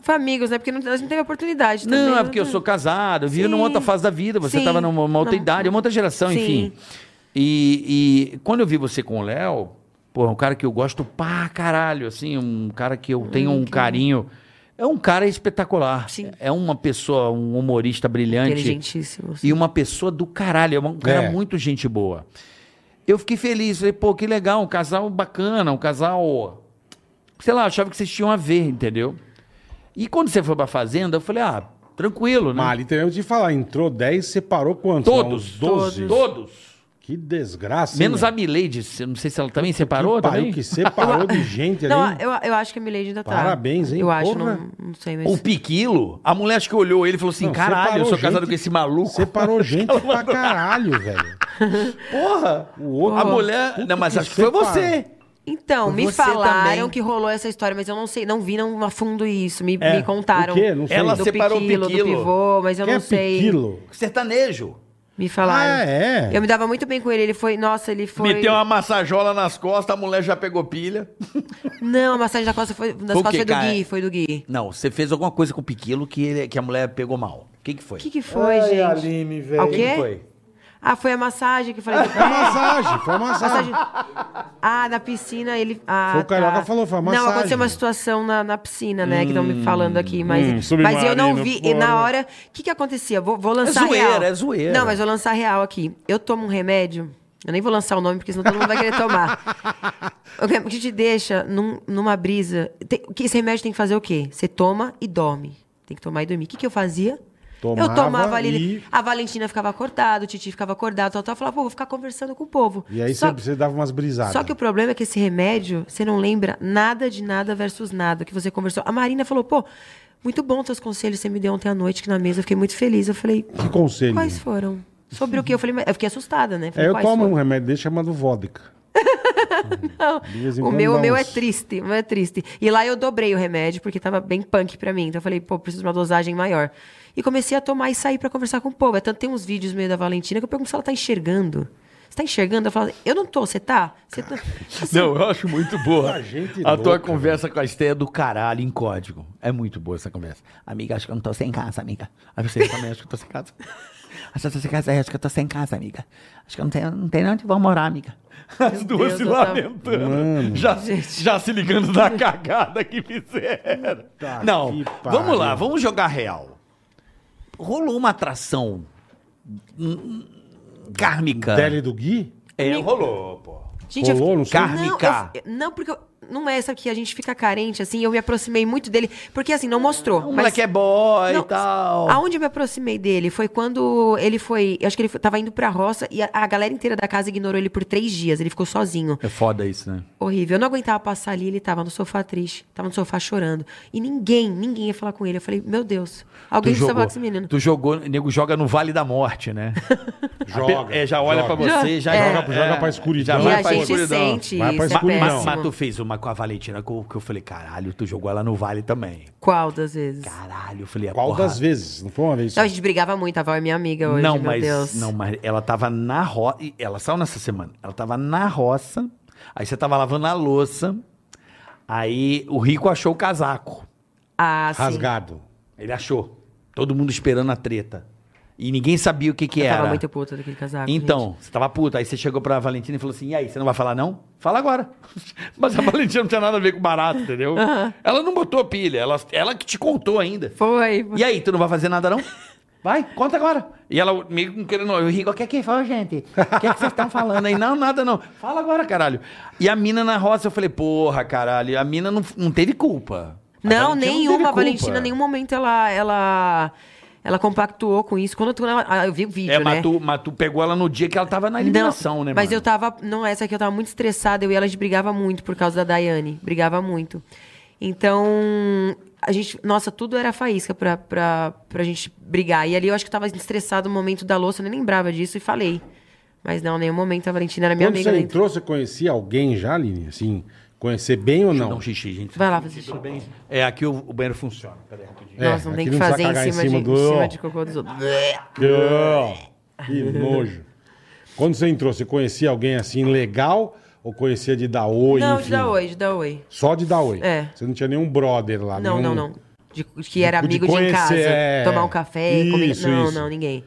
Speaker 5: Foi amigos, né? Porque não, nós não teve oportunidade também.
Speaker 4: Não, é porque eu
Speaker 5: né?
Speaker 4: sou casado, eu vivo
Speaker 5: Sim.
Speaker 4: numa outra fase da vida, você
Speaker 5: Sim.
Speaker 4: estava numa uma outra
Speaker 5: Não.
Speaker 4: idade, é uma outra geração,
Speaker 5: Sim.
Speaker 4: enfim. E, e quando eu vi você com o Léo, porra, um cara que eu gosto pra caralho, assim, um cara que
Speaker 5: Hum,
Speaker 4: eu tenho um carinho. É um cara espetacular.
Speaker 5: Sim.
Speaker 4: É uma pessoa, um humorista brilhante.
Speaker 5: Inteligentíssimo.
Speaker 4: E uma pessoa do caralho, é um cara
Speaker 3: É.
Speaker 4: muito gente boa. Eu fiquei feliz, falei, pô, que legal, um casal bacana, um casal sei lá, eu achava que vocês tinham a ver, entendeu? E quando você foi pra fazenda, eu falei, ah, tranquilo, né?
Speaker 3: Mas ali tem eu te falar, entrou 10, separou quantos?
Speaker 4: todos,
Speaker 3: Uns
Speaker 4: todos, todos.
Speaker 3: Que desgraça.
Speaker 4: Menos
Speaker 3: hein,
Speaker 4: a Milady, se- não sei se ela também
Speaker 3: meu?
Speaker 4: separou
Speaker 3: que pariu
Speaker 4: também.
Speaker 3: que separou de gente ali.
Speaker 5: né? Não, eu, eu acho que a Milady ainda tá.
Speaker 3: Parabéns, hein?
Speaker 5: Eu acho,
Speaker 3: Porra.
Speaker 5: não, não sei, mas.
Speaker 4: O Piquilo, a mulher acho que olhou ele e falou assim,
Speaker 3: Não,
Speaker 4: caralho, eu
Speaker 3: separou
Speaker 4: sou casado
Speaker 3: gente-
Speaker 4: com esse maluco.
Speaker 3: Separou gente pra caralho, velho.
Speaker 4: Porra!
Speaker 3: O outro,
Speaker 4: A mulher...
Speaker 3: Puta
Speaker 4: Não, mas
Speaker 3: que
Speaker 4: acho que foi
Speaker 3: separa.
Speaker 4: você.
Speaker 5: Então, me
Speaker 4: Você
Speaker 5: falaram
Speaker 4: também.
Speaker 5: que rolou essa história, mas eu não sei, não vi não a fundo isso. Me,
Speaker 3: É,
Speaker 5: me contaram.
Speaker 3: o quê? Não sei.
Speaker 4: Ela
Speaker 5: do
Speaker 4: separou o
Speaker 5: piquilo, do
Speaker 4: Piquilo.
Speaker 5: pivô, mas eu
Speaker 3: Quem
Speaker 5: não
Speaker 3: é
Speaker 5: sei.
Speaker 3: Piquilo?
Speaker 4: Sertanejo.
Speaker 5: Me falaram.
Speaker 3: Ah, é?
Speaker 5: Eu me dava muito bem com ele. Ele foi. Nossa, ele foi.
Speaker 4: Meteu uma massajola nas costas, a mulher já pegou pilha.
Speaker 5: Não, a massagem da costa foi, das
Speaker 4: Foi o
Speaker 5: costas
Speaker 4: quê,
Speaker 5: foi do
Speaker 4: cara?
Speaker 5: Gui. Foi do Gui.
Speaker 4: Não, você fez alguma coisa com o Piquilo que, ele- que a mulher pegou mal. O que, que foi?
Speaker 5: O que, que foi, gente?
Speaker 3: Aline, velho.
Speaker 5: Ah, o
Speaker 4: O
Speaker 5: quê?
Speaker 4: que foi?
Speaker 5: Ah, foi a massagem que eu falei.
Speaker 3: Foi massagem, foi
Speaker 5: Massagem.
Speaker 3: massagem.
Speaker 5: Ah, da piscina ele. Ah,
Speaker 3: Foi o Carioca
Speaker 5: tá.
Speaker 3: falou, foi a
Speaker 5: Não,
Speaker 3: massagem.
Speaker 5: aconteceu uma situação na, na piscina, né? que estão
Speaker 4: Hum,
Speaker 5: me falando aqui. Mas, mas eu não
Speaker 3: submarino,
Speaker 5: vi. E
Speaker 3: porra.
Speaker 5: na hora. O que, que acontecia? Vou, vou lançar
Speaker 4: zoeira,
Speaker 5: real.
Speaker 4: é zoeira.
Speaker 5: Não, mas vou lançar real aqui. Eu tomo um remédio. Eu nem vou lançar o nome, porque senão todo mundo vai querer tomar. O que- o que te deixa num- numa brisa. Tem, o que esse remédio tem que fazer o quê? Você toma e dorme. Tem que tomar e dormir. O que, que eu fazia? eu
Speaker 3: Tomava
Speaker 5: tomava ali.
Speaker 3: e-
Speaker 5: A Valentina ficava acordada, o Titi ficava acordado, tal, tal. Eu falava, pô, vou ficar conversando com o povo.
Speaker 3: E aí
Speaker 5: Só-
Speaker 3: você, você dava umas brisadas.
Speaker 5: só que o problema é que esse remédio, você não lembra nada de nada versus nada que você conversou. A Marina falou, pô, muito bom teus conselhos que você me deu ontem à noite aqui na mesa, eu fiquei muito feliz. Eu falei,
Speaker 3: Que conselho?
Speaker 5: quais foram? Sobre o quê? Eu falei, mas- eu fiquei assustada, né?
Speaker 3: É,
Speaker 5: Falei,
Speaker 3: eu
Speaker 5: "Quais
Speaker 3: tomo um
Speaker 5: foram?"
Speaker 3: remédio desse chamado vodka. de vez em
Speaker 5: O
Speaker 3: quando
Speaker 5: meu,
Speaker 3: dá
Speaker 5: o meu é
Speaker 3: uns-
Speaker 5: triste, o meu é triste. E lá eu dobrei o remédio, porque tava bem punk pra mim. Então eu falei, pô, preciso de uma dosagem maior. E comecei a tomar e sair pra conversar com o povo. É tanto tem uns vídeos meio da Valentina que eu pergunto se ela tá enxergando. Você tá enxergando? Eu falo, eu não tô, você tá? Você tá?
Speaker 4: Não, eu acho muito boa.
Speaker 3: A gente
Speaker 4: a tua
Speaker 3: louca,
Speaker 4: conversa com a Esté é do caralho em código. É muito boa essa conversa. Amiga, acho que eu não tô sem casa, amiga. Aí você também acho que eu tô sem casa. Acho que eu tô sem casa, é, acho que eu tô sem casa, amiga. Acho que eu não tenho, não tenho onde vou morar, amiga. As duas
Speaker 5: Deus,
Speaker 4: se
Speaker 5: eu tava-
Speaker 4: lamentando. Já, já se ligando da cagada que fizeram.
Speaker 3: Tá
Speaker 4: não,
Speaker 3: que
Speaker 4: vamos lá,
Speaker 3: pariu.
Speaker 4: vamos jogar real. Rolou uma atração hum, kármica.
Speaker 3: Dele do Gui?
Speaker 4: É, rolou, pô.
Speaker 5: Gente, eu
Speaker 3: Rolou,
Speaker 5: fiquei-
Speaker 3: não sei.
Speaker 4: Kármica.
Speaker 5: Não, eu- não, porque eu- não é essa que a gente fica carente, assim. Eu me aproximei muito dele, porque assim, não mostrou.
Speaker 4: O moleque é boy
Speaker 5: não,
Speaker 4: e tal.
Speaker 5: Aonde eu me aproximei dele foi quando ele foi. Eu acho que ele foi- tava indo pra roça e a, a galera inteira da casa ignorou ele por três dias. Ele ficou sozinho.
Speaker 4: É foda isso, né?
Speaker 5: Horrível. Eu não aguentava passar ali, ele tava no sofá triste, tava no sofá chorando. E ninguém, ninguém ia falar com ele. Eu falei, meu Deus, alguém precisa falar com esse é menino.
Speaker 4: tu jogou, nego joga no Vale da Morte, né?
Speaker 3: Joga,
Speaker 4: É, já olha
Speaker 3: joga.
Speaker 4: pra você, já
Speaker 5: É.
Speaker 4: joga,
Speaker 3: Joga- joga pra
Speaker 4: Já
Speaker 3: escuridão.
Speaker 5: E
Speaker 4: vai
Speaker 5: a
Speaker 4: pra
Speaker 5: gente
Speaker 4: escuridão.
Speaker 5: sente
Speaker 3: Vai pra
Speaker 5: isso, é
Speaker 3: escuridão.
Speaker 4: Mas, mas
Speaker 5: péssimo.
Speaker 4: tu fez uma com a Valentina que eu, que eu falei, caralho, tu jogou ela no Vale também.
Speaker 5: Qual das vezes?
Speaker 4: Caralho, eu falei, a
Speaker 3: Qual
Speaker 4: porra-
Speaker 3: das vezes? Não foi uma vez?
Speaker 5: Não,
Speaker 3: só?
Speaker 5: a gente brigava muito, a Val é minha amiga hoje,
Speaker 4: não,
Speaker 5: meu
Speaker 4: mas,
Speaker 5: Deus.
Speaker 4: Não, mas ela tava na roça. Ela saiu nessa semana. Ela tava na roça. Aí você tava lavando a louça. Aí o Rico achou o casaco.
Speaker 5: Ah, sim.
Speaker 3: Rasgado.
Speaker 4: Ele achou. Todo mundo esperando a treta. E ninguém sabia o que que
Speaker 5: Eu
Speaker 4: era.
Speaker 5: tava muito puta daquele casaco.
Speaker 4: Então, você tava puta. Aí você chegou pra Valentina e falou assim: e aí, você não vai falar não? Fala agora. Mas a Valentina não tinha nada a ver com barato, entendeu? Ela não botou pilha, ela, ela que te contou ainda.
Speaker 5: gente. Foi.
Speaker 4: E aí, tu não vai fazer nada não? Vai, conta agora. E ela meio que não querendo. Eu rigo, o que é que foi, gente? O que é que vocês estão falando aí? Não, nada não. Fala agora, caralho. E a mina na roça, eu falei: porra, caralho. A mina não, não teve culpa. A
Speaker 5: Não,
Speaker 4: Valentina teve
Speaker 5: nenhuma. A
Speaker 4: culpa.
Speaker 5: Valentina, em nenhum momento, ela, ela, ela compactuou com isso. Quando eu, tô- ela- ah, eu vi o vídeo,
Speaker 4: É,
Speaker 5: né?
Speaker 4: mas tu, mas tu pegou ela no dia que ela tava na eliminação,
Speaker 5: não,
Speaker 4: né,
Speaker 5: Mas
Speaker 4: mano?
Speaker 5: eu tava. Não, essa aqui eu tava muito estressada. Eu e ela a gente brigava muito por causa da Daiane. Brigava muito. Então. A gente, nossa, tudo era faísca pra, pra, pra gente brigar. E ali eu acho que eu tava estressada no momento da louça, eu nem lembrava disso e falei. Mas não, em nenhum momento a Valentina era minha
Speaker 3: Quando
Speaker 5: amiga.
Speaker 3: você
Speaker 5: ela entrou-
Speaker 3: entrou, você conhecia alguém já, Aline? Assim, conhecer bem ou
Speaker 4: Dá
Speaker 3: não?
Speaker 4: um xixi, gente.
Speaker 5: Vai lá fazer xixi.
Speaker 4: É, aqui o, o banheiro funciona. Pera aí, rapidinho.
Speaker 3: É,
Speaker 5: Nossa, não tem
Speaker 3: aqui
Speaker 5: que
Speaker 3: não precisa
Speaker 5: fazer em
Speaker 3: cagar em
Speaker 5: cima,
Speaker 3: cima
Speaker 5: de,
Speaker 3: do- É,
Speaker 5: em cima de cocô dos outros.
Speaker 3: Ah, Que nojo. Quando você entrou, você conhecia alguém assim legal ou conhecia de dar oi?
Speaker 5: Não,
Speaker 3: enfim?
Speaker 5: de dar oi, de dar oi.
Speaker 3: Só de dar oi.
Speaker 5: É.
Speaker 3: Você não tinha nenhum brother lá.
Speaker 5: Não,
Speaker 3: nenhum-
Speaker 5: não, não. De, de que era
Speaker 3: um de
Speaker 5: amigo de, em casa.
Speaker 3: conhecer, é.
Speaker 5: Tomar um café, comer.
Speaker 3: Isso,
Speaker 5: Não,
Speaker 3: isso.
Speaker 5: não, ninguém.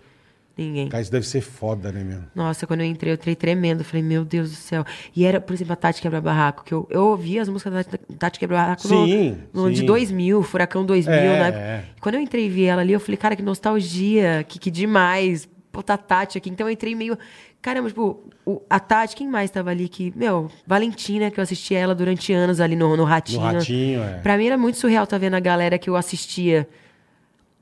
Speaker 5: Ninguém.
Speaker 3: Cara, isso deve ser foda, né, meu?
Speaker 5: Nossa, quando eu entrei, eu entrei tremendo. Falei, meu Deus do céu. E era, por exemplo, a Tati Quebra Barraco, que eu, eu ouvia as músicas da Tati- Tati Quebra Barraco no-
Speaker 3: Sim,
Speaker 5: no, de
Speaker 3: sim.
Speaker 5: 2000, Furacão 2000,
Speaker 3: É,
Speaker 5: né?
Speaker 3: é.
Speaker 5: Quando eu entrei e vi ela ali, eu falei, cara, que nostalgia, que, que demais. Pô, puta Tati aqui. Então eu entrei meio. Caramba, tipo, o- a Tati, quem mais tava ali que. Meu, Valentina, que eu assisti ela durante anos ali no, no Ratinho.
Speaker 3: No Ratinho, é.
Speaker 5: Pra mim era muito surreal tá vendo a galera que eu assistia.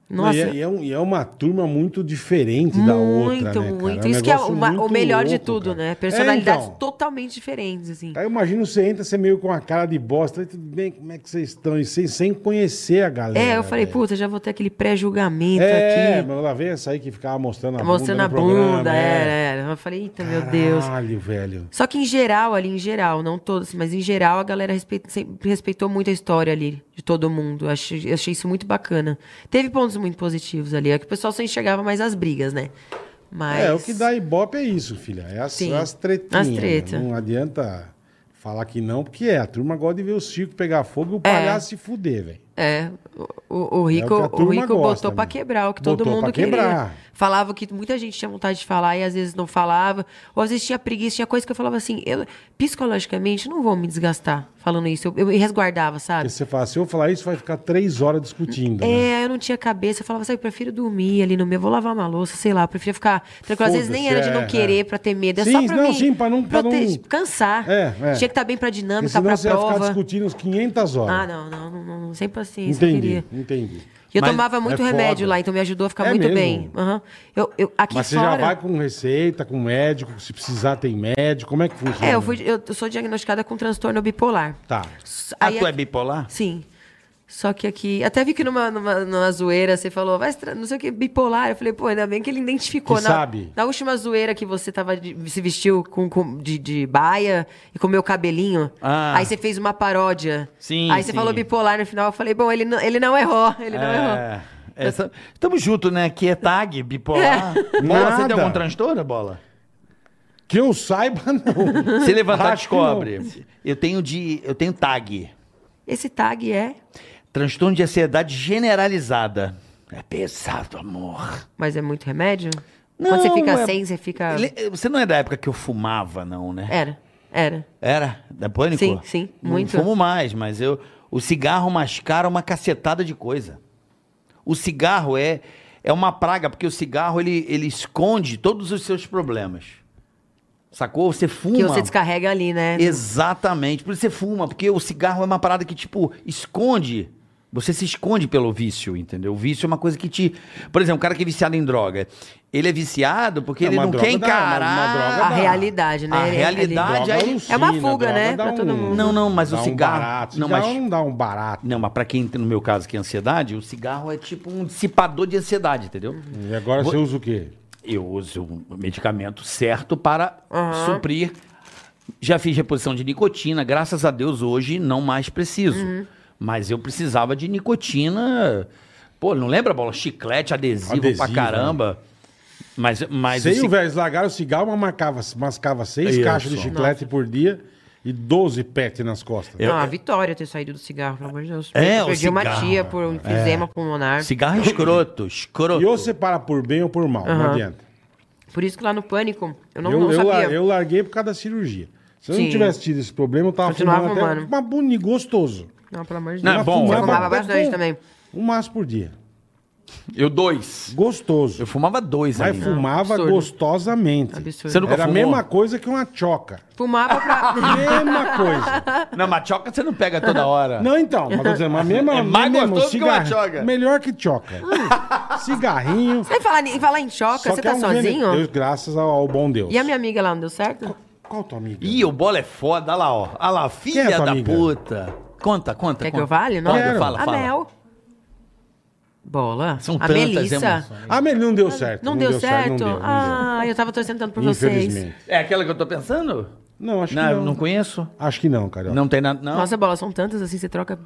Speaker 3: Não,
Speaker 5: Nossa.
Speaker 3: e é- E, é, um- e é uma turma muito diferente da
Speaker 5: Muito,
Speaker 3: outra, né, cara?
Speaker 5: muito.
Speaker 3: um
Speaker 5: Isso que é
Speaker 3: negócio
Speaker 5: o, ma- o
Speaker 3: muito
Speaker 5: melhor de
Speaker 3: louco,
Speaker 5: tudo,
Speaker 3: cara.
Speaker 5: né? Personalidades
Speaker 3: É, então.
Speaker 5: totalmente diferentes, assim.
Speaker 3: Aí eu imagino você entra, você meio com a cara de bosta. "Oi, Tudo bem, como é que vocês estão? E sem, sem conhecer a galera.
Speaker 5: É, eu falei,
Speaker 3: velho.
Speaker 5: puta, já vou ter aquele pré-julgamento
Speaker 3: É,
Speaker 5: aqui.
Speaker 3: mas lá vem essa aí que ficava mostrando a
Speaker 5: Mostrando a
Speaker 3: bunda. no programa,
Speaker 5: bunda, era,
Speaker 3: é.
Speaker 5: era. Eu falei, eita, meu Deus.
Speaker 3: Caralho, velho.
Speaker 5: Só que em geral, ali, em geral, não todos, mas em geral a galera respeita- sempre respeitou muito a história ali, de todo mundo. Eu achei, eu achei isso muito bacana. Teve pontos muito positivos ali. É que o pessoal só enxergava mais as brigas, né? Mas.
Speaker 3: É, o que dá ibope é isso, filha. É as,
Speaker 5: Sim.
Speaker 3: as tretinhas. né?
Speaker 5: As treta.
Speaker 3: Não adianta falar que não, porque é. A turma gosta de ver o circo pegar fogo e o palhaço se fuder, velho.
Speaker 5: É, o- o, o Rico,
Speaker 3: É o que a
Speaker 5: o
Speaker 3: turma
Speaker 5: Rico
Speaker 3: gosta,
Speaker 5: botou
Speaker 3: né?
Speaker 5: pra quebrar, o que todo
Speaker 3: Botou pra
Speaker 5: mundo queria.
Speaker 3: quebrar.
Speaker 5: Falava o que muita gente tinha vontade de falar e às vezes não falava, ou às vezes tinha preguiça, tinha coisa que eu falava assim, eu psicologicamente não vou me desgastar falando isso, eu, eu me resguardava,
Speaker 3: Porque
Speaker 5: sabe?
Speaker 3: você fala, se eu falar isso, vai ficar três horas discutindo. né?
Speaker 5: É, eu não tinha cabeça, eu falava assim, eu prefiro dormir ali no meu, vou lavar uma louça, sei lá, eu prefiro ficar tranquilo. Às vezes nem era de não
Speaker 3: Foda-se, é,
Speaker 5: querer
Speaker 3: é.
Speaker 5: pra ter medo, é
Speaker 3: Sim,
Speaker 5: só pra
Speaker 3: não,
Speaker 5: mim
Speaker 3: sim, pra não- pra não-
Speaker 5: proteger, cansar.
Speaker 3: É, é.
Speaker 5: Tinha que estar bem pra
Speaker 3: Porque
Speaker 5: dinâmica,
Speaker 3: senão
Speaker 5: tá pra
Speaker 3: você vai ficar
Speaker 5: prova.
Speaker 3: discutindo uns 500 horas.
Speaker 5: Ah, não, não, não, não, sem paciência, eu
Speaker 3: entendi,
Speaker 5: queria.
Speaker 3: entendi.
Speaker 5: E eu
Speaker 3: Mas
Speaker 5: tomava muito
Speaker 3: é
Speaker 5: remédio
Speaker 3: foda.
Speaker 5: lá, então me ajudou a ficar
Speaker 3: É
Speaker 5: muito
Speaker 3: mesmo?
Speaker 5: bem. Aham. Eu, eu, aqui
Speaker 3: Mas você
Speaker 5: fora.
Speaker 3: já vai com receita, com médico, se precisar tem médico, como é que funciona?
Speaker 5: É, eu, fui, eu eu sou diagnosticada com transtorno bipolar.
Speaker 3: Tá.
Speaker 5: S-
Speaker 4: Ah,
Speaker 5: aí
Speaker 4: tu é
Speaker 5: aqui-
Speaker 4: bipolar?
Speaker 5: Sim. Só que aqui. Até vi que numa, numa, numa zoeira você falou, vai, se tra- não sei o que, bipolar. Eu falei, pô, ainda bem que ele identificou.
Speaker 3: Que
Speaker 5: na,
Speaker 3: sabe.
Speaker 5: na última zoeira que você tava de- se vestiu com, com- de, de baia e com meu cabelinho.
Speaker 4: Ah.
Speaker 5: Aí você fez uma paródia.
Speaker 4: Sim,
Speaker 5: Aí você
Speaker 4: sim.
Speaker 5: falou bipolar no final. Eu falei, bom, ele não, ele não errou. Ele não errou.
Speaker 4: É. Essa, tamo junto, né? Que é tag, bipolar.
Speaker 5: É.
Speaker 4: Bola, você
Speaker 3: Nada.
Speaker 4: tem algum transtorno, bola?
Speaker 3: Que eu saiba, não.
Speaker 4: Se levantar,
Speaker 3: Acho que não.
Speaker 4: descobre. Eu tenho de. Eu tenho tag.
Speaker 5: Esse tag é.
Speaker 4: Transtorno de ansiedade generalizada.
Speaker 1: É pesado, amor.
Speaker 5: Mas é muito remédio? Quando você fica
Speaker 4: é-
Speaker 5: sem, você fica.
Speaker 4: Le- Você não é da época que eu fumava, não, né?
Speaker 5: Era, era.
Speaker 4: Era? Da Pânico?
Speaker 5: Sim, sim, muito.
Speaker 4: Não fumo mais, mas eu... O cigarro mascara uma cacetada de coisa. O cigarro é, é uma praga, porque o cigarro, ele, ele esconde todos os seus problemas. Sacou? Você fuma...
Speaker 5: Que você descarrega ali, né?
Speaker 4: Exatamente. Por isso você fuma, porque o cigarro é uma parada que, tipo, esconde. Você se esconde pelo vício, entendeu? O vício é uma coisa que te. Por exemplo, um cara que é viciado em droga, ele é viciado porque
Speaker 3: É,
Speaker 4: ele
Speaker 3: uma
Speaker 4: não
Speaker 3: droga
Speaker 4: quer
Speaker 3: dá, uma- uma droga
Speaker 4: encarar.
Speaker 5: a
Speaker 3: dá.
Speaker 5: realidade, né?
Speaker 4: A
Speaker 5: Ele-
Speaker 4: realidade-
Speaker 3: Droga um
Speaker 4: aí-
Speaker 3: alucina,
Speaker 5: É uma fuga,
Speaker 3: droga
Speaker 5: né,
Speaker 3: dá
Speaker 5: pra todo mundo.
Speaker 4: um- Não, não, mas o
Speaker 3: dá
Speaker 4: cigarro-
Speaker 3: Um barato.
Speaker 4: não,
Speaker 3: Cigarro
Speaker 4: mas-
Speaker 3: não dá um barato.
Speaker 4: Não, mas pra quem, no meu caso, que é ansiedade, o cigarro é tipo um dissipador de ansiedade, entendeu?
Speaker 3: E agora você usa o quê?
Speaker 4: Eu uso o medicamento certo para suprir. Já fiz reposição de nicotina, graças a Deus hoje não mais preciso. Mas eu precisava de nicotina. Pô, não lembra, bola? Chiclete, adesivo, pra
Speaker 3: Adesivo, né?
Speaker 4: caramba. Mas, mas
Speaker 3: Sei,
Speaker 4: o ci-
Speaker 3: velho, eles largaram o cigarro, mas marcava, mascava seis
Speaker 4: Isso.
Speaker 3: caixas de chiclete por dia e 12 pet nas costas.
Speaker 5: não, a vitória ter saído do cigarro, pelo amor de Deus.
Speaker 4: É,
Speaker 5: eu
Speaker 4: o
Speaker 5: perdi uma
Speaker 4: cigarro. É.
Speaker 5: tia por um enfisema pulmonar.
Speaker 4: cigarro é escroto, escroto.
Speaker 3: E ou você para por bem ou por mal, não
Speaker 5: Aham.
Speaker 3: adianta.
Speaker 5: Por isso que lá no pânico, eu não,
Speaker 3: eu,
Speaker 5: não
Speaker 3: eu
Speaker 5: sabia.
Speaker 3: la- eu larguei por causa da cirurgia. Se eu não
Speaker 5: Sim.
Speaker 3: tivesse tido esse problema, eu tava
Speaker 5: Continuava
Speaker 3: fumando até
Speaker 5: fumando.
Speaker 3: uma buni gostoso.
Speaker 5: Não, pelo amor de
Speaker 4: Não,
Speaker 5: Deus.
Speaker 4: é bom,
Speaker 5: eu
Speaker 4: é bom.
Speaker 5: fumava
Speaker 3: até
Speaker 5: bastante
Speaker 3: com
Speaker 5: também.
Speaker 3: Um maço por dia.
Speaker 4: Eu dois.
Speaker 3: Gostoso.
Speaker 4: Eu né? fumava dois
Speaker 3: Mas
Speaker 4: ali.
Speaker 3: fumava
Speaker 5: absurdo.
Speaker 3: gostosamente.
Speaker 5: Absurdo.
Speaker 4: Você nunca
Speaker 3: Era a
Speaker 4: fumou?
Speaker 3: mesma coisa que uma choca.
Speaker 5: Fumava pra.
Speaker 3: Mesma coisa.
Speaker 4: Na machoca você não pega toda hora.
Speaker 3: Não, então, mas tô dizendo, mas mesma,
Speaker 4: É mais
Speaker 3: mesmo,
Speaker 4: gostoso que uma
Speaker 3: cigarro-
Speaker 4: choca.
Speaker 3: Melhor que choca. Cigarrinho.
Speaker 5: Você falar, em- falar em choca, Ah. você
Speaker 3: que é
Speaker 5: tá
Speaker 3: um
Speaker 5: sozinho?
Speaker 3: veneno. Deus, graças ao, ao bom Deus.
Speaker 5: E a minha amiga lá não deu certo?
Speaker 3: Qual tua amiga?
Speaker 4: Ih, o bola é foda, olha lá, ó. Olha lá, filha
Speaker 3: tua
Speaker 4: da
Speaker 3: amiga?
Speaker 4: puta. Conta, conta.
Speaker 5: Quer que
Speaker 4: conta.
Speaker 5: eu fale? Não?
Speaker 4: Pode,
Speaker 3: Quero.
Speaker 4: fala,
Speaker 5: a
Speaker 4: fala.
Speaker 5: Mel. Bola.
Speaker 4: São
Speaker 5: a
Speaker 4: tantas
Speaker 5: Melissa.
Speaker 4: emoções.
Speaker 3: Ah, mas não deu certo.
Speaker 5: Não, deu, certo?
Speaker 3: Não deu, não
Speaker 5: ah, eu tava torcendo tanto por
Speaker 3: deu.
Speaker 5: vocês.
Speaker 3: Infelizmente.
Speaker 4: É aquela que eu tô pensando?
Speaker 3: Não, acho que
Speaker 4: Não,
Speaker 3: não.
Speaker 4: não conheço.
Speaker 3: Acho que não, cara. Não,
Speaker 4: Não tem nada. Não.
Speaker 5: Nossa, bola, são tantas assim, você troca.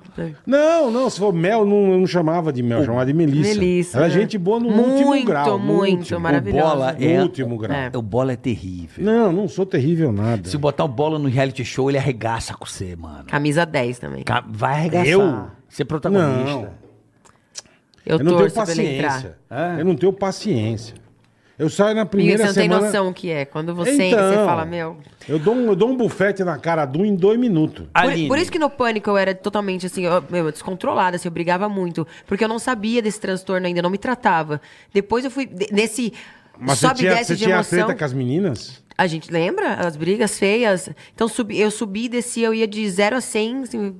Speaker 3: não, se for mel, não, eu não chamava de mel, eu chamava de Melissa.
Speaker 5: Melissa.
Speaker 3: Ela é
Speaker 5: né?
Speaker 3: gente boa no último grau. no
Speaker 5: Muito, muito,
Speaker 3: último.
Speaker 5: maravilhosa.
Speaker 4: bola
Speaker 3: No
Speaker 4: É.
Speaker 3: último grau.
Speaker 5: É.
Speaker 4: O bola é terrível.
Speaker 3: Não, não sou terrível nada.
Speaker 4: Se botar o bola no reality show, ele arregaça com você, mano.
Speaker 5: é, Camisa 10 também.
Speaker 4: Ca- Vai arregaçar.
Speaker 3: Eu?
Speaker 4: Você é protagonista.
Speaker 3: Não.
Speaker 5: Eu,
Speaker 3: Eu não tenho
Speaker 5: torço pra ele entrar.
Speaker 3: paciência. É? Eu não tenho paciência. Eu saio na
Speaker 5: Amigo,
Speaker 3: primeira
Speaker 5: você não
Speaker 3: semana... Então.
Speaker 5: tem noção o que é. Quando você entra, você fala, meu.
Speaker 3: Eu dou, um, eu dou um bufete na cara do em dois minutos.
Speaker 5: Por,
Speaker 4: Aline.
Speaker 5: por isso que no pânico eu era totalmente assim, eu, meu, descontrolada, assim, eu brigava muito. Porque eu não sabia desse transtorno ainda, eu não me tratava. Depois eu fui. de- Nesse.
Speaker 3: Mas você
Speaker 5: sobe e
Speaker 3: tinha,
Speaker 5: desce
Speaker 3: você
Speaker 5: de
Speaker 3: tinha
Speaker 5: emoção.
Speaker 3: treta com as meninas?
Speaker 5: A gente lembra? As brigas feias. Então subi, eu subi e desci, eu ia de 0 a 100. assim,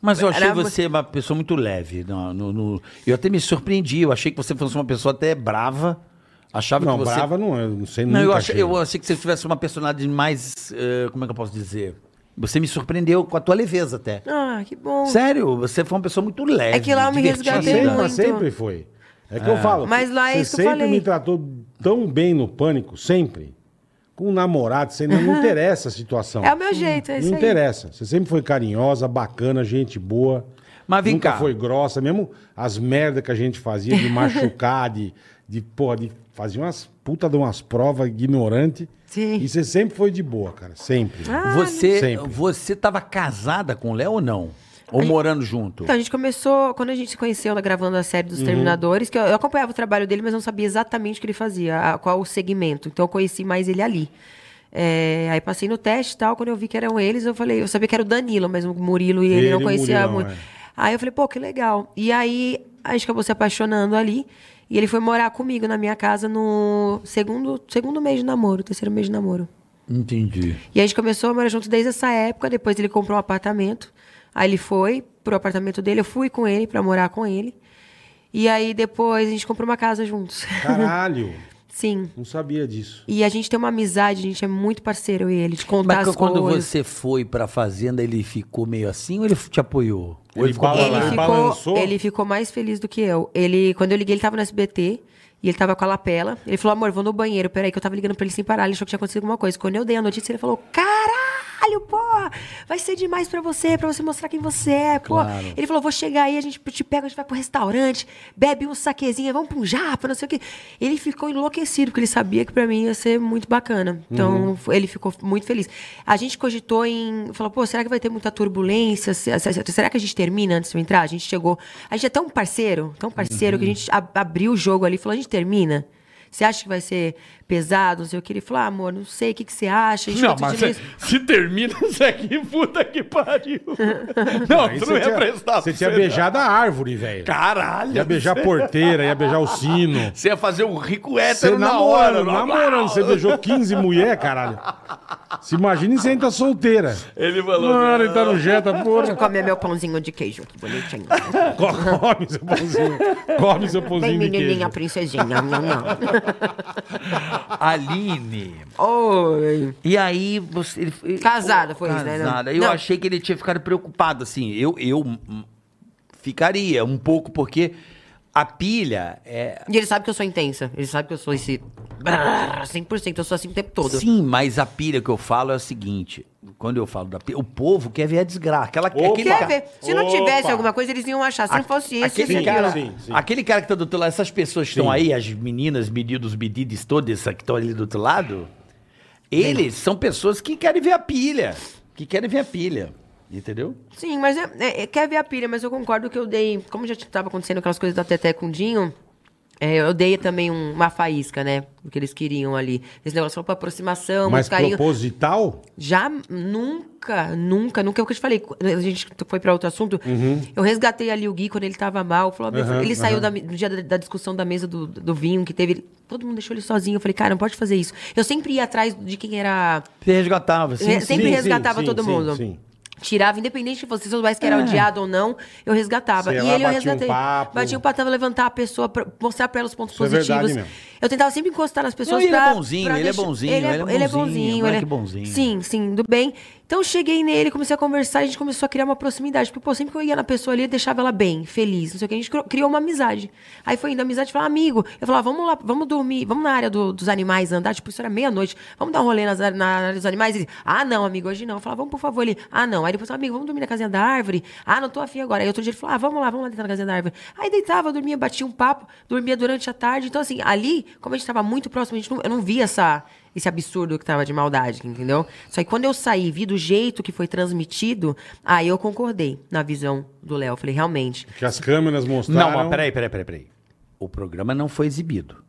Speaker 4: Mas eu achei
Speaker 5: Era-
Speaker 4: você uma pessoa muito leve. No, no- no- Eu até me surpreendi. Eu achei que você fosse uma pessoa até brava. Achava
Speaker 3: Não,
Speaker 4: que você.
Speaker 3: brava não, eu não sei
Speaker 4: Não,
Speaker 3: nunca
Speaker 4: eu achei,
Speaker 3: achei.
Speaker 4: eu achei que você tivesse uma personalidade mais. eh, como é que eu posso dizer? Você me surpreendeu com a tua leveza até.
Speaker 5: Ah, que bom.
Speaker 4: Sério, você foi uma pessoa muito leve.
Speaker 5: É que lá eu me
Speaker 4: divertida.
Speaker 3: Mas
Speaker 5: resgatei
Speaker 3: sempre,
Speaker 5: muito.
Speaker 3: mas sempre foi. É que eu falo.
Speaker 5: Mas lá é
Speaker 3: você
Speaker 5: isso que eu
Speaker 3: sempre
Speaker 5: falei.
Speaker 3: me tratou tão bem no pânico, sempre. Com um namorado, você não, não interessa a situação.
Speaker 5: É o meu jeito, é isso
Speaker 3: Não
Speaker 5: aí.
Speaker 3: interessa. Você sempre foi carinhosa, bacana, gente boa.
Speaker 4: Mas Ah, vem
Speaker 3: Nunca
Speaker 4: cá.
Speaker 3: foi grossa, mesmo as merdas que a gente fazia de machucar, de, de, porra, de fazer umas puta de umas provas ignorante.
Speaker 5: Sim.
Speaker 3: E você sempre foi de boa, cara. Sempre.
Speaker 4: Ah, Você,
Speaker 3: Sempre.
Speaker 4: você tava casada com o Léo ou não? Ou morando junto?
Speaker 5: Então, a gente começou, quando a gente se conheceu lá gravando a série
Speaker 3: Uhum.
Speaker 5: dos Terminadores, que eu, eu acompanhava o trabalho dele, mas não sabia exatamente o que ele fazia, a- qual o segmento. Então eu conheci mais ele ali. É, aí passei no teste e tal, quando eu vi que eram eles, eu falei, eu sabia que era o Danilo, mas o Murilo e ele,
Speaker 3: Ele e
Speaker 5: não
Speaker 3: o
Speaker 5: conhecia
Speaker 3: Murilão,
Speaker 5: muito.
Speaker 3: é.
Speaker 5: Aí eu falei, pô, que legal. E aí a gente acabou se apaixonando ali. E ele foi morar comigo na minha casa no segundo, segundo mês de namoro, terceiro mês de namoro.
Speaker 4: Entendi.
Speaker 5: E a gente começou a morar junto desde essa época. Depois ele comprou um apartamento. Aí ele foi pro apartamento dele. Eu fui com ele pra morar com ele. E aí depois a gente comprou uma casa juntos.
Speaker 3: Caralho.
Speaker 5: Sim.
Speaker 3: Não sabia disso.
Speaker 5: E a gente tem uma amizade, a gente é muito parceiro eu e ele, de contar
Speaker 4: Mas
Speaker 5: as
Speaker 4: quando
Speaker 5: coisas.
Speaker 4: você foi pra fazenda, ele ficou meio assim ou ele te apoiou? Ou
Speaker 3: Ele bala-
Speaker 4: com-
Speaker 5: Ele
Speaker 3: Balan-
Speaker 5: ficou,
Speaker 3: balançou?
Speaker 5: ele ficou mais feliz do que eu. Ele, quando eu liguei, ele tava no SBT e ele tava com a lapela. Ele falou, amor, vou no banheiro. Peraí, que eu tava ligando pra ele sem parar. Ele achou que tinha acontecido alguma coisa. Quando eu dei a notícia, ele falou, caralho, porra, vai ser demais pra você, pra você mostrar quem você é, pô. Ele falou, vou chegar aí, a gente te pega, a gente vai pro restaurante, bebe um saquezinho, vamos pra um japa, não sei o quê. Ele ficou enlouquecido, porque ele sabia que pra mim ia ser muito bacana.
Speaker 6: Uhum.
Speaker 5: Então, ele ficou muito feliz. A gente cogitou em. Falou, pô, será que vai ter muita turbulência? Se- se- se- Será que a gente termina antes de eu entrar? A gente chegou. A gente é tão parceiro, tão parceiro, que
Speaker 6: Uhum.
Speaker 5: a gente ab- abriu o jogo ali e falou, a gente termina. Você acha que vai ser pesado? Não sei o que. Ele falou, ah, amor, não sei, o que, que você acha? A gente
Speaker 6: Não,
Speaker 5: vai
Speaker 6: mas
Speaker 5: discutir
Speaker 6: se,
Speaker 5: isso."
Speaker 6: se termina isso aqui, puta que pariu. Não,
Speaker 3: Aí
Speaker 6: tu não
Speaker 3: você
Speaker 6: ia
Speaker 3: tinha,
Speaker 6: prestar.
Speaker 3: você tinha beijado a árvore, velho.
Speaker 6: Caralho.
Speaker 3: Ia beijar a porteira, ia beijar o sino.
Speaker 6: Você ia fazer o rico
Speaker 3: Você
Speaker 6: hétero na hora.
Speaker 3: namorando, namorando, você beijou 15 mulher, caralho. Se imagina se ainda tá solteira.
Speaker 6: Ele falou. assim,
Speaker 3: Mano, ele tá no Jetta,
Speaker 5: Deixa eu
Speaker 3: porra.
Speaker 5: comer meu pãozinho de queijo, que bonitinho.
Speaker 3: Co- Come seu pãozinho. Come seu
Speaker 5: Vem,
Speaker 3: pãozinho de
Speaker 5: menininha,
Speaker 3: queijo.
Speaker 5: princesinha. Não, não.
Speaker 6: "Ah,
Speaker 4: Aline.
Speaker 5: Oi.
Speaker 4: E aí você. Ele, ele-
Speaker 5: Casada foi isso, né?
Speaker 4: casada.
Speaker 5: Não.
Speaker 4: Eu
Speaker 5: Não.
Speaker 4: achei que ele tinha ficado preocupado, assim. Eu, eu hum, ficaria um pouco, porque a pilha é.
Speaker 5: E ele sabe que eu sou intensa. Ele sabe que eu sou esse. brrr, 100%. Eu sou assim o tempo todo.
Speaker 4: Sim, mas a pilha que eu falo é a seguinte. Quando eu falo da pilha, o povo quer ver a desgraça. Aquela, aquele
Speaker 5: Quer
Speaker 4: cara-
Speaker 5: ver? Se não tivesse
Speaker 3: Opa.
Speaker 5: alguma coisa, eles iam achar. Se não fosse isso,
Speaker 4: Aquele
Speaker 5: isso,
Speaker 4: cara,
Speaker 5: aquilo.
Speaker 3: sim, sim.
Speaker 4: aquele cara que tá do outro lado, essas pessoas que estão aí, as meninas, medidos, medidas todas que estão ali do outro lado, eles são pessoas que querem ver a pilha. Que querem ver a pilha. Entendeu?
Speaker 5: Sim, mas é- é- é- quer ver a pilha, mas eu concordo que eu dei. Como já tava acontecendo aquelas coisas da Teté com o Dinho, é, eu dei também um- uma faísca, né? O que eles queriam ali. Esse negócio foi pra aproximação,
Speaker 3: Mas
Speaker 5: muito carinho.
Speaker 3: proposital?
Speaker 5: Já nunca, nunca, nunca. É o que eu te falei. A gente foi pra outro assunto. Eu resgatei ali o Gui quando ele tava mal. Falou, "Amigo,
Speaker 3: Uhum,
Speaker 5: ele saiu
Speaker 3: uhum.
Speaker 5: da, me- do dia da, da discussão da mesa do, do vinho que teve. ele- todo mundo deixou ele sozinho. Eu falei, cara, não pode fazer isso. Eu sempre ia atrás de quem era.
Speaker 4: Você resgatava, sim.
Speaker 5: Re- sempre
Speaker 3: sim,
Speaker 5: resgatava
Speaker 3: sim,
Speaker 5: todo
Speaker 3: sim,
Speaker 5: mundo.
Speaker 3: sim.
Speaker 5: Tirava, independente se você soubesse que era odiado ou não, eu resgatava.
Speaker 3: Sei
Speaker 5: e
Speaker 3: lá,
Speaker 5: ele
Speaker 3: batia
Speaker 5: eu
Speaker 3: um
Speaker 5: resgatei.
Speaker 3: papo.
Speaker 5: Batia um papo, tava levantar a pessoa, pra- mostrar pra ela os pontos
Speaker 3: Isso é
Speaker 5: positivos.
Speaker 3: verdade mesmo.
Speaker 5: Eu tentava sempre encostar nas pessoas
Speaker 4: Não, ele é
Speaker 5: pra-
Speaker 4: bonzinho,
Speaker 5: pra
Speaker 4: ele é
Speaker 5: deixar-
Speaker 4: bonzinho,
Speaker 5: ele
Speaker 4: ele
Speaker 5: é,
Speaker 4: é
Speaker 5: ele é
Speaker 4: bonzinho,
Speaker 5: bonzinho.
Speaker 4: moleque
Speaker 5: ele é-
Speaker 4: bonzinho.
Speaker 5: Sim, sim, do bem. Então eu cheguei nele, comecei a conversar, a gente começou a criar uma proximidade. Porque, pô, sempre que eu ia na pessoa ali, eu deixava ela bem, feliz, não sei o que. A gente cri- criou uma amizade. Aí foi indo a amizade, falava, amigo, eu falava, vamos lá, vamos dormir, vamos na área do- dos animais andar, tipo, isso era meia-noite, vamos dar um rolê nas, na área dos animais. Ele, ah, não, amigo, hoje não. Eu falava, vamos, por favor, ele, ah, não. Aí depois, amigo, vamos dormir na casinha da árvore? Ah, não tô afim agora. Aí outro dia ele falou, ah, vamos lá, vamos lá deitar na casinha da árvore. Aí deitava, dormia, batia um papo, dormia durante a tarde. Então, assim, ali, como a gente tava muito próximo, a gente não- eu não via essa esse absurdo que tava de maldade, entendeu? Só que quando eu saí, vi do jeito que foi transmitido, aí eu concordei na visão do Léo. Eu Falei, realmente.
Speaker 3: Que as câmeras mostraram.
Speaker 4: Não, mas peraí, peraí, peraí, peraí. O programa não foi exibido.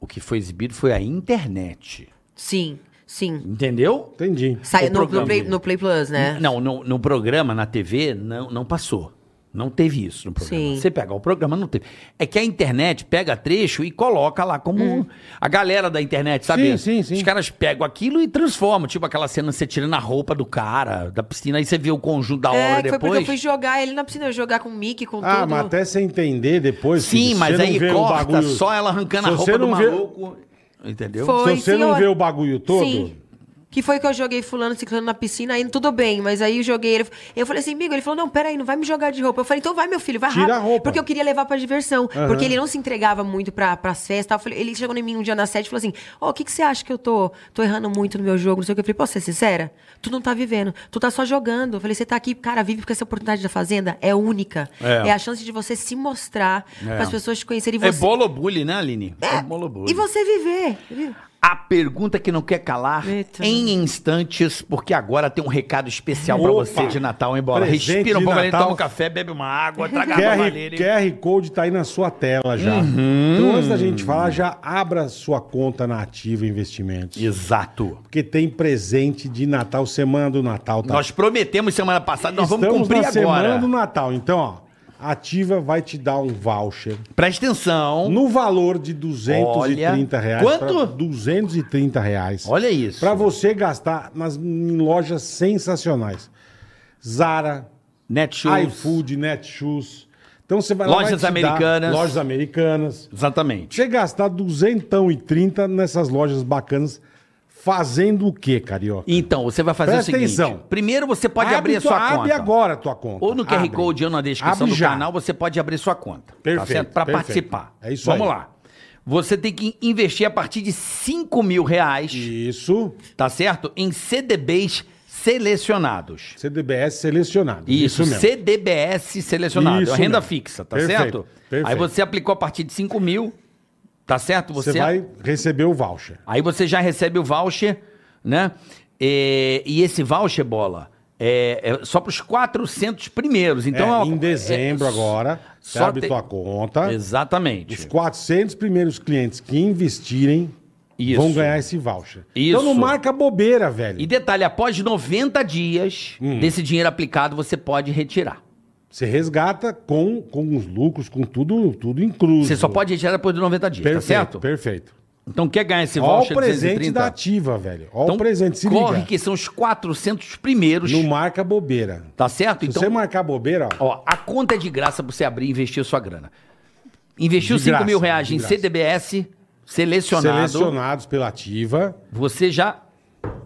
Speaker 4: O que foi exibido foi a internet.
Speaker 5: Sim, sim.
Speaker 4: Entendeu?
Speaker 3: Entendi.
Speaker 5: Saiu
Speaker 4: O
Speaker 5: no, no
Speaker 4: programa.
Speaker 5: Play, no Play Plus, né?
Speaker 4: Não, no, no programa, na TV, não, não passou. Não teve isso no programa.
Speaker 5: Sim.
Speaker 4: Você pegar o programa, não teve. É que a internet pega trecho e coloca lá como
Speaker 5: Hum.
Speaker 4: a galera da internet, sabe?
Speaker 3: Sim, sim, sim.
Speaker 4: Os caras pegam aquilo e transformam. Tipo aquela cena você tirando a roupa do cara, da piscina, aí você vê o conjunto da
Speaker 5: É,
Speaker 4: obra
Speaker 5: que foi porque eu
Speaker 4: depois.
Speaker 5: fui jogar ele na piscina, eu ia jogar com o Mickey, com
Speaker 3: Ah,
Speaker 5: tudo.
Speaker 3: mas até você entender depois.
Speaker 4: Sim,
Speaker 3: se
Speaker 4: mas
Speaker 3: você não
Speaker 4: aí
Speaker 3: vê o
Speaker 4: corta
Speaker 3: bagulho-
Speaker 4: só ela arrancando
Speaker 3: Se
Speaker 4: a
Speaker 3: você
Speaker 4: roupa do
Speaker 3: não vê-
Speaker 4: maluco. Entendeu?
Speaker 5: Foi,
Speaker 3: Se você
Speaker 5: sim,
Speaker 3: não
Speaker 5: eu-
Speaker 3: vê o bagulho todo,
Speaker 5: Sim. Que foi que eu joguei fulano, ciclano na piscina, aí tudo bem, mas aí eu joguei ele. Eu falei assim, amigo, ele falou, não, peraí, não vai me jogar de roupa. Eu falei, então vai, meu filho, vai
Speaker 3: Tira a
Speaker 5: rápido.
Speaker 3: roupa.
Speaker 5: Porque eu queria levar pra diversão. Porque ele não se entregava muito pra, pras festas. tal. Eu falei- Ele chegou em mim um dia na sede e falou assim, ó, o que, que você acha que eu tô, tô errando muito no meu jogo? Não sei o que. Eu falei, posso ser sincera? Tu não tá vivendo, tu tá só jogando. Eu falei, você tá aqui, cara, vive porque essa oportunidade da Fazenda é única. É, a chance de você se mostrar, pras pessoas te conhecerem. E
Speaker 4: É
Speaker 5: você,
Speaker 4: bolobully, né, Aline? É, bolobully.
Speaker 5: e você viver.
Speaker 4: A pergunta que não quer calar
Speaker 5: Eita.
Speaker 3: né?
Speaker 4: em instantes, porque agora tem um recado especial pra
Speaker 3: Opa!
Speaker 4: você de Natal, hein, Bola?
Speaker 3: Presente
Speaker 4: Respira um
Speaker 3: de
Speaker 4: pouco ali,
Speaker 3: Natal.
Speaker 4: toma um café, bebe uma água, traga a
Speaker 3: QR,
Speaker 4: baleira.
Speaker 3: QR Code tá aí na sua tela já.
Speaker 4: Uhum.
Speaker 3: Então, antes da gente falar, já abra sua conta na Ativa Investimentos.
Speaker 4: Exato.
Speaker 3: Porque tem presente de Natal, semana do Natal, tá?
Speaker 4: Nós prometemos semana passada, nós vamos
Speaker 3: Estamos
Speaker 4: cumprir
Speaker 3: na semana
Speaker 4: agora.
Speaker 3: do Natal. Então, ó, a Ativa vai te dar um voucher
Speaker 4: Presta atenção.
Speaker 3: no valor de 230
Speaker 4: Olha,
Speaker 3: reais.
Speaker 4: quanto?
Speaker 3: pra 230 reais.
Speaker 4: Olha isso.
Speaker 3: Pra você gastar nas, em lojas sensacionais. Zara,
Speaker 4: Netshoes.
Speaker 3: iFood, Netshoes. Então você vai
Speaker 4: Lojas
Speaker 3: vai te dar
Speaker 4: americanas.
Speaker 3: Lojas americanas.
Speaker 4: Exatamente.
Speaker 3: Você gastar 230 nessas lojas bacanas fazendo o quê, carioca?
Speaker 4: Então, você vai fazer
Speaker 3: Presta
Speaker 4: o seguinte.
Speaker 3: atenção.
Speaker 4: Primeiro você pode
Speaker 3: Abre
Speaker 4: abrir a
Speaker 3: tua-
Speaker 4: sua conta.
Speaker 3: Abre agora a tua conta.
Speaker 4: Ou no QR
Speaker 3: Abre.
Speaker 4: Code ou na descrição
Speaker 3: Abre
Speaker 4: do
Speaker 3: já.
Speaker 4: canal, você pode abrir sua conta.
Speaker 3: Perfeito,
Speaker 4: Para
Speaker 3: perfeito.
Speaker 4: participar.
Speaker 3: É isso
Speaker 4: Vamos
Speaker 3: aí.
Speaker 4: lá. Você tem que investir a partir de 5 mil reais,
Speaker 3: Isso.
Speaker 4: tá certo? Em CDBs selecionados.
Speaker 3: CDBS selecionado.
Speaker 4: Isso, CDBS selecionado.
Speaker 3: Isso
Speaker 4: é renda
Speaker 3: mesmo.
Speaker 4: fixa, tá
Speaker 3: Perfeito,
Speaker 4: certo? Aí
Speaker 3: perfeito.
Speaker 4: você aplicou a partir de 5 mil, tá certo?
Speaker 3: Você vai receber o voucher.
Speaker 4: Aí você já recebe o voucher, né? É, E, esse voucher, bola, é, é só para os 400 primeiros. Então, é
Speaker 3: Então,
Speaker 4: uma-
Speaker 3: em dezembro
Speaker 4: é-
Speaker 3: agora, você
Speaker 4: só
Speaker 3: abre
Speaker 4: tem-
Speaker 3: tua conta. Os
Speaker 4: Exatamente.
Speaker 3: 400 primeiros clientes que investirem
Speaker 4: Isso.
Speaker 3: vão ganhar esse voucher.
Speaker 4: Isso.
Speaker 3: Então não marca bobeira, velho.
Speaker 4: E detalhe, após 90 dias
Speaker 3: Hum.
Speaker 4: desse dinheiro aplicado, você pode retirar.
Speaker 3: Você resgata com, com os lucros, com tudo, tudo incluso.
Speaker 4: Você só pode retirar depois de 90 dias,
Speaker 3: Uhum. perfeito,
Speaker 4: tá certo?
Speaker 3: Perfeito.
Speaker 4: Então quer ganhar esse
Speaker 3: Olha o
Speaker 4: voucher
Speaker 3: presente
Speaker 4: 230?
Speaker 3: da ativa, velho. Olha
Speaker 4: então,
Speaker 3: o presente, se
Speaker 4: corre
Speaker 3: liga.
Speaker 4: que são os 400 primeiros,
Speaker 3: Não marca bobeira.
Speaker 4: tá certo?
Speaker 3: Se
Speaker 4: Então,
Speaker 3: você marcar bobeira, ó,
Speaker 4: ó, a conta é de graça pra você abrir e investir a sua grana. Investiu
Speaker 3: De
Speaker 4: 5 mil
Speaker 3: graça,
Speaker 4: reais
Speaker 3: de
Speaker 4: em
Speaker 3: graça.
Speaker 4: CDBS selecionado,
Speaker 3: selecionados pela ativa,
Speaker 4: você já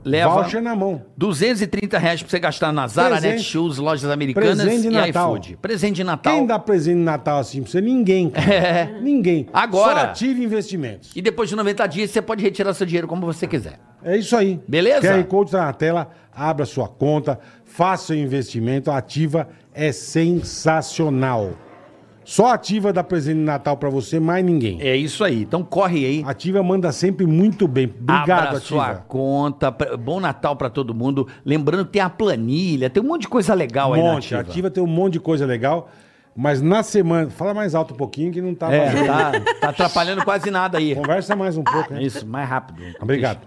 Speaker 4: leva
Speaker 3: voucher na mão.
Speaker 4: 230 reais pra você gastar na Zara,
Speaker 3: Presente.
Speaker 4: Netshoes, lojas americanas
Speaker 3: Presente de
Speaker 4: e
Speaker 3: Natal.
Speaker 4: iFood. Presente de Natal.
Speaker 3: Quem dá presente de Natal assim pra você? Ninguém, cara. Ninguém.
Speaker 4: É. Agora.
Speaker 3: Só ative investimentos.
Speaker 4: E depois de 90 dias, você pode retirar seu dinheiro como você quiser.
Speaker 3: É isso aí.
Speaker 4: Beleza?
Speaker 3: QR Code tá na tela, abra sua conta, faça o investimento, a ativa é sensacional. Só a ativa dá presente de Natal pra você, mais ninguém.
Speaker 4: É isso aí. Então corre aí.
Speaker 3: A Ativa manda sempre muito bem. Obrigado,
Speaker 4: abra
Speaker 3: Ativa.
Speaker 4: sua conta. Pra- Bom Natal pra todo mundo. Lembrando que tem a planilha, tem um monte de coisa legal aí né, na
Speaker 3: monte.
Speaker 4: Ativa.
Speaker 3: Ativa. tem um monte de coisa legal, mas na semana. Fala mais alto um pouquinho que não tá.
Speaker 4: É,
Speaker 3: vazando.
Speaker 4: tá, tá atrapalhando quase nada aí.
Speaker 3: Conversa mais um pouco, né?
Speaker 4: Isso, mais rápido.
Speaker 3: Obrigado.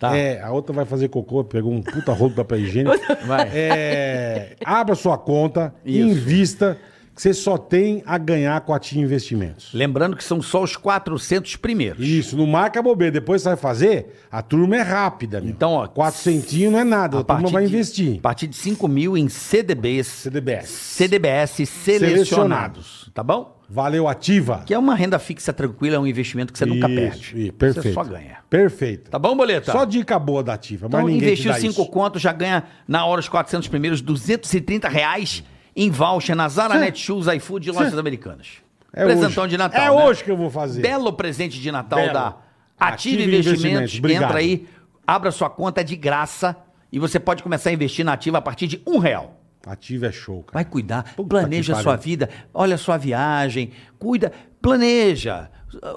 Speaker 4: Tá.
Speaker 3: É, a outra vai fazer cocô, pegou um puta rolo da papel higiênico.
Speaker 4: Vai.
Speaker 3: É, abra sua conta,
Speaker 4: Isso.
Speaker 3: invista, que você só tem a ganhar com a TIM Investimentos.
Speaker 4: Lembrando que são só os 400 primeiros.
Speaker 3: Isso, não marca bobeira. Depois você vai fazer, a turma é rápida, meu.
Speaker 4: Então, ó,
Speaker 3: Quatrocentinho não é nada, a, turma
Speaker 4: partir
Speaker 3: vai
Speaker 4: de-
Speaker 3: investir.
Speaker 4: A partir de 5 mil em CDBs.
Speaker 3: CDBS.
Speaker 4: CDBS selecionados. Tá bom?
Speaker 3: Valeu, ativa.
Speaker 4: Que é uma renda fixa tranquila, é um investimento que você nunca
Speaker 3: Isso,
Speaker 4: perde.
Speaker 3: isso, perfeito.
Speaker 4: Você só ganha.
Speaker 3: Perfeito.
Speaker 4: Tá bom, boleta?
Speaker 3: Só dica boa da ativa, mas
Speaker 4: Então
Speaker 3: ninguém
Speaker 4: investiu
Speaker 3: te dá
Speaker 4: 5
Speaker 3: isso.
Speaker 4: conto, já ganha na hora os 400 primeiros 230 reais em voucher na Zara, Netshoes, iFood e lojas americanas.
Speaker 3: É
Speaker 4: Presentão
Speaker 3: hoje.
Speaker 4: de Natal,
Speaker 3: É
Speaker 4: né?
Speaker 3: hoje que eu vou fazer.
Speaker 4: Belo presente de Natal
Speaker 3: Belo.
Speaker 4: da Ativa
Speaker 3: Ativa
Speaker 4: Investimentos.
Speaker 3: Investimentos, obrigado.
Speaker 4: Entra aí, abra sua conta é de graça e você pode começar a investir na Ativa a partir de um real.
Speaker 3: Ativa é show, cara.
Speaker 4: Vai cuidar,
Speaker 3: Puta
Speaker 4: planeja
Speaker 3: que
Speaker 4: a sua
Speaker 3: pariu.
Speaker 4: vida, olha a sua viagem, cuida, planeja.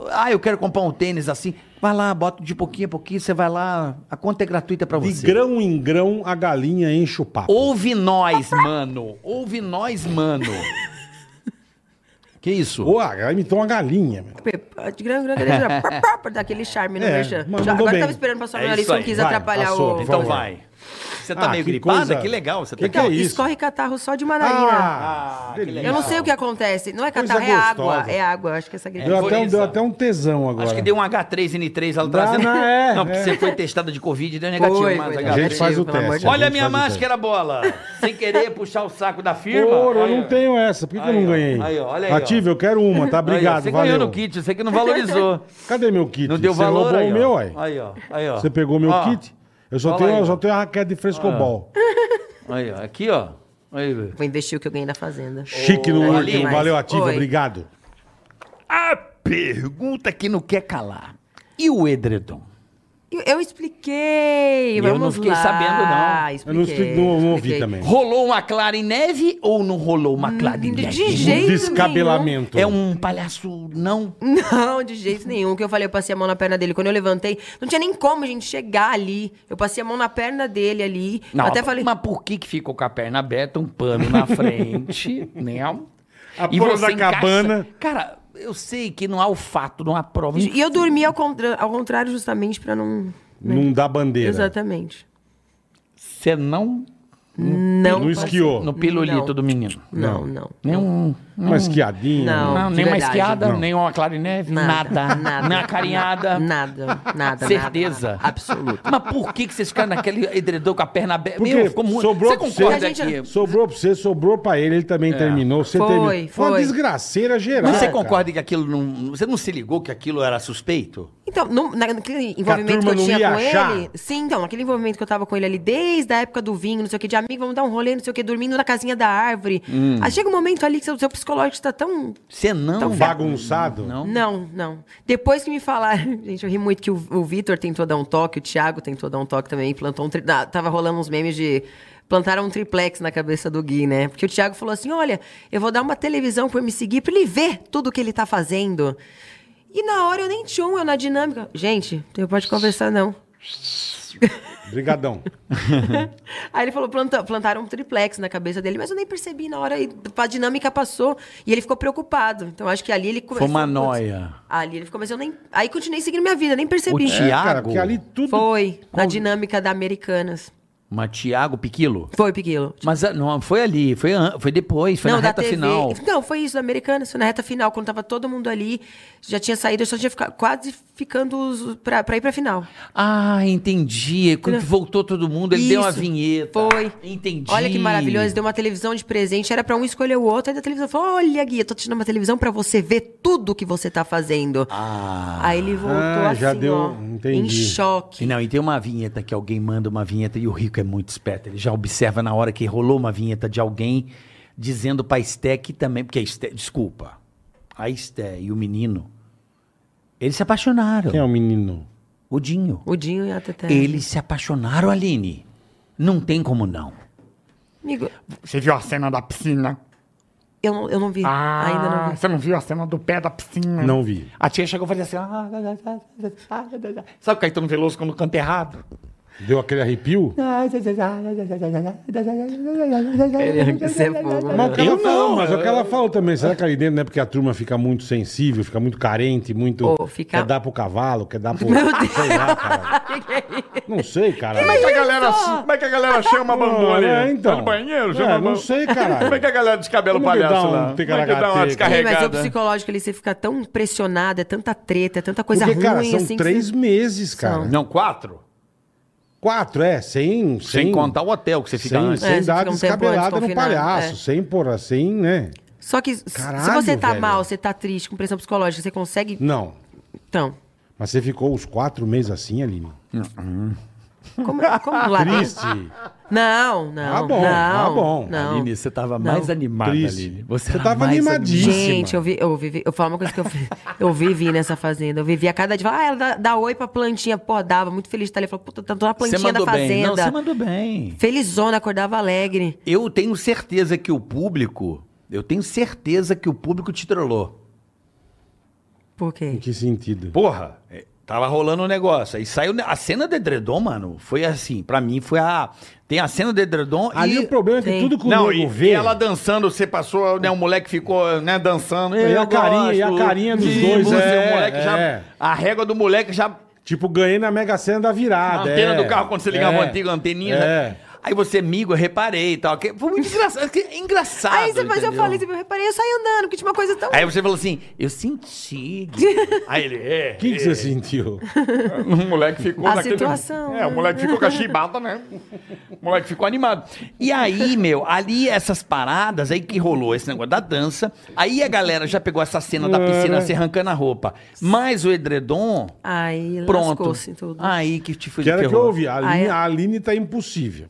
Speaker 4: Ah, eu quero comprar um tênis assim. Vai lá, bota de pouquinho a pouquinho, você vai lá, a conta é gratuita pra
Speaker 3: De
Speaker 4: você.
Speaker 3: grão em grão, a galinha enche o papo.
Speaker 4: Ouve nós, mano. Ouve nós, mano. Que isso?
Speaker 3: Ô, a ela imitou uma galinha, meu.
Speaker 5: De grande, grande, grande, pá, pá, pá, Daquele charme no
Speaker 3: É,
Speaker 5: merchan.
Speaker 3: mas
Speaker 5: Já-
Speaker 3: mandou
Speaker 5: Agora
Speaker 3: bem.
Speaker 5: eu tava esperando passar
Speaker 4: É
Speaker 5: meu nariz,
Speaker 4: isso
Speaker 5: não
Speaker 4: aí.
Speaker 5: quis
Speaker 3: Vai,
Speaker 5: atrapalhar
Speaker 3: passou,
Speaker 5: o.
Speaker 3: por
Speaker 4: então
Speaker 3: favor.
Speaker 4: vai. Você tá
Speaker 3: Ah,
Speaker 4: meio
Speaker 3: que
Speaker 4: gripada?
Speaker 3: coisa-
Speaker 4: Que legal. Você
Speaker 3: Que
Speaker 4: tá
Speaker 3: que é
Speaker 4: aqui.
Speaker 3: isso?
Speaker 5: Escorre catarro só de mandarina.
Speaker 3: Ah,
Speaker 4: que
Speaker 3: delícia.
Speaker 5: eu não sei o que acontece. Não é
Speaker 3: Coisa
Speaker 5: catarro, é água.
Speaker 3: gostosa.
Speaker 5: É água. Acho que essa gripe.
Speaker 3: Deu, até um,
Speaker 4: isso,
Speaker 3: deu
Speaker 4: ó.
Speaker 3: até um tesão agora.
Speaker 4: Acho que deu um H3N3 ela
Speaker 3: Dá,
Speaker 4: trazendo.
Speaker 3: não, é,
Speaker 4: não, porque
Speaker 3: é.
Speaker 4: você foi testada de Covid e deu negativo.
Speaker 5: Foi,
Speaker 4: mas
Speaker 5: foi,
Speaker 4: H3N3.
Speaker 3: A gente faz o
Speaker 5: Pelo amor de
Speaker 3: teste.
Speaker 5: Deus.
Speaker 3: a
Speaker 4: Olha a
Speaker 3: gente
Speaker 4: minha
Speaker 3: faz então. o teste.
Speaker 4: máscara, bola. Sem querer puxar o saco da firma.
Speaker 3: Ouro, eu
Speaker 4: Aí,
Speaker 3: não
Speaker 4: ó.
Speaker 3: tenho essa. Por que, que eu não
Speaker 4: Aí, ó.
Speaker 3: ganhei?
Speaker 4: Aí, ó, olha aí, ó.
Speaker 3: Ative, eu quero uma, tá?
Speaker 4: Aí, ó,
Speaker 3: Obrigado,
Speaker 4: você
Speaker 3: valeu.
Speaker 4: ganhou no kit, você que não valorizou.
Speaker 3: Cadê meu kit?
Speaker 4: Não deu
Speaker 3: você
Speaker 4: valor
Speaker 3: roubou
Speaker 4: aí,
Speaker 3: o
Speaker 4: ó.
Speaker 3: meu, ué.
Speaker 4: Aí, ó. Aí, ó.
Speaker 3: Você pegou meu
Speaker 4: Ó,
Speaker 3: kit? Eu só
Speaker 4: Fala
Speaker 3: tenho,
Speaker 4: aí,
Speaker 3: eu só
Speaker 4: ó. Ah.
Speaker 3: tenho a raquete de frescobol.
Speaker 4: Aí, ó. Aqui, ó. Aí, velho.
Speaker 5: Vou investir o que eu ganhei da fazenda.
Speaker 3: um- Chique no
Speaker 4: Ô,
Speaker 3: último.
Speaker 4: Aline.
Speaker 3: Valeu, Ative,
Speaker 5: Oi.
Speaker 3: obrigado.
Speaker 4: A pergunta que não quer calar. E o edredom?
Speaker 5: Eu, eu expliquei.
Speaker 4: Eu
Speaker 5: Vamos
Speaker 4: não fiquei
Speaker 5: lá.
Speaker 4: sabendo, não.
Speaker 3: Eu não,
Speaker 5: Expliquei,
Speaker 3: explico- não- não ouvi
Speaker 5: expliquei.
Speaker 3: também.
Speaker 4: Rolou uma clara em neve ou não rolou uma clara em neve?
Speaker 5: De jeito nenhum.
Speaker 3: um Descabelamento.
Speaker 4: É um palhaço não.
Speaker 5: Não, de jeito nenhum. O que eu falei, eu passei a mão na perna dele. Quando eu levantei, não tinha nem como, gente, chegar ali. Eu passei a mão na perna dele ali.
Speaker 4: não
Speaker 5: Até falei.
Speaker 4: Mas por que que ficou com a perna aberta, um pano na frente, né?
Speaker 3: A porra da cabana.
Speaker 4: Cara, eu sei que não há olfato, não há prova.
Speaker 5: E eu dormi ao, contra- ao contrário, justamente pra não.
Speaker 3: Não dá bandeira.
Speaker 5: Exatamente.
Speaker 4: Você não
Speaker 5: Não.
Speaker 3: Não esquiou.
Speaker 4: no pirulito
Speaker 5: Não.
Speaker 4: do menino.
Speaker 5: Não, não.
Speaker 4: Nenhum.
Speaker 3: Uma esquiadinha. né?
Speaker 5: Não.
Speaker 4: Não, Ah,
Speaker 5: de
Speaker 4: nem uma
Speaker 5: verdade.
Speaker 4: esquiada,
Speaker 3: Não.
Speaker 4: nem uma clara em neve, nada.
Speaker 5: Nada.
Speaker 4: Nem uma carinhada.
Speaker 5: Nada, nada.
Speaker 4: Certeza.
Speaker 5: nada, absoluta.
Speaker 4: Mas por que, que vocês ficaram naquele edredom com a perna aberta?
Speaker 3: Porque
Speaker 4: Meu, é ficou muito.
Speaker 3: sobrou
Speaker 4: Você
Speaker 3: pra você.
Speaker 4: concorda
Speaker 5: A gente-
Speaker 4: que.
Speaker 3: Sobrou pra você, sobrou pra ele, ele também terminou. Você
Speaker 5: Foi,
Speaker 3: terminou. Foi uma
Speaker 5: foi.
Speaker 3: desgraceira geral.
Speaker 4: Mas você
Speaker 3: cara.
Speaker 4: concorda que aquilo não. Você não se ligou que aquilo era suspeito?
Speaker 5: Então, no, na- naquele envolvimento que
Speaker 3: turma
Speaker 5: eu
Speaker 3: não
Speaker 5: tinha
Speaker 3: ia
Speaker 5: com
Speaker 3: achar.
Speaker 5: ele. Sim, então, naquele envolvimento que eu tava com ele ali desde a época do vinho, não sei o que, de amigo, vamos dar um rolê, não sei o que, dormindo na casinha da árvore.
Speaker 3: Hum.
Speaker 5: Aí chega um momento ali que seu, seu psicológico tá tão.
Speaker 4: Você não. é?
Speaker 3: Tão bagunçado.
Speaker 4: Não.
Speaker 5: Não, não. Depois que me falaram. Gente, eu ri muito que o, o Vitor tentou dar um toque, o Thiago tentou dar um toque também, plantou um. Tri... ah, tava rolando uns memes de. Plantaram um triplex na cabeça do Gui, né? Porque o Thiago falou assim: olha, eu vou dar uma televisão pro MC Gui pra ele ver tudo que ele tá fazendo. E na hora eu nem tinha um, eu na dinâmica. Gente, eu pode conversar, não.
Speaker 3: Obrigadão.
Speaker 5: Aí ele falou, "Planta- plantaram um triplex na cabeça dele, mas eu nem percebi na hora, e a dinâmica passou, e ele ficou preocupado. Então acho que ali ele começou...
Speaker 4: uma nóia.
Speaker 5: Ali ele começou, eu nem... aí continuei seguindo minha vida, nem
Speaker 4: O
Speaker 5: percebi. É.
Speaker 4: Thiago-
Speaker 3: Cara,
Speaker 4: Iago?
Speaker 3: porque ali tudo.
Speaker 5: Foi, na dinâmica da Americanas.
Speaker 4: Mas Tiago Piquilo?
Speaker 5: Foi, Piquilo.
Speaker 4: Mas ah, não, foi ali, foi, an- foi depois, foi na reta final.
Speaker 5: Não, foi isso, da Americanas, foi na reta final, quando tava todo mundo ali, já tinha saído, eu só tinha ficado, quase ficando os- pra, pra ir pra final.
Speaker 4: Ah, entendi. Quando voltou todo mundo, ele deu uma
Speaker 5: Isso.
Speaker 4: vinheta.
Speaker 5: Foi.
Speaker 4: Entendi.
Speaker 5: Olha que maravilhoso, deu uma televisão de presente, era pra um escolher o outro, aí da televisão falou: "Olha, Gui, eu tô te dando uma televisão pra você ver tudo que você tá fazendo".
Speaker 4: Ah.
Speaker 5: Aí ele voltou
Speaker 3: Ah,
Speaker 5: assim,
Speaker 3: já deu-
Speaker 5: ó, em
Speaker 3: entendi.
Speaker 4: E
Speaker 5: choque.
Speaker 4: Não, e tem uma vinheta que alguém manda uma vinheta e o Rico é muito esperto. Ele já observa na hora que rolou uma vinheta de alguém dizendo pra Esté que também. Porque a Esté, desculpa. A Esté e o menino, eles se apaixonaram.
Speaker 3: Quem é o menino?
Speaker 4: O Dinho.
Speaker 5: O Dinho e a Teté.
Speaker 4: Eles se apaixonaram, Aline. Não tem como não.
Speaker 5: Amigo,
Speaker 9: Você viu a cena da piscina?
Speaker 5: eu não, eu não vi.
Speaker 9: Ah,
Speaker 5: Ainda não vi.
Speaker 9: Você não viu a cena do pé da piscina?
Speaker 3: Não vi.
Speaker 9: A tia chegou e falou assim... "Ah, da, da, da, da, da, da, da." Sabe o Caetano Veloso quando canta errado?
Speaker 3: Deu aquele arrepio?
Speaker 5: Você é fogo.
Speaker 3: Mas o que ela falou, mas o que ela falou também, será que ali dentro não é porque a turma fica muito sensível, fica muito carente, muito.
Speaker 5: Ô, fica-
Speaker 3: Quer dar pro cavalo, quer dar pro. Meu Deus. Sei lá, cara. Não sei, cara.
Speaker 7: Como é que a galera, como é que a galera chama a
Speaker 3: Não,
Speaker 7: bandone?
Speaker 3: é, então.
Speaker 7: Vai no banheiro,
Speaker 3: É,
Speaker 7: chama a
Speaker 3: não
Speaker 7: ban-
Speaker 3: sei, caralho.
Speaker 7: Como é que a galera descabela o
Speaker 3: Como que dá
Speaker 7: palhaço
Speaker 3: um
Speaker 7: lá? Como é que dá
Speaker 3: ticaracateca?
Speaker 7: uma
Speaker 5: Sim, mas o
Speaker 7: descarregada?
Speaker 5: psicológico ali, você fica tão pressionado, é tanta treta, é tanta coisa
Speaker 3: Porque,
Speaker 5: ruim,
Speaker 3: cara, são
Speaker 5: assim. que
Speaker 3: três
Speaker 5: você-
Speaker 3: meses, cara.
Speaker 4: Não, quatro?
Speaker 3: Quatro, é, sem.
Speaker 4: Sem contar o hotel que você fica
Speaker 3: Sem,
Speaker 4: antes.
Speaker 3: sem
Speaker 5: É, você
Speaker 3: dar
Speaker 5: fica um tempo
Speaker 3: descabelada
Speaker 5: antes
Speaker 3: no
Speaker 5: confinado,
Speaker 3: palhaço,
Speaker 5: é.
Speaker 3: sem, porra, sem, né?
Speaker 5: Só que s- se
Speaker 3: Caralho,
Speaker 5: você tá
Speaker 3: velho.
Speaker 5: mal, você tá triste, com pressão psicológica, você consegue.
Speaker 3: Não.
Speaker 4: Hum.
Speaker 5: Então.
Speaker 3: Mas você ficou os quatro meses assim, Aline?
Speaker 5: Como, como lá tá. dentro?
Speaker 3: Triste.
Speaker 5: Não, não.
Speaker 4: Tá
Speaker 3: Ah, bom,
Speaker 5: não,
Speaker 3: ah, bom.
Speaker 5: Não.
Speaker 4: Aline, você tava
Speaker 5: Não.
Speaker 4: mais animada,
Speaker 3: Triste.
Speaker 4: Aline. Você,
Speaker 3: Você
Speaker 4: era
Speaker 3: tava
Speaker 4: mais
Speaker 3: animadíssima.
Speaker 5: Gente, eu, vi, eu vivi. Eu falo uma coisa que eu, vi- eu vivi nessa fazenda. Eu vivi a cada dia. Ah, ela dá, dá oi pra plantinha. Pô, dava. Muito feliz de estar ali. Falei, puta, tá, tô na
Speaker 4: Você
Speaker 5: plantinha da
Speaker 4: mandou bem. Não,
Speaker 5: fazenda.
Speaker 4: você mandou bem.
Speaker 5: Felizona, acordava alegre.
Speaker 4: Eu tenho certeza que o público, eu tenho certeza que o público te trollou.
Speaker 5: Por
Speaker 3: Em
Speaker 5: quê?
Speaker 3: que sentido?
Speaker 4: Porra, é, tava rolando um negócio. Aí saiu ne- a cena do edredom, mano. Foi assim, pra mim foi a tem a cena do edredom
Speaker 3: Ali
Speaker 4: e
Speaker 3: o problema é que
Speaker 5: Sim.
Speaker 3: tudo que o
Speaker 4: não,
Speaker 3: nego
Speaker 4: e,
Speaker 3: vê.
Speaker 4: e ela dançando, você passou, né, o moleque ficou, né, dançando.
Speaker 3: E
Speaker 4: Eu
Speaker 3: a carinha- e a
Speaker 4: gosto
Speaker 3: carinha dos
Speaker 4: de
Speaker 3: dois,
Speaker 4: música,
Speaker 3: é,
Speaker 4: o moleque
Speaker 3: é.
Speaker 4: já a régua do moleque já
Speaker 3: Tipo, ganhei na Mega Sena da virada.
Speaker 4: antena
Speaker 3: é.
Speaker 4: do carro quando você ligava
Speaker 3: É.
Speaker 4: a antiga anteninha,
Speaker 3: É.
Speaker 4: né? Aí você, amigo, eu reparei e tal. que Foi muito engraçado. que é engraçado.
Speaker 5: Aí você, mas eu
Speaker 4: entendeu?
Speaker 5: falei, assim, eu reparei, eu saí andando, porque tinha uma coisa tão.
Speaker 4: Aí você falou assim, eu senti. Aí ele, é. Assim
Speaker 3: O que, que você sentiu?
Speaker 7: O moleque ficou
Speaker 5: A
Speaker 7: naquele...
Speaker 5: situação.
Speaker 7: É, o moleque ficou com a chibata, né? O moleque ficou animado.
Speaker 4: E aí, meu, ali essas paradas, aí que rolou esse negócio da dança. Aí a galera já pegou essa cena da
Speaker 5: É.
Speaker 4: piscina se arrancando a roupa. Mas o edredom,
Speaker 5: Aí
Speaker 4: pronto.
Speaker 5: lascou-se tudo.
Speaker 4: Aí que te foi
Speaker 3: Que era que eu
Speaker 4: ferrou.
Speaker 3: ouvi. A
Speaker 5: Ah,
Speaker 3: Aline,
Speaker 5: é?
Speaker 3: a Aline tá impossível.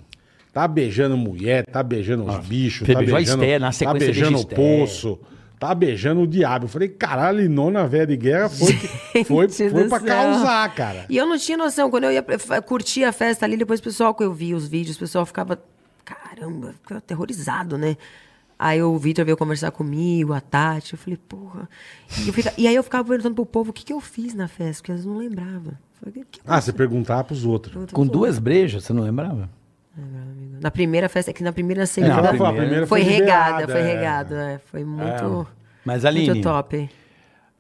Speaker 3: Tá beijando mulher, tá beijando
Speaker 5: Ah,
Speaker 3: os bichos,
Speaker 4: você
Speaker 3: tá
Speaker 4: beijou a
Speaker 3: beijando,
Speaker 4: Esté, na
Speaker 3: tá
Speaker 4: sequência beijou
Speaker 3: beijando
Speaker 4: a
Speaker 3: o
Speaker 4: Esté.
Speaker 3: poço, tá beijando o diabo. Eu falei, caralho, a Linona velha de guerra foi, que- foi,
Speaker 5: Gente
Speaker 3: foi
Speaker 5: do
Speaker 3: pra
Speaker 5: céu.
Speaker 3: causar, cara.
Speaker 5: E eu não tinha noção. Quando eu ia pra- fa- curtir a festa ali, depois o pessoal, que eu vi os vídeos, o pessoal ficava. Caramba, ficava aterrorizado, né? Aí o Vitor veio conversar comigo, a Tati. Eu falei, porra. E, eu fica- e aí eu ficava perguntando pro povo o que, que eu fiz na festa, porque eles não lembravam. Eu falei, "O que que eu
Speaker 3: Ah, você perguntava pros outros.
Speaker 5: fiz?"
Speaker 4: Com duas brejas, você não lembrava?
Speaker 5: Na primeira festa, é que na primeira e na
Speaker 3: Ela
Speaker 5: segunda.
Speaker 3: falou, "Ah, a primeira
Speaker 5: foi regada,
Speaker 3: liberada,
Speaker 5: foi
Speaker 3: é.
Speaker 5: regada. é. Foi muito.
Speaker 4: Mas, Aline,
Speaker 5: Muito top.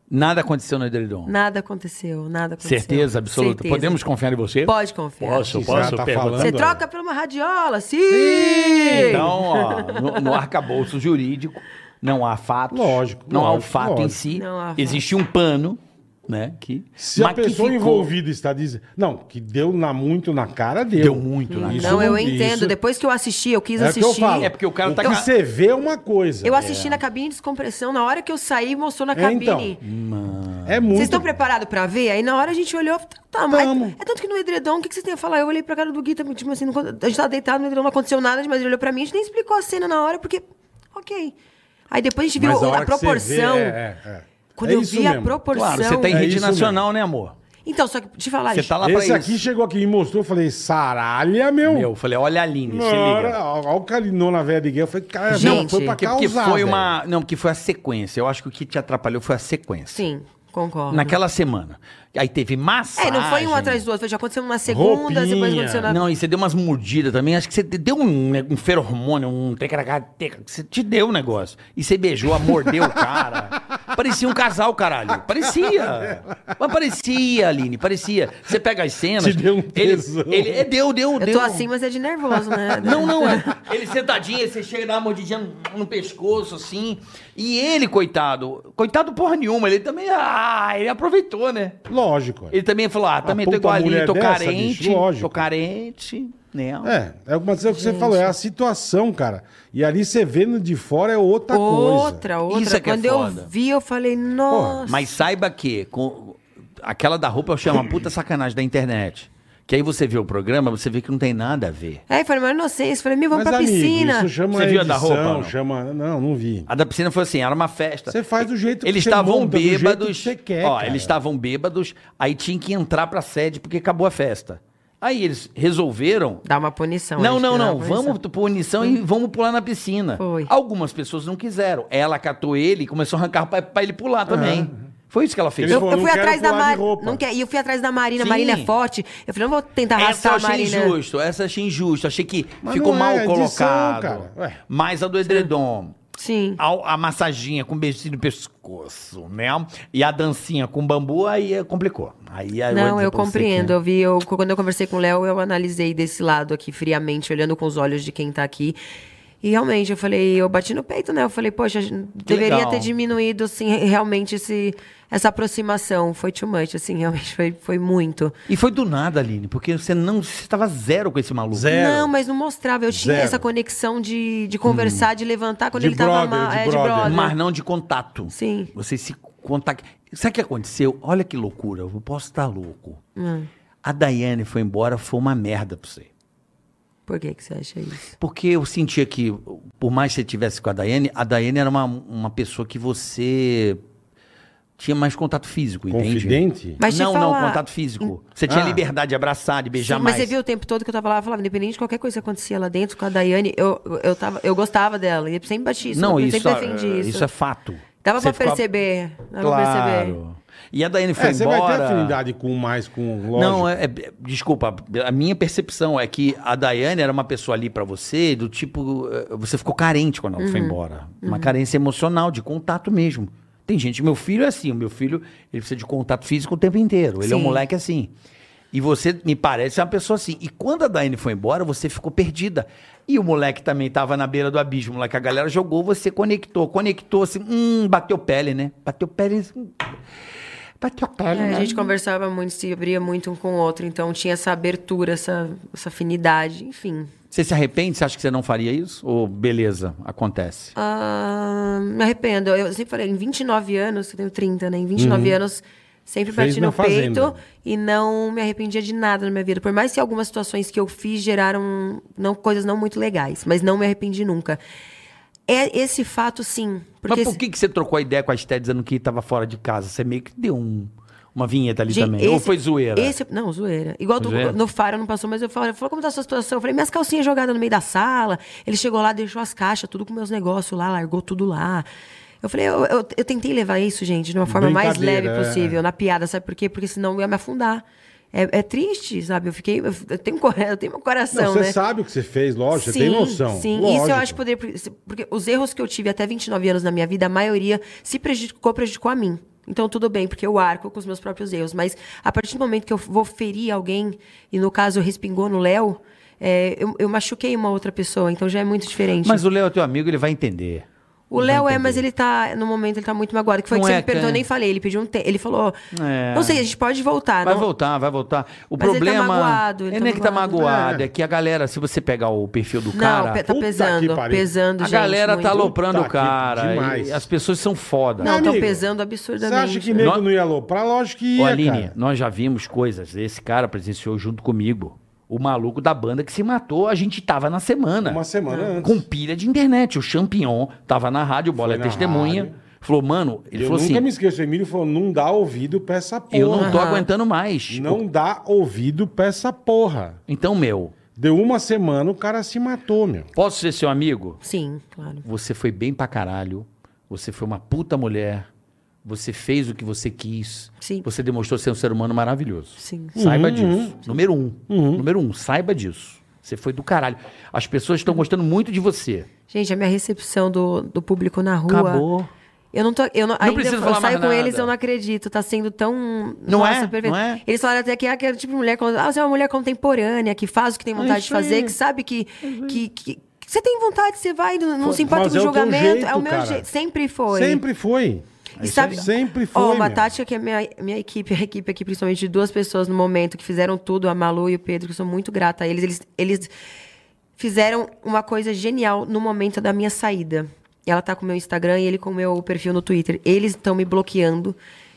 Speaker 4: Nada aconteceu no edredom.
Speaker 5: Nada aconteceu, nada aconteceu.
Speaker 4: Certeza absoluta.
Speaker 5: Certeza.
Speaker 4: Podemos confiar em você?
Speaker 5: Pode confiar.
Speaker 3: Que
Speaker 7: Posso,
Speaker 3: você
Speaker 7: posso
Speaker 3: tá
Speaker 7: perguntar?
Speaker 3: falando?
Speaker 5: Você troca por uma radiola? Sim! Sim!
Speaker 4: Então, ó, no, no arcabouço jurídico, não há fatos.
Speaker 3: Lógico,
Speaker 4: Não há o
Speaker 3: lógico,
Speaker 4: fato em
Speaker 3: lógico.
Speaker 4: si.
Speaker 5: Não há fato.
Speaker 4: Existe um pano, né? Que
Speaker 3: Se a pessoa
Speaker 4: maquificou.
Speaker 3: envolvida está dizendo. Não, que deu na- muito na cara, deu.
Speaker 4: Deu muito na
Speaker 3: Isso
Speaker 5: Não, eu
Speaker 3: então, isso-
Speaker 5: entendo. Depois que eu assisti, eu quis
Speaker 3: É o que
Speaker 5: assistir.
Speaker 3: eu falo.
Speaker 4: É porque o cara tá
Speaker 3: que
Speaker 4: ca-
Speaker 3: você vê é uma coisa.
Speaker 5: Eu assisti na cabine de descompressão. Na hora que eu saí, mostrou na
Speaker 3: É,
Speaker 5: cabine.
Speaker 3: então, É muito.
Speaker 5: Vocês estão preparados pra ver? Aí na hora a gente olhou, tá, tá mas
Speaker 3: Tamo.
Speaker 5: é tanto que no edredom, o que, que vocês têm a falar? Eu olhei pra cara do Gui, também, tipo assim, não, a gente tava deitado no edredom, não aconteceu nada, mas ele olhou pra mim, a gente nem explicou a cena na hora, porque, ok. Aí depois a gente
Speaker 3: Mas
Speaker 5: viu a,
Speaker 3: hora que você
Speaker 5: proporção.
Speaker 3: vê, é, é, é.
Speaker 5: Quando
Speaker 3: É
Speaker 5: eu
Speaker 3: isso
Speaker 5: vi a
Speaker 3: mesmo.
Speaker 5: proporção...
Speaker 4: Claro, você tá em
Speaker 3: É
Speaker 4: rede
Speaker 3: isso
Speaker 4: nacional, né, amor?
Speaker 5: Então, só que, deixa eu falar
Speaker 4: Você
Speaker 5: isso.
Speaker 4: tá lá
Speaker 3: Esse
Speaker 4: pra
Speaker 3: aqui
Speaker 4: isso.
Speaker 3: chegou aqui e mostrou, eu falei, saralha, meu.
Speaker 4: Meu, eu falei, olha a Aline, se liga.
Speaker 3: Olha o Calinô na velha de guerra. Eu falei, cara,
Speaker 5: Gente,
Speaker 3: não, foi pra
Speaker 4: Porque,
Speaker 3: causar.
Speaker 4: porque foi
Speaker 3: velho.
Speaker 4: uma. Não, porque foi a sequência. Eu acho que o que te atrapalhou foi a sequência.
Speaker 5: Sim, concordo.
Speaker 4: Naquela semana. Aí teve massagem.
Speaker 5: É, não foi um atrás do outro, foi já aconteceu uma na segunda, depois
Speaker 3: Roupinha.
Speaker 5: aconteceu na...
Speaker 4: Não, e você deu umas mordidas também. Acho que você deu um, né, um feromônio, um tecaracateca. Você te deu o negócio. E você beijou, a- mordeu o cara. Parecia um casal, caralho. Parecia. Mas parecia, Aline, parecia. Você pega as cenas.
Speaker 3: Te deu um
Speaker 4: ele,
Speaker 3: tesão.
Speaker 4: ele, é, Deu, deu,
Speaker 5: Eu
Speaker 4: deu.
Speaker 5: tô assim, mas é de nervoso, né?
Speaker 4: Não, não, é. Ele sentadinho, aí você chega e dá uma mordidinha no, no pescoço, assim. E ele, coitado, coitado porra nenhuma, ele também, ah, ele aproveitou, né?
Speaker 3: Lógico.
Speaker 4: Ele também falou, ah, também tô
Speaker 3: puta
Speaker 4: igual ali,
Speaker 3: mulher
Speaker 4: tô
Speaker 3: dessa,
Speaker 4: carente,
Speaker 3: bicho, lógico.
Speaker 4: tô carente, né?
Speaker 3: É, é alguma coisa que você falou, é a situação, cara. E ali você vendo de fora é outra, coisa.
Speaker 5: Outra, outra.
Speaker 4: Isso é que é
Speaker 5: Quando eu
Speaker 4: foda.
Speaker 5: vi, eu falei, nossa.
Speaker 4: Mas saiba que com, aquela da roupa eu chamo a puta sacanagem da internet. Que aí você vê o programa, você vê que não tem nada a ver.
Speaker 5: Aí É, eu falei, mas inocência. Eu Falei, me vamos
Speaker 3: Mas,
Speaker 5: pra
Speaker 3: amigo,
Speaker 5: piscina.
Speaker 3: isso chama
Speaker 4: Você viu a da
Speaker 3: edição,
Speaker 4: roupa, não?
Speaker 3: chama... Não, não vi.
Speaker 4: A da piscina foi assim, era uma festa.
Speaker 3: Você faz do jeito que
Speaker 4: Eles
Speaker 3: você
Speaker 4: estavam
Speaker 3: monta, do jeito
Speaker 4: bêbados.
Speaker 3: que você quer,
Speaker 4: ó,
Speaker 3: cara.
Speaker 4: eles estavam bêbados, aí tinha que entrar pra sede porque acabou a festa. Aí eles resolveram.
Speaker 5: Dá uma punição.
Speaker 4: Não,
Speaker 5: acho
Speaker 4: não,
Speaker 5: que dá
Speaker 4: não.
Speaker 5: uma punição.
Speaker 4: Vamos pro punição e vamos pular na piscina.
Speaker 5: Foi.
Speaker 4: Algumas pessoas não quiseram. Ela catou ele e começou a arrancar pra, pra ele pular também. Foi isso que ela fez.
Speaker 3: Ele
Speaker 5: Eu,
Speaker 3: falou,
Speaker 5: eu
Speaker 3: "Não
Speaker 5: fui
Speaker 3: quero
Speaker 5: atrás da
Speaker 3: pular de
Speaker 5: Marina.
Speaker 3: roupa."
Speaker 5: Não quer. E eu fui atrás da Marina.
Speaker 4: Sim.
Speaker 5: Marina é forte. Eu falei, não vou
Speaker 4: Essa
Speaker 5: tentar
Speaker 4: eu
Speaker 5: arrastar a
Speaker 4: achei
Speaker 5: Marina.
Speaker 4: injusto, essa eu achei injusto. Achei que
Speaker 3: Mas
Speaker 4: ficou
Speaker 3: não
Speaker 4: mal
Speaker 3: é, é edição,
Speaker 4: colocado.
Speaker 3: cara. Ué.
Speaker 4: Mas a do edredom.
Speaker 5: Sim.
Speaker 4: A, a massaginha com beijinho no pescoço, né? E a dancinha com bambu, aí é, complicou. Aí, aí vou
Speaker 5: Não,
Speaker 4: dizer
Speaker 5: eu
Speaker 4: pra você que-
Speaker 5: compreendo. Eu vi, eu, quando eu conversei com o Léo, eu analisei desse lado aqui, friamente, olhando com os olhos de quem tá aqui. E realmente, eu falei, eu bati no peito, né? Eu falei, poxa, deveria
Speaker 4: legal.
Speaker 5: ter diminuído, assim, realmente esse, essa aproximação. Foi too much, assim, realmente foi, foi muito.
Speaker 4: E foi do nada, Aline, porque você não. Você tava zero com esse maluco.
Speaker 3: Zero.
Speaker 5: Não, mas não mostrava. Eu tinha
Speaker 3: Zero. Hum.
Speaker 5: essa conexão de, de conversar, de levantar quando
Speaker 3: De
Speaker 5: ele tava
Speaker 3: brother,
Speaker 5: mal.
Speaker 3: de
Speaker 5: é,
Speaker 3: brother.
Speaker 4: Mas não de contato.
Speaker 5: Sim.
Speaker 4: Você se contact... Sabe o que aconteceu? Olha que loucura, eu posso estar louco.
Speaker 5: Hum.
Speaker 4: A Daiane foi embora, foi uma merda pra você.
Speaker 5: Por que, que você acha isso?
Speaker 4: Porque eu sentia que, por mais que você estivesse com a Daiane, a Daiane era uma, uma pessoa que você tinha mais contato físico, entende?
Speaker 3: Confidente?
Speaker 5: Mas te
Speaker 4: não,
Speaker 5: falar-
Speaker 4: não, contato físico. Você tinha
Speaker 3: Ah.
Speaker 4: liberdade de abraçar, de beijar
Speaker 5: Sim,
Speaker 4: mais.
Speaker 5: Mas você viu o tempo todo que eu tava lá, eu falava, independente de qualquer coisa que acontecia lá dentro com a Daiane, eu, eu, tava, eu gostava dela. E eu sempre bati isso.
Speaker 4: não,
Speaker 5: eu
Speaker 4: isso,
Speaker 5: sempre defendi
Speaker 4: é-
Speaker 5: isso.
Speaker 4: isso é fato.
Speaker 5: Dava
Speaker 4: Você
Speaker 5: pra
Speaker 4: ficou-
Speaker 5: perceber. Dava pra perceber.
Speaker 4: Claro. E a Daiane foi
Speaker 3: É, você
Speaker 4: embora.
Speaker 3: vai ter afinidade com mais, com lógico.
Speaker 4: Não, é, é- desculpa, a minha percepção é que a Daiane era uma pessoa ali pra você, do tipo, eh, você ficou carente quando ela foi
Speaker 5: Uhum.
Speaker 4: embora. Uma carência emocional, de contato mesmo. Tem gente, meu filho é assim, o meu filho, ele precisa de contato físico o tempo inteiro. Ele é um
Speaker 5: Sim.
Speaker 4: moleque assim. E você me parece uma pessoa assim. E quando a Daiane foi embora, você ficou perdida. E o moleque também tava na beira do abismo, lá que a galera jogou, você conectou, conectou assim, hum, bateu pele, né? Bateu pele. hum, bateu pele,
Speaker 5: É,
Speaker 4: né?
Speaker 5: a gente conversava muito, se abria muito um com o outro, então tinha essa abertura, essa, essa afinidade, enfim.
Speaker 4: Você se arrepende? Você acha que você não faria isso? Ou beleza, acontece?
Speaker 5: Ah, me arrependo. Eu sempre falei, em 29 anos, eu tenho 30, né? Em 29
Speaker 4: Uhum.
Speaker 5: anos, sempre
Speaker 3: Fez
Speaker 5: bati
Speaker 3: na
Speaker 5: no peito
Speaker 3: fazenda.
Speaker 5: e não me arrependia de nada na minha vida. Por mais que algumas situações que eu fiz geraram não, coisas não muito legais, mas não me arrependi nunca. É esse fato, sim. Porque
Speaker 4: Mas por que, que você trocou a ideia com a Esté dizendo que tava fora de casa? Você meio que deu um- uma vinheta ali
Speaker 5: Gente,
Speaker 4: também. Ou
Speaker 5: esse-
Speaker 4: foi zoeira?
Speaker 5: esse- não, zoeira. Igual do-
Speaker 4: Zoeira?
Speaker 5: no Faro não passou, mas eu falei, falou como tá a sua situação? Eu falei, minhas calcinhas jogadas no meio da sala. Ele chegou lá, deixou as caixas, tudo com meus negócios lá, largou tudo lá. Eu falei, eu, eu- eu tentei levar isso, gente, de uma forma mais leve
Speaker 3: Brincadeira, é.
Speaker 5: possível, na piada, sabe por quê? Porque senão eu ia me afundar. É, é triste, sabe? Eu fiquei. Eu, eu tenho, cor- eu tenho meu coração,
Speaker 3: Não, você
Speaker 5: né?
Speaker 3: sabe o que você fez, lógico, você tem noção.
Speaker 5: Sim,
Speaker 3: lógico.
Speaker 5: isso eu acho que poderia. Porque os erros que eu tive até 29 anos na minha vida, a maioria se prejudicou, prejudicou a mim. Então tudo bem, porque eu arco com os meus próprios erros. Mas a partir do momento que eu vou ferir alguém, e no caso respingou no Léo, é, eu, eu machuquei uma outra pessoa, então já é muito diferente.
Speaker 4: Mas o Léo é teu amigo, ele vai entender.
Speaker 5: O Léo é, mas ele tá, no momento, ele tá muito magoado. Que foi
Speaker 4: Não
Speaker 5: que você
Speaker 4: é
Speaker 5: me perdoou,
Speaker 4: que-
Speaker 5: nem falei. Ele pediu um tempo. Ele falou.
Speaker 4: É.
Speaker 5: Não sei, a gente pode voltar.
Speaker 4: Vai
Speaker 5: Ah, não-
Speaker 4: voltar, vai voltar. O
Speaker 5: Mas ele tá
Speaker 4: problema.
Speaker 5: magoado, ele
Speaker 4: Ele
Speaker 5: tá
Speaker 4: não é que tá
Speaker 5: magoado.
Speaker 4: magoado, é. que a galera, se você pegar o perfil do
Speaker 5: Não,
Speaker 4: cara,
Speaker 5: pe- tá
Speaker 3: puta que
Speaker 5: pesando.
Speaker 3: pariu.
Speaker 5: Pesando,
Speaker 4: a
Speaker 5: gente,
Speaker 4: galera tá
Speaker 5: muito.
Speaker 4: aloprando
Speaker 3: Puta
Speaker 4: o
Speaker 3: que-
Speaker 4: cara.
Speaker 3: demais.
Speaker 4: e as pessoas são foda.
Speaker 5: Não, estão
Speaker 3: Amigo,
Speaker 5: pesando
Speaker 3: Você
Speaker 5: absurdamente.
Speaker 3: acha que nego
Speaker 4: Nó-
Speaker 3: não ia aloprar? Lógico que
Speaker 4: Ô,
Speaker 3: ia,
Speaker 4: Aline,
Speaker 3: cara.
Speaker 4: nós já vimos coisas. Esse cara presenciou junto comigo. O maluco da banda que se matou, a gente tava na semana.
Speaker 3: Uma semana antes.
Speaker 4: Com pilha de internet. O Champignon tava na rádio, o Bola
Speaker 3: Foi
Speaker 4: é
Speaker 3: na
Speaker 4: testemunha.
Speaker 3: rádio.
Speaker 4: Falou, mano, ele
Speaker 3: eu
Speaker 4: falou
Speaker 3: nunca
Speaker 4: assim:
Speaker 3: me esqueço, o Emílio falou, não dá ouvido pra essa porra.
Speaker 4: eu não tô Tipo-
Speaker 5: Aham.
Speaker 4: aguentando mais.
Speaker 3: Não dá ouvido pra essa porra.
Speaker 4: Então, meu,
Speaker 3: Deu uma semana, o cara se matou, meu.
Speaker 4: posso ser seu amigo?
Speaker 5: Sim, claro.
Speaker 4: Você foi bem pra caralho. Você foi uma puta mulher. Você fez o que você quis.
Speaker 5: Sim.
Speaker 4: Você demonstrou ser um ser humano maravilhoso.
Speaker 5: Sim.
Speaker 3: Uhum.
Speaker 4: Saiba disso. Número um. Número um, saiba disso. Você foi do caralho. As pessoas estão gostando muito de você.
Speaker 5: Gente, a minha recepção do, do público na rua.
Speaker 4: Acabou.
Speaker 5: Eu não tô. Eu não, ainda
Speaker 4: precisa
Speaker 5: eu
Speaker 4: falar mais
Speaker 5: saio com
Speaker 4: nada.
Speaker 5: eles, eu não acredito. Tá sendo tão.
Speaker 4: Não é?
Speaker 5: perfeito.
Speaker 4: Não é?
Speaker 5: Eles falaram até que é aquele tipo de mulher. con- Ah, você é uma mulher contemporânea, que faz o que tem vontade de fazer, que sabe que. que, que- que você tem vontade, você vai, não, não se importa
Speaker 3: Mas
Speaker 5: com
Speaker 3: é
Speaker 5: o
Speaker 3: o teu
Speaker 5: julgamento. é
Speaker 3: jeito,
Speaker 5: o meu
Speaker 3: cara.
Speaker 5: jeito. Sempre foi.
Speaker 3: Sempre foi.
Speaker 5: E sabe,
Speaker 3: Sempre foi,
Speaker 5: Ó, uma
Speaker 3: meu.
Speaker 5: tática que a minha, minha equipe, a equipe aqui, principalmente de duas pessoas no momento, que fizeram tudo, a Malu e o Pedro, que eu sou muito grata a eles, eles, eles fizeram uma coisa genial no momento da minha saída. Ela tá com o meu Instagram e ele com o meu perfil no Twitter. Eles estão me bloqueando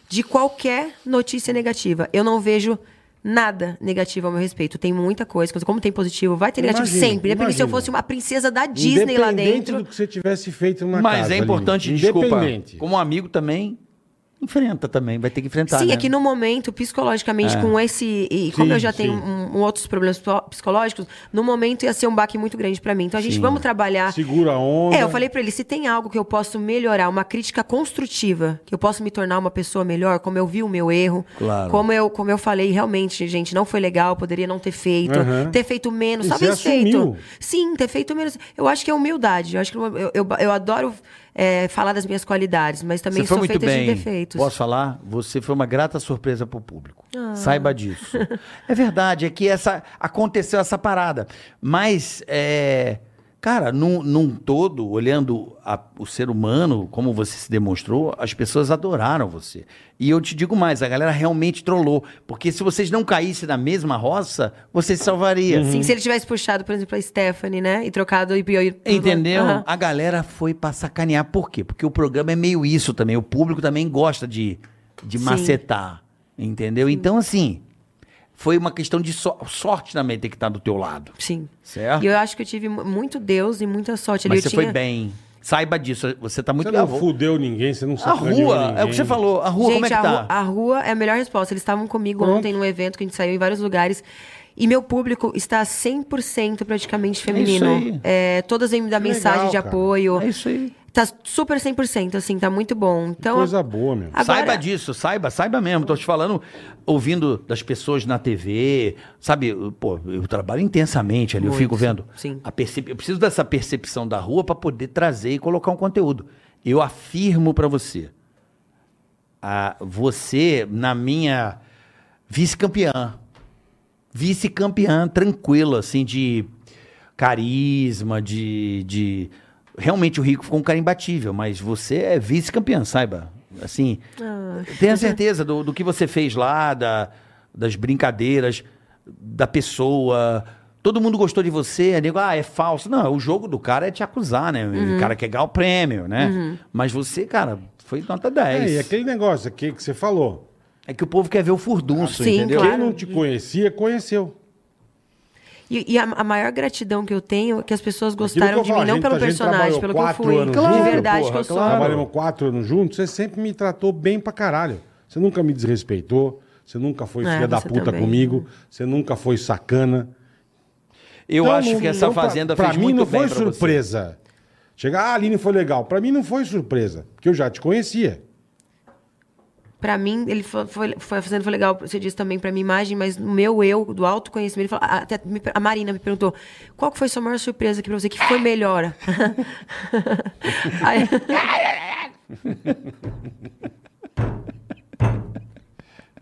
Speaker 5: de qualquer notícia negativa. Eu não vejo nada negativo ao meu respeito. Tem muita coisa. Como tem positivo, vai ter negativo
Speaker 3: Imagina,
Speaker 5: sempre. Independente se eu
Speaker 3: imagina.
Speaker 5: fosse uma princesa da Disney lá
Speaker 3: Independente
Speaker 5: dentro.
Speaker 3: do que você tivesse feito
Speaker 4: Mas
Speaker 3: na casa,
Speaker 4: é
Speaker 3: Aline.
Speaker 4: importante, desculpa.
Speaker 3: Independente.
Speaker 4: Como amigo também, enfrenta também. Vai ter que enfrentar.
Speaker 5: Sim,
Speaker 4: né? É.
Speaker 5: é que no momento, psicologicamente, com esse. E como
Speaker 3: Sim,
Speaker 5: eu já
Speaker 3: sim.
Speaker 5: tenho um- um outros problemas psico- psicológicos, no momento ia ser um baque muito grande pra mim. Então a gente vamos trabalhar.
Speaker 3: Segura a onda.
Speaker 5: É, eu falei pra ele, se tem algo que eu posso melhorar, uma crítica construtiva, que eu posso me tornar uma pessoa melhor, como eu vi o meu erro,
Speaker 4: Claro.
Speaker 5: como eu como eu falei, realmente, gente, não foi legal, poderia não ter feito,
Speaker 3: Aham.
Speaker 5: ter feito menos,
Speaker 3: E
Speaker 5: talvez
Speaker 3: você assumiu.
Speaker 5: feito. Sim, ter feito menos. Eu acho que é humildade, eu acho que eu, eu, eu- eu adoro é, falar das minhas qualidades, mas também
Speaker 4: Você foi
Speaker 5: sou
Speaker 4: muito
Speaker 5: feita
Speaker 4: bem.
Speaker 5: de defeitos. Ah.
Speaker 4: Posso falar? Você foi uma grata surpresa pro público. Saiba disso. é verdade, é que essa aconteceu essa parada. Mas, é, cara, num, num todo, olhando a- o ser humano, como você se demonstrou, as pessoas adoraram você. E eu te digo mais, a galera realmente trollou. Porque se vocês não caíssem na mesma roça, você se salvaria.
Speaker 5: Sim, se ele tivesse puxado, por exemplo, a Stephanie, né? E trocado e. e-
Speaker 4: Entendeu?
Speaker 5: Uhum.
Speaker 4: Ah.
Speaker 5: Aham.
Speaker 4: A galera foi pra sacanear. Por quê? Porque o programa é meio isso também. O público também gosta de, de
Speaker 5: Sim.
Speaker 4: macetar. Entendeu? Então, assim, foi uma questão de so- sorte também ter que estar do teu lado.
Speaker 5: Sim.
Speaker 4: Certo?
Speaker 5: E eu acho que eu tive mu- muito Deus e muita sorte. ali.
Speaker 4: Mas
Speaker 5: eu
Speaker 4: você
Speaker 5: tinha...
Speaker 4: foi bem. Saiba disso. Você tá muito
Speaker 3: Você
Speaker 4: bem.
Speaker 3: não fudeu ninguém, você não
Speaker 4: A
Speaker 3: sacudiu
Speaker 4: rua, é o
Speaker 3: ninguém.
Speaker 4: que você falou. A rua,
Speaker 5: gente,
Speaker 4: como é que
Speaker 5: a,
Speaker 4: tá?
Speaker 5: ru- a rua é a melhor resposta. Eles estavam comigo
Speaker 3: Pronto.
Speaker 5: ontem num evento que a gente saiu em vários lugares. E meu público está 100% praticamente
Speaker 4: aí.
Speaker 5: feminino. É, todas vêm me dar
Speaker 3: Que
Speaker 5: mensagem
Speaker 3: legal,
Speaker 5: de
Speaker 3: cara.
Speaker 5: apoio.
Speaker 4: É isso aí.
Speaker 5: Tá super 100%, assim, tá muito bom. Então,
Speaker 3: Coisa boa, meu.
Speaker 5: agora-
Speaker 4: Saiba disso, saiba, saiba mesmo. Tô te falando, ouvindo das pessoas na TV, sabe? Pô, eu trabalho intensamente ali, eu
Speaker 5: Muito,
Speaker 4: fico vendo.
Speaker 5: sim.
Speaker 4: A percep... Eu preciso dessa percepção da rua para poder trazer e colocar um conteúdo. Eu afirmo para você, a- você, na minha vice-campeã, vice-campeã, tranquila, assim, de carisma, de, de... Realmente o Rico ficou um cara imbatível, mas você é vice-campeã, saiba. Assim,
Speaker 5: Ah.
Speaker 4: tenha certeza do, do que você fez lá, da, das brincadeiras, da pessoa... Todo mundo gostou de você, aí nego, ah, é falso. Não, o jogo do cara é te acusar, né? O
Speaker 5: Uhum.
Speaker 4: cara quer ganhar o prêmio, né? Mas você, cara, foi nota 10.
Speaker 3: É, e aquele negócio aqui que você falou.
Speaker 4: É que o povo quer ver o furdunço,
Speaker 5: Sim,
Speaker 4: entendeu?
Speaker 3: Quem
Speaker 5: Claro.
Speaker 3: não te conhecia, conheceu.
Speaker 5: E, e a, a maior gratidão que eu tenho é que as pessoas
Speaker 3: Aquilo que
Speaker 5: gostaram
Speaker 3: eu
Speaker 5: de mim,
Speaker 3: falo,
Speaker 5: não
Speaker 3: gente-
Speaker 5: pelo
Speaker 3: a gente trabalhou
Speaker 5: personagem, pelo que eu
Speaker 3: quatro
Speaker 5: fui.
Speaker 3: anos
Speaker 5: de
Speaker 3: junto,
Speaker 5: verdade que
Speaker 4: porra,
Speaker 5: eu sou.
Speaker 4: claro.
Speaker 3: Trabalhamos quatro anos juntos, você sempre me tratou bem pra caralho. Você nunca me desrespeitou, você nunca foi
Speaker 5: É,
Speaker 3: filha da
Speaker 5: você
Speaker 3: puta
Speaker 5: também. né?
Speaker 3: comigo, você nunca foi sacana.
Speaker 4: Eu
Speaker 3: Então,
Speaker 4: acho
Speaker 3: não-
Speaker 4: que essa
Speaker 3: não- pra-
Speaker 4: fazenda
Speaker 3: pra
Speaker 4: fez
Speaker 3: mim
Speaker 4: muito
Speaker 3: não
Speaker 4: bem
Speaker 3: foi
Speaker 4: pra você.
Speaker 3: surpresa. Chegar, ah, a Aline foi legal. Pra mim não foi surpresa, porque eu já te conhecia.
Speaker 5: Pra mim, ele foi, foi, foi fazendo foi legal, você disse também pra minha imagem, mas no meu eu, do autoconhecimento, ele falou, até me- a Marina me perguntou, qual que foi sua maior surpresa aqui pra você, que foi melhor? Aí-
Speaker 3: Ai,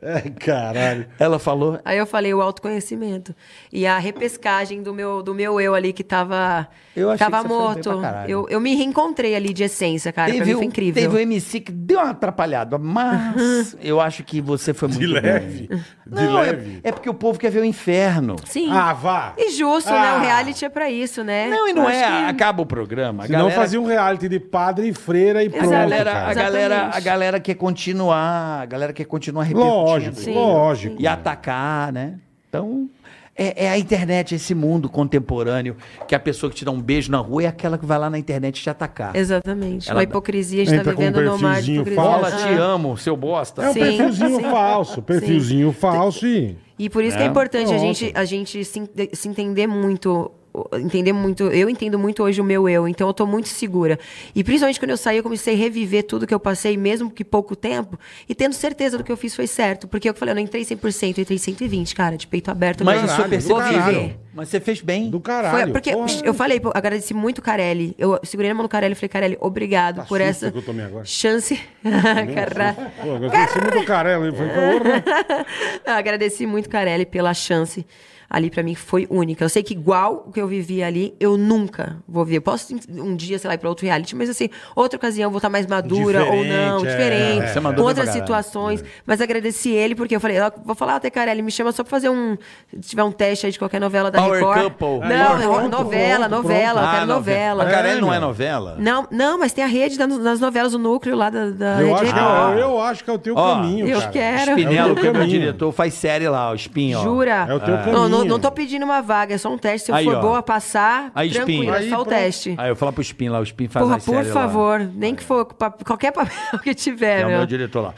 Speaker 3: É, caralho.
Speaker 4: Ela falou,
Speaker 5: Aí eu falei o autoconhecimento. E a repescagem do meu, do meu eu ali que tava,
Speaker 4: Eu achei
Speaker 5: tava
Speaker 4: que você foi bem
Speaker 5: morto.
Speaker 4: pra caralho.
Speaker 5: eu, eu me reencontrei ali de essência, cara. pra mim
Speaker 4: o-
Speaker 5: foi incrível.
Speaker 4: teve um- o MC que deu uma atrapalhada, mas eu acho que você foi muito
Speaker 3: De
Speaker 4: bem.
Speaker 3: leve. De
Speaker 4: Não, é-
Speaker 3: leve.
Speaker 4: É, porque o povo quer ver o inferno.
Speaker 5: Sim.
Speaker 3: Ah, vá.
Speaker 5: e justo, né?
Speaker 3: Ah.
Speaker 5: O reality é pra isso, né?
Speaker 4: Não, e não
Speaker 5: Acho
Speaker 4: é,
Speaker 5: que-
Speaker 4: acaba o programa. A
Speaker 3: Senão
Speaker 4: galera,
Speaker 3: fazia um reality de padre e freira e
Speaker 4: a,
Speaker 3: pronto,
Speaker 4: galera,
Speaker 3: cara.
Speaker 4: a, galera, a
Speaker 5: Exatamente.
Speaker 4: galera quer continuar, a galera quer continuar repetindo.
Speaker 3: Lógico,
Speaker 5: Sim.
Speaker 3: lógico.
Speaker 4: e atacar, né? Então, é, é a internet, esse mundo contemporâneo, que a pessoa que te dá um beijo na rua é aquela que vai lá na internet te atacar.
Speaker 5: Exatamente.
Speaker 4: Ela-
Speaker 5: a hipocrisia, a gente
Speaker 3: Entra
Speaker 5: tá
Speaker 3: com um
Speaker 5: vivendo no mar de
Speaker 3: perfilzinho
Speaker 5: hipocrisia.
Speaker 4: Bola,
Speaker 3: falso.
Speaker 4: te amo, seu bosta.
Speaker 3: É um
Speaker 5: Sim,
Speaker 3: perfilzinho
Speaker 5: sim.
Speaker 3: falso, perfilzinho falso e...
Speaker 5: E por isso que é importante a
Speaker 3: Nossa.
Speaker 5: gente, a gente se, en- se entender muito. o- Entender muito. Eu entendo muito hoje o meu eu, então eu tô muito segura. E principalmente quando eu saí, eu comecei a reviver tudo que eu passei, mesmo que pouco tempo, e tendo certeza do que eu fiz foi certo. Porque eu falei, eu não entrei 100%, eu entrei 120%, cara, de peito aberto.
Speaker 4: Mas
Speaker 5: mesmo.
Speaker 4: isso é
Speaker 3: Caralho, do
Speaker 4: perceptível.
Speaker 3: caralho.
Speaker 4: Mas você fez bem.
Speaker 3: Do
Speaker 5: Foi-
Speaker 3: caralho.
Speaker 5: porque
Speaker 3: porra.
Speaker 5: eu falei, pô, agradeci muito o Carelli. Eu segurei na mão do Carelli e falei, Carelli, obrigado
Speaker 3: Tá
Speaker 5: por
Speaker 3: susto
Speaker 5: essa
Speaker 3: que eu tomei agora.
Speaker 5: chance. Caralho.
Speaker 3: Pô, eu gostei muito do caralho. hein? Foi porra.
Speaker 5: Eu agradeci muito, Carelli, pela chance ali pra mim que foi única. Eu sei que igual o que eu vivi ali, eu nunca vou ver. Posso um dia, sei lá, ir pra outro reality, mas assim, outra ocasião eu vou estar mais madura ou não,
Speaker 3: Diferente, é.
Speaker 5: diferente,
Speaker 3: É, você
Speaker 4: mandou
Speaker 5: com
Speaker 4: bem
Speaker 5: outras
Speaker 4: pra caralho. É.
Speaker 5: situações. Mas agradeci ele porque eu falei, ó, vou falar até Carelli, me chama só pra fazer um, se tiver um teste aí de qualquer novela da
Speaker 4: Power
Speaker 5: Record.
Speaker 4: Couple.
Speaker 5: Não,
Speaker 3: Aí,
Speaker 5: eu-
Speaker 3: pronto,
Speaker 5: novela,
Speaker 3: pronto,
Speaker 5: novela, eu quero
Speaker 4: novela.
Speaker 5: novela.
Speaker 4: A Carelli não é
Speaker 3: É, meu.
Speaker 4: novela?
Speaker 5: Não, não, mas tem a rede da- das novelas, o núcleo lá da, da
Speaker 3: Eu
Speaker 5: rede
Speaker 3: acho, que
Speaker 5: Record.
Speaker 3: é, eu acho que é o teu
Speaker 4: Ó,
Speaker 3: caminho,
Speaker 5: eu
Speaker 3: cara.
Speaker 5: quero.
Speaker 4: Spinello,
Speaker 3: É o
Speaker 4: que é meu
Speaker 3: caminho.
Speaker 4: diretor, faz série lá, o Spin, ó.
Speaker 5: Jura?
Speaker 3: É o teu
Speaker 5: Não, não,
Speaker 3: caminho.
Speaker 5: não tô pedindo uma vaga, é só um teste. Se eu
Speaker 4: Aí,
Speaker 5: for
Speaker 4: ó.
Speaker 5: boa passar,
Speaker 4: Aí,
Speaker 5: tranquilo,
Speaker 4: espinha.
Speaker 5: é só
Speaker 3: Aí,
Speaker 5: o
Speaker 3: pronto.
Speaker 5: teste.
Speaker 4: Aí eu falo pro Spin lá, o Spin faz
Speaker 5: Porra,
Speaker 4: as séries
Speaker 5: por
Speaker 4: lá.
Speaker 5: favor, nem que for pa- qualquer papel que tiver,
Speaker 4: É o meu
Speaker 5: meu.
Speaker 4: diretor lá.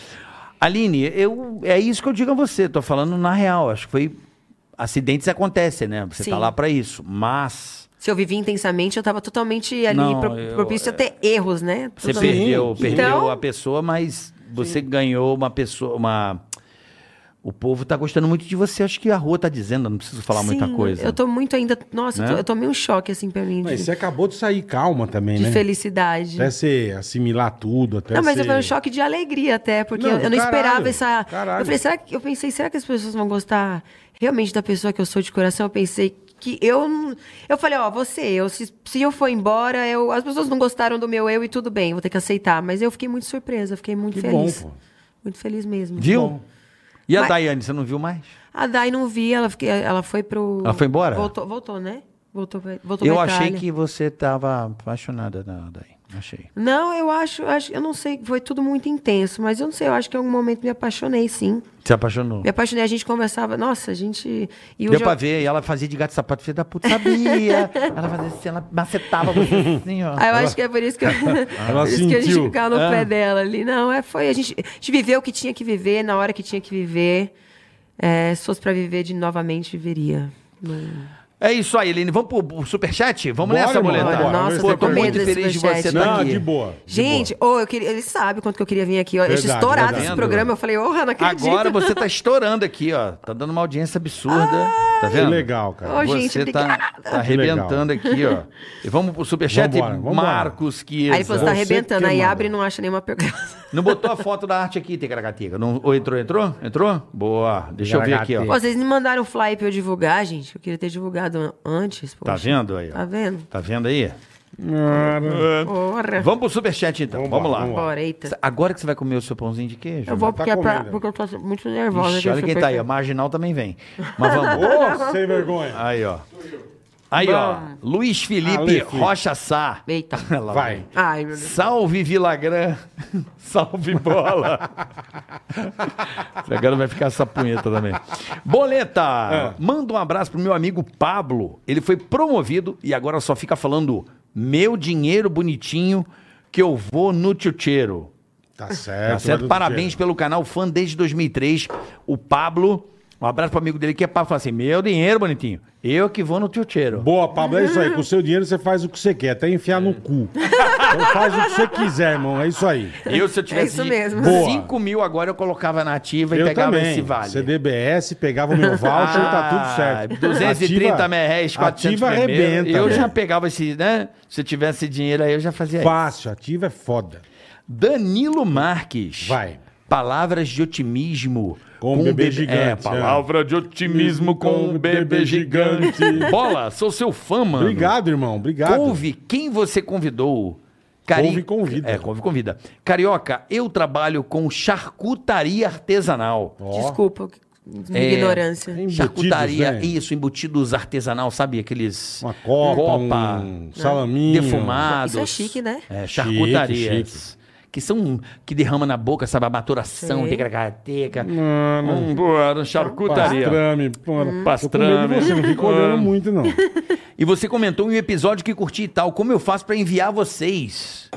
Speaker 4: Aline, eu, é isso que eu digo a você, tô falando na real. Acho que foi. Acidentes acontecem, né? Você
Speaker 5: Sim.
Speaker 4: tá lá pra isso. Mas
Speaker 5: Se eu vivi intensamente, eu tava totalmente ali
Speaker 4: Não,
Speaker 5: pro-
Speaker 4: eu- é.
Speaker 5: propício a ter erros, né?
Speaker 4: você
Speaker 5: Totalmente.
Speaker 4: perdeu,
Speaker 5: Então-
Speaker 4: perdeu a pessoa, mas você ganhou uma pessoa. Uma... O povo tá gostando muito de você. Acho que a rua tá dizendo, eu não preciso falar muita
Speaker 5: Sim,
Speaker 4: coisa.
Speaker 5: Eu tô muito ainda. Nossa, eu,
Speaker 4: Né?
Speaker 5: tô, eu tomei um choque, assim, pra mim, de,
Speaker 3: Mas você acabou de sair calma também,
Speaker 5: de
Speaker 3: é né?
Speaker 5: felicidade.
Speaker 3: Até você assimilar tudo, até
Speaker 5: Não, mas
Speaker 3: você...
Speaker 5: eu foi um choque de alegria até, porque
Speaker 3: Não,
Speaker 5: eu, eu não
Speaker 3: caralho,
Speaker 5: esperava essa.
Speaker 3: caralho.
Speaker 5: Eu falei, será que eu pensei, será que as pessoas vão gostar realmente da pessoa que eu sou de coração? Eu pensei que eu não- eu falei, ó, você, eu se, se eu for embora, eu as pessoas não gostaram do meu eu e tudo bem, vou ter que aceitar, mas eu fiquei muito surpresa, fiquei muito
Speaker 3: Que
Speaker 5: feliz.
Speaker 3: bom, pô.
Speaker 5: Muito feliz mesmo.
Speaker 4: Viu? E a
Speaker 5: Mas-
Speaker 4: Daiane, você não viu mais?
Speaker 5: A Dai não vi, ela fiquei, ela foi pro
Speaker 4: Ela foi embora?
Speaker 5: Voltou, voltou, né? Voltou, pra- voltou
Speaker 4: Eu
Speaker 5: pra
Speaker 4: achei
Speaker 5: Itália.
Speaker 4: que você tava apaixonada da Daiane. Achei.
Speaker 5: Não, eu acho, acho, eu não sei, foi tudo muito intenso, mas eu não sei, eu acho que em algum momento me apaixonei, sim.
Speaker 4: Se apaixonou.
Speaker 5: Me apaixonei, a gente conversava. Nossa, a gente. E
Speaker 4: Deu
Speaker 5: hoje
Speaker 4: pra
Speaker 5: eu-
Speaker 4: ver, e ela fazia de gato e sapato, filha da puta, sabia. ela fazia assim, ela macetava você assim, ó.
Speaker 5: Ah, eu acho que é por isso que, eu... por isso que a gente
Speaker 3: sentiu.
Speaker 5: ficava no pé dela ali. Não, é, foi. A gente, a gente viveu o que tinha que viver, na hora que tinha que viver. É, se fosse pra viver de novamente, viveria. Não-
Speaker 4: É isso aí, Eline. Vamos pro, pro superchat? Vamos
Speaker 3: Bora,
Speaker 4: nessa,
Speaker 3: irmão,
Speaker 4: boleta.
Speaker 3: bora. Nossa,
Speaker 4: Pô,
Speaker 3: eu tô
Speaker 4: tô
Speaker 3: com
Speaker 4: muito
Speaker 3: medo
Speaker 5: desse
Speaker 4: feliz de você
Speaker 5: superchat.
Speaker 4: estar
Speaker 3: Não,
Speaker 4: aqui.
Speaker 3: de boa. de
Speaker 5: Gente,
Speaker 3: boa.
Speaker 5: ou eu queria. Ele sabe o quanto que eu queria vir aqui. Ó.
Speaker 3: Verdade,
Speaker 5: eu tinha estourado
Speaker 3: verdade.
Speaker 5: esse programa. Eu falei, ô, Hanna, acredito.
Speaker 4: Agora você tá estourando aqui, ó. Tá dando uma audiência absurda. Tá
Speaker 3: Que
Speaker 4: vendo?
Speaker 3: legal, cara.
Speaker 5: Ô, gente,
Speaker 4: Você tá,
Speaker 5: obrigada.
Speaker 4: tá arrebentando aqui, ó. E vamos pro superchat
Speaker 3: Vambora, vambora.
Speaker 4: Marcos Kiesa.
Speaker 5: Aí ele falou, você tá
Speaker 3: Você que
Speaker 5: arrebentando, aí
Speaker 3: manda.
Speaker 5: abre e não acha nenhuma pergunta.
Speaker 4: Não botou a foto da arte aqui, Tecaracateca. Não... Ou entrou, entrou? Entrou? Boa. Deixa eu ver aqui,
Speaker 5: Pô,
Speaker 4: ó.
Speaker 5: vocês me mandaram o fly pra eu divulgar, gente. Eu queria ter divulgado antes.
Speaker 4: Tá
Speaker 5: poxa.
Speaker 4: vendo aí?
Speaker 5: Tá
Speaker 4: Ó.
Speaker 5: vendo?
Speaker 4: Tá vendo aí?
Speaker 5: Porra.
Speaker 4: Vamos pro superchat então.
Speaker 3: Vambora,
Speaker 4: vamos lá.
Speaker 3: vambora.
Speaker 5: Bora, eita.
Speaker 4: Agora que você vai comer o seu pãozinho de queijo.
Speaker 5: Eu vou
Speaker 3: tá
Speaker 5: porque, é pra,
Speaker 3: comendo.
Speaker 5: porque eu tô muito nervosa.
Speaker 4: Ixi, olha
Speaker 5: que
Speaker 4: quem
Speaker 5: super-
Speaker 4: tá aí. A marginal também vem. Mas vamos.
Speaker 3: Ô, sem
Speaker 5: Ah.
Speaker 3: vergonha.
Speaker 4: Aí, ó. Aí, ó. Ah, Luiz Felipe
Speaker 3: Ale, filho.
Speaker 4: Rocha Sá.
Speaker 5: Eita.
Speaker 4: Ela
Speaker 3: Vai.
Speaker 5: Ai, meu Deus.
Speaker 4: Salve Vilagran. Salve bola. Agora vai ficar essa punheta também. Boleta, manda um abraço pro meu amigo Pablo. Ele foi promovido e agora só fica falando meu dinheiro bonitinho que eu vou no tchutcheiro.
Speaker 3: Tá certo.
Speaker 4: Tá certo?
Speaker 3: Eduardo
Speaker 4: Parabéns
Speaker 3: Teixeira.
Speaker 4: pelo canal, fã desde 2003. O Pablo, um abraço pro amigo dele que é Pablo. Fala assim, meu dinheiro bonitinho, eu que vou no tchutcheiro.
Speaker 3: Boa, Pablo, é isso aí. Com o seu dinheiro você faz o que você quer, até enfiar no cu. Então faz o que você quiser, irmão. É isso aí.
Speaker 4: Eu, se eu
Speaker 5: É
Speaker 4: tivesse
Speaker 5: isso mesmo.
Speaker 3: Boa.
Speaker 4: 5 mil agora, eu colocava na ativa e
Speaker 3: Eu
Speaker 4: pegava
Speaker 3: também.
Speaker 4: esse vale.
Speaker 3: CDBS, pegava o meu voucher, tá
Speaker 4: Ah,
Speaker 3: tudo certo.
Speaker 4: 230
Speaker 3: Ativa-
Speaker 4: merréis, 400
Speaker 3: Ativa
Speaker 4: primeiro.
Speaker 3: arrebenta.
Speaker 4: Eu
Speaker 3: velho.
Speaker 4: já pegava esse, né? Se eu tivesse dinheiro aí, eu já fazia isso.
Speaker 3: Fácil, ativa é foda.
Speaker 4: Danilo Marques.
Speaker 3: Vai.
Speaker 4: Palavras de otimismo.
Speaker 3: Com um bebê gigante,
Speaker 4: É,
Speaker 3: é.
Speaker 4: palavra de otimismo com um bebê gigante. Bola, sou seu fã, mano.
Speaker 3: Obrigado, irmão. Obrigado.
Speaker 4: Couve quem você convidou.
Speaker 3: Couve convida.
Speaker 4: É, couve convida. Carioca, eu trabalho com charcutaria artesanal.
Speaker 3: Ó,
Speaker 5: Desculpa, minha
Speaker 4: É.
Speaker 5: ignorância.
Speaker 3: Embutidos,
Speaker 4: charcutaria,
Speaker 3: né?
Speaker 4: isso, embutidos artesanal, sabe? Aqueles.
Speaker 3: Uma copa, um salaminho.
Speaker 4: defumados.
Speaker 5: Isso é chique, né?
Speaker 4: É, charcutarias.
Speaker 3: Chique, chique.
Speaker 4: Que são. que derrama na boca, sabe? A maturação,
Speaker 5: Sei.
Speaker 4: tegracateca. Hum, boa, charcutaria.
Speaker 3: Pastrame. Pô, Tô com
Speaker 4: Hum. Pastrame. Hum.
Speaker 3: medo de você, não fica olhando muito, não.
Speaker 4: E você comentou em um episódio que curti e tal. Como eu faço pra enviar vocês?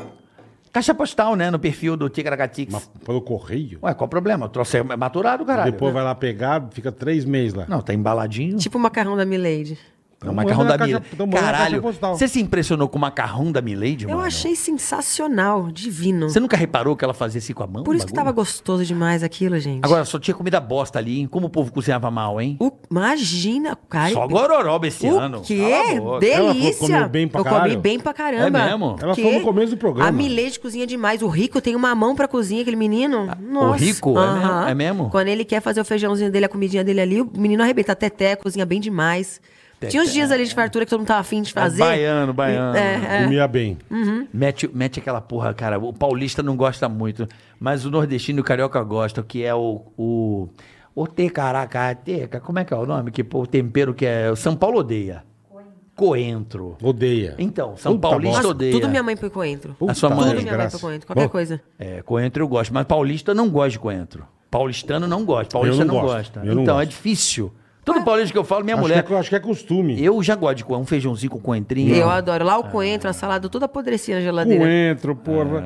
Speaker 4: Caixa postal, né? No perfil do Tigracatix.
Speaker 3: Mas pelo correio?
Speaker 4: Ué, qual o problema? O troço é maturado, caralho. né?
Speaker 3: Depois vai lá pegar, fica três meses lá.
Speaker 4: Não, tá embaladinho.
Speaker 5: Tipo o macarrão da Milady.
Speaker 4: é o macarrão da
Speaker 3: manda na caixa-
Speaker 4: Milady.
Speaker 3: então manda na
Speaker 4: Caralho,
Speaker 3: caixa postal.
Speaker 4: você se impressionou com o macarrão da Milady,
Speaker 5: Eu
Speaker 4: mano?
Speaker 5: achei sensacional, divino.
Speaker 4: Você nunca reparou que ela fazia assim com a mão?
Speaker 5: Por
Speaker 4: o
Speaker 5: isso que tava
Speaker 4: bagulho?
Speaker 5: gostoso demais aquilo, gente.
Speaker 4: Agora, só tinha comida bosta ali, hein? Como o povo cozinhava mal, hein?
Speaker 5: O- imagina, cara.
Speaker 4: Só gororoba esse
Speaker 5: o
Speaker 4: ano.
Speaker 5: quê?
Speaker 4: Cala a boca.
Speaker 3: Ela foi-
Speaker 5: Delícia!
Speaker 3: comeu bem pra
Speaker 5: eu
Speaker 3: caralho?
Speaker 5: comi bem pra caramba.
Speaker 4: É mesmo?
Speaker 3: Ela foi no começo do programa.
Speaker 5: A Milete cozinha demais. O Rico tem uma mão pra cozinha, aquele menino. Nossa.
Speaker 4: Ah, Rico? É mesmo?
Speaker 5: Aham.
Speaker 4: É mesmo?
Speaker 5: Quando ele quer fazer o feijãozinho dele, a comidinha dele ali, o menino arrebenta. Teté cozinha bem demais. Tinha uns dias ali de fartura que todo mundo tava afim de fazer.
Speaker 4: É baiano, baiano.
Speaker 5: É, é.
Speaker 3: Comia bem.
Speaker 4: Hum. Mete, mete aquela porra, cara. O paulista não gosta muito, mas o nordestino e o carioca gostam, que é o. o o tecaracateca, como é que é o nome? Que pô, o tempero que é. São Paulo odeia. Coentro.
Speaker 3: Odeia.
Speaker 4: Então, São
Speaker 3: Puta
Speaker 4: paulista
Speaker 3: bosta.
Speaker 5: Nossa,
Speaker 4: odeia.
Speaker 5: tudo minha mãe põe coentro.
Speaker 4: A sua
Speaker 3: Puta
Speaker 4: mãe.
Speaker 5: Tudo
Speaker 4: desgraça.
Speaker 5: minha mãe põe coentro. Qualquer
Speaker 3: Bom,
Speaker 5: coisa.
Speaker 4: É, coentro eu gosto, mas paulista não gosta de coentro. Paulistano não gosta, paulista
Speaker 3: Eu não
Speaker 4: não,
Speaker 3: gosto,
Speaker 4: gosta.
Speaker 3: eu não
Speaker 4: então, é
Speaker 3: gosto.
Speaker 4: difícil. Todo paulista que eu falo, minha
Speaker 3: Acho
Speaker 4: mulher.
Speaker 3: que é- acho que é costume.
Speaker 4: Eu já gosto de coentro, um feijãozinho com coentrinho.
Speaker 5: Eu adoro.
Speaker 4: Ah.
Speaker 5: Lá o coentro, a salada toda apodrecia na geladeira.
Speaker 3: Coentro, porra.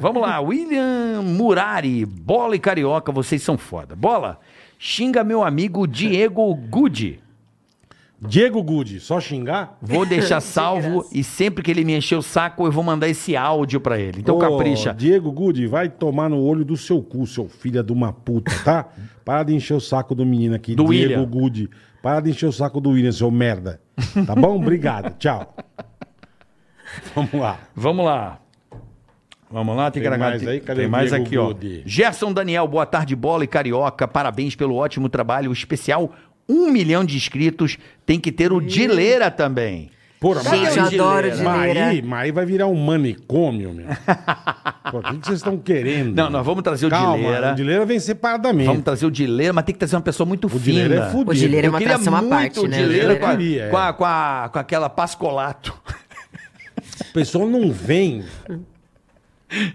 Speaker 4: Vamos lá, William Murari, bola e carioca, vocês são foda. Bola, xinga meu amigo Diego Gudi.
Speaker 3: Diego Good, só xingar?
Speaker 4: Vou deixar salvo e sempre que ele me encher o saco, eu vou mandar esse áudio pra ele. Então
Speaker 3: Ô,
Speaker 4: capricha.
Speaker 3: Diego Good, vai tomar no olho do seu cu, seu filho de uma puta, tá? Para de encher o saco do menino aqui,
Speaker 4: Do
Speaker 3: Diego
Speaker 4: William.
Speaker 3: Good. Para de encher o saco do William, seu merda. Tá bom? Obrigado. Tchau. Vamos lá.
Speaker 4: Vamos lá. Vamos lá, tem,
Speaker 3: Tem
Speaker 4: que
Speaker 3: mais aí? Cadê
Speaker 4: Tem
Speaker 3: o
Speaker 4: mais
Speaker 3: Diego
Speaker 4: aqui, ó.
Speaker 3: Gudi?
Speaker 4: Gerson Daniel, boa tarde, bola e carioca. Parabéns pelo ótimo trabalho. O especial, um milhão de inscritos. Tem que ter o Dileira também.
Speaker 3: Porra,
Speaker 5: Gente, eu
Speaker 3: mas-
Speaker 5: adoro
Speaker 4: Gileira.
Speaker 3: Mas
Speaker 5: geleira.
Speaker 3: aí, mas aí vai virar um manicômio, meu. Pô, o que que vocês estão querendo?
Speaker 4: Não, nós vamos trazer o
Speaker 3: Calma,
Speaker 4: Dileira.
Speaker 3: o Dileira vem separadamente.
Speaker 4: Vamos trazer o Dileira, mas tem que trazer uma pessoa muito
Speaker 3: O
Speaker 4: fina.
Speaker 3: Dileira é fudido.
Speaker 5: O Gileira é uma
Speaker 4: Eu queria
Speaker 5: atração à
Speaker 4: muito
Speaker 5: parte,
Speaker 4: o
Speaker 5: né?
Speaker 4: Dileira
Speaker 3: Eu
Speaker 4: com, a-
Speaker 3: queria, é.
Speaker 4: com, a- com a- com aquela Pascolato.
Speaker 3: O pessoal não vem.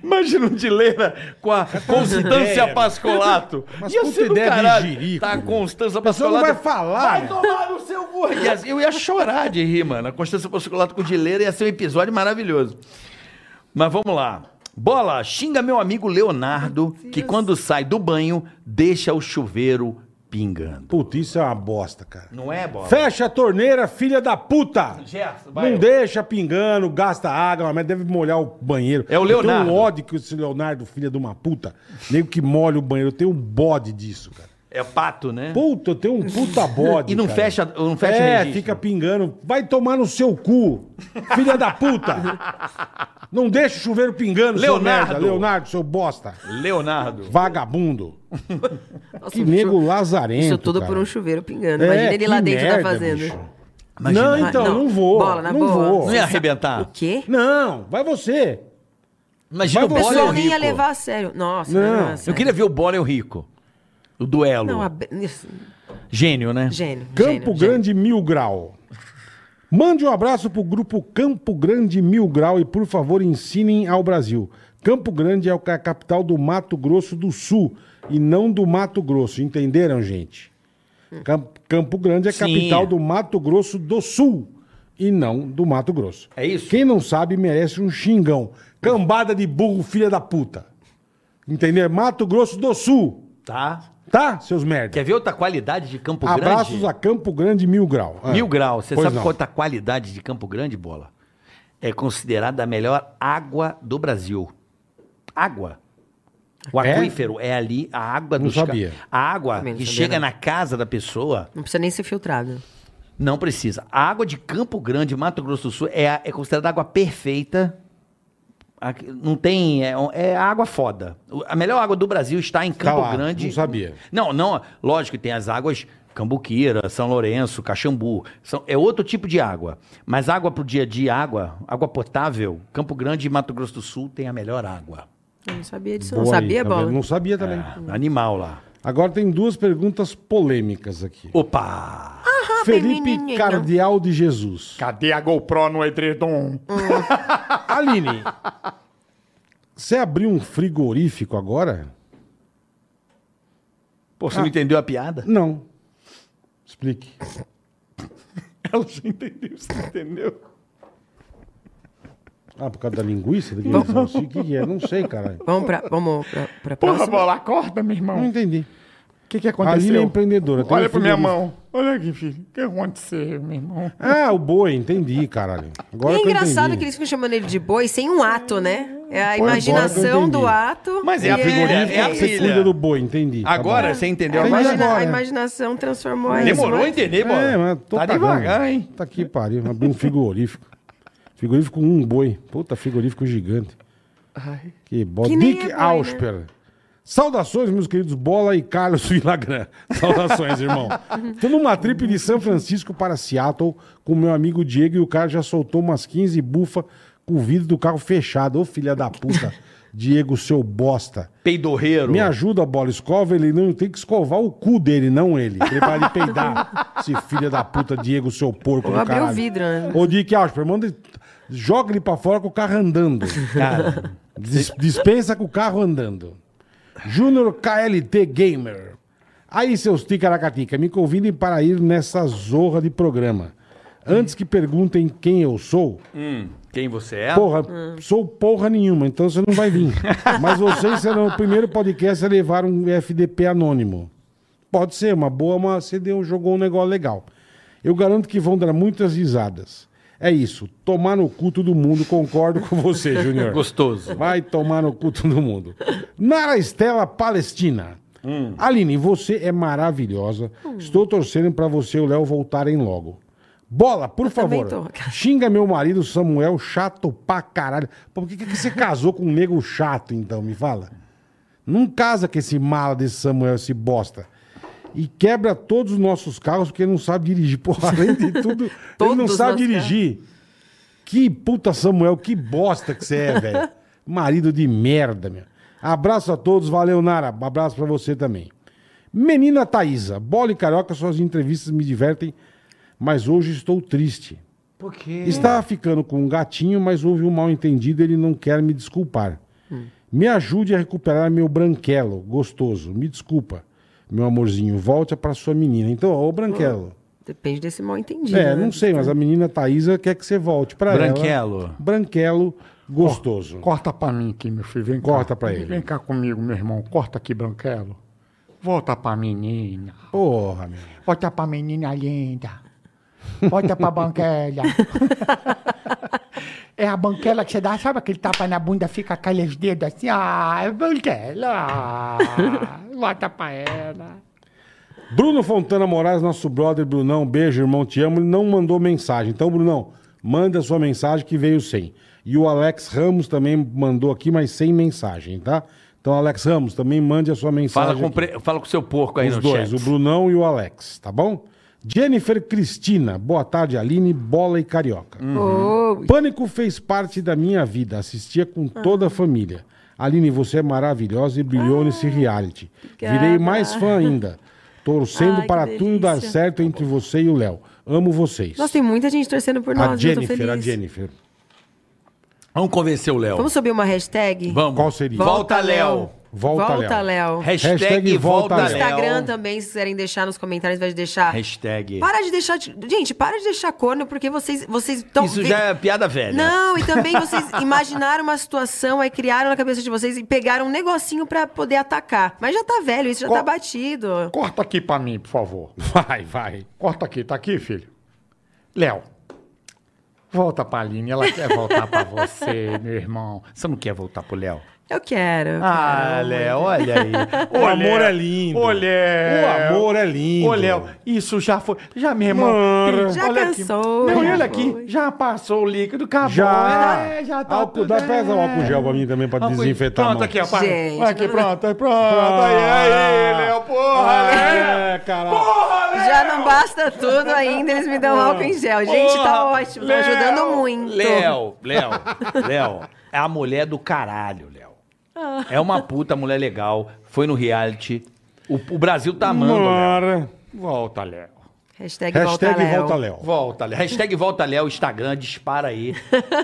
Speaker 4: Imagina o Dileira com a Constância
Speaker 3: ideia,
Speaker 4: Pascolato.
Speaker 3: Mas
Speaker 4: Ia
Speaker 3: puta
Speaker 4: ser do
Speaker 3: ideia de
Speaker 4: caralho.
Speaker 3: jirico,
Speaker 4: tá a
Speaker 3: meu.
Speaker 4: Constância
Speaker 3: O pessoal
Speaker 4: Pascolato.
Speaker 3: não vai falar.
Speaker 4: Vai tomar no seu cu. Ia- Eu ia chorar de rir, mano. A Constância Pascolato com o Dileira ia ser um episódio maravilhoso. Mas vamos lá. Bola, xinga meu amigo Leonardo, que quando sai do banho, deixa o chuveiro pingando.
Speaker 3: Puta, isso é uma bosta, cara.
Speaker 4: Não é, Bola?
Speaker 3: Fecha a torneira, filha da puta!
Speaker 4: Gerson, vai.
Speaker 3: Não deixa pingando, gasta água, mas deve molhar o banheiro.
Speaker 4: É o
Speaker 3: Eu
Speaker 4: Leonardo.
Speaker 3: tenho um ódio que esse Leonardo, filha de uma puta, nego que molha o banheiro. Eu tenho um bode disso, cara.
Speaker 4: É pato, né?
Speaker 3: Puta, eu tenho um puta bode.
Speaker 4: E não
Speaker 3: cara.
Speaker 4: fecha, não fecha
Speaker 3: É,
Speaker 4: registro.
Speaker 3: fica pingando. Vai tomar no seu cu, filha da puta. Não deixa o chuveiro pingando,
Speaker 4: Leonardo.
Speaker 3: seu merda. Leonardo, seu bosta.
Speaker 4: Leonardo.
Speaker 3: vagabundo.
Speaker 5: Nossa,
Speaker 3: Que
Speaker 5: um
Speaker 3: nego
Speaker 5: chu-
Speaker 3: lazarento.
Speaker 5: Isso tudo
Speaker 3: cara.
Speaker 5: por um chuveiro pingando.
Speaker 3: É,
Speaker 5: Imagina ele lá
Speaker 3: que
Speaker 5: dentro da
Speaker 3: merda,
Speaker 5: fazenda. Ah,
Speaker 3: bicho. Não, então, não, vou.
Speaker 5: Bola, na
Speaker 3: não
Speaker 5: boa.
Speaker 3: vou.
Speaker 4: Não ia arrebentar.
Speaker 5: O quê?
Speaker 3: Não, vai você.
Speaker 4: Imagina
Speaker 3: Mas
Speaker 4: o
Speaker 5: O
Speaker 4: Bola e o
Speaker 5: pessoal nem ia
Speaker 4: Rico.
Speaker 5: levar a sério. Nossa,
Speaker 3: Não.
Speaker 5: não,
Speaker 3: Eu
Speaker 4: Eu queria ver o Bola e o Rico. O duelo.
Speaker 5: Não, a... isso,
Speaker 4: Gênio, né?
Speaker 5: gênio.
Speaker 3: Campo
Speaker 5: gênio, gênio.
Speaker 3: Grande Mil Grau. Mande um abraço pro grupo Campo Grande Mil Grau e, por favor, ensinem ao Brasil. Campo Grande é o ca- a capital do Mato Grosso do Sul e não do Mato Grosso. Entenderam, gente? Cam- Campo Grande é a
Speaker 4: Sim.
Speaker 3: capital do Mato Grosso do Sul e não do Mato Grosso.
Speaker 4: É isso?
Speaker 3: Quem não sabe merece um xingão. Cambada de burro, filha da puta. Entendeu? É Mato Grosso do Sul.
Speaker 4: Tá.
Speaker 3: Tá, seus merda?
Speaker 4: Quer ver outra qualidade de Campo
Speaker 3: Abraços
Speaker 4: Grande?
Speaker 3: a Campo Grande Mil Grau. Ah.
Speaker 4: Mil graus. Você
Speaker 3: Pois
Speaker 4: sabe
Speaker 3: não.
Speaker 4: qual é a qualidade de Campo Grande, Bola? É considerada a melhor água do Brasil. Água. O
Speaker 3: É?
Speaker 4: aquífero é, ali a água
Speaker 3: Não
Speaker 4: dos ca-
Speaker 3: sabia.
Speaker 4: A água
Speaker 5: Também não
Speaker 4: que
Speaker 5: sabia,
Speaker 4: chega
Speaker 5: não.
Speaker 4: na casa da pessoa
Speaker 5: Não precisa nem ser filtrado.
Speaker 4: não precisa. A água de Campo Grande, Mato Grosso do Sul, é, a- é considerada água perfeita. Aqui- Não tem. É, é água foda. O- A melhor água do Brasil está em Campo
Speaker 3: Tá lá,
Speaker 4: Grande.
Speaker 3: não sabia.
Speaker 4: Não, não. Lógico que tem as águas Cambuquira, São Lourenço, Caxambu. São, é outro tipo de água. Mas água pro dia a dia, água, água potável, Campo Grande e Mato Grosso do Sul tem a melhor água.
Speaker 5: Eu não sabia disso.
Speaker 3: Boa
Speaker 5: não
Speaker 3: aí,
Speaker 5: sabia,
Speaker 3: tá
Speaker 5: Bola?
Speaker 3: vendo? Não sabia também.
Speaker 4: Ah. Animal lá.
Speaker 3: Agora tem duas perguntas polêmicas aqui.
Speaker 4: Opa!
Speaker 3: Felipe
Speaker 5: menininho.
Speaker 3: Cardeal de Jesus.
Speaker 7: Cadê a GoPro no Edredom?
Speaker 3: Aline, você abriu um frigorífico agora?
Speaker 4: Pô,
Speaker 3: Ah.
Speaker 4: você não entendeu a piada?
Speaker 3: Não. Explique.
Speaker 7: Ela já entendeu, você entendeu?
Speaker 3: Ah, por causa da linguiça? Da linguiça? Não sei o que que é. Não sei, caralho.
Speaker 5: Vamos pra, vamos pra, pra
Speaker 7: Porra,
Speaker 5: próxima?
Speaker 7: bola, acorda, meu
Speaker 3: Não
Speaker 7: irmão. O
Speaker 3: entendi.
Speaker 7: que, que
Speaker 3: A Aline é
Speaker 7: aconteceu?
Speaker 3: empreendedora. tem
Speaker 7: Olha
Speaker 3: um
Speaker 7: pra minha
Speaker 3: frigorífico.
Speaker 7: mão. Olha aqui, filho. O que aconteceu, meu irmão?
Speaker 3: Ah, o boi. Entendi, caralho. Agora
Speaker 5: é
Speaker 3: que eu
Speaker 5: engraçado
Speaker 3: entendi.
Speaker 5: que eles ficam chamando ele de boi sem um ato, né? É a
Speaker 3: Pô, agora que eu
Speaker 5: imaginação do
Speaker 3: entendi.
Speaker 5: ato.
Speaker 4: Mas é
Speaker 5: e
Speaker 4: a frigorífica,
Speaker 3: Frigorífico,
Speaker 4: É a
Speaker 3: você
Speaker 4: filha.
Speaker 3: cuida do boi. Entendi. Tá
Speaker 4: Agora
Speaker 3: bom.
Speaker 4: você
Speaker 5: A,
Speaker 4: entendeu a
Speaker 3: Entendi
Speaker 5: imagina-
Speaker 3: agora.
Speaker 5: a imaginação transformou a isso.
Speaker 4: Demorou a
Speaker 5: mas-
Speaker 4: entender, Bola?
Speaker 3: É, mas tô
Speaker 4: tá
Speaker 3: cagando.
Speaker 4: devagar, hein?
Speaker 3: Tá aqui, pariu. Abri um frigorífico. frigorífico com um boi. Puta, frigorífico gigante. Que bola.
Speaker 5: Que nem
Speaker 3: Dick
Speaker 5: é boi, né?
Speaker 3: Ausper. Saudações, meus queridos Bola e Carlos Vilagrã. Saudações, irmão. Tô numa trip de São Francisco para Seattle com meu amigo Diego e o cara já soltou umas 15 bufa com o vidro do carro fechado. Ô, filha da puta. Diego, seu bosta.
Speaker 4: Peidorreiro.
Speaker 3: Me ajuda, bola, escova ele, não tem que escovar o cu dele, não ele. Ele para de peidar. Esse filho da puta, Diego, seu porco
Speaker 5: Vou
Speaker 3: do
Speaker 5: abrir
Speaker 3: caralho.
Speaker 5: o vidro, né?
Speaker 3: Ô, Dick Ausper, manda ele- joga ele pra fora com o carro andando.
Speaker 4: Cara,
Speaker 3: Dis- dispensa com o carro andando. Júnior KLT Gamer. Aí, seus ticaracatica, me convidem para ir nessa zorra de programa. Antes que perguntem quem eu sou,
Speaker 4: quem você é?
Speaker 3: Porra, sou porra nenhuma, então você não vai vir. Mas vocês serão o primeiro podcast a levar um FDP anônimo. Pode ser, uma boa, uma, você deu, jogou um negócio legal. Eu garanto que vão dar muitas risadas. É isso, tomar no cu todo mundo, concordo com você, Júnior.
Speaker 4: Gostoso.
Speaker 3: Vai tomar no cu todo mundo. Nara Estela Palestina. Aline, você é maravilhosa. Estou torcendo pra você e o Léo voltarem logo. Bola, por
Speaker 5: também
Speaker 3: favor.
Speaker 5: tô.
Speaker 3: Xinga meu marido Samuel, chato pra caralho. Pô, por que, que você casou com um nego chato, então? Me fala. Não casa com esse mala desse Samuel, esse bosta. E quebra todos os nossos carros porque ele não sabe dirigir. Pô, além de tudo, ele não
Speaker 5: Todos os
Speaker 3: sabe
Speaker 5: nossos
Speaker 3: dirigir. Que puta Samuel, que bosta que você é, velho. Marido de merda, meu. Abraço a todos, valeu, Nara. Abraço pra você também. Menina Thaísa, bola e carioca, suas entrevistas me divertem, mas hoje estou triste.
Speaker 4: Por quê?
Speaker 3: Estava ficando com um gatinho, mas houve um mal entendido e ele não quer me desculpar. Me ajude a recuperar meu branquelo gostoso. Me desculpa, meu amorzinho. Volte para sua menina. Então, ó, o branquelo.
Speaker 5: Depende desse mal entendido.
Speaker 3: É,
Speaker 5: Ah, né?
Speaker 3: não sei, mas a menina Thaísa quer que você volte pra
Speaker 4: Branquelo.
Speaker 3: ela. Branquelo. Branquelo gostoso.
Speaker 7: Corta pra mim aqui, meu filho. Vem
Speaker 3: Corta
Speaker 7: cá.
Speaker 3: pra ele.
Speaker 7: Vem cá comigo, meu irmão. Corta aqui, Branquelo. Volta pra menina.
Speaker 3: Porra, meu.
Speaker 7: Volta pra menina linda. Volta pra banquela. é a banquela que você dá, sabe aquele tapa na bunda, fica com os é dedos assim. Ah, banquela. Volta pra ela.
Speaker 3: Bruno Fontana Moraes, nosso brother Brunão, beijo, irmão, te amo. Ele não mandou mensagem. Então, Brunão, manda sua mensagem que veio sem. E o Alex Ramos também mandou aqui, mas sem mensagem, tá? Então, Alex Ramos, também mande a sua mensagem.
Speaker 4: Fala com,
Speaker 3: aqui.
Speaker 4: pre- fala com o seu porco aí
Speaker 3: Os
Speaker 4: no
Speaker 3: dois,
Speaker 4: chat.
Speaker 3: o Brunão e o Alex, tá bom? Jennifer Cristina, boa tarde, Aline, bola e carioca.
Speaker 5: Ô,
Speaker 3: Pânico fez parte da minha vida, assistia com
Speaker 5: Ah.
Speaker 3: toda a família. Aline, você é maravilhosa e brilhou nesse reality.
Speaker 5: Ah, obrigada.
Speaker 3: Virei mais fã ainda. Torcendo
Speaker 5: Ai, que
Speaker 3: para tudo dar
Speaker 5: delícia.
Speaker 7: Tá
Speaker 3: certo entre você e o Léo. Amo vocês.
Speaker 5: Nossa, tem muita gente torcendo por nós.
Speaker 3: a
Speaker 5: viu? Eu tô
Speaker 3: Jennifer, a
Speaker 5: feliz.
Speaker 3: Jennifer.
Speaker 4: Vamos convencer o Léo.
Speaker 5: Vamos subir uma hashtag?
Speaker 4: Vamos.
Speaker 3: Qual seria?
Speaker 4: Volta, Léo.
Speaker 3: Volta,
Speaker 5: Volta,
Speaker 3: Léo.
Speaker 5: Léo.
Speaker 4: Hashtag
Speaker 3: Hashtag
Speaker 4: volta,
Speaker 3: volta,
Speaker 4: Léo.
Speaker 5: Instagram também, se quiserem deixar nos comentários, vai deixar.
Speaker 4: Hashtag.
Speaker 5: Para de deixar. de- Gente, para de deixar corno, porque vocês vocês estão.
Speaker 4: Isso já é piada velha.
Speaker 5: Não, e também vocês imaginaram uma situação, aí criaram na cabeça de vocês e pegaram um negocinho pra poder atacar. Mas já tá velho, isso já tá batido.
Speaker 7: Corta aqui pra mim, por favor.
Speaker 3: Vai, vai.
Speaker 7: Corta aqui, tá aqui, filho? Léo, volta pra Aline, ela quer voltar pra você, meu irmão. Você não quer voltar pro Léo?
Speaker 5: Eu quero.
Speaker 4: Ah, Léo, olha aí.
Speaker 3: O amor é lindo.
Speaker 7: Ô, Léo.
Speaker 3: O amor é lindo.
Speaker 7: Ô, Léo, isso já foi. Já, meu irmão.
Speaker 3: Mano.
Speaker 7: tem-
Speaker 5: Já cansou,
Speaker 7: Aqui. Não,
Speaker 5: já
Speaker 7: olha aqui.
Speaker 5: foi.
Speaker 7: Já passou o líquido, acabou.
Speaker 3: Já.
Speaker 7: É, já tá.
Speaker 3: álcool, dá pra usar o álcool gel pra mim também, pra
Speaker 7: Álcool-
Speaker 3: desinfetar a
Speaker 7: Pronto,
Speaker 3: mão. Ah,
Speaker 7: aqui, ó. pá.
Speaker 5: Gente,
Speaker 7: aqui,
Speaker 5: não-
Speaker 7: pronto, aí, pronto. Aí, aí,
Speaker 4: Ah.
Speaker 7: Léo. Porra, Léo.
Speaker 3: É, caralho.
Speaker 5: Já não basta tudo ainda, eles me dão álcool em gel. Gente, tá ótimo, tá ajudando muito.
Speaker 4: Léo, Léo, Léo. É a mulher do caralho, Léo.
Speaker 5: Ah.
Speaker 4: É uma puta mulher legal. Foi no reality. O, o Brasil tá amando, Léo.
Speaker 3: Mora.
Speaker 7: Volta, Léo.
Speaker 5: Hashtag,
Speaker 3: Hashtag volta, Léo.
Speaker 4: Volta, Léo. Hashtag volta, Léo. Instagram, dispara aí.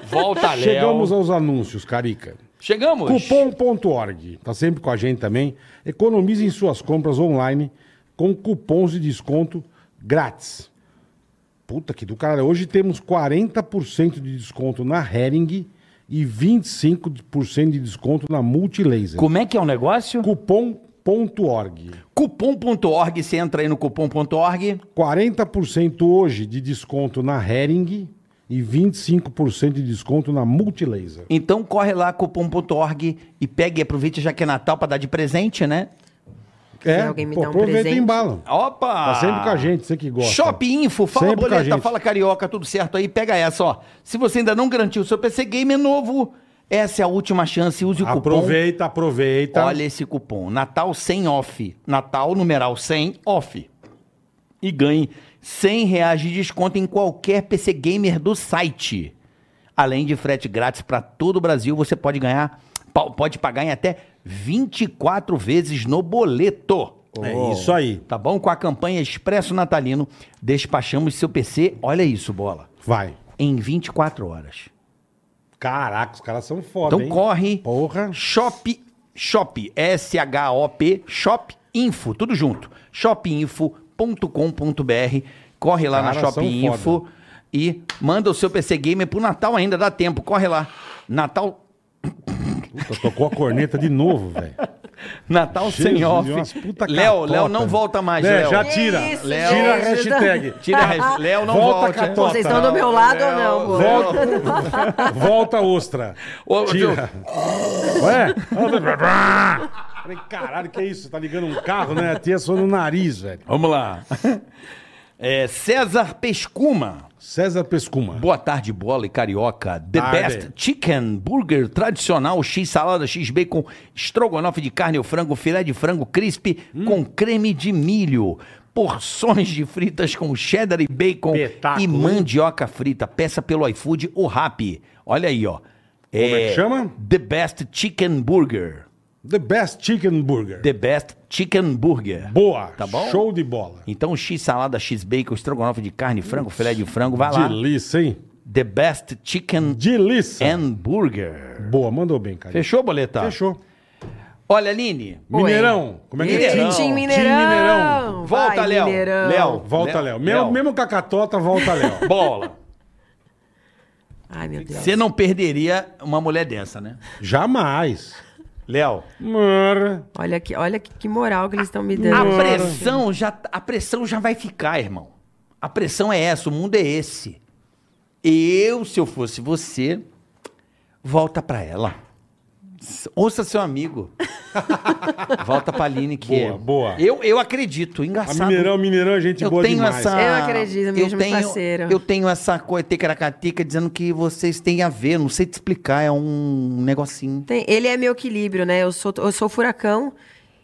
Speaker 4: Volta, Léo.
Speaker 3: Chegamos aos anúncios, Carica.
Speaker 4: Chegamos.
Speaker 3: Cupom.org, tá sempre com a gente também. Economizem suas compras online com cupons de desconto grátis. Puta que do caralho. Hoje temos 40% de desconto na Hering e 25% de desconto na Multilaser.
Speaker 4: Como é que é o negócio?
Speaker 3: Cupom.org.
Speaker 4: Cupom.org. Você entra aí no cupom.org.
Speaker 3: 40% hoje de desconto na Hering e 25% de desconto na Multilaser.
Speaker 4: Então corre lá, cupom.org e pegue, aproveite já que é Natal pra dar de presente, né?
Speaker 3: É,
Speaker 5: alguém me
Speaker 3: pô,
Speaker 5: dá um
Speaker 3: aproveita e
Speaker 5: presente.
Speaker 3: embala.
Speaker 4: Opa!
Speaker 3: Tá sempre
Speaker 4: Ah.
Speaker 3: com a gente, você que gosta.
Speaker 4: Shop Info, fala
Speaker 3: Sempre com a
Speaker 4: boleta,
Speaker 3: gente.
Speaker 4: fala carioca, tudo certo aí. Pega essa, ó. Se você ainda não garantiu o seu PC Gamer novo, essa é a última chance. Use o
Speaker 3: Aproveita,
Speaker 4: cupom.
Speaker 3: aproveita.
Speaker 4: Olha esse cupom. Natal 100 off. Natal numeral 100 off. E ganhe 100 reais de desconto em qualquer PC Gamer do site. Além de frete grátis para todo o Brasil, você pode ganhar, pa- pode pagar em até 24 vezes no boleto.
Speaker 3: É isso aí.
Speaker 4: Tá bom? Com a campanha Expresso Natalino, despachamos seu PC, olha isso, bola,
Speaker 3: Vai.
Speaker 4: em 24 horas.
Speaker 3: Caraca, os caras são foda,
Speaker 4: Então
Speaker 3: hein?
Speaker 4: corre,
Speaker 3: Porra.
Speaker 4: shop, shop, S-H-O-P, shop info, tudo junto, shopinfo.com.br, corre lá na
Speaker 3: Caras
Speaker 4: Shop
Speaker 3: são
Speaker 4: Info e manda o seu PC Gamer pro Natal ainda, dá tempo, corre lá. Natal
Speaker 3: Puta, tocou a corneta de novo, velho.
Speaker 4: Natal sem
Speaker 3: Jesus,
Speaker 4: off.
Speaker 3: umas puta
Speaker 4: Léo, Léo
Speaker 3: catota.
Speaker 4: não volta mais,
Speaker 3: É,
Speaker 4: Léo.
Speaker 3: já tira.
Speaker 5: Que isso,
Speaker 3: tira
Speaker 5: gente,
Speaker 3: a hashtag.
Speaker 4: Tira a res- Léo não
Speaker 3: Volta,
Speaker 4: volta.
Speaker 3: catota.
Speaker 5: Vocês estão do meu lado ou não? pô?
Speaker 3: Volta, volta ostra.
Speaker 4: Ô, ô,
Speaker 3: Tira. Ué? Anda- Falei, caralho, que é isso? Tá ligando um carro, né? A tia só no nariz, velho.
Speaker 4: Vamos lá. É, César Pescuma.
Speaker 3: César Pescuma.
Speaker 4: Boa tarde, bola e carioca. The
Speaker 3: Tarde.
Speaker 4: best chicken burger tradicional, x salada, x bacon, estrogonofe de carne ou frango, filé de frango crisp
Speaker 3: Hum.
Speaker 4: com creme de milho. Porções de fritas com cheddar e bacon
Speaker 7: Espetáculo,
Speaker 4: e
Speaker 7: hein?
Speaker 4: mandioca frita. Peça pelo iFood ou Rap. Olha aí, ó. É,
Speaker 3: que chama?
Speaker 4: The Best Chicken Burger.
Speaker 3: The Best Chicken Burger.
Speaker 4: The Best Chicken Burger.
Speaker 3: Boa.
Speaker 4: Tá bom?
Speaker 3: Show de bola.
Speaker 4: Então, X salada, X bacon, estrogonofe de carne, frango, filé de frango, vai lá.
Speaker 3: Delícia, hein?
Speaker 4: The best chicken
Speaker 3: Delícia.
Speaker 4: and burger.
Speaker 3: Boa, mandou bem, cara.
Speaker 4: É. Fechou, boleta?
Speaker 3: Fechou.
Speaker 4: Olha, Aline.
Speaker 5: Oi.
Speaker 3: Mineirão. Como é que é?
Speaker 4: Mineirão.
Speaker 5: Tim
Speaker 4: Tim
Speaker 5: Mineirão.
Speaker 4: Volta,
Speaker 5: Vai,
Speaker 4: Léo.
Speaker 5: Mineirão.
Speaker 4: Léo.
Speaker 3: Volta, Léo. Mesmo, mesmo com a catota, volta, Léo.
Speaker 4: Bola.
Speaker 5: Ai, meu Deus.
Speaker 4: Você não perderia uma mulher dessa, né?
Speaker 3: Jamais.
Speaker 4: Léo.
Speaker 3: Mano.
Speaker 5: Olha que, olha que, que moral que eles estão me dando.
Speaker 4: A pressão, já, a pressão já vai ficar, irmão. A pressão é essa, o mundo é esse. Eu, se eu fosse você, volta pra ela. Ouça seu amigo. Volta pra Aline que
Speaker 3: Boa, boa.
Speaker 4: Eu, eu acredito,
Speaker 3: A
Speaker 4: engraçado.
Speaker 3: Mineirão, Mineirão, é gente
Speaker 4: eu
Speaker 3: boa
Speaker 4: tenho
Speaker 3: demais.
Speaker 4: essa.
Speaker 5: Eu acredito, amigo,
Speaker 4: eu
Speaker 5: meu
Speaker 4: tenho,
Speaker 5: parceiro.
Speaker 4: eu tenho essa coisa tecaracateca dizendo que vocês têm a ver, não sei te explicar, é um negocinho.
Speaker 5: Tem- ele é meu equilíbrio, né? Eu sou, eu sou furacão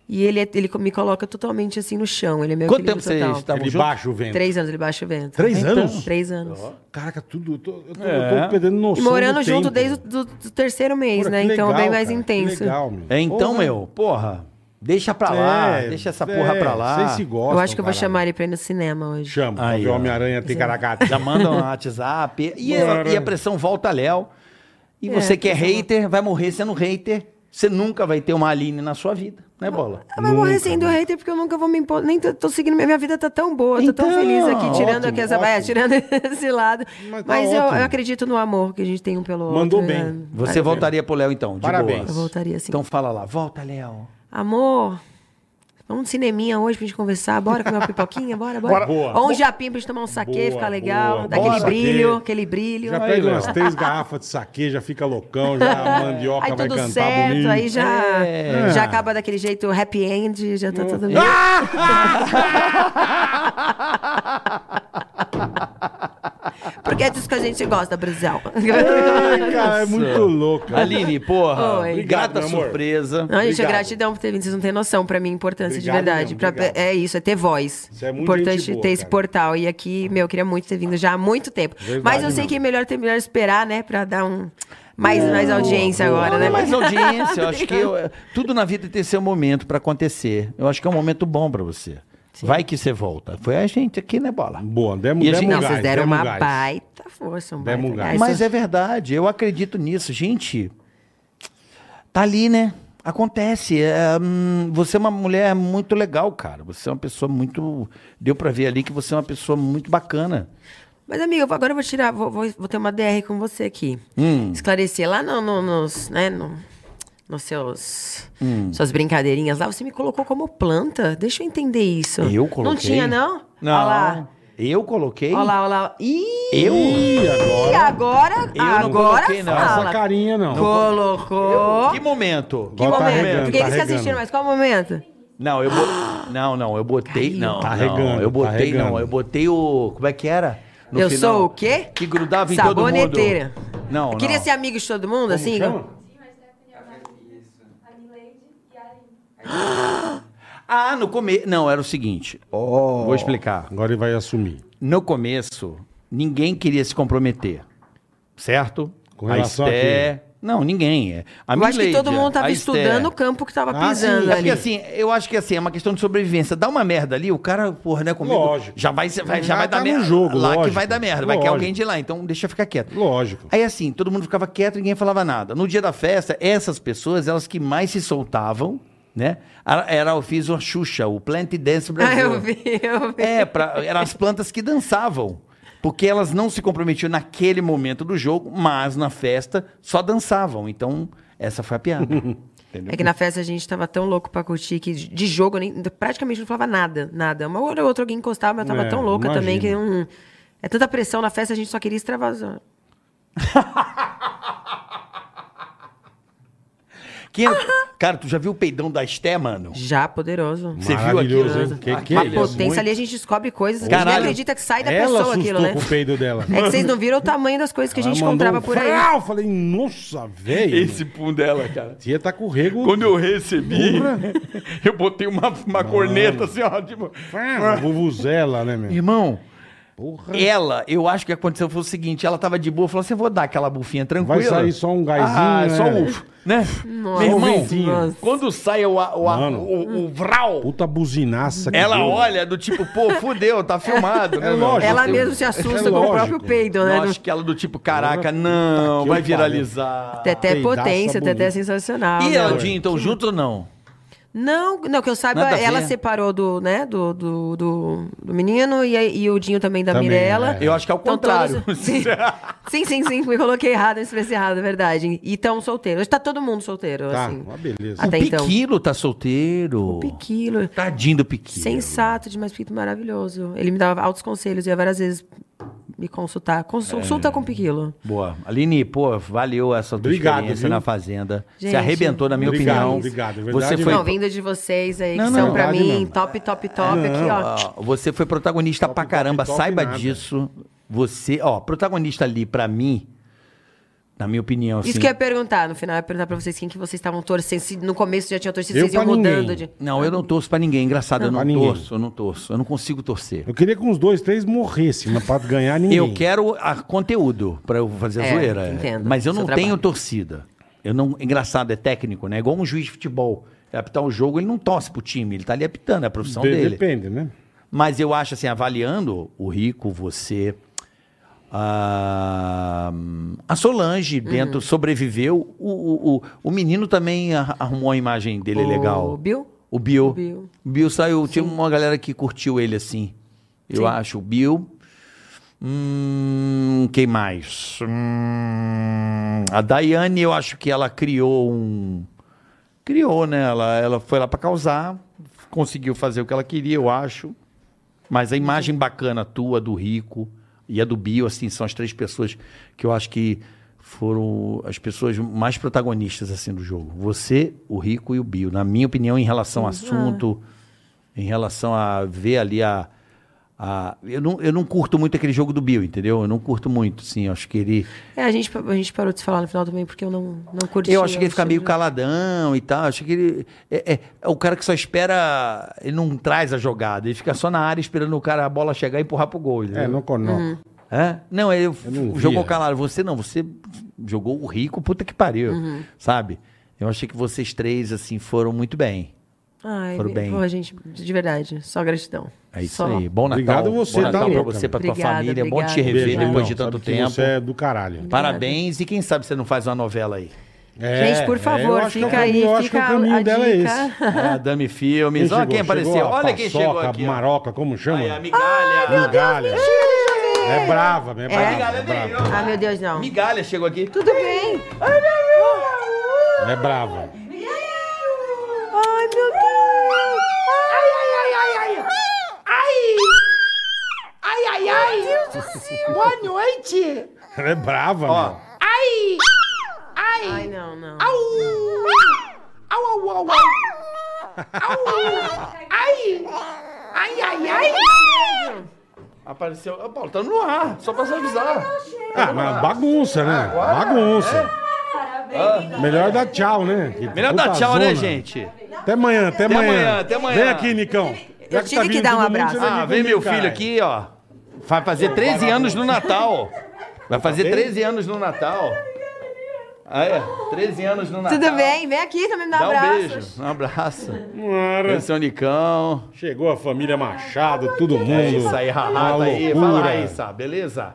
Speaker 5: e ele, é- ele co- me coloca totalmente assim no chão. Ele é meu
Speaker 4: Quanto tempo
Speaker 5: equilíbrio
Speaker 4: vocês
Speaker 5: total.
Speaker 4: estavam
Speaker 3: Ele
Speaker 4: juntos?
Speaker 3: baixa o vento.
Speaker 5: Três anos, ele baixa o vento. Então,
Speaker 3: Três anos?
Speaker 5: Três anos.
Speaker 3: Caraca, tudo. Eu tô, eu tô, eu tô perdendo noção.
Speaker 5: E morando
Speaker 3: do
Speaker 5: junto
Speaker 3: tempo.
Speaker 5: desde o do, do terceiro mês,
Speaker 3: Porra,
Speaker 5: né?
Speaker 3: que
Speaker 5: então é
Speaker 3: legal,
Speaker 5: bem mais
Speaker 3: cara, que
Speaker 5: intenso.
Speaker 3: Legal, meu.
Speaker 4: É, então,
Speaker 3: Porra.
Speaker 4: meu, porra, deixa pra lá,
Speaker 3: É,
Speaker 4: deixa essa
Speaker 3: é,
Speaker 4: porra pra lá.
Speaker 3: Vocês se gostam.
Speaker 5: eu acho que eu vou
Speaker 3: caralho.
Speaker 5: chamar ele pra ir no cinema hoje.
Speaker 3: Chama.
Speaker 4: Aí,
Speaker 3: porque o
Speaker 4: ó.
Speaker 3: Homem-Aranha tem caracata.
Speaker 4: Já manda um WhatsApp. E, a,
Speaker 3: Bora.
Speaker 4: e a pressão volta a Léo. E
Speaker 5: É,
Speaker 4: você que é
Speaker 5: pressão
Speaker 4: hater, vai morrer sendo hater. Você nunca vai ter uma Aline na sua vida, né, Bola?
Speaker 5: Ah, Eu vou morrer sendo
Speaker 3: né?
Speaker 5: hater porque eu nunca vou me impor. Nem tô, tô seguindo. Minha vida tá tão boa, tô tão
Speaker 4: Então,
Speaker 5: feliz aqui, tirando
Speaker 3: ótimo,
Speaker 5: aqui essa baia,
Speaker 3: ótimo.
Speaker 5: tirando esse lado.
Speaker 3: Mas
Speaker 5: Mas,
Speaker 3: tá
Speaker 5: eu,
Speaker 3: ótimo.
Speaker 5: eu acredito no amor que a gente tem um pelo
Speaker 3: Mandou
Speaker 5: outro.
Speaker 3: bem.
Speaker 5: né?
Speaker 4: Você voltaria pro Léo, então, de
Speaker 3: Parabéns.
Speaker 4: boa.
Speaker 5: Eu voltaria assim.
Speaker 4: Então fala lá, volta, Léo.
Speaker 5: Amor, vamos no cineminha hoje pra gente conversar. Bora comer uma pipoquinha? Bora, bora.
Speaker 3: Bora. Boa.
Speaker 5: Ou um japinha pra gente tomar um saquê,
Speaker 3: Boa,
Speaker 5: ficar legal.
Speaker 3: boa,
Speaker 5: Dá aquele
Speaker 4: bora.
Speaker 5: brilho,
Speaker 3: Saquê.
Speaker 5: aquele brilho.
Speaker 3: Já
Speaker 5: aí
Speaker 3: pega umas três garrafas de saque, já fica loucão, já a mandioca vai
Speaker 5: tudo
Speaker 3: cantar
Speaker 5: certo,
Speaker 3: bonito.
Speaker 5: aí já,
Speaker 4: É.
Speaker 5: já acaba daquele jeito happy end, já tá tudo bem. Porque é disso que a gente gosta, Brasil.
Speaker 3: Ai, cara, é muito louco. cara.
Speaker 4: Aline, porra,
Speaker 5: Oi.
Speaker 4: grata
Speaker 3: Obrigado, meu amor.
Speaker 4: surpresa.
Speaker 5: Não, gente, é
Speaker 3: Obrigado.
Speaker 5: gratidão por ter vindo. Vocês não têm noção pra mim a importância
Speaker 3: Obrigado
Speaker 5: de verdade.
Speaker 3: mesmo,
Speaker 5: Pra-
Speaker 3: obrigado.
Speaker 5: é isso, é ter voz.
Speaker 3: Você é muito
Speaker 5: Importante
Speaker 3: gente boa,
Speaker 5: ter esse
Speaker 3: cara.
Speaker 5: portal. E aqui, meu, eu queria muito ter vindo já há muito tempo.
Speaker 3: Verdade
Speaker 5: Mas eu sei
Speaker 3: mesmo.
Speaker 5: que é melhor ter melhor esperar, né? Pra dar um. Mais, mais audiência agora,
Speaker 4: Não,
Speaker 5: né?
Speaker 4: não, mas audiência, eu acho que eu- tudo na vida tem seu momento pra acontecer. Eu acho que é um momento bom pra você. Vai que você volta. Foi a gente aqui, né, Bola?
Speaker 3: Boa, demos,
Speaker 4: E a
Speaker 3: demos
Speaker 4: gente-
Speaker 5: Não,
Speaker 3: gás,
Speaker 5: vocês deram
Speaker 3: demos
Speaker 5: uma
Speaker 3: gás.
Speaker 5: baita força, um
Speaker 3: Demos
Speaker 5: baita
Speaker 3: um
Speaker 5: gás.
Speaker 3: gás.
Speaker 4: Mas é verdade, eu acredito nisso. Gente, tá ali, né? Acontece. é, hum, você é uma mulher muito legal, cara. Você é uma pessoa muito. Deu pra ver ali que você é uma pessoa muito bacana.
Speaker 5: Mas, amigo, eu vou- agora eu vou tirar, vou, vou- vou ter uma DR com você aqui.
Speaker 4: Hum.
Speaker 5: Esclarecer lá no- no- nos, né, no- nos seus,
Speaker 4: Hum.
Speaker 5: suas brincadeirinhas lá, você me colocou como planta. Deixa eu entender isso.
Speaker 4: Eu coloquei.
Speaker 5: Hum. Não tinha, não?
Speaker 4: Não.
Speaker 5: Olha lá,
Speaker 4: Eu coloquei.
Speaker 5: olha lá, olha lá. Ih,
Speaker 4: Eu?
Speaker 3: Ih, agora.
Speaker 5: agora,
Speaker 4: não
Speaker 5: agora
Speaker 4: coloquei, não.
Speaker 3: Essa
Speaker 5: fala.
Speaker 3: carinha não.
Speaker 5: Colocou.
Speaker 4: Que momento?
Speaker 5: Que
Speaker 3: Agora tá
Speaker 5: momento?
Speaker 3: regando,
Speaker 5: Fiquei
Speaker 3: tá
Speaker 5: eles que
Speaker 3: regando.
Speaker 5: assistiram, mas qual o momento?
Speaker 4: Não, eu botei. Não, não, eu botei. Não,
Speaker 3: Tá
Speaker 4: não,
Speaker 3: regando,
Speaker 4: Eu
Speaker 3: tá
Speaker 4: botei,
Speaker 3: regando.
Speaker 4: não. Eu botei o. Como é que era? No
Speaker 5: eu
Speaker 4: final.
Speaker 5: sou o quê?
Speaker 4: Que grudava em todo mundo.
Speaker 5: Saboneteira.
Speaker 4: Não,
Speaker 5: Eu Queria
Speaker 4: não.
Speaker 5: ser amigo de todo mundo, assim?
Speaker 3: Chama?
Speaker 4: Ah, no começo. Não, era o seguinte.
Speaker 3: Oh.
Speaker 4: Vou explicar.
Speaker 3: Agora ele vai assumir.
Speaker 4: No começo, ninguém queria se comprometer. Certo?
Speaker 3: Com relação
Speaker 4: a
Speaker 3: a
Speaker 4: Esté... Não, ninguém. é. A
Speaker 5: Eu acho que
Speaker 4: Mileide,
Speaker 5: todo mundo
Speaker 4: a
Speaker 5: tava
Speaker 4: Esté-
Speaker 5: estudando o campo que tava
Speaker 3: Ah,
Speaker 5: pisando
Speaker 3: sim.
Speaker 4: É porque
Speaker 5: ali.
Speaker 4: assim, eu acho que assim, é uma questão de sobrevivência. Dá uma merda ali, o cara, porra, né, comigo.
Speaker 3: Lógico.
Speaker 4: Já vai, vai- já
Speaker 3: Já
Speaker 4: vai
Speaker 3: tá
Speaker 4: dar
Speaker 3: no
Speaker 4: merda.
Speaker 3: jogo,
Speaker 4: lá que
Speaker 3: lógico.
Speaker 4: vai dar merda. Vai que
Speaker 3: Lógico.
Speaker 4: alguém de lá. Então deixa eu ficar quieto.
Speaker 3: Lógico.
Speaker 4: Aí assim, todo mundo ficava quieto, ninguém falava nada. No dia da festa, essas pessoas, elas que mais se soltavam, né? Era, era- eu fiz uma Xuxa, o Plant Dance
Speaker 5: Ah,
Speaker 4: Brasil.
Speaker 5: eu vi, eu vi.
Speaker 4: É, pra, eram as plantas que dançavam. Porque elas não se comprometiam naquele momento do jogo, mas na festa só dançavam. Então, essa foi a piada.
Speaker 5: É que na festa a gente tava tão louco pra curtir que de de jogo eu nem, praticamente não falava nada, nada. Uma hora ou outra alguém encostava, mas eu tava
Speaker 3: É,
Speaker 5: tão louca também que
Speaker 3: imagino.
Speaker 5: não. É tanta pressão na festa, a gente só queria extravasar.
Speaker 4: Quem- Cara, tu já viu o peidão da Esté, mano?
Speaker 5: Já poderoso.
Speaker 4: Você viu
Speaker 3: Maravilhoso,
Speaker 4: aquilo? né?
Speaker 3: hein? Que que
Speaker 5: a
Speaker 3: é isso?
Speaker 5: potência
Speaker 3: Muito.
Speaker 5: ali a gente descobre coisas que a gente
Speaker 4: Caralho.
Speaker 5: nem acredita que sai da
Speaker 3: Ela
Speaker 5: pessoa
Speaker 3: assustou
Speaker 5: aquilo, né?
Speaker 3: com o peido dela.
Speaker 5: É que vocês não viram o tamanho das coisas que a
Speaker 3: Ela
Speaker 5: gente
Speaker 3: mandou
Speaker 5: encontrava
Speaker 3: um
Speaker 5: por aí.
Speaker 3: frau, Eu falei, nossa, velho.
Speaker 9: Esse pum dela, cara.
Speaker 3: Tia tá com o rego.
Speaker 9: Quando eu recebi, eu botei uma, uma corneta assim, ó, tipo...
Speaker 3: Ah, Vuvuzela, né, meu?
Speaker 4: Irmão,
Speaker 3: Porra.
Speaker 4: ela, eu acho que aconteceu foi o seguinte: ela tava de boa, falou assim: eu vou dar aquela bufinha tranquila.
Speaker 3: Vai sair só um gásinho,
Speaker 4: Ah,
Speaker 3: né?
Speaker 4: só um. Né?
Speaker 5: Nossa,
Speaker 4: Meu irmão,
Speaker 5: nossa.
Speaker 4: quando sai o, a- o, a-
Speaker 3: Mano.
Speaker 4: o, o vral,
Speaker 3: Puta buzinaça. que
Speaker 4: ela
Speaker 3: deu.
Speaker 4: olha do tipo, pô, fudeu, tá filmado. né,
Speaker 3: É
Speaker 4: meu?
Speaker 3: lógico.
Speaker 5: Ela
Speaker 3: Deus.
Speaker 5: mesmo se
Speaker 3: É
Speaker 5: assusta com o
Speaker 3: lógico.
Speaker 5: próprio peido, né?
Speaker 4: Eu acho que ela do tipo, caraca, não,
Speaker 3: que
Speaker 4: vai
Speaker 3: eu
Speaker 4: viralizar.
Speaker 5: Teté é
Speaker 3: peidaça
Speaker 5: potência, Teté é
Speaker 3: bonita. Ah,
Speaker 5: sensacional.
Speaker 4: E
Speaker 5: né?
Speaker 4: ela, Dinho, então, junto ou não?
Speaker 5: Não, não, que eu saiba,
Speaker 4: Nada a
Speaker 5: ela
Speaker 4: ver.
Speaker 5: separou do, né, do, do, do, do menino e, aí- e o Dinho também da
Speaker 3: Também,
Speaker 5: Mirella.
Speaker 3: é.
Speaker 4: Eu acho que é o
Speaker 5: Então,
Speaker 4: contrário.
Speaker 5: todos- Sim, sim, sim, sim, me coloquei errado, me expressei errado, é verdade. E tão solteiro. Hoje tá todo mundo solteiro,
Speaker 3: Tá,
Speaker 5: assim.
Speaker 3: uma beleza.
Speaker 5: Até então.
Speaker 4: Piquilo tá solteiro.
Speaker 5: Piquilo.
Speaker 4: Tadinho do Piquilo.
Speaker 5: Sensato demais, Piquilo maravilhoso. Ele me dava altos conselhos, ia várias vezes me consultar. Consu-
Speaker 3: É.
Speaker 5: Consulta com o Piquilo.
Speaker 4: Boa. Aline, pô, valeu essa tua
Speaker 3: Obrigado,
Speaker 4: experiência
Speaker 3: viu?
Speaker 4: na Fazenda.
Speaker 5: Gente,
Speaker 4: Se arrebentou, na minha
Speaker 3: obrigado,
Speaker 4: opinião.
Speaker 3: obrigado, é
Speaker 4: Você
Speaker 3: verdade
Speaker 4: foi,
Speaker 5: Não, vindo de vocês aí, que
Speaker 3: Não, não,
Speaker 5: são pra
Speaker 3: verdade
Speaker 5: mim
Speaker 3: mesmo.
Speaker 5: top, top, top, aqui, ó.
Speaker 4: ah, você foi protagonista
Speaker 3: Top,
Speaker 4: pra
Speaker 3: top,
Speaker 4: caramba,
Speaker 3: top
Speaker 4: saiba
Speaker 3: nada.
Speaker 4: disso. Você, ó, protagonista ali pra mim, na minha opinião, assim.
Speaker 5: Isso que é eu ia perguntar, no final eu ia perguntar pra vocês quem que vocês estavam torcendo. Se no começo já tinha torcido,
Speaker 3: Eu
Speaker 5: vocês iam
Speaker 3: pra ninguém.
Speaker 5: mudando de.
Speaker 4: Não, eu não torço pra ninguém, engraçado, eu
Speaker 3: Pra
Speaker 4: não
Speaker 3: ninguém.
Speaker 4: torço, eu não torço, eu não consigo torcer.
Speaker 3: Eu queria que uns dois, três morressem, mas pra ganhar ninguém.
Speaker 4: Eu quero a- conteúdo pra eu fazer a
Speaker 5: É,
Speaker 4: zoeira.
Speaker 5: entendo,
Speaker 4: Mas eu
Speaker 5: seu
Speaker 4: não
Speaker 5: trabalho.
Speaker 4: tenho torcida. Eu não, engraçado, é técnico, né? É igual um juiz de futebol. Ele apitar um jogo, ele não torce pro time, ele tá ali apitando, é a profissão
Speaker 3: De-
Speaker 4: dele.
Speaker 3: Depende, né?
Speaker 4: Mas eu acho assim, avaliando o Rico, você. A, a Solange dentro
Speaker 5: Hum.
Speaker 4: sobreviveu. O, o, o, o menino também ar- arrumou a imagem dele
Speaker 5: O
Speaker 4: legal.
Speaker 5: Bill?
Speaker 4: O Bill.
Speaker 5: O Bill.
Speaker 4: O Bill saiu. Tinha uma galera que curtiu ele assim. Eu
Speaker 5: Sim.
Speaker 4: acho. O Bill. Hum, quem mais? Hum, a Daiane, eu acho que ela criou um. Criou, né? Ela, ela foi lá pra causar, conseguiu fazer o que ela queria, eu acho. Mas a imagem bacana tua, do Rico e a do Bio, assim, são as três pessoas que eu acho que foram as pessoas mais protagonistas, assim, do jogo. Você, o Rico e o Bio. Na minha opinião, em relação ao assunto, em relação a ver ali a... a- eu, não, eu não curto muito aquele jogo do Bio, entendeu? Eu não curto muito, sim. Eu acho que ele...
Speaker 5: É, a gente, a gente parou de se falar no final também porque eu não, não curti.
Speaker 4: Eu acho que ele fica
Speaker 5: achei-
Speaker 4: meio caladão e tal. Acho que ele. É, é- é o cara que só espera. Ele não traz a jogada. Ele fica só na área esperando o cara a bola chegar e empurrar pro gol.
Speaker 3: É,
Speaker 4: entendeu?
Speaker 3: não conoco.
Speaker 4: É? Não, ele
Speaker 3: não vi,
Speaker 4: jogou
Speaker 3: é.
Speaker 4: calado. Você não, você jogou o rico, puta que pariu.
Speaker 5: Uhum.
Speaker 4: Sabe? Eu achei que vocês três, assim, foram muito bem.
Speaker 5: Ai,
Speaker 4: Foram bem.
Speaker 5: Pô, gente, de verdade, só gratidão.
Speaker 4: É isso
Speaker 5: Só.
Speaker 4: aí. Bom Natal.
Speaker 3: Obrigado você,
Speaker 4: Bom Natal
Speaker 3: tá
Speaker 4: pra
Speaker 3: louca,
Speaker 4: você, pra tua
Speaker 5: Obrigada,
Speaker 4: família. Bom te
Speaker 5: obrigada.
Speaker 4: rever
Speaker 5: Beijo,
Speaker 4: depois
Speaker 5: irmão.
Speaker 4: de tanto
Speaker 3: Sabe que
Speaker 4: tempo.
Speaker 3: Você é do caralho.
Speaker 4: Parabéns. E quem sabe você não faz uma novela aí?
Speaker 3: É,
Speaker 5: gente, por
Speaker 3: é,
Speaker 5: favor,
Speaker 3: eu acho que é o
Speaker 5: fica
Speaker 3: caminho- Eu
Speaker 5: aí,
Speaker 3: acho que é o
Speaker 5: fica a,
Speaker 3: caminho
Speaker 5: dica.
Speaker 3: dela é esse.
Speaker 4: Ah, Dami Filmes. Olha quem apareceu.
Speaker 3: chegou a
Speaker 4: Olha quem chegou
Speaker 3: paçoca,
Speaker 4: aqui. ó.
Speaker 3: Maroca, como chama?
Speaker 4: Aí, a migalha.
Speaker 3: Migalha. É brava, é brava.
Speaker 4: Migalha
Speaker 3: É
Speaker 4: é
Speaker 3: brava.
Speaker 4: melhor.
Speaker 5: Ah, meu Deus, não.
Speaker 4: Migalha chegou aqui.
Speaker 5: Tudo bem?
Speaker 3: É brava.
Speaker 5: Ai, meu Deus! Ai, ai, ai, ai, ai!
Speaker 3: Ela é brava,
Speaker 4: Ó.
Speaker 3: meu.
Speaker 5: Ai, não, não.
Speaker 4: Apareceu. Ô, Paulo, tá no ar. Só pra você avisar.
Speaker 3: Ah, mas bagunça, né? Bagunça. Melhor dar tchau, né? Que
Speaker 4: É? Melhor
Speaker 3: puta
Speaker 4: dar tchau,
Speaker 3: zona.
Speaker 4: né, gente?
Speaker 3: Até amanhã, até, amanhã.
Speaker 4: amanhã, até amanhã.
Speaker 3: Vem aqui, Nicão. Já tá
Speaker 5: tive que
Speaker 3: vindo
Speaker 5: dar
Speaker 3: todo
Speaker 5: um
Speaker 3: mundo,
Speaker 5: abraço.
Speaker 3: você vem
Speaker 4: Ah,
Speaker 3: comigo,
Speaker 4: vem meu
Speaker 3: caralho.
Speaker 4: filho aqui, ó. Vai fazer 13 anos no Natal. Vai fazer 13 anos no Natal. Ah, é. 13 anos no Natal.
Speaker 5: Tudo bem? Vem aqui também me dá um
Speaker 4: Dá um
Speaker 5: abraço.
Speaker 4: beijo. Um abraço.
Speaker 3: Bora.
Speaker 4: Esse é o Nicão.
Speaker 3: Chegou a família Machado, todo mundo.
Speaker 4: É isso aí, Rafa, tá
Speaker 3: Uma
Speaker 4: aí. Fala
Speaker 3: loucura.
Speaker 4: aí, sabe? Beleza?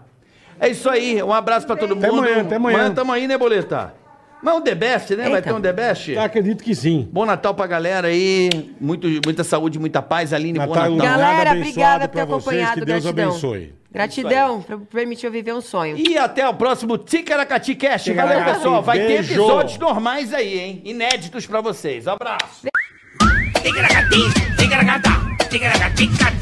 Speaker 4: É isso aí. Um abraço pra todo mundo.
Speaker 3: Até amanhã, até amanhã.
Speaker 4: tamo aí, né, Boleta? Mas um The Best, né? Vai
Speaker 5: Eita.
Speaker 4: ter um The Best?
Speaker 3: Eu Acredito que sim.
Speaker 4: Bom Natal pra galera aí. Muito, muita saúde, muita paz. Aline,
Speaker 3: Natal é um
Speaker 4: bom Natal.
Speaker 3: iluminado.
Speaker 5: Galera,
Speaker 3: Então, abençoado
Speaker 5: obrigada por ter
Speaker 3: pra vocês,
Speaker 5: acompanhado.
Speaker 3: que Deus
Speaker 5: gratidão.
Speaker 3: abençoe. É
Speaker 5: Gratidão por permitir eu viver um sonho.
Speaker 4: E até o próximo Ticaracati Cast. Valeu,
Speaker 3: Ticaracati,
Speaker 4: pessoal. Vai ter
Speaker 3: beijo.
Speaker 4: episódios normais aí, hein? Inéditos pra vocês. Abraço.
Speaker 1: Tigra-gatim, tigra-gatá, tigra-gatica,